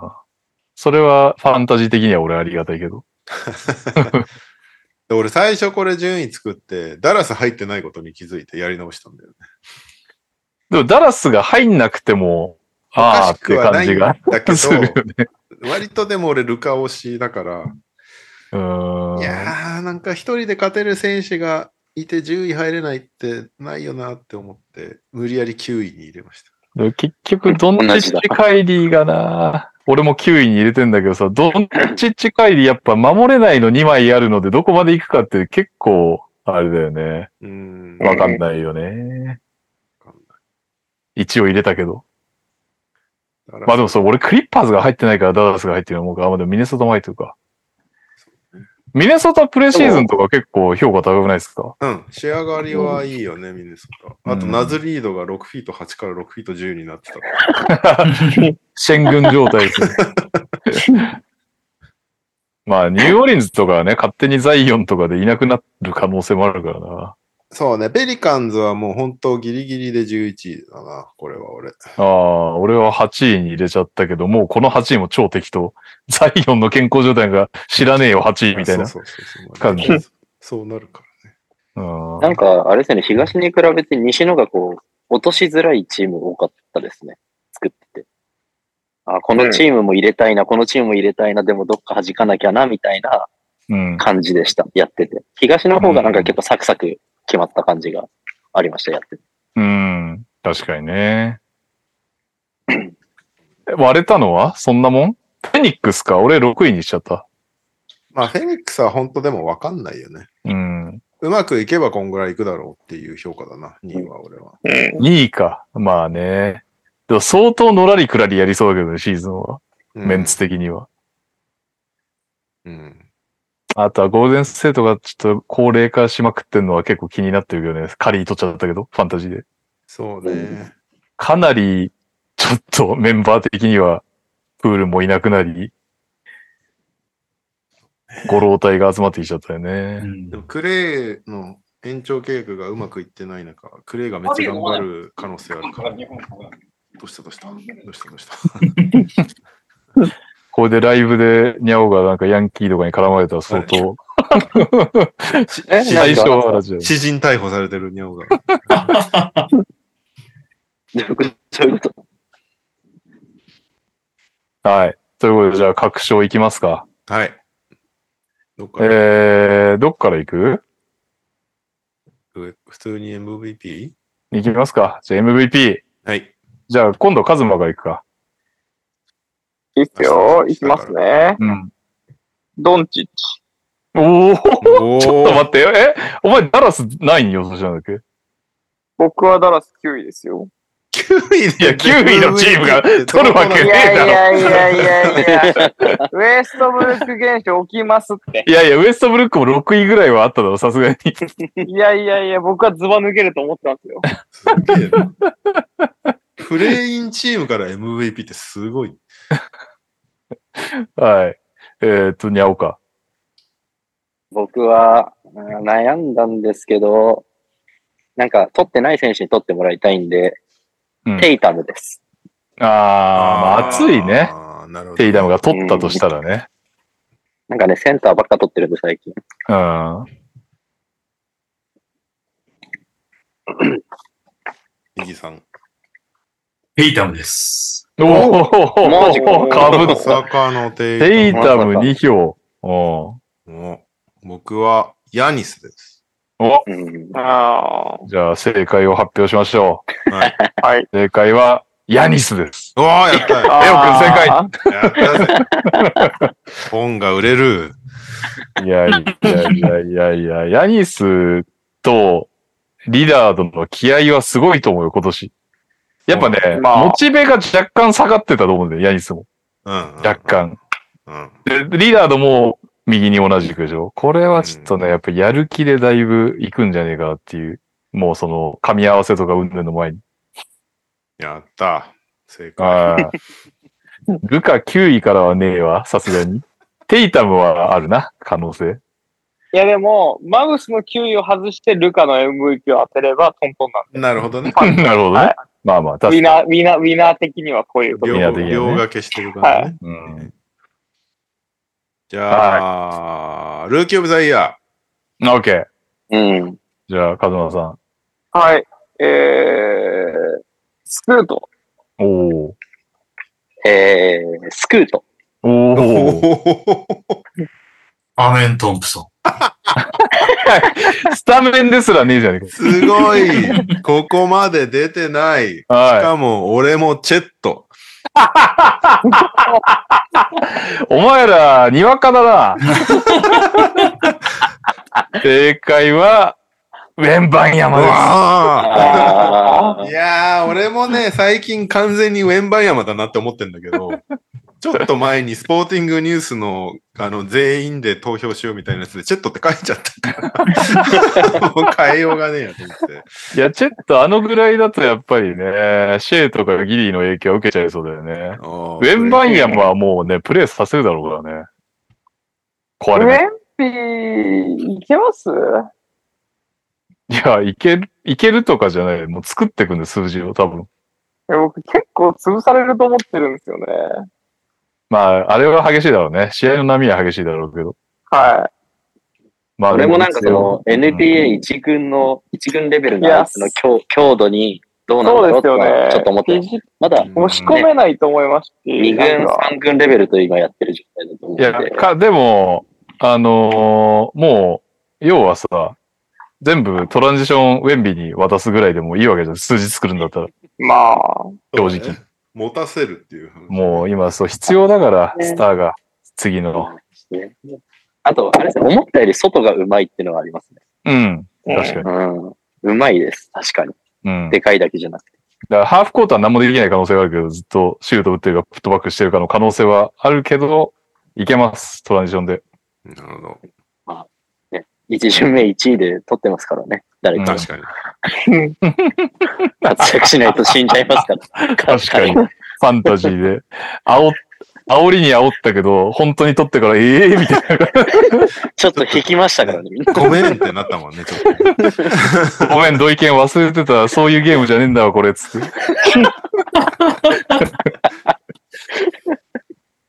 [SPEAKER 2] それはファンタジー的には俺ありがたいけど。
[SPEAKER 3] で俺、最初これ順位作って、ダラス入ってないことに気づいてやり直したんだよね。
[SPEAKER 2] でも、ダラスが入んなくても、あ
[SPEAKER 3] おか
[SPEAKER 2] あっ
[SPEAKER 3] しく
[SPEAKER 2] て
[SPEAKER 3] はな
[SPEAKER 2] 感
[SPEAKER 3] い
[SPEAKER 2] じが
[SPEAKER 3] んだけど
[SPEAKER 2] するよね。
[SPEAKER 3] 割とでも俺、ルカ推しだから、
[SPEAKER 2] うーん。
[SPEAKER 3] いやー、なんか一人で勝てる選手がいて10位入れないってないよなって思って、無理やり9位に入れました。
[SPEAKER 2] でも結局、ドンチッ
[SPEAKER 5] 同じだ
[SPEAKER 2] チ・カイリーがな、俺も9位に入れてんだけどさ、ドンチッチ・カイリーやっぱ守れないの2枚あるので、どこまで行くかって結構、あれだよね。
[SPEAKER 3] うーん。
[SPEAKER 2] わかんないよね。
[SPEAKER 3] わかんない
[SPEAKER 2] 一応入れたけど。
[SPEAKER 3] だから
[SPEAKER 2] まあでもそう、俺クリッパーズが入ってないからダダラスが入ってるのもう、あ、まあでもミネソタも入ってるか。ミネソタプレシーズンとか結構評価高くないですか
[SPEAKER 3] うん、仕上がりはいいよね、ミネソタ。あと、
[SPEAKER 2] うん
[SPEAKER 3] ナズリードが6フィート8から6フィート10になってたから。
[SPEAKER 2] シェン軍状態ですね。 [LAUGHS] まあ、ニューオーリンズとかはね、勝手にザイオンとかでいなくなる可能性もあるからな。
[SPEAKER 3] そうね、ペリカンズはもう本当ギリギリで11位だな、これは俺。
[SPEAKER 2] ああ、俺は8位に入れちゃったけど、もうこの8位も超適当。 [LAUGHS] ザイオンの健康状態が知らねえよ、8位みたいな。
[SPEAKER 3] そうそうそうそう
[SPEAKER 2] 感じ
[SPEAKER 3] まあそうなるか
[SPEAKER 2] うん
[SPEAKER 5] なんか、あれですよね、東に比べて西のがこう、落としづらいチーム多かったですね。作ってて。あ、このチームも入れたいな、このチームも入れたいな、でもどっか弾かなきゃな、みたいな
[SPEAKER 2] うん。
[SPEAKER 5] 感じでした。やってて。東の方がなんか結構サクサク決まった感じがありました、やってて。
[SPEAKER 2] うん。確かにね。割れたのはそんなもんフェニックスか俺6位にしちゃった。
[SPEAKER 3] ら。まあ、フェニックスは本当でもわかんないよね。
[SPEAKER 2] うん。
[SPEAKER 3] うまくいけばこんぐらいいくだろうっていう評価だな、2位は俺は。
[SPEAKER 2] 2位か。まあね。でも相当のらりくらりやりそうだけどね、シーズンは。
[SPEAKER 3] うん
[SPEAKER 2] メンツ的には。
[SPEAKER 3] うん。
[SPEAKER 2] あとはゴールデンステートがちょっと高齢化しまくってんのは結構気になってるけどね。カリー取っちゃったけど、ファンタジーで。
[SPEAKER 3] そうね。
[SPEAKER 2] かなり、ちょっとメンバー的には、プールもいなくなり、ご老体が集まってきちゃったよ
[SPEAKER 1] う
[SPEAKER 2] ね。
[SPEAKER 1] ん
[SPEAKER 3] でも、クレイの延長契約がうまくいってない中、クレイがめっちゃ頑張る可能性あるから。どうしたどうしたどうしたどうした
[SPEAKER 2] これでライブでニャオがなんかヤンキーとかに絡まれたら相当、
[SPEAKER 5] え
[SPEAKER 2] 最初は話だよね
[SPEAKER 3] 詩人逮捕されてるニャオが。
[SPEAKER 5] なんかそういうこと。
[SPEAKER 2] はい。ということで、じゃあ、確証いきますか。
[SPEAKER 3] はい。どっから、
[SPEAKER 2] えー、どっから行く
[SPEAKER 3] 上普通に MVP?
[SPEAKER 2] 行きますか。じゃあ MVP。
[SPEAKER 3] はい。
[SPEAKER 2] じゃあ今度カズマが行くか。
[SPEAKER 6] いいっすよ。いきますね。
[SPEAKER 2] うん。
[SPEAKER 6] ドンチッチ。
[SPEAKER 2] おおちょっ
[SPEAKER 3] お
[SPEAKER 2] と待ってよ。えお前ダラスないに予想したんだっけ
[SPEAKER 6] 僕はダラス9位ですよ。
[SPEAKER 3] 9位
[SPEAKER 2] いや9位のチームが取るわけ
[SPEAKER 6] い
[SPEAKER 2] ね
[SPEAKER 6] や
[SPEAKER 2] え
[SPEAKER 6] い
[SPEAKER 2] だろ
[SPEAKER 6] やいやいやいや。 [LAUGHS] ウエストブルック現象起きますって。
[SPEAKER 2] いやいや、ウエストブルックも6位ぐらいはあっただろ、さすがに。
[SPEAKER 6] いやいやいや、僕はズバ抜けると思ってたんですよ。
[SPEAKER 3] すげえなプレインチームから MVP ってすごい。
[SPEAKER 2] はい。えーっと、にゃおか。
[SPEAKER 5] 僕は、うん悩んだんですけど、なんか、取ってない選手に取ってもらいたいんで、
[SPEAKER 2] うん
[SPEAKER 5] テイタムです。
[SPEAKER 2] あー、まあ、熱いね。
[SPEAKER 3] あーなるほど。
[SPEAKER 2] テイダムが取ったとしたらね。
[SPEAKER 5] なんかね、センターばっか取ってるんで、最近。
[SPEAKER 2] うん。
[SPEAKER 3] 右さん。
[SPEAKER 1] ヘイタムです。
[SPEAKER 2] お
[SPEAKER 5] マジ
[SPEAKER 2] おかぶ
[SPEAKER 3] ま
[SPEAKER 2] っ
[SPEAKER 3] さ
[SPEAKER 2] た。
[SPEAKER 3] かのテイ
[SPEAKER 2] テイダム2票。お
[SPEAKER 3] ダムもう僕はヤニスです。
[SPEAKER 2] お
[SPEAKER 5] うん。
[SPEAKER 6] ああ。
[SPEAKER 2] じゃあ、正解を発表しましょ
[SPEAKER 3] はい。
[SPEAKER 2] う。正解は、ヤニスです。
[SPEAKER 3] おー、やったよ。
[SPEAKER 2] レオ君正解
[SPEAKER 4] あー
[SPEAKER 3] やった
[SPEAKER 2] [LAUGHS]
[SPEAKER 3] ぜ。本が売れる。
[SPEAKER 2] いやいやいやいやいや、ヤニスとリラードの気合はすごいと思うよ、今年。やっぱね、
[SPEAKER 6] まあ
[SPEAKER 2] モチベが若干下がってたと思うんだよ、ヤニスも。
[SPEAKER 3] うん、うん。
[SPEAKER 2] 若干。
[SPEAKER 3] うん。
[SPEAKER 2] でリラードも右に同じくでしょ。これはちょっとね、やっぱやる気でだいぶ行くんじゃねえかなっていう。もうその、噛み合わせとか云々の前に。
[SPEAKER 3] やった。正解。
[SPEAKER 2] はい。ルカ9位からはねえわ、さすがに。テイタムはあるな、可能性。
[SPEAKER 6] いやでも、マウスの9位を外してルカの MVP を当てればトントンなんで。
[SPEAKER 3] なるほどね。
[SPEAKER 2] なるほどね。まあまあ、
[SPEAKER 6] ウ
[SPEAKER 2] 確
[SPEAKER 6] ィ
[SPEAKER 2] か
[SPEAKER 6] ナー、ウィナー、ウィナー的にはこういうこと。
[SPEAKER 3] 両
[SPEAKER 2] いや
[SPEAKER 3] 方
[SPEAKER 2] できないね
[SPEAKER 3] 両掛けしてるからね。
[SPEAKER 2] に。うん
[SPEAKER 3] じゃあ、ルーキーオブザイヤ
[SPEAKER 2] オッケー。
[SPEAKER 5] うん。
[SPEAKER 2] じゃあ、カズマさ
[SPEAKER 6] はい。えー、スクート。
[SPEAKER 2] ん。おー。
[SPEAKER 5] えー、スクート。
[SPEAKER 3] ー。
[SPEAKER 2] お
[SPEAKER 5] [LAUGHS]
[SPEAKER 2] ー。
[SPEAKER 3] おー
[SPEAKER 1] アメン・トンプソ
[SPEAKER 2] スタメンですらねえじゃねえ
[SPEAKER 3] すごい。ここまで出てない。し
[SPEAKER 2] か。は
[SPEAKER 3] かも、俺もチェット。
[SPEAKER 2] い。お前ら、にわか
[SPEAKER 5] [LAUGHS]
[SPEAKER 2] だな。正解は、ウェンバン
[SPEAKER 3] う
[SPEAKER 2] 山です。
[SPEAKER 3] わ
[SPEAKER 5] あ
[SPEAKER 3] ーいやー、俺もね、最近完全にウェンバン山だなって思ってんだけど、
[SPEAKER 2] [LAUGHS]
[SPEAKER 3] ちょっと前にスポーティングニュースの、あの、全員で投票しようみたいなやつで、チェットって書いちゃった
[SPEAKER 2] [LAUGHS]
[SPEAKER 3] から、もう変えようがねえやと思って。
[SPEAKER 2] いや、ちょっとあのぐらいだとやっぱりね、シェイとかギリーの影響を受けちゃいそうだよね。
[SPEAKER 3] ウ
[SPEAKER 2] [LAUGHS] ウェンバンヤムはもうね、プレーさせるだろうからね。壊れ
[SPEAKER 6] ウェ
[SPEAKER 2] ない。
[SPEAKER 6] ンピー、いけます
[SPEAKER 2] いや、いける、いけるとかじゃない。もう作っていくんで、数字を多分。
[SPEAKER 6] いや僕結構潰されると思ってるんですよね。
[SPEAKER 2] まあ、あれは激しいだろうね。試合の波は激しいだろうけど。
[SPEAKER 6] は
[SPEAKER 2] まあ、
[SPEAKER 5] 俺もなんかその
[SPEAKER 2] でも
[SPEAKER 5] NBA 一軍の、一軍レベル
[SPEAKER 6] い
[SPEAKER 5] の
[SPEAKER 6] や
[SPEAKER 5] あいつの強強度にどう
[SPEAKER 6] い。
[SPEAKER 5] なん
[SPEAKER 6] そう
[SPEAKER 5] だろ
[SPEAKER 6] で
[SPEAKER 5] う
[SPEAKER 6] す
[SPEAKER 5] と
[SPEAKER 6] よ
[SPEAKER 5] は
[SPEAKER 6] ね。
[SPEAKER 5] ちょっと思ってます。
[SPEAKER 6] 肘
[SPEAKER 5] まだ
[SPEAKER 6] 押し込めないと思いますし。
[SPEAKER 5] 二軍、
[SPEAKER 6] なんか
[SPEAKER 5] 三軍レベルと今やってる状態だと思うん
[SPEAKER 2] い
[SPEAKER 5] で。
[SPEAKER 2] や、か、でも、あのーもう、要はさ、全部トランジションウェンビに渡すぐらいでもいいわけじゃん。数字作るんだったら。
[SPEAKER 6] まあ、
[SPEAKER 2] 正直
[SPEAKER 3] 持たせるっていう。
[SPEAKER 2] もう今、そう、必要だから、
[SPEAKER 6] ね
[SPEAKER 2] スターが、次の。
[SPEAKER 5] ねあと、あれですね、思ったより外がうまいっていうのはあります
[SPEAKER 2] う
[SPEAKER 5] ね。
[SPEAKER 2] ん。確かに。
[SPEAKER 5] うん。うまいです、確かに。
[SPEAKER 2] うん。
[SPEAKER 5] でかいだけじゃなくて。
[SPEAKER 2] だからハーフコートは何もできない可能性があるけど、ずっとシュート打ってるか、プットバックしてるかの可能性はあるけど、いけます、トランジションで。
[SPEAKER 3] なるほど。
[SPEAKER 5] 一巡目一位で取ってますからね。誰
[SPEAKER 2] うん
[SPEAKER 5] か
[SPEAKER 3] 確かに。
[SPEAKER 5] 活躍しないと死んじゃいますから。
[SPEAKER 2] 確かに。ファンタジーで。煽っ、煽りに煽ったけど、本当に取ってから、ええみたい
[SPEAKER 5] ちょっと引きましたからね、みんな。
[SPEAKER 3] ごめんってなったもんね、ちょっと。
[SPEAKER 2] な。ごめん、同意見忘れてた。そういうゲームじゃねえんだわ、これ、つって。 [LAUGHS]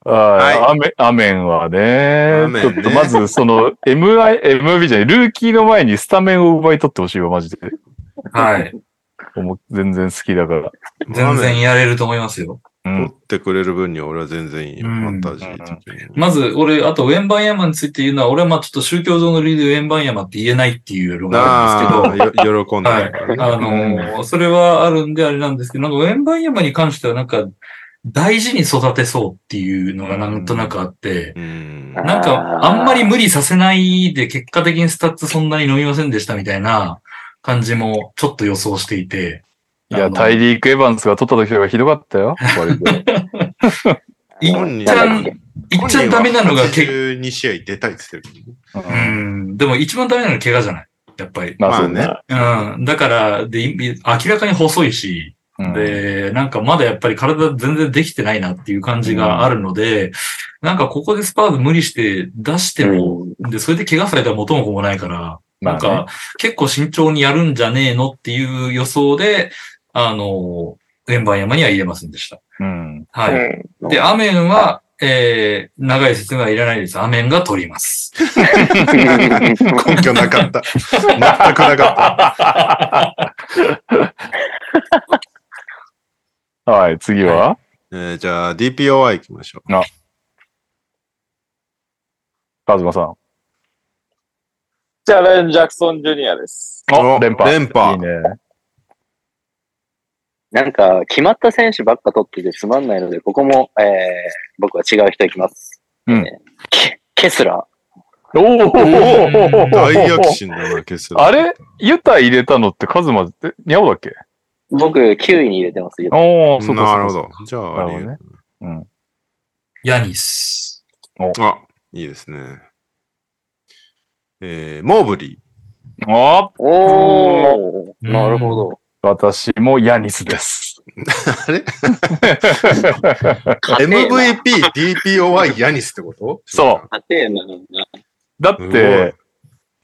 [SPEAKER 2] はい、アメアメンはね
[SPEAKER 3] アメンね
[SPEAKER 2] ちょっとまずその MI、MV じゃない、ルーキーの前にスタメンを奪い取ってほしいわ、マジで。
[SPEAKER 1] ン。はい。
[SPEAKER 2] もう全然好きだから。
[SPEAKER 1] 全然やれると思いますよ。
[SPEAKER 2] う
[SPEAKER 3] 取っ
[SPEAKER 2] ん。
[SPEAKER 3] てくれる分に俺は全然いいよ。
[SPEAKER 1] うん
[SPEAKER 3] ファンタジー的に。
[SPEAKER 1] まず、俺、あと、ウェンバンヤマについて言うのは、俺はまあちょっと宗教上の理由でウェンバンヤマって言えないっていうのがあるんですけど、
[SPEAKER 3] ああ、よ [LAUGHS] 喜んでるからね。
[SPEAKER 1] あのーそれはあるんであれなんですけど、なんかウェンバンヤマに関してはなんか大事に育てそうっていうのがなんとなくあって、
[SPEAKER 3] うん。
[SPEAKER 1] なんか
[SPEAKER 5] あ
[SPEAKER 1] あ
[SPEAKER 5] ー
[SPEAKER 1] んまり無理させないで結果的にスタッツそんなに伸びませんでしたみたいな感じもちょっと予想していて。
[SPEAKER 2] い
[SPEAKER 1] あ
[SPEAKER 2] や、
[SPEAKER 1] の
[SPEAKER 2] タイリーク・エヴァンスが取った時とかひどかったよ。割と
[SPEAKER 1] いっ
[SPEAKER 3] 本人
[SPEAKER 1] ちゃん、いっちゃんダメなのが結
[SPEAKER 3] 82試合出たいって言ってるけどね。
[SPEAKER 1] 構、うん、でも一番ダメなのは怪我じゃないやっぱり。
[SPEAKER 2] まあそう
[SPEAKER 3] まあ
[SPEAKER 2] ね。
[SPEAKER 1] うん。だから、で、い明らかに細いし、
[SPEAKER 2] うん
[SPEAKER 1] で、なんかまだやっぱり体全然できてないなっていう感じがあるので、なんかここでスパーズ無理して出しても、で、それで怪我されたら元も子もないから、なん
[SPEAKER 2] まあ
[SPEAKER 1] か
[SPEAKER 2] ね
[SPEAKER 1] 結構慎重にやるんじゃねえのっていう予想で、あの、円盤山には入れませんでした。
[SPEAKER 2] うん。
[SPEAKER 1] は
[SPEAKER 6] う
[SPEAKER 1] い。
[SPEAKER 6] ん。
[SPEAKER 1] で、アメンは、えー、長い説明はいらないです。アメンが取ります。
[SPEAKER 3] 根拠な
[SPEAKER 2] [LAUGHS]
[SPEAKER 3] かった。全くなかっ
[SPEAKER 2] はい、次は
[SPEAKER 3] た。えーじゃあ、DPOI 行きましょ
[SPEAKER 2] カズマさん。
[SPEAKER 6] じゃあ、レン・ジャクソン・ジュニアです。
[SPEAKER 3] う。
[SPEAKER 2] お
[SPEAKER 3] お
[SPEAKER 2] 連覇。
[SPEAKER 3] 連覇
[SPEAKER 2] いいね。
[SPEAKER 5] なんか、決まった選手ばっか取っててつまんないので、ここも、えー、僕は違う人いきます。
[SPEAKER 2] うん
[SPEAKER 5] えーケケスラ
[SPEAKER 2] お
[SPEAKER 1] お
[SPEAKER 3] 大躍
[SPEAKER 2] ー
[SPEAKER 3] 進だな、決戦。
[SPEAKER 2] あれユタ入れたのってカズマ、え、ニャオだっけ
[SPEAKER 5] ー。僕、9位に入れてます。
[SPEAKER 2] おー、そうか。
[SPEAKER 3] なるほ
[SPEAKER 2] そうか。
[SPEAKER 3] ど。じゃあ、
[SPEAKER 2] な
[SPEAKER 3] あ
[SPEAKER 2] る
[SPEAKER 3] り
[SPEAKER 2] ほ
[SPEAKER 3] 得る
[SPEAKER 2] どね。うん。
[SPEAKER 1] ヤニス。
[SPEAKER 3] あ、いいですね。えー、モーブリー。
[SPEAKER 2] あ
[SPEAKER 5] おー。
[SPEAKER 1] うん
[SPEAKER 5] なるほど。
[SPEAKER 2] 私もヤニスです。
[SPEAKER 3] [LAUGHS] あれ
[SPEAKER 5] 家庭な
[SPEAKER 3] MVP、DPOY、ヤニスってこと
[SPEAKER 2] そ
[SPEAKER 5] 家庭なんだ
[SPEAKER 2] [LAUGHS] だって、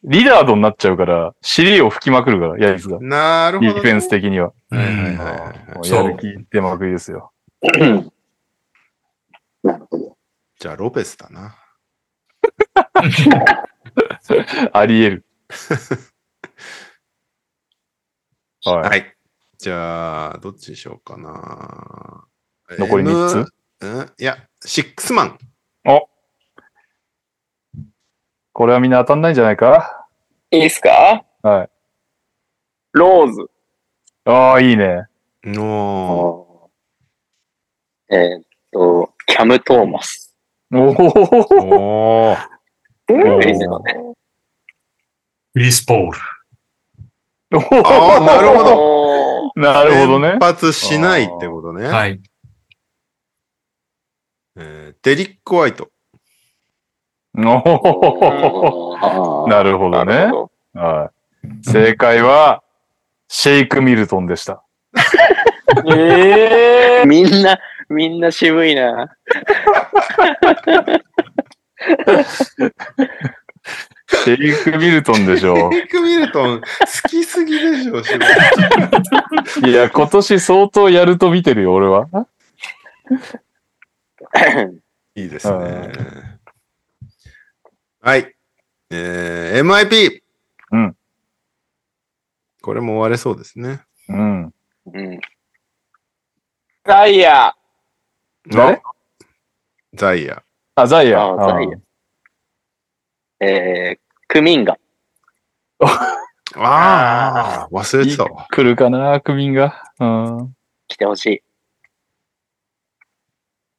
[SPEAKER 2] リラードになっちゃうから、尻を吹きまくるから、ヤニスが。
[SPEAKER 3] なるほ
[SPEAKER 2] デ
[SPEAKER 3] ど、
[SPEAKER 2] ィフェンス的には。
[SPEAKER 3] はいはいはい
[SPEAKER 1] うん
[SPEAKER 3] はい。
[SPEAKER 2] もうやる気出まくりですよ。
[SPEAKER 5] なるほど。
[SPEAKER 3] じゃあ、ロペスだな。
[SPEAKER 2] あり
[SPEAKER 3] [LAUGHS]
[SPEAKER 2] 得る。は
[SPEAKER 3] はい。じゃあ、どっちにしようかな。
[SPEAKER 2] 残り三つ
[SPEAKER 3] つうんいや、シックスマン。
[SPEAKER 2] い。これはみんな当たんないんじゃないか
[SPEAKER 6] いいっすか
[SPEAKER 2] はい。
[SPEAKER 6] ローズ。
[SPEAKER 2] ああ、いいね。
[SPEAKER 3] の
[SPEAKER 5] あーえーっと、キャム・トーマス。
[SPEAKER 2] おお
[SPEAKER 3] おー
[SPEAKER 5] フリーズのね。
[SPEAKER 1] クリス・ポール。
[SPEAKER 3] あー、なるほど。
[SPEAKER 5] ど。
[SPEAKER 2] なるほどね
[SPEAKER 3] 連。発しないってことね。
[SPEAKER 1] はい。
[SPEAKER 3] えーデリック・ホワイト。
[SPEAKER 2] おお
[SPEAKER 5] あー
[SPEAKER 2] なるほどね。はい。正解は、シェイク・ミルトンでした。
[SPEAKER 6] ええ
[SPEAKER 5] みんな、みんな渋いな。
[SPEAKER 2] シェイク・ミルトンでし
[SPEAKER 3] デ
[SPEAKER 5] [LAUGHS]
[SPEAKER 2] ょ
[SPEAKER 3] リック・ミルトン、好きすぎでしょ、仕事
[SPEAKER 2] う。いや、今年相当やると見てるよ、俺は。
[SPEAKER 3] いいですね
[SPEAKER 2] う。
[SPEAKER 3] はい。えー、MIP。
[SPEAKER 2] うん。
[SPEAKER 3] これも終われそうですね。
[SPEAKER 2] うん。
[SPEAKER 5] うん。
[SPEAKER 6] ザイヤ
[SPEAKER 2] 誰
[SPEAKER 3] ザイヤ。
[SPEAKER 2] あ、ザイヤ。
[SPEAKER 5] あーザイえー、クミンガ。
[SPEAKER 3] ああ、忘れてた
[SPEAKER 2] うん
[SPEAKER 3] わ。
[SPEAKER 2] 来るかな、クミンが。うん。
[SPEAKER 5] 来てほしい。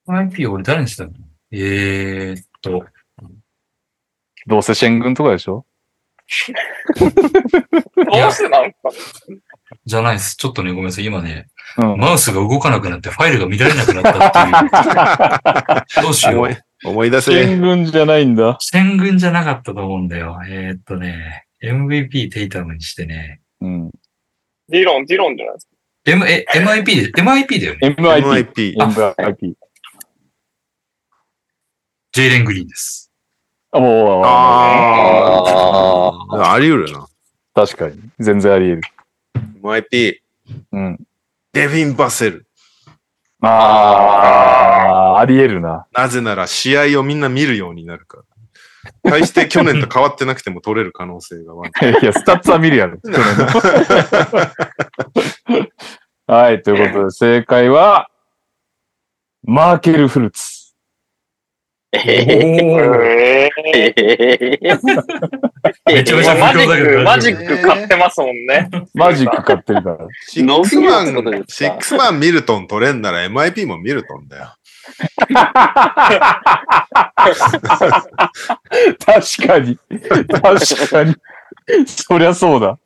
[SPEAKER 1] IP 俺誰にしたのえーっと、
[SPEAKER 2] どうせシェン軍とかでしょ
[SPEAKER 6] ーどうしてなんか
[SPEAKER 1] じゃないです。ちょっとね、ごめんなさい。今ね、
[SPEAKER 2] うん。
[SPEAKER 1] マウスが動かなくなってファイルが見られなくなったって
[SPEAKER 6] [LAUGHS]
[SPEAKER 1] いう。どうしよ
[SPEAKER 3] 思
[SPEAKER 1] う
[SPEAKER 3] い。思い出
[SPEAKER 2] シ
[SPEAKER 3] せ。
[SPEAKER 2] ェン軍じゃないんだ。
[SPEAKER 1] 戦軍じゃなかったと思うんだよ。えーっとね、MVP テイタムにしてね。
[SPEAKER 2] うん。
[SPEAKER 6] ディロン、ディロンじゃないです
[SPEAKER 1] M、え、MIP で、MIP だよね。
[SPEAKER 2] MIP。
[SPEAKER 3] MIP。
[SPEAKER 2] MIP。
[SPEAKER 1] ジェイレン・グリーンです。
[SPEAKER 2] あ、もう、
[SPEAKER 3] あ
[SPEAKER 5] あ
[SPEAKER 3] あ、あり得るな。
[SPEAKER 2] 確かに。全然あり得る。
[SPEAKER 3] MIP。
[SPEAKER 2] うん。
[SPEAKER 3] デヴィン・バセル。
[SPEAKER 2] ああ、あり得るな。 [LAUGHS]
[SPEAKER 3] なぜなら試合をみんな見るようになるから。対して去年と変わってなくても取れる可能性
[SPEAKER 5] [LAUGHS]
[SPEAKER 3] がワン
[SPEAKER 2] いや、スタッツは見るやろ。去年のはい、ということで、正解は、マーケル・フルーツ。
[SPEAKER 6] か。ええ
[SPEAKER 1] めちゃめちゃ
[SPEAKER 6] マジ
[SPEAKER 1] 不況だけど
[SPEAKER 6] ック、マジック買ってますもんね。
[SPEAKER 2] マジック買ってるから。
[SPEAKER 3] シックスマン
[SPEAKER 5] ノーフィールドってこと、です
[SPEAKER 3] シ
[SPEAKER 5] か
[SPEAKER 3] ックスマンミルトン取れんなら MIP もミルトンだよ。
[SPEAKER 2] 確かに。確かに。そりゃそうだ。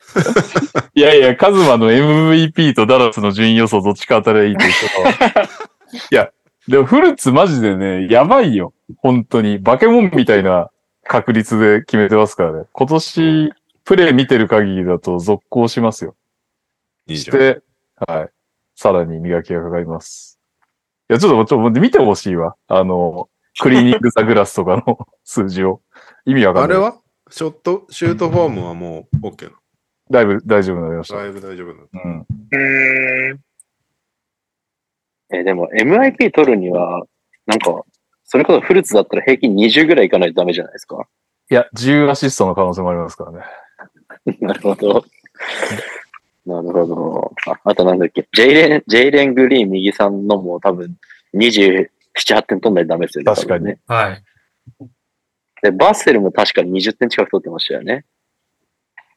[SPEAKER 2] いやいや、カズマの MVP とダラスの順位予想どっちか当たりゃいいって言ってたわいや、でもフルーツマジでね、やばいよ。本当に。バケモンみたいな確率で決めてますからね。今年、プレイ見てる限りだと続行しますよ。
[SPEAKER 3] いいじ
[SPEAKER 2] し
[SPEAKER 3] ゃん。
[SPEAKER 2] て、はい。さらに磨きがかかります。いや、ちょっと、ちょっと見てほしいわ。あの、クリーニングザグラスとかの数字を。意味わか
[SPEAKER 3] あ
[SPEAKER 2] んな
[SPEAKER 3] れ
[SPEAKER 2] い。
[SPEAKER 3] はショット、シュートフォームはもう OK な
[SPEAKER 2] だいぶ大丈夫になりまし
[SPEAKER 3] の。
[SPEAKER 2] た。
[SPEAKER 3] だいぶ大丈夫なの。
[SPEAKER 2] うん。
[SPEAKER 6] うーん。
[SPEAKER 5] [LAUGHS] えーでも MIP 取るには、なんか、それこそフルーツだったら平均20ぐらいいかないとダメじゃないですか。 [LAUGHS]
[SPEAKER 2] いや、10アシストの可能性もありますか
[SPEAKER 3] [LAUGHS]
[SPEAKER 2] らね。
[SPEAKER 5] なるほど。なるほど。ああとなんだっけ、ジェイレン、ジェイレン・グリーン右さんのも多分27、8点取んないとダメですよね。
[SPEAKER 2] 確かに
[SPEAKER 5] 多分ね。
[SPEAKER 1] はい。
[SPEAKER 5] で、バッセルも確かに20点近く取ってましたよね。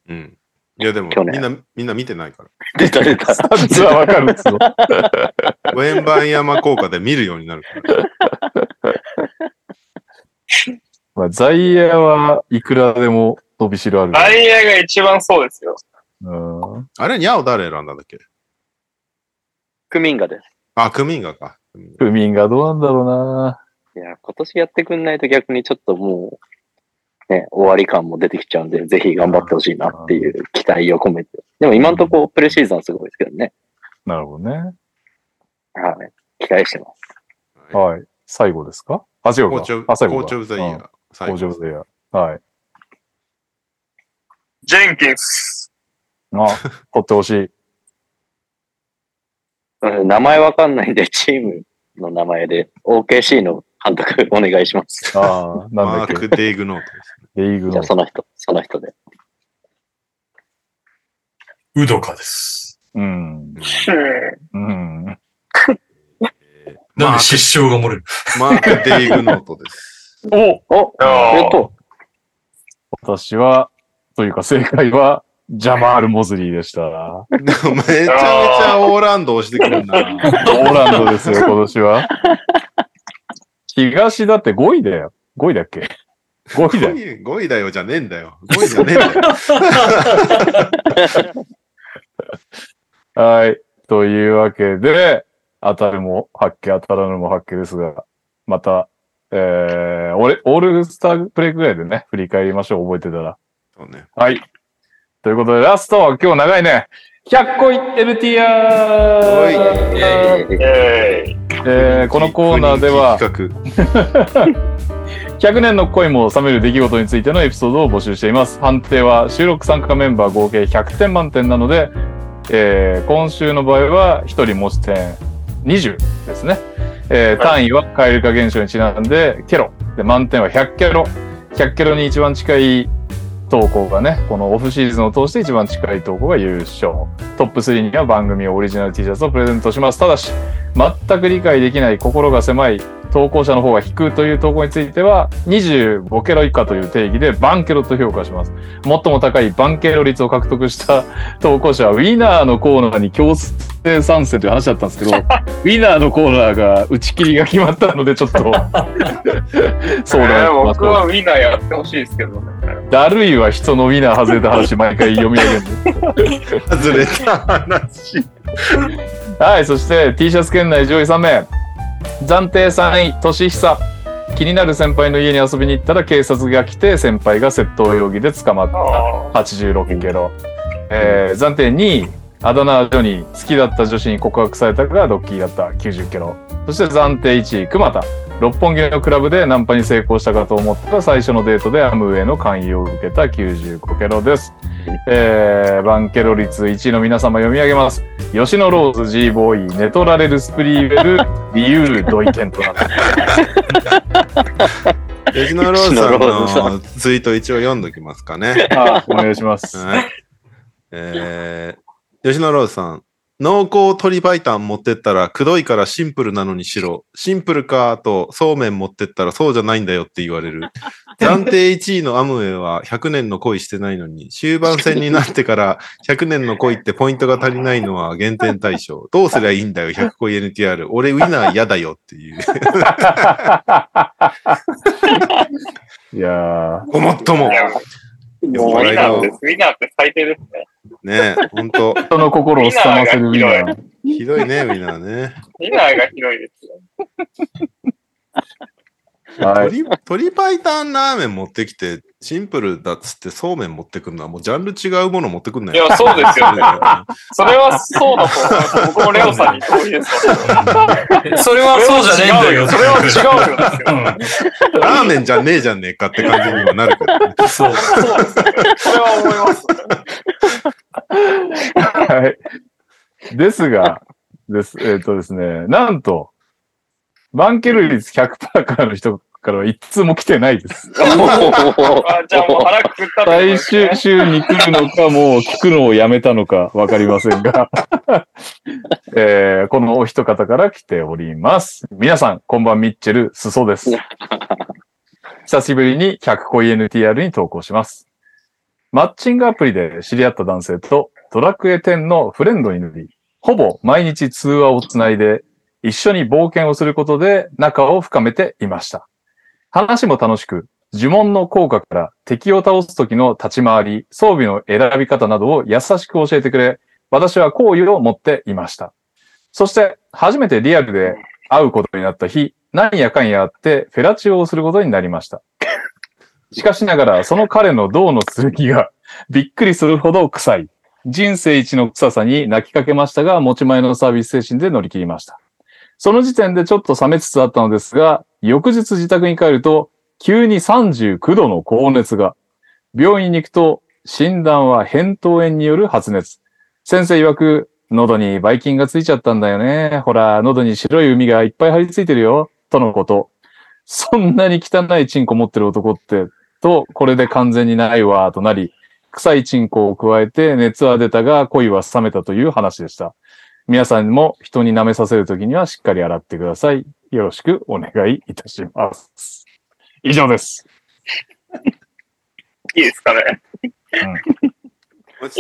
[SPEAKER 3] うん。いやでも
[SPEAKER 5] 去、
[SPEAKER 3] みん
[SPEAKER 5] 年
[SPEAKER 3] な、みんな見てないから。
[SPEAKER 5] 出た
[SPEAKER 2] [LAUGHS]
[SPEAKER 5] 出た。
[SPEAKER 2] タッツはわかるんですよ。
[SPEAKER 3] ウェンバン山効果で見るようになるから。
[SPEAKER 2] まあ、ザイヤはいくらでも伸びしろある。
[SPEAKER 6] ダイヤが一番そうですよ。
[SPEAKER 2] うん。
[SPEAKER 3] あれ、ニャオ誰選んだんだっけ
[SPEAKER 5] クミンガです。
[SPEAKER 3] あ、クミンガか。クミンガ
[SPEAKER 2] クミンがどうなんだろうない
[SPEAKER 5] や、今年やってくんないと逆にちょっともう、ね、終わり感も出てきちゃうんで、ぜひ頑張ってほしいなっていう期待を込めて。でも今んとこプレシーズンはすごいですけどね。
[SPEAKER 2] なるほどね。
[SPEAKER 5] はい。期待してます。
[SPEAKER 2] はい。最後ですかあ、違う
[SPEAKER 3] 校
[SPEAKER 2] か
[SPEAKER 3] 長、。
[SPEAKER 2] あ、最後
[SPEAKER 3] 校
[SPEAKER 2] か。
[SPEAKER 3] 長ザイヤー。最
[SPEAKER 2] 校
[SPEAKER 3] 後
[SPEAKER 2] 長ザイヤはい。
[SPEAKER 6] ジェンキンス。
[SPEAKER 3] [LAUGHS]
[SPEAKER 2] あ、取ってほしい。
[SPEAKER 5] うん名前わかんないんで、チームの名前で OKC の監督お願いします。
[SPEAKER 2] ああ、なんだ
[SPEAKER 3] マ
[SPEAKER 2] っけ
[SPEAKER 3] ー。ク・デイグノートですね。
[SPEAKER 2] レイグ
[SPEAKER 5] じ
[SPEAKER 2] の
[SPEAKER 5] ゃあ。その人、その人で。
[SPEAKER 1] うどかです。
[SPEAKER 2] うん。
[SPEAKER 6] うん
[SPEAKER 2] うん。
[SPEAKER 1] なん
[SPEAKER 3] マ
[SPEAKER 1] で
[SPEAKER 3] ー
[SPEAKER 1] 失笑が漏れる。
[SPEAKER 3] ク、マークデイグノート
[SPEAKER 2] [LAUGHS]
[SPEAKER 3] です。
[SPEAKER 6] お
[SPEAKER 5] お
[SPEAKER 6] あー
[SPEAKER 5] やっと
[SPEAKER 2] 私は、というか正解は、ジャマール・モズリーでした。オ
[SPEAKER 3] めちゃめちゃオーランド押してくるんだな。
[SPEAKER 2] ーランドですよ、今年は。東だって5位だよ。5位だっけ ?5 位だよ。
[SPEAKER 3] 5位5位だよじゃねえんだ
[SPEAKER 2] [LAUGHS]
[SPEAKER 3] よ。5位じゃねえんだよ。
[SPEAKER 2] はい。というわけで、当たるも発見、当たらぬも発見ですが、また、えー、俺、オールスタープレイぐらいでね、振り返りましょう、覚えてたら。
[SPEAKER 3] そうね。
[SPEAKER 2] はい。ということで、ラスト、今日長いね。100個い LTR!
[SPEAKER 3] おい
[SPEAKER 5] えー
[SPEAKER 6] えーイ
[SPEAKER 2] えーこのコーナーでは、
[SPEAKER 3] 不人気企
[SPEAKER 2] 100年の恋も冷める出来事についてのエピソードを募集しています。判定は収録参加メンバー合計100点満点なので、えー今週の場合は1人持ち点20ですね。えー単位は蛙化現象にちなんで、ケロ。で、満点は100ケロ。100ケロに一番近い投稿がね、このオフシーズンを通して一番近い投稿が優勝。トップ3には番組オリジナル T シャツをプレゼントします。ただし、全く理解できない心が狭い投稿者の方が引くという投稿については25ケロ以下という定義でバンケロと評価します最も高いバンケロ率を獲得した投稿者はウィナーのコーナーに強制参戦という話だったんですけどウィナーのコーナーが打ち切りが決まったのでちょっと相
[SPEAKER 6] えー
[SPEAKER 2] 談し
[SPEAKER 6] 僕
[SPEAKER 2] ま
[SPEAKER 6] はウィナーやってほしいですけどね。
[SPEAKER 2] すだるいは人のウィナー外れた話毎回読み上げるんで
[SPEAKER 3] 画外れた
[SPEAKER 2] [LAUGHS]
[SPEAKER 3] 話。
[SPEAKER 2] はい、そして T シャツ圏内上位3名。暫定3位、年久。気になる先輩の家に遊びに行ったら警察が来て先輩が窃盗容疑で捕まった。86ゲロ。えー、暫定2位、あだ名はジョニー。好きだった女子に告白されたがドッキリだった。90ゲロ。そして暫定1位、熊田。六本木のクラブでナンパに成功したかと思ったら最初のデートでアムウェイの勧誘を受けた95ケロです。えー、バンケロ率1位の皆様読み上げます。吉野ローズ G ボーイネトラレルスプリーベル理由同意見となって
[SPEAKER 3] [LAUGHS] 吉野ローズ
[SPEAKER 5] 吉野
[SPEAKER 3] さ
[SPEAKER 5] ロ
[SPEAKER 3] んのツイート一応読んどきますかね。
[SPEAKER 2] あお願いします。
[SPEAKER 3] はい。えー、吉野ローズさん。濃厚鶏白湯持ってったら、くどいからシンプルなのにしろ。シンプルかと、そうめん持ってったらそうじゃないんだよって言われる。暫定1位のアムウェイは100年の恋してないのに、終盤戦になってから100年の恋ってポイントが足りないのは減点対象。どうすりゃいいんだよ、100恋 NTR。俺ウィナー嫌だよっていう。
[SPEAKER 2] いや
[SPEAKER 3] ごもっとも
[SPEAKER 6] い。やもうウィナーです。ウィナーって最低ですね。
[SPEAKER 3] ねえ、ほんと。
[SPEAKER 2] ー、人の心をすさませるウィナー。
[SPEAKER 3] ひどいね、ウィナーね。
[SPEAKER 6] ウィナーがひどいですよ。
[SPEAKER 2] はい。
[SPEAKER 3] 鶏鶏白湯ラーメン持ってきて、シンプルだっつってそうめん持ってくるのは、もうジャンル違うもの持ってくんない
[SPEAKER 6] い
[SPEAKER 3] [LAUGHS]
[SPEAKER 6] や、そうですよね。[LAUGHS] そ
[SPEAKER 3] そ
[SPEAKER 6] れはそうだと思います。僕もレオさんに同
[SPEAKER 1] [LAUGHS]
[SPEAKER 6] 意ですわ。
[SPEAKER 1] それはそうじゃねえんだよ。
[SPEAKER 6] それは違うよ。ですよ。
[SPEAKER 3] うラーメンじゃねえじゃねえかって感じにはなるけど、ね。
[SPEAKER 1] うん。そう。
[SPEAKER 6] そうですよね。それは思います。
[SPEAKER 2] はい。ですが、です、えっ、とですね、なんと、バンケル率100%からの人からは一通も来てないです。
[SPEAKER 6] あじゃあもう腹くくったってことで
[SPEAKER 2] 最
[SPEAKER 6] すね
[SPEAKER 2] 終週に来るのか、もう聞くのをやめたのかわかりません
[SPEAKER 6] [LAUGHS]
[SPEAKER 2] が、えーこのお一方から来ております。皆さん、こんばんミッチェル、すそです。久しぶりに100個 ENTR に投稿します。マッチングアプリで知り合った男性とドラクエ10のフレンドになり、ほぼ毎日通話をつないで、一緒に冒険をすることで仲を深めていました。話も楽しく、呪文の効果から敵を倒す時の立ち回り、装備の選び方などを優しく教えてくれ、私は好意を持っていました。そして、初めてリアルで会うことになった日、何やかんやあってフェラチオをすることになりました。しかしながら、その彼の銅の剣がびっくりするほど臭い。人生一の臭さに泣きかけましたが、持ち前のサービス精神で乗り切りました。その時点でちょっと冷めつつあったのですが、翌日自宅に帰ると、急に39度の高熱が。病院に行くと、診断は扁桃炎による発熱。先生曰く、喉にばい菌がついちゃったんだよね。ほら、喉に白い海がいっぱい張り付いてるよ。とのこと。そんなに汚いチンコ持ってる男って、と、これで完全にないわ、となり、臭いチンコを加えて熱は出たが恋は冷めたという話でした。皆さんも人に舐めさせるときにはしっかり洗ってください。よろしくお願いいたします。以上です。
[SPEAKER 6] いいですかね。
[SPEAKER 3] い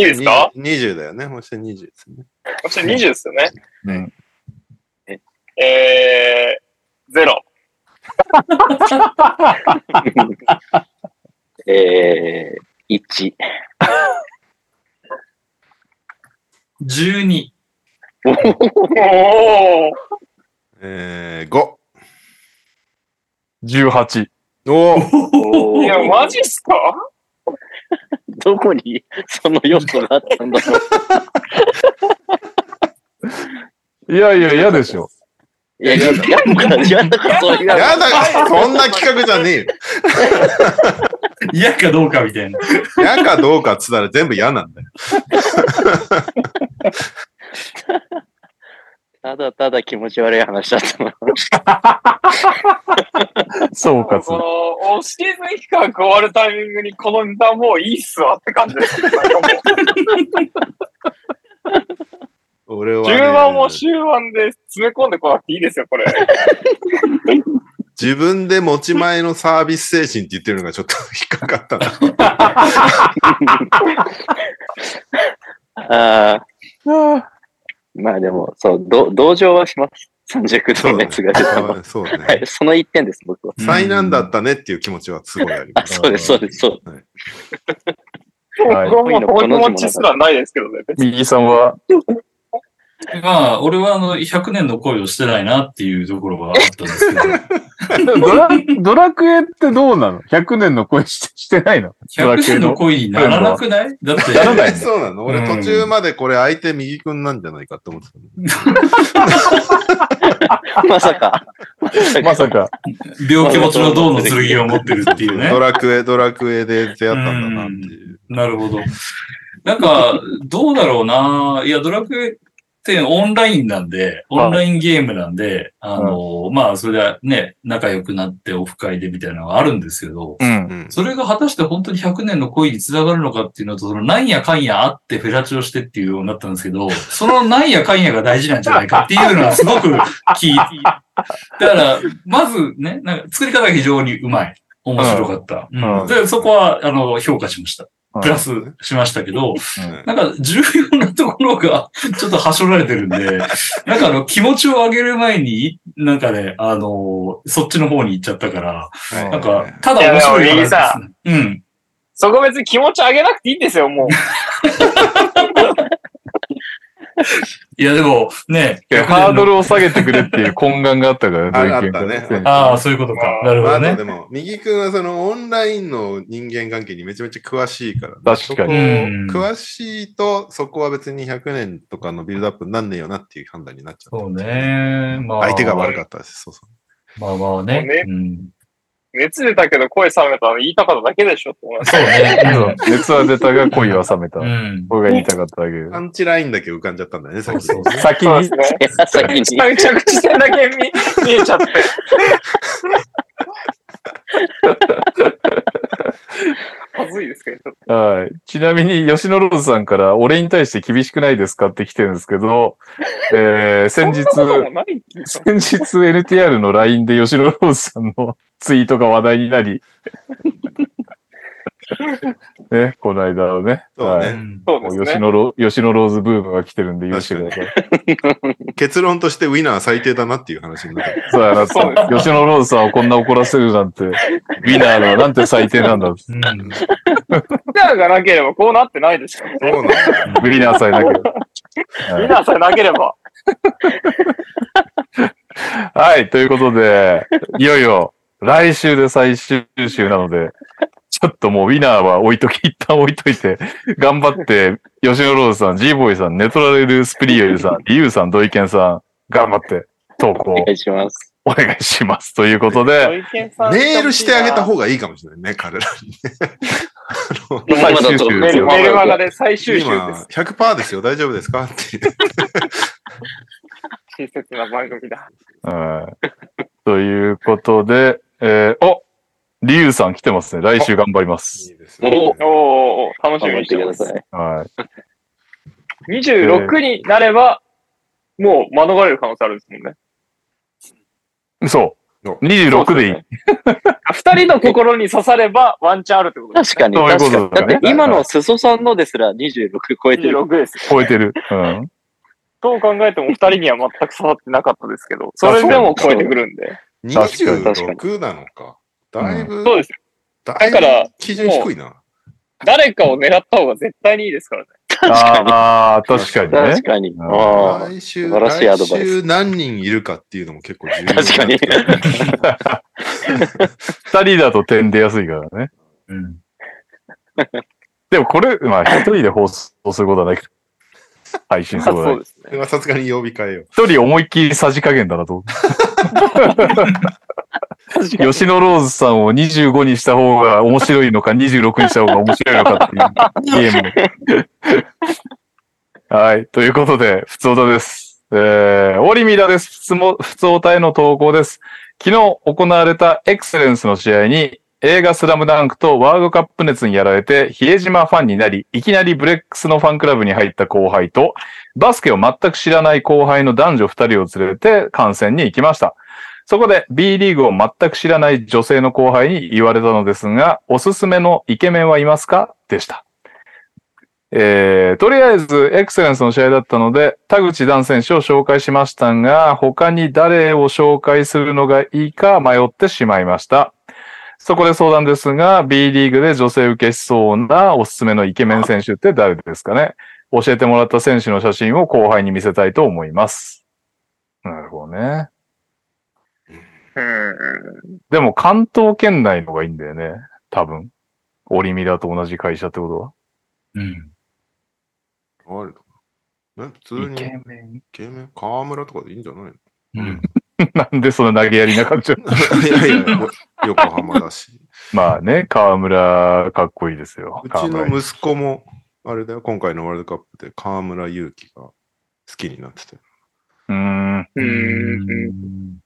[SPEAKER 6] いですか
[SPEAKER 3] ?20 だよね。もうして20ですね。
[SPEAKER 6] そして20ですよね。
[SPEAKER 2] うん、
[SPEAKER 6] えー、ゼロ。
[SPEAKER 5] えー、1。
[SPEAKER 1] 12。
[SPEAKER 6] おー
[SPEAKER 3] えー、5。
[SPEAKER 2] 18。
[SPEAKER 3] おお
[SPEAKER 5] おー
[SPEAKER 6] いや、マジっすか
[SPEAKER 5] どこにその要素があったんだろう。
[SPEAKER 2] いやいや、嫌でしょ。
[SPEAKER 5] いや、いや、だから、いや、だからそういう
[SPEAKER 3] やだそんな企画じゃねえよ。
[SPEAKER 1] 嫌かどうかみたいな。
[SPEAKER 3] 嫌かどうかっつったら全部嫌なんだよ。
[SPEAKER 5] ただただ気持ち悪い話だったな。
[SPEAKER 2] 総
[SPEAKER 3] [LAUGHS]
[SPEAKER 2] 括。
[SPEAKER 6] この、オフシーズン期間が終わるタイミングに、このネタもういいっすわって感じです。なんかも
[SPEAKER 3] 俺は
[SPEAKER 6] う
[SPEAKER 3] ね、
[SPEAKER 6] 中盤も終盤で詰め込んでこなくていいですよ、これ。
[SPEAKER 3] 自分で持ち前のサービス精神って言ってるのがちょっと引っかかったな。
[SPEAKER 5] ああ。まあでも、そう、ど同情はします。39度の熱が出たのは。
[SPEAKER 3] あそうだ
[SPEAKER 5] は
[SPEAKER 3] ね。
[SPEAKER 5] い、その一点です、僕は。
[SPEAKER 3] 災難だったねっていう気持ちはすごいありま
[SPEAKER 5] あ
[SPEAKER 3] す。
[SPEAKER 5] そうです、そうです、そう。
[SPEAKER 2] はい
[SPEAKER 6] 僕はもうこの気持ちすらないですけどね。別に
[SPEAKER 2] 右さんは、
[SPEAKER 1] まあ、俺はあの、100年の恋をしてないなっていうところはあったんです
[SPEAKER 2] [LAUGHS]
[SPEAKER 1] けど、
[SPEAKER 2] ドラドラクエってどうなの ?100 年の恋してしてないのドラク
[SPEAKER 1] 100
[SPEAKER 2] エ
[SPEAKER 1] 年の
[SPEAKER 2] の。
[SPEAKER 1] 恋にならなくないだって、
[SPEAKER 2] ならない
[SPEAKER 3] [LAUGHS] そうなの俺途中までこれ相手右くんなんじゃないかって思ってたの。
[SPEAKER 5] まさか。
[SPEAKER 2] まさか。
[SPEAKER 1] 病気持ちの銅の剣を持ってるっていうね
[SPEAKER 3] ド。ラクエ、ドラクエで出会ったんだなっていう。
[SPEAKER 1] なるほど。なんか、どうだろうな。いや、ドラクエってオンラインなんで、
[SPEAKER 2] はい
[SPEAKER 1] オンラインゲームなんで、あの、まあ、それはね、仲良くなってオフ会でみたいなのはあるんですけど、
[SPEAKER 2] うん。
[SPEAKER 3] うん
[SPEAKER 1] それが果たして本当に100年の恋につながるのかっていうのと、そのなんやかんやあってフェラチオしてっていうようになったんですけど、そのなんやかんやが大事なんじゃないかっていうのはすごく聞いて、だから、まずね、なんか作り方が非常にうまい。面白かった。
[SPEAKER 2] ん
[SPEAKER 1] うんでそこは、あの、評価しました。プラスしましたけど、なんか重要なところがちょっとはしょられてるんで、なんかあの気持ちを上げる前に、なんかね、あのそっちの方に行っちゃったから、
[SPEAKER 3] はい
[SPEAKER 1] なんか、ただ面白いからですね、うん。
[SPEAKER 6] そこ別に気持ち上げなくていいんですよ、もう。
[SPEAKER 1] いやでも、ね、
[SPEAKER 2] いやハードルを下げてくれっていう懇願があったから
[SPEAKER 3] あ
[SPEAKER 2] ね、
[SPEAKER 3] あったね
[SPEAKER 2] 土井健
[SPEAKER 1] ああ、そういうことか。なるほ
[SPEAKER 3] まあ、
[SPEAKER 1] ど
[SPEAKER 3] あとで。
[SPEAKER 1] ね
[SPEAKER 3] も、右くんはそのオンラインの人間関係にめちゃめちゃ詳しいから、
[SPEAKER 2] 確かに
[SPEAKER 1] うん
[SPEAKER 3] そこ詳しいと、そこは別に100年とかのビルドアップになんねえよなっていう判断になっちゃう。
[SPEAKER 1] そうね。まあ、
[SPEAKER 3] 相手が悪かったです。そうそ
[SPEAKER 1] まあまあね。
[SPEAKER 6] ね
[SPEAKER 1] うん、
[SPEAKER 6] 熱出たけど声冷めたの言いたかっただけでしょって思います。
[SPEAKER 1] そうね。
[SPEAKER 2] 君。熱は出たが恋は冷めた
[SPEAKER 1] う。ん。
[SPEAKER 2] 僕が言いたかっただけ
[SPEAKER 3] う。
[SPEAKER 2] で
[SPEAKER 3] パンチラインだけ浮かんじゃったんだよね、
[SPEAKER 1] そ
[SPEAKER 3] さっ
[SPEAKER 1] う
[SPEAKER 3] き。
[SPEAKER 1] そうそう。
[SPEAKER 2] 先
[SPEAKER 6] そうで
[SPEAKER 2] に
[SPEAKER 6] す、ね。
[SPEAKER 5] いや、先に。
[SPEAKER 6] めちゃくちゃだけ見見えちゃって。はずいですけど、ちょっ
[SPEAKER 2] はい。ちなみに、吉野ローズさんから、俺に対して厳しくないですかって来てるんですけど、えー、先日
[SPEAKER 6] と。、そんなこともない
[SPEAKER 2] 先日 NTR の
[SPEAKER 6] [LAUGHS]
[SPEAKER 2] LINE で吉野ローズさんのツイートが話題になり、ね、この間のね。
[SPEAKER 3] そうね
[SPEAKER 2] はい
[SPEAKER 1] ん
[SPEAKER 6] そう
[SPEAKER 2] も
[SPEAKER 6] で
[SPEAKER 2] う
[SPEAKER 6] す
[SPEAKER 2] 吉
[SPEAKER 6] ね。
[SPEAKER 2] 野ロ吉野ローズブームが来てるんで許してください。
[SPEAKER 3] 結論としてウィナー最低だなっていう話になった。
[SPEAKER 2] そうやなって
[SPEAKER 6] そうで
[SPEAKER 2] 吉野ローズさんをこんな怒らせるなんて、ウィナーのなんて最低なんだ。ウ
[SPEAKER 6] [LAUGHS]
[SPEAKER 1] うん
[SPEAKER 6] ギターがなければこうなってないでしょ。
[SPEAKER 3] そうなんだ。
[SPEAKER 2] ィナーさえな
[SPEAKER 6] [LAUGHS]
[SPEAKER 2] ければ。
[SPEAKER 6] ギ
[SPEAKER 2] はい
[SPEAKER 6] ターさえなければ。
[SPEAKER 2] はい、ということで、いよいよ来週で最終週なので、ちょっともうウィナーは置いとき、一旦置いといて、頑張って、吉野ローズさん、ジーボーイさん、ネトラレル・スプリエルさん、リュウさん、ドイケンさん、頑張って投稿
[SPEAKER 5] お願いします。
[SPEAKER 2] お願いします。ということで、
[SPEAKER 3] メールしてあげた
[SPEAKER 6] 方
[SPEAKER 3] 方がいいかもしれないね、彼らにね。あの
[SPEAKER 2] 最終週
[SPEAKER 6] メ
[SPEAKER 2] で
[SPEAKER 5] メ
[SPEAKER 2] す
[SPEAKER 6] ル
[SPEAKER 2] よ
[SPEAKER 5] ル。
[SPEAKER 6] メルマガで最終週で
[SPEAKER 3] 今
[SPEAKER 6] す。
[SPEAKER 3] 100%ですよ、大丈夫ですかって。
[SPEAKER 6] 親切な番組だ。
[SPEAKER 2] はいということで、えー、おリュウさん来てますね。来週頑張ります。
[SPEAKER 3] いいですね
[SPEAKER 5] お
[SPEAKER 6] おーおー楽し
[SPEAKER 5] 頑
[SPEAKER 6] み
[SPEAKER 5] 張っ
[SPEAKER 6] にしてて
[SPEAKER 5] くだ
[SPEAKER 6] ます
[SPEAKER 5] さ。い。
[SPEAKER 2] はい。
[SPEAKER 6] 26になれば、もう免れる可能性あるんですもんね。
[SPEAKER 2] 嘘。
[SPEAKER 3] お
[SPEAKER 2] 26でいい。
[SPEAKER 6] 二人の心に刺さればワンチャンあるってことです。
[SPEAKER 5] 確かに、
[SPEAKER 2] そういうこと
[SPEAKER 5] 確か
[SPEAKER 2] だね
[SPEAKER 5] に。だって今の裾さんのですら26超えてる。
[SPEAKER 6] 26です。
[SPEAKER 2] 超えてる。うん。 [LAUGHS]
[SPEAKER 6] どう考えても二人には全く刺さってなかったですけど、それでも超えてくるんで。
[SPEAKER 2] 確かに
[SPEAKER 3] 26なのか。だいぶ、
[SPEAKER 6] そうです。
[SPEAKER 3] だいぶ
[SPEAKER 6] だから
[SPEAKER 3] 基準低いな。
[SPEAKER 6] 誰かを狙った方が絶対にいいですからね。
[SPEAKER 2] ああ、確かにね
[SPEAKER 5] 確。かに。
[SPEAKER 2] うん
[SPEAKER 5] ああ。
[SPEAKER 3] 来週、
[SPEAKER 5] 素晴らしいアド
[SPEAKER 3] 来
[SPEAKER 5] バイス
[SPEAKER 3] 週何人いるかっていうのも結構重要 [LAUGHS]
[SPEAKER 5] 確かに
[SPEAKER 2] 二人だと点出やすいからね。
[SPEAKER 1] うん
[SPEAKER 2] でもこれ、まあ、一人で放送することはないけど。配信することは
[SPEAKER 6] そ
[SPEAKER 2] ない
[SPEAKER 6] うです
[SPEAKER 3] に。
[SPEAKER 6] ね。
[SPEAKER 3] まあさすがに呼び替えよう。
[SPEAKER 2] 一人思いっきりさじ加減だなと思って。吉野ローズさんを25にした方が面白いのか、26にした方が面白いのかっていうゲーム。はい。ということで、ふつおたです。えー、オリミラです。ふつも、ふつおたへの投稿です。昨日行われたエクセレンスの試合に、映画スラムダンクとワールドカップ熱にやられて、比江島ファンになり、いきなりブレックスのファンクラブに入った後輩と、バスケを全く知らない後輩の男女二人を連れて観戦に行きました。そこで B リーグを全く知らない女性の後輩に言われたのですが、おすすめのイケメンはいますかでした。えー、とりあえず、エクセレンスの試合だったので、田口段選手を紹介しましたが、他に誰を紹介するのがいいか迷ってしまいました。そこで相談ですが、B リーグで女性受けしそうなおすすめのイケメン選手って誰ですかね教えてもらった選手の写真を後輩に見せたいと思います。なるほどね。でも関東圏内のがいいんだよね。多分。オリミラと同じ会社ってことは。
[SPEAKER 1] うん。
[SPEAKER 3] あるのね、普通
[SPEAKER 2] イ
[SPEAKER 3] に、イ
[SPEAKER 2] ケメン。
[SPEAKER 3] ケメン、河村とかでいいんじゃないの
[SPEAKER 1] うん。
[SPEAKER 2] [LAUGHS] なんでその [LAUGHS] 投げやりな感じ
[SPEAKER 3] いやいや、横浜だし。
[SPEAKER 2] まあね、河村かっこいいですよ。
[SPEAKER 3] う
[SPEAKER 2] 河
[SPEAKER 3] ち
[SPEAKER 2] 村
[SPEAKER 3] の息子も、あれだよ、今回のワールドカップで河村勇輝が好きになってて。
[SPEAKER 2] うーん。
[SPEAKER 6] う。
[SPEAKER 1] うんん。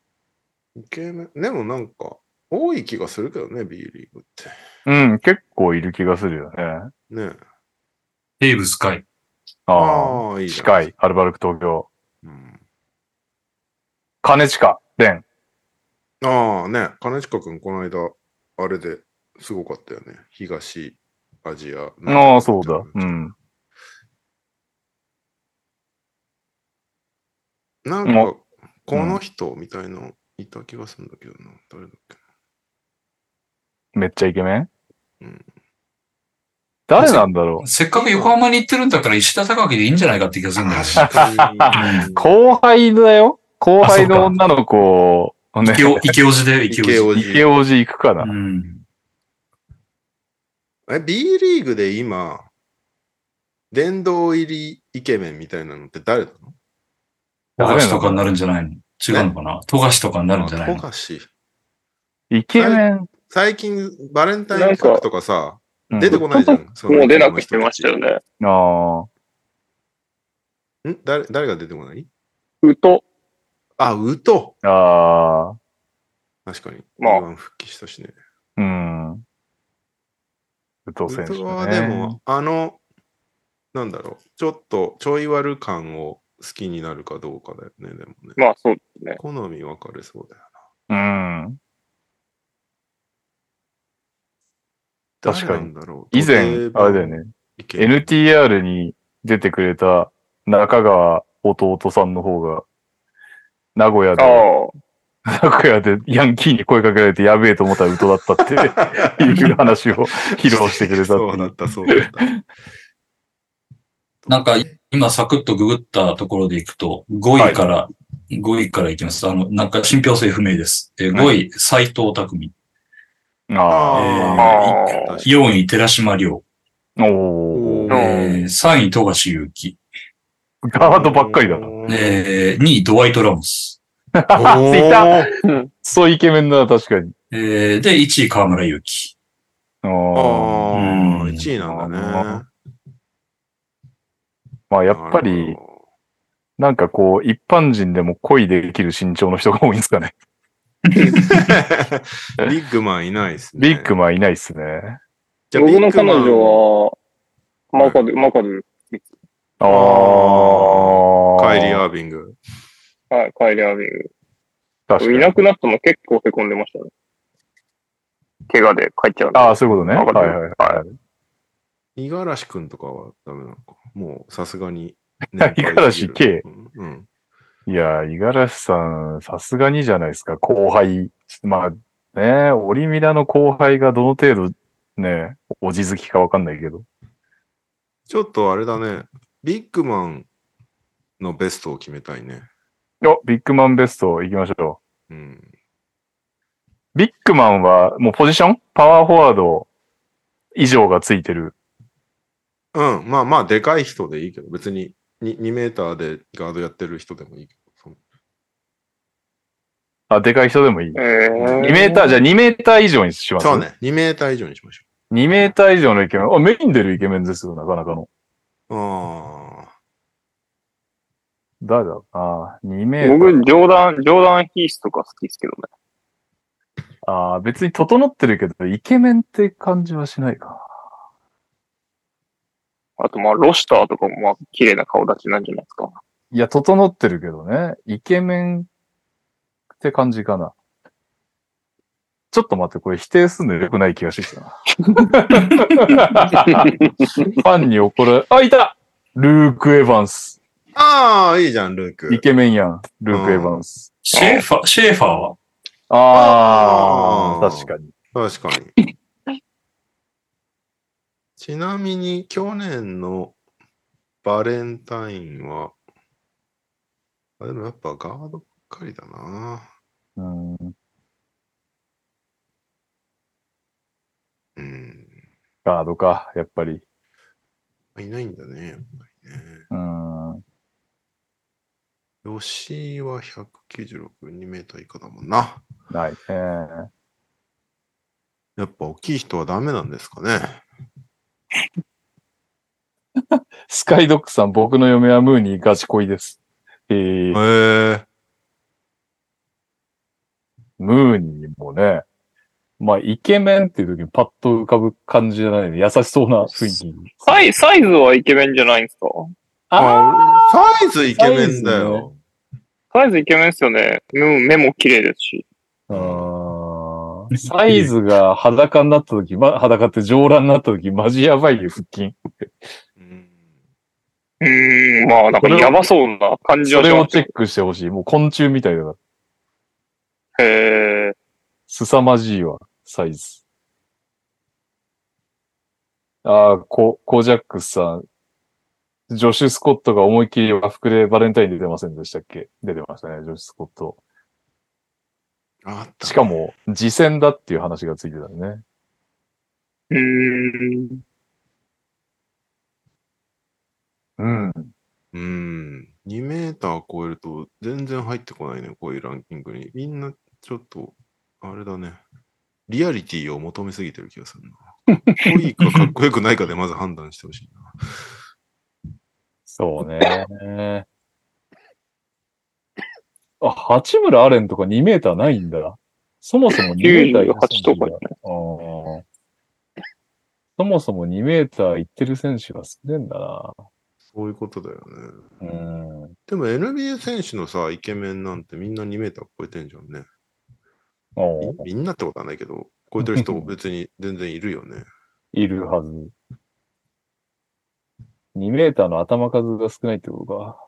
[SPEAKER 3] イケメン、でもなんか、多い気がするけどね、B リーグって。
[SPEAKER 2] うん、結構いる気がするよね。
[SPEAKER 3] ねえ
[SPEAKER 1] テーブスカイ。
[SPEAKER 2] ああ。
[SPEAKER 3] あー、いいじゃん
[SPEAKER 2] 近。い。アルバルク東京。
[SPEAKER 3] うん
[SPEAKER 2] 金近、蓮。
[SPEAKER 3] ああね、金近くん、この間、あれですごかったよね。東アジア。
[SPEAKER 2] ああ、そうだ。うん。
[SPEAKER 3] なん
[SPEAKER 2] も
[SPEAKER 3] か、この人みたいのいた気がするんだけどな。誰だっけ
[SPEAKER 2] めっちゃイケメン、
[SPEAKER 3] うん
[SPEAKER 2] 誰なんだろ
[SPEAKER 1] せっかく横浜に行ってるんだから石田貴樹でいいんじゃないかって気がするんだよね。
[SPEAKER 3] 確か
[SPEAKER 2] う
[SPEAKER 3] に。
[SPEAKER 2] 後輩だよ後輩
[SPEAKER 1] あ
[SPEAKER 2] の
[SPEAKER 1] そう
[SPEAKER 2] 女の子をね、
[SPEAKER 1] 池尾、池尾寺だよ、池
[SPEAKER 3] 池王
[SPEAKER 1] 尾寺。
[SPEAKER 2] 池
[SPEAKER 3] 子。
[SPEAKER 2] 王子行くかな、
[SPEAKER 1] うん。
[SPEAKER 3] え、B リーグで今、殿堂入りイケメンみたいなのって誰なの
[SPEAKER 1] 富
[SPEAKER 2] 誰な
[SPEAKER 1] 樫
[SPEAKER 2] の
[SPEAKER 1] とかになるんじゃないの違うのかな富樫とかになるんじゃない
[SPEAKER 3] あ
[SPEAKER 1] の
[SPEAKER 3] 富樫。
[SPEAKER 2] イケメン、
[SPEAKER 3] 最近、バレンタインパークとかさ、
[SPEAKER 2] うん
[SPEAKER 3] 出てこないじゃん。
[SPEAKER 6] [LAUGHS] もう出なくしてましたよね。
[SPEAKER 2] あ
[SPEAKER 3] ね。ん誰誰が出てこないう
[SPEAKER 6] と、
[SPEAKER 3] あ、ウト。
[SPEAKER 2] ーあ
[SPEAKER 3] 確かに。
[SPEAKER 6] まあ
[SPEAKER 3] B1 復帰したしね。
[SPEAKER 2] ー、うん。武藤選手、
[SPEAKER 3] ウ
[SPEAKER 2] ね。
[SPEAKER 3] トはでも、あの、なんだろう、ちょっとちょい悪感を好きになるかどうかだよね、でもね。
[SPEAKER 6] まあそうですね。
[SPEAKER 3] 好み分かれそうだよ
[SPEAKER 2] うん。確か
[SPEAKER 3] 誰な
[SPEAKER 2] に。
[SPEAKER 3] んだろう
[SPEAKER 2] 以前、あれだよ。ね。
[SPEAKER 3] いけ
[SPEAKER 2] NTR に出てくれた中川弟さんの方が、名古
[SPEAKER 6] あ
[SPEAKER 2] 屋で、名古屋でヤンキーに声かけられてやべえと思ったらウトだったっていう話を披露してくれ
[SPEAKER 3] [LAUGHS]
[SPEAKER 2] たって
[SPEAKER 3] そう
[SPEAKER 2] い
[SPEAKER 3] だ
[SPEAKER 2] う
[SPEAKER 3] っ。た、そうだった。
[SPEAKER 2] [LAUGHS]
[SPEAKER 1] なんか、今サクッとググったところでいくと、5位から、5位からいきます。あの、なんか信憑性不明です。えー
[SPEAKER 3] は
[SPEAKER 1] 5位、斎藤匠。
[SPEAKER 2] あ
[SPEAKER 3] あ
[SPEAKER 6] えー
[SPEAKER 3] あ、
[SPEAKER 1] 4位、寺島亮。
[SPEAKER 2] あ。お
[SPEAKER 3] お
[SPEAKER 2] ー
[SPEAKER 3] ー
[SPEAKER 1] えー3位、富樫勇樹。
[SPEAKER 2] ガードばっかりだな。 [LAUGHS]
[SPEAKER 3] ね
[SPEAKER 1] えー2位、ドワイト・ラモス。
[SPEAKER 2] ついた
[SPEAKER 3] あ
[SPEAKER 2] そうイケメンだな、確かに。
[SPEAKER 1] えーで、1位、河村勇輝。
[SPEAKER 2] あ
[SPEAKER 3] あ
[SPEAKER 2] ー
[SPEAKER 3] ー、
[SPEAKER 1] うん
[SPEAKER 3] 1位なんだね。
[SPEAKER 2] まあ、やっぱ
[SPEAKER 3] なる
[SPEAKER 2] り、
[SPEAKER 3] ほ
[SPEAKER 2] なんかこう、一般人でも恋できる身長の人が多いんですかね。 [LAUGHS]
[SPEAKER 3] ど。ビッグマンいないですね。
[SPEAKER 2] ビッグマンいないっすね。
[SPEAKER 3] じゃあ
[SPEAKER 6] 僕の彼
[SPEAKER 3] ビッグマン
[SPEAKER 6] 女は、マカドゥ、マカドゥ、
[SPEAKER 2] ああ。
[SPEAKER 3] カイリー・アービング。
[SPEAKER 6] はい、カイリー・アービング。
[SPEAKER 2] 確か
[SPEAKER 6] い
[SPEAKER 2] に。
[SPEAKER 6] なくなったの結構凹んでましたね。怪我で帰っちゃうの。
[SPEAKER 2] ああ、そういうことね。はい
[SPEAKER 6] わか
[SPEAKER 2] はい
[SPEAKER 6] る
[SPEAKER 2] はい。。
[SPEAKER 3] 五十嵐くんとかはダメなのか。もうさすがに
[SPEAKER 2] [LAUGHS] 五十嵐圭
[SPEAKER 3] うんうん。
[SPEAKER 2] いやー、五十嵐さん、さすがにじゃないですか、後輩。まあ、ね、オリミラの後輩がどの程度、ね、おじ好きかわかんないけど。
[SPEAKER 3] ちょっとあれだね。ビッグマンのベストを決めたいね。
[SPEAKER 2] お、ビッグマンベスト行きましょ
[SPEAKER 3] うん。
[SPEAKER 2] う。ビッグマンは、もうポジションパワーフォワード以上がついてる。
[SPEAKER 3] うん。まあまあ、でかい人でいいけど、別に 2, 2メーターでガードやってる人でもいいけど。
[SPEAKER 2] あ、でかい人でもいい。2
[SPEAKER 6] え
[SPEAKER 2] メーター、じゃあ2メーター以上にします。
[SPEAKER 3] そう。ね。2メーター以上にしましょ
[SPEAKER 2] 2メーター以上のイケメン。あ、メイン出るイケメンですよ、なかなかの。
[SPEAKER 3] う。ああ。
[SPEAKER 2] 誰だあー、2メーター。
[SPEAKER 6] 僕、ジョーダン、ジョーダン・ヒースとか好きですけどね。
[SPEAKER 2] ああ、別に整ってるけど、イケメンって感じはしないか。
[SPEAKER 6] あと、まあ、ロシターとかも、まあ、綺麗な顔立ちなんじゃないですか。
[SPEAKER 2] いや、整ってるけどね。イケメンって感じかな。ちょっと待って、これ否定すんの良くない気がしてきたな。ファンに怒られ、あ、いたルーク・エヴァンス。
[SPEAKER 3] ああ、いいじゃん、ルーク
[SPEAKER 2] イ。ケメンやん。ルーク・エヴァンス。
[SPEAKER 1] シェーファー、シェーファーは
[SPEAKER 2] ああ、
[SPEAKER 3] あー
[SPEAKER 2] 確かに。
[SPEAKER 3] 確かに。ちなみに、去年のバレンタインは、あでもやっぱガードばっかりだな。
[SPEAKER 2] うん。
[SPEAKER 3] うん。
[SPEAKER 2] ガードか、やっぱり。
[SPEAKER 3] いないんだね、やっぱりね。
[SPEAKER 2] うん。
[SPEAKER 3] 吉井は196、2メーター以下だもんな。
[SPEAKER 2] ないね。
[SPEAKER 3] やっぱ大きい人はダメなんですかね。
[SPEAKER 2] スカイドックさん、僕の嫁はムーにガチ恋です。えー
[SPEAKER 3] へえ。
[SPEAKER 2] ムーニーもね、まあ、イケメンっていう時にパッと浮かぶ感じじゃないね。優しそうな雰囲気。
[SPEAKER 6] サイサイズはイケメンじゃないんですか
[SPEAKER 3] あサイズイケメンだよ。
[SPEAKER 6] サイズイケメンですよね。目も目も綺麗ですし。
[SPEAKER 2] あーサイズが裸になった時、ま、裸って上裸になった時、マジやばいよ、腹筋。
[SPEAKER 3] うん
[SPEAKER 6] うーん、まあ、なんかやばそうな感じ
[SPEAKER 2] そ
[SPEAKER 6] は
[SPEAKER 2] れ
[SPEAKER 6] し
[SPEAKER 2] を
[SPEAKER 6] ま
[SPEAKER 2] チ
[SPEAKER 6] す
[SPEAKER 2] ェックしてほしい。もう昆虫みたいだから。
[SPEAKER 6] へー
[SPEAKER 2] 凄まじいわ、サイズ。ああ、コ、コジャックスさん。ジョシュ・スコットが思いっきり和服でバレンタインに出てませんでしたっけ出てましたね、ジョシュ・スコット。
[SPEAKER 3] あった。
[SPEAKER 2] しかも、次戦だっていう話がついてたね。
[SPEAKER 6] うーん。
[SPEAKER 2] うん。
[SPEAKER 3] うん。2メーター超えると全然入ってこないね、こういうランキングに。みんなちょっと、あれだね。リアリティを求めすぎてる気がするな。かっこいいかかっこよくないかでまず判断してほしいな。
[SPEAKER 2] そうね。あ、八村アレンとか2メーターないんだな。そもそも2メーター
[SPEAKER 6] 98とかじゃない
[SPEAKER 2] ああそもそも2メーターいってる選手が少ねえんだな。
[SPEAKER 3] そういうことだよね。
[SPEAKER 2] うん。
[SPEAKER 3] でも NBA 選手のさ、イケメンなんてみんな2メーター超えてんじゃんね。
[SPEAKER 2] おう
[SPEAKER 3] みみんなってことはないけど、超えてる人別に全然いるよね。
[SPEAKER 2] いるはず。2メーターの頭数が少ないってことか。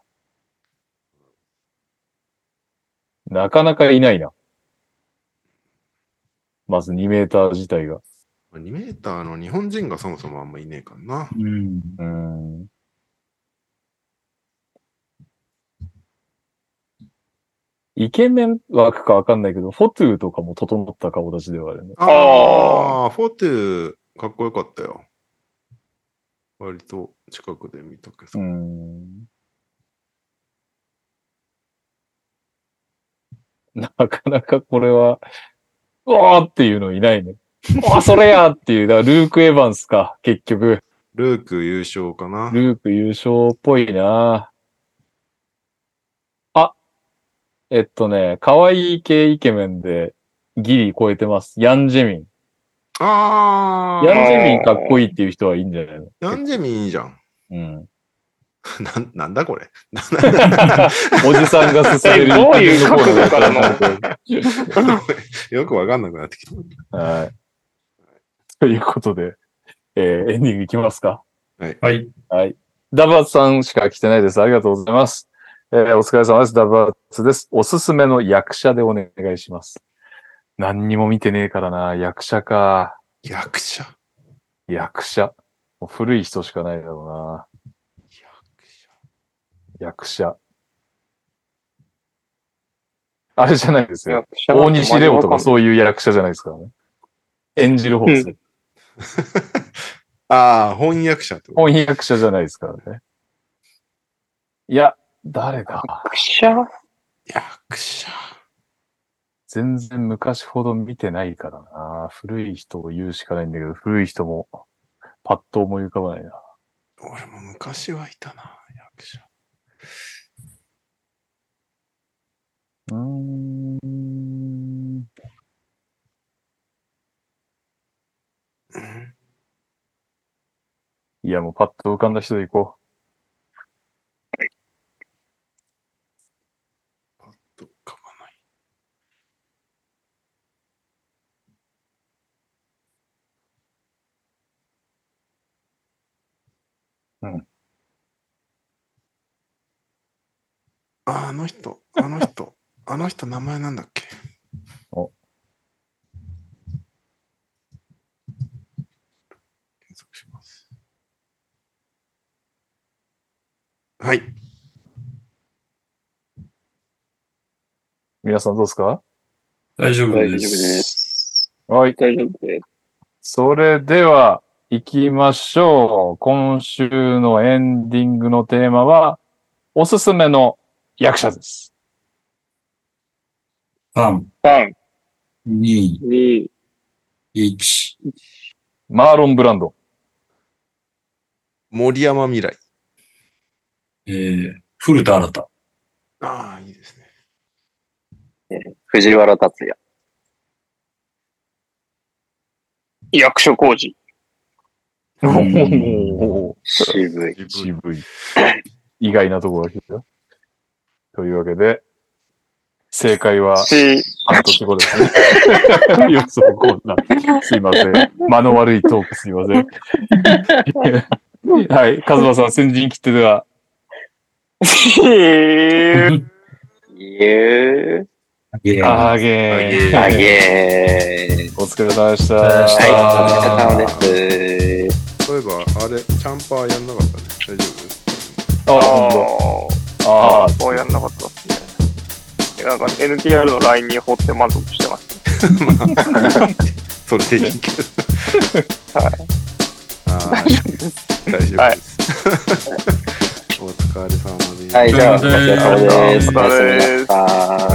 [SPEAKER 2] なかなかいないな。まず2メーター自体が。
[SPEAKER 3] 2メーターの日本人がそもそもあんまいねえからな。
[SPEAKER 1] うん。
[SPEAKER 2] うーん。イケメン枠かわかんないけど、フォトゥーとかも整った顔立ちではあるね。
[SPEAKER 3] ああ、フォトゥー、かっこよかったよ。割と近くで見たけ
[SPEAKER 2] うー
[SPEAKER 3] ど。
[SPEAKER 2] ん。なかなかこれは、うわーっていうのいないね。うわ、それやっていう。だからルーク・エヴァンスか、結局。
[SPEAKER 3] ルーク優勝かな。
[SPEAKER 2] ルーク優勝っぽいなあ、えっとね、可愛い系イケメンでギリ超えてます。ヤンジェミン。
[SPEAKER 3] あ
[SPEAKER 2] ヤ
[SPEAKER 3] あ、
[SPEAKER 2] ンジェミンかっこいいっていう人はいいんじゃないの
[SPEAKER 3] ヤンジェミンいいじゃん。 [LAUGHS]
[SPEAKER 2] うん。
[SPEAKER 3] なんなんだこれ。 [LAUGHS]
[SPEAKER 2] おじさんが進める。
[SPEAKER 6] えどういう角度からの
[SPEAKER 3] よくわかんなくなってきた。
[SPEAKER 2] はい。ということで、えーエンディングいきますか。
[SPEAKER 1] はい。
[SPEAKER 2] ダバーツさんしか来てないです。ありがとうございます。えーお疲れ様です。ダバーツです。おすすめの役者でお願いします。何にも見てねえからな。役者か。
[SPEAKER 3] 役者。
[SPEAKER 2] 役者。もう古い人しかないだろ
[SPEAKER 3] 役者。
[SPEAKER 2] うな。役者。あれじゃないですよ。大
[SPEAKER 6] 大
[SPEAKER 2] 西レオとかそういう役者じゃないですからね。演じる方ですよ。
[SPEAKER 3] ああ、翻訳者ってこと。
[SPEAKER 2] 翻訳者じゃないですからね。いや、誰だ
[SPEAKER 6] 役者
[SPEAKER 3] 役者。
[SPEAKER 2] 全然昔ほど見てないからな。古い人を言うしかないんだけど、古い人もパッと思い浮かばないな。
[SPEAKER 3] 俺も昔はいたな、役者。
[SPEAKER 2] うーん。いや、もうパッと浮かんだ人で行こ
[SPEAKER 3] どっかはない。
[SPEAKER 2] うん。
[SPEAKER 3] ああの人、あの人、 [LAUGHS] あの人名前なんだっけ
[SPEAKER 2] お
[SPEAKER 3] 検索します。はい。
[SPEAKER 2] う。皆さんどうですか
[SPEAKER 1] 大丈
[SPEAKER 5] 大
[SPEAKER 1] 夫
[SPEAKER 5] 丈夫で
[SPEAKER 1] です。
[SPEAKER 5] す。
[SPEAKER 2] はい。
[SPEAKER 5] 大丈夫です。
[SPEAKER 2] それでは、行きましょう。今週のエンディングのテーマは、おすすめの役者です。
[SPEAKER 1] 3、
[SPEAKER 6] 3、
[SPEAKER 1] 2、
[SPEAKER 5] に、
[SPEAKER 1] 1。
[SPEAKER 2] マーロン・ブランド。
[SPEAKER 3] 森山未来。
[SPEAKER 1] えー、古田新太。
[SPEAKER 3] ああ、いいですね。
[SPEAKER 5] 藤原達也。
[SPEAKER 6] 役所工事。
[SPEAKER 1] うん
[SPEAKER 2] おー
[SPEAKER 5] 渋い。
[SPEAKER 2] 渋い。意外なところが来たよ。というわけで、正解は
[SPEAKER 6] し、
[SPEAKER 2] 半年後ですね。予想こんな。すいません。間の悪いトークすいません。はい。カズマさん、先陣切ってでは。
[SPEAKER 6] えー
[SPEAKER 5] ゆ
[SPEAKER 1] いや
[SPEAKER 2] あげ
[SPEAKER 5] ー、あ
[SPEAKER 2] ー。
[SPEAKER 5] げー。
[SPEAKER 2] お疲れ様でした。
[SPEAKER 1] はい
[SPEAKER 5] はい、
[SPEAKER 1] あ
[SPEAKER 5] お疲れ様です。
[SPEAKER 3] そういえば、あれ、チャンパーやんなかったね。大丈夫
[SPEAKER 6] あ
[SPEAKER 2] あーあ
[SPEAKER 6] あ、そうやんなかったっすね。なんか NTR の LINE に掘って満足してまし
[SPEAKER 3] それでいいけ [LAUGHS] ど。
[SPEAKER 6] はい
[SPEAKER 3] はい。大丈 [LAUGHS] 夫です。お疲れ様です。
[SPEAKER 5] はい、じゃ
[SPEAKER 1] お
[SPEAKER 5] あ、お
[SPEAKER 1] 疲
[SPEAKER 5] 疲れ
[SPEAKER 1] れ
[SPEAKER 5] 様
[SPEAKER 1] 様
[SPEAKER 5] で。
[SPEAKER 1] ですす
[SPEAKER 5] おやすみなさい。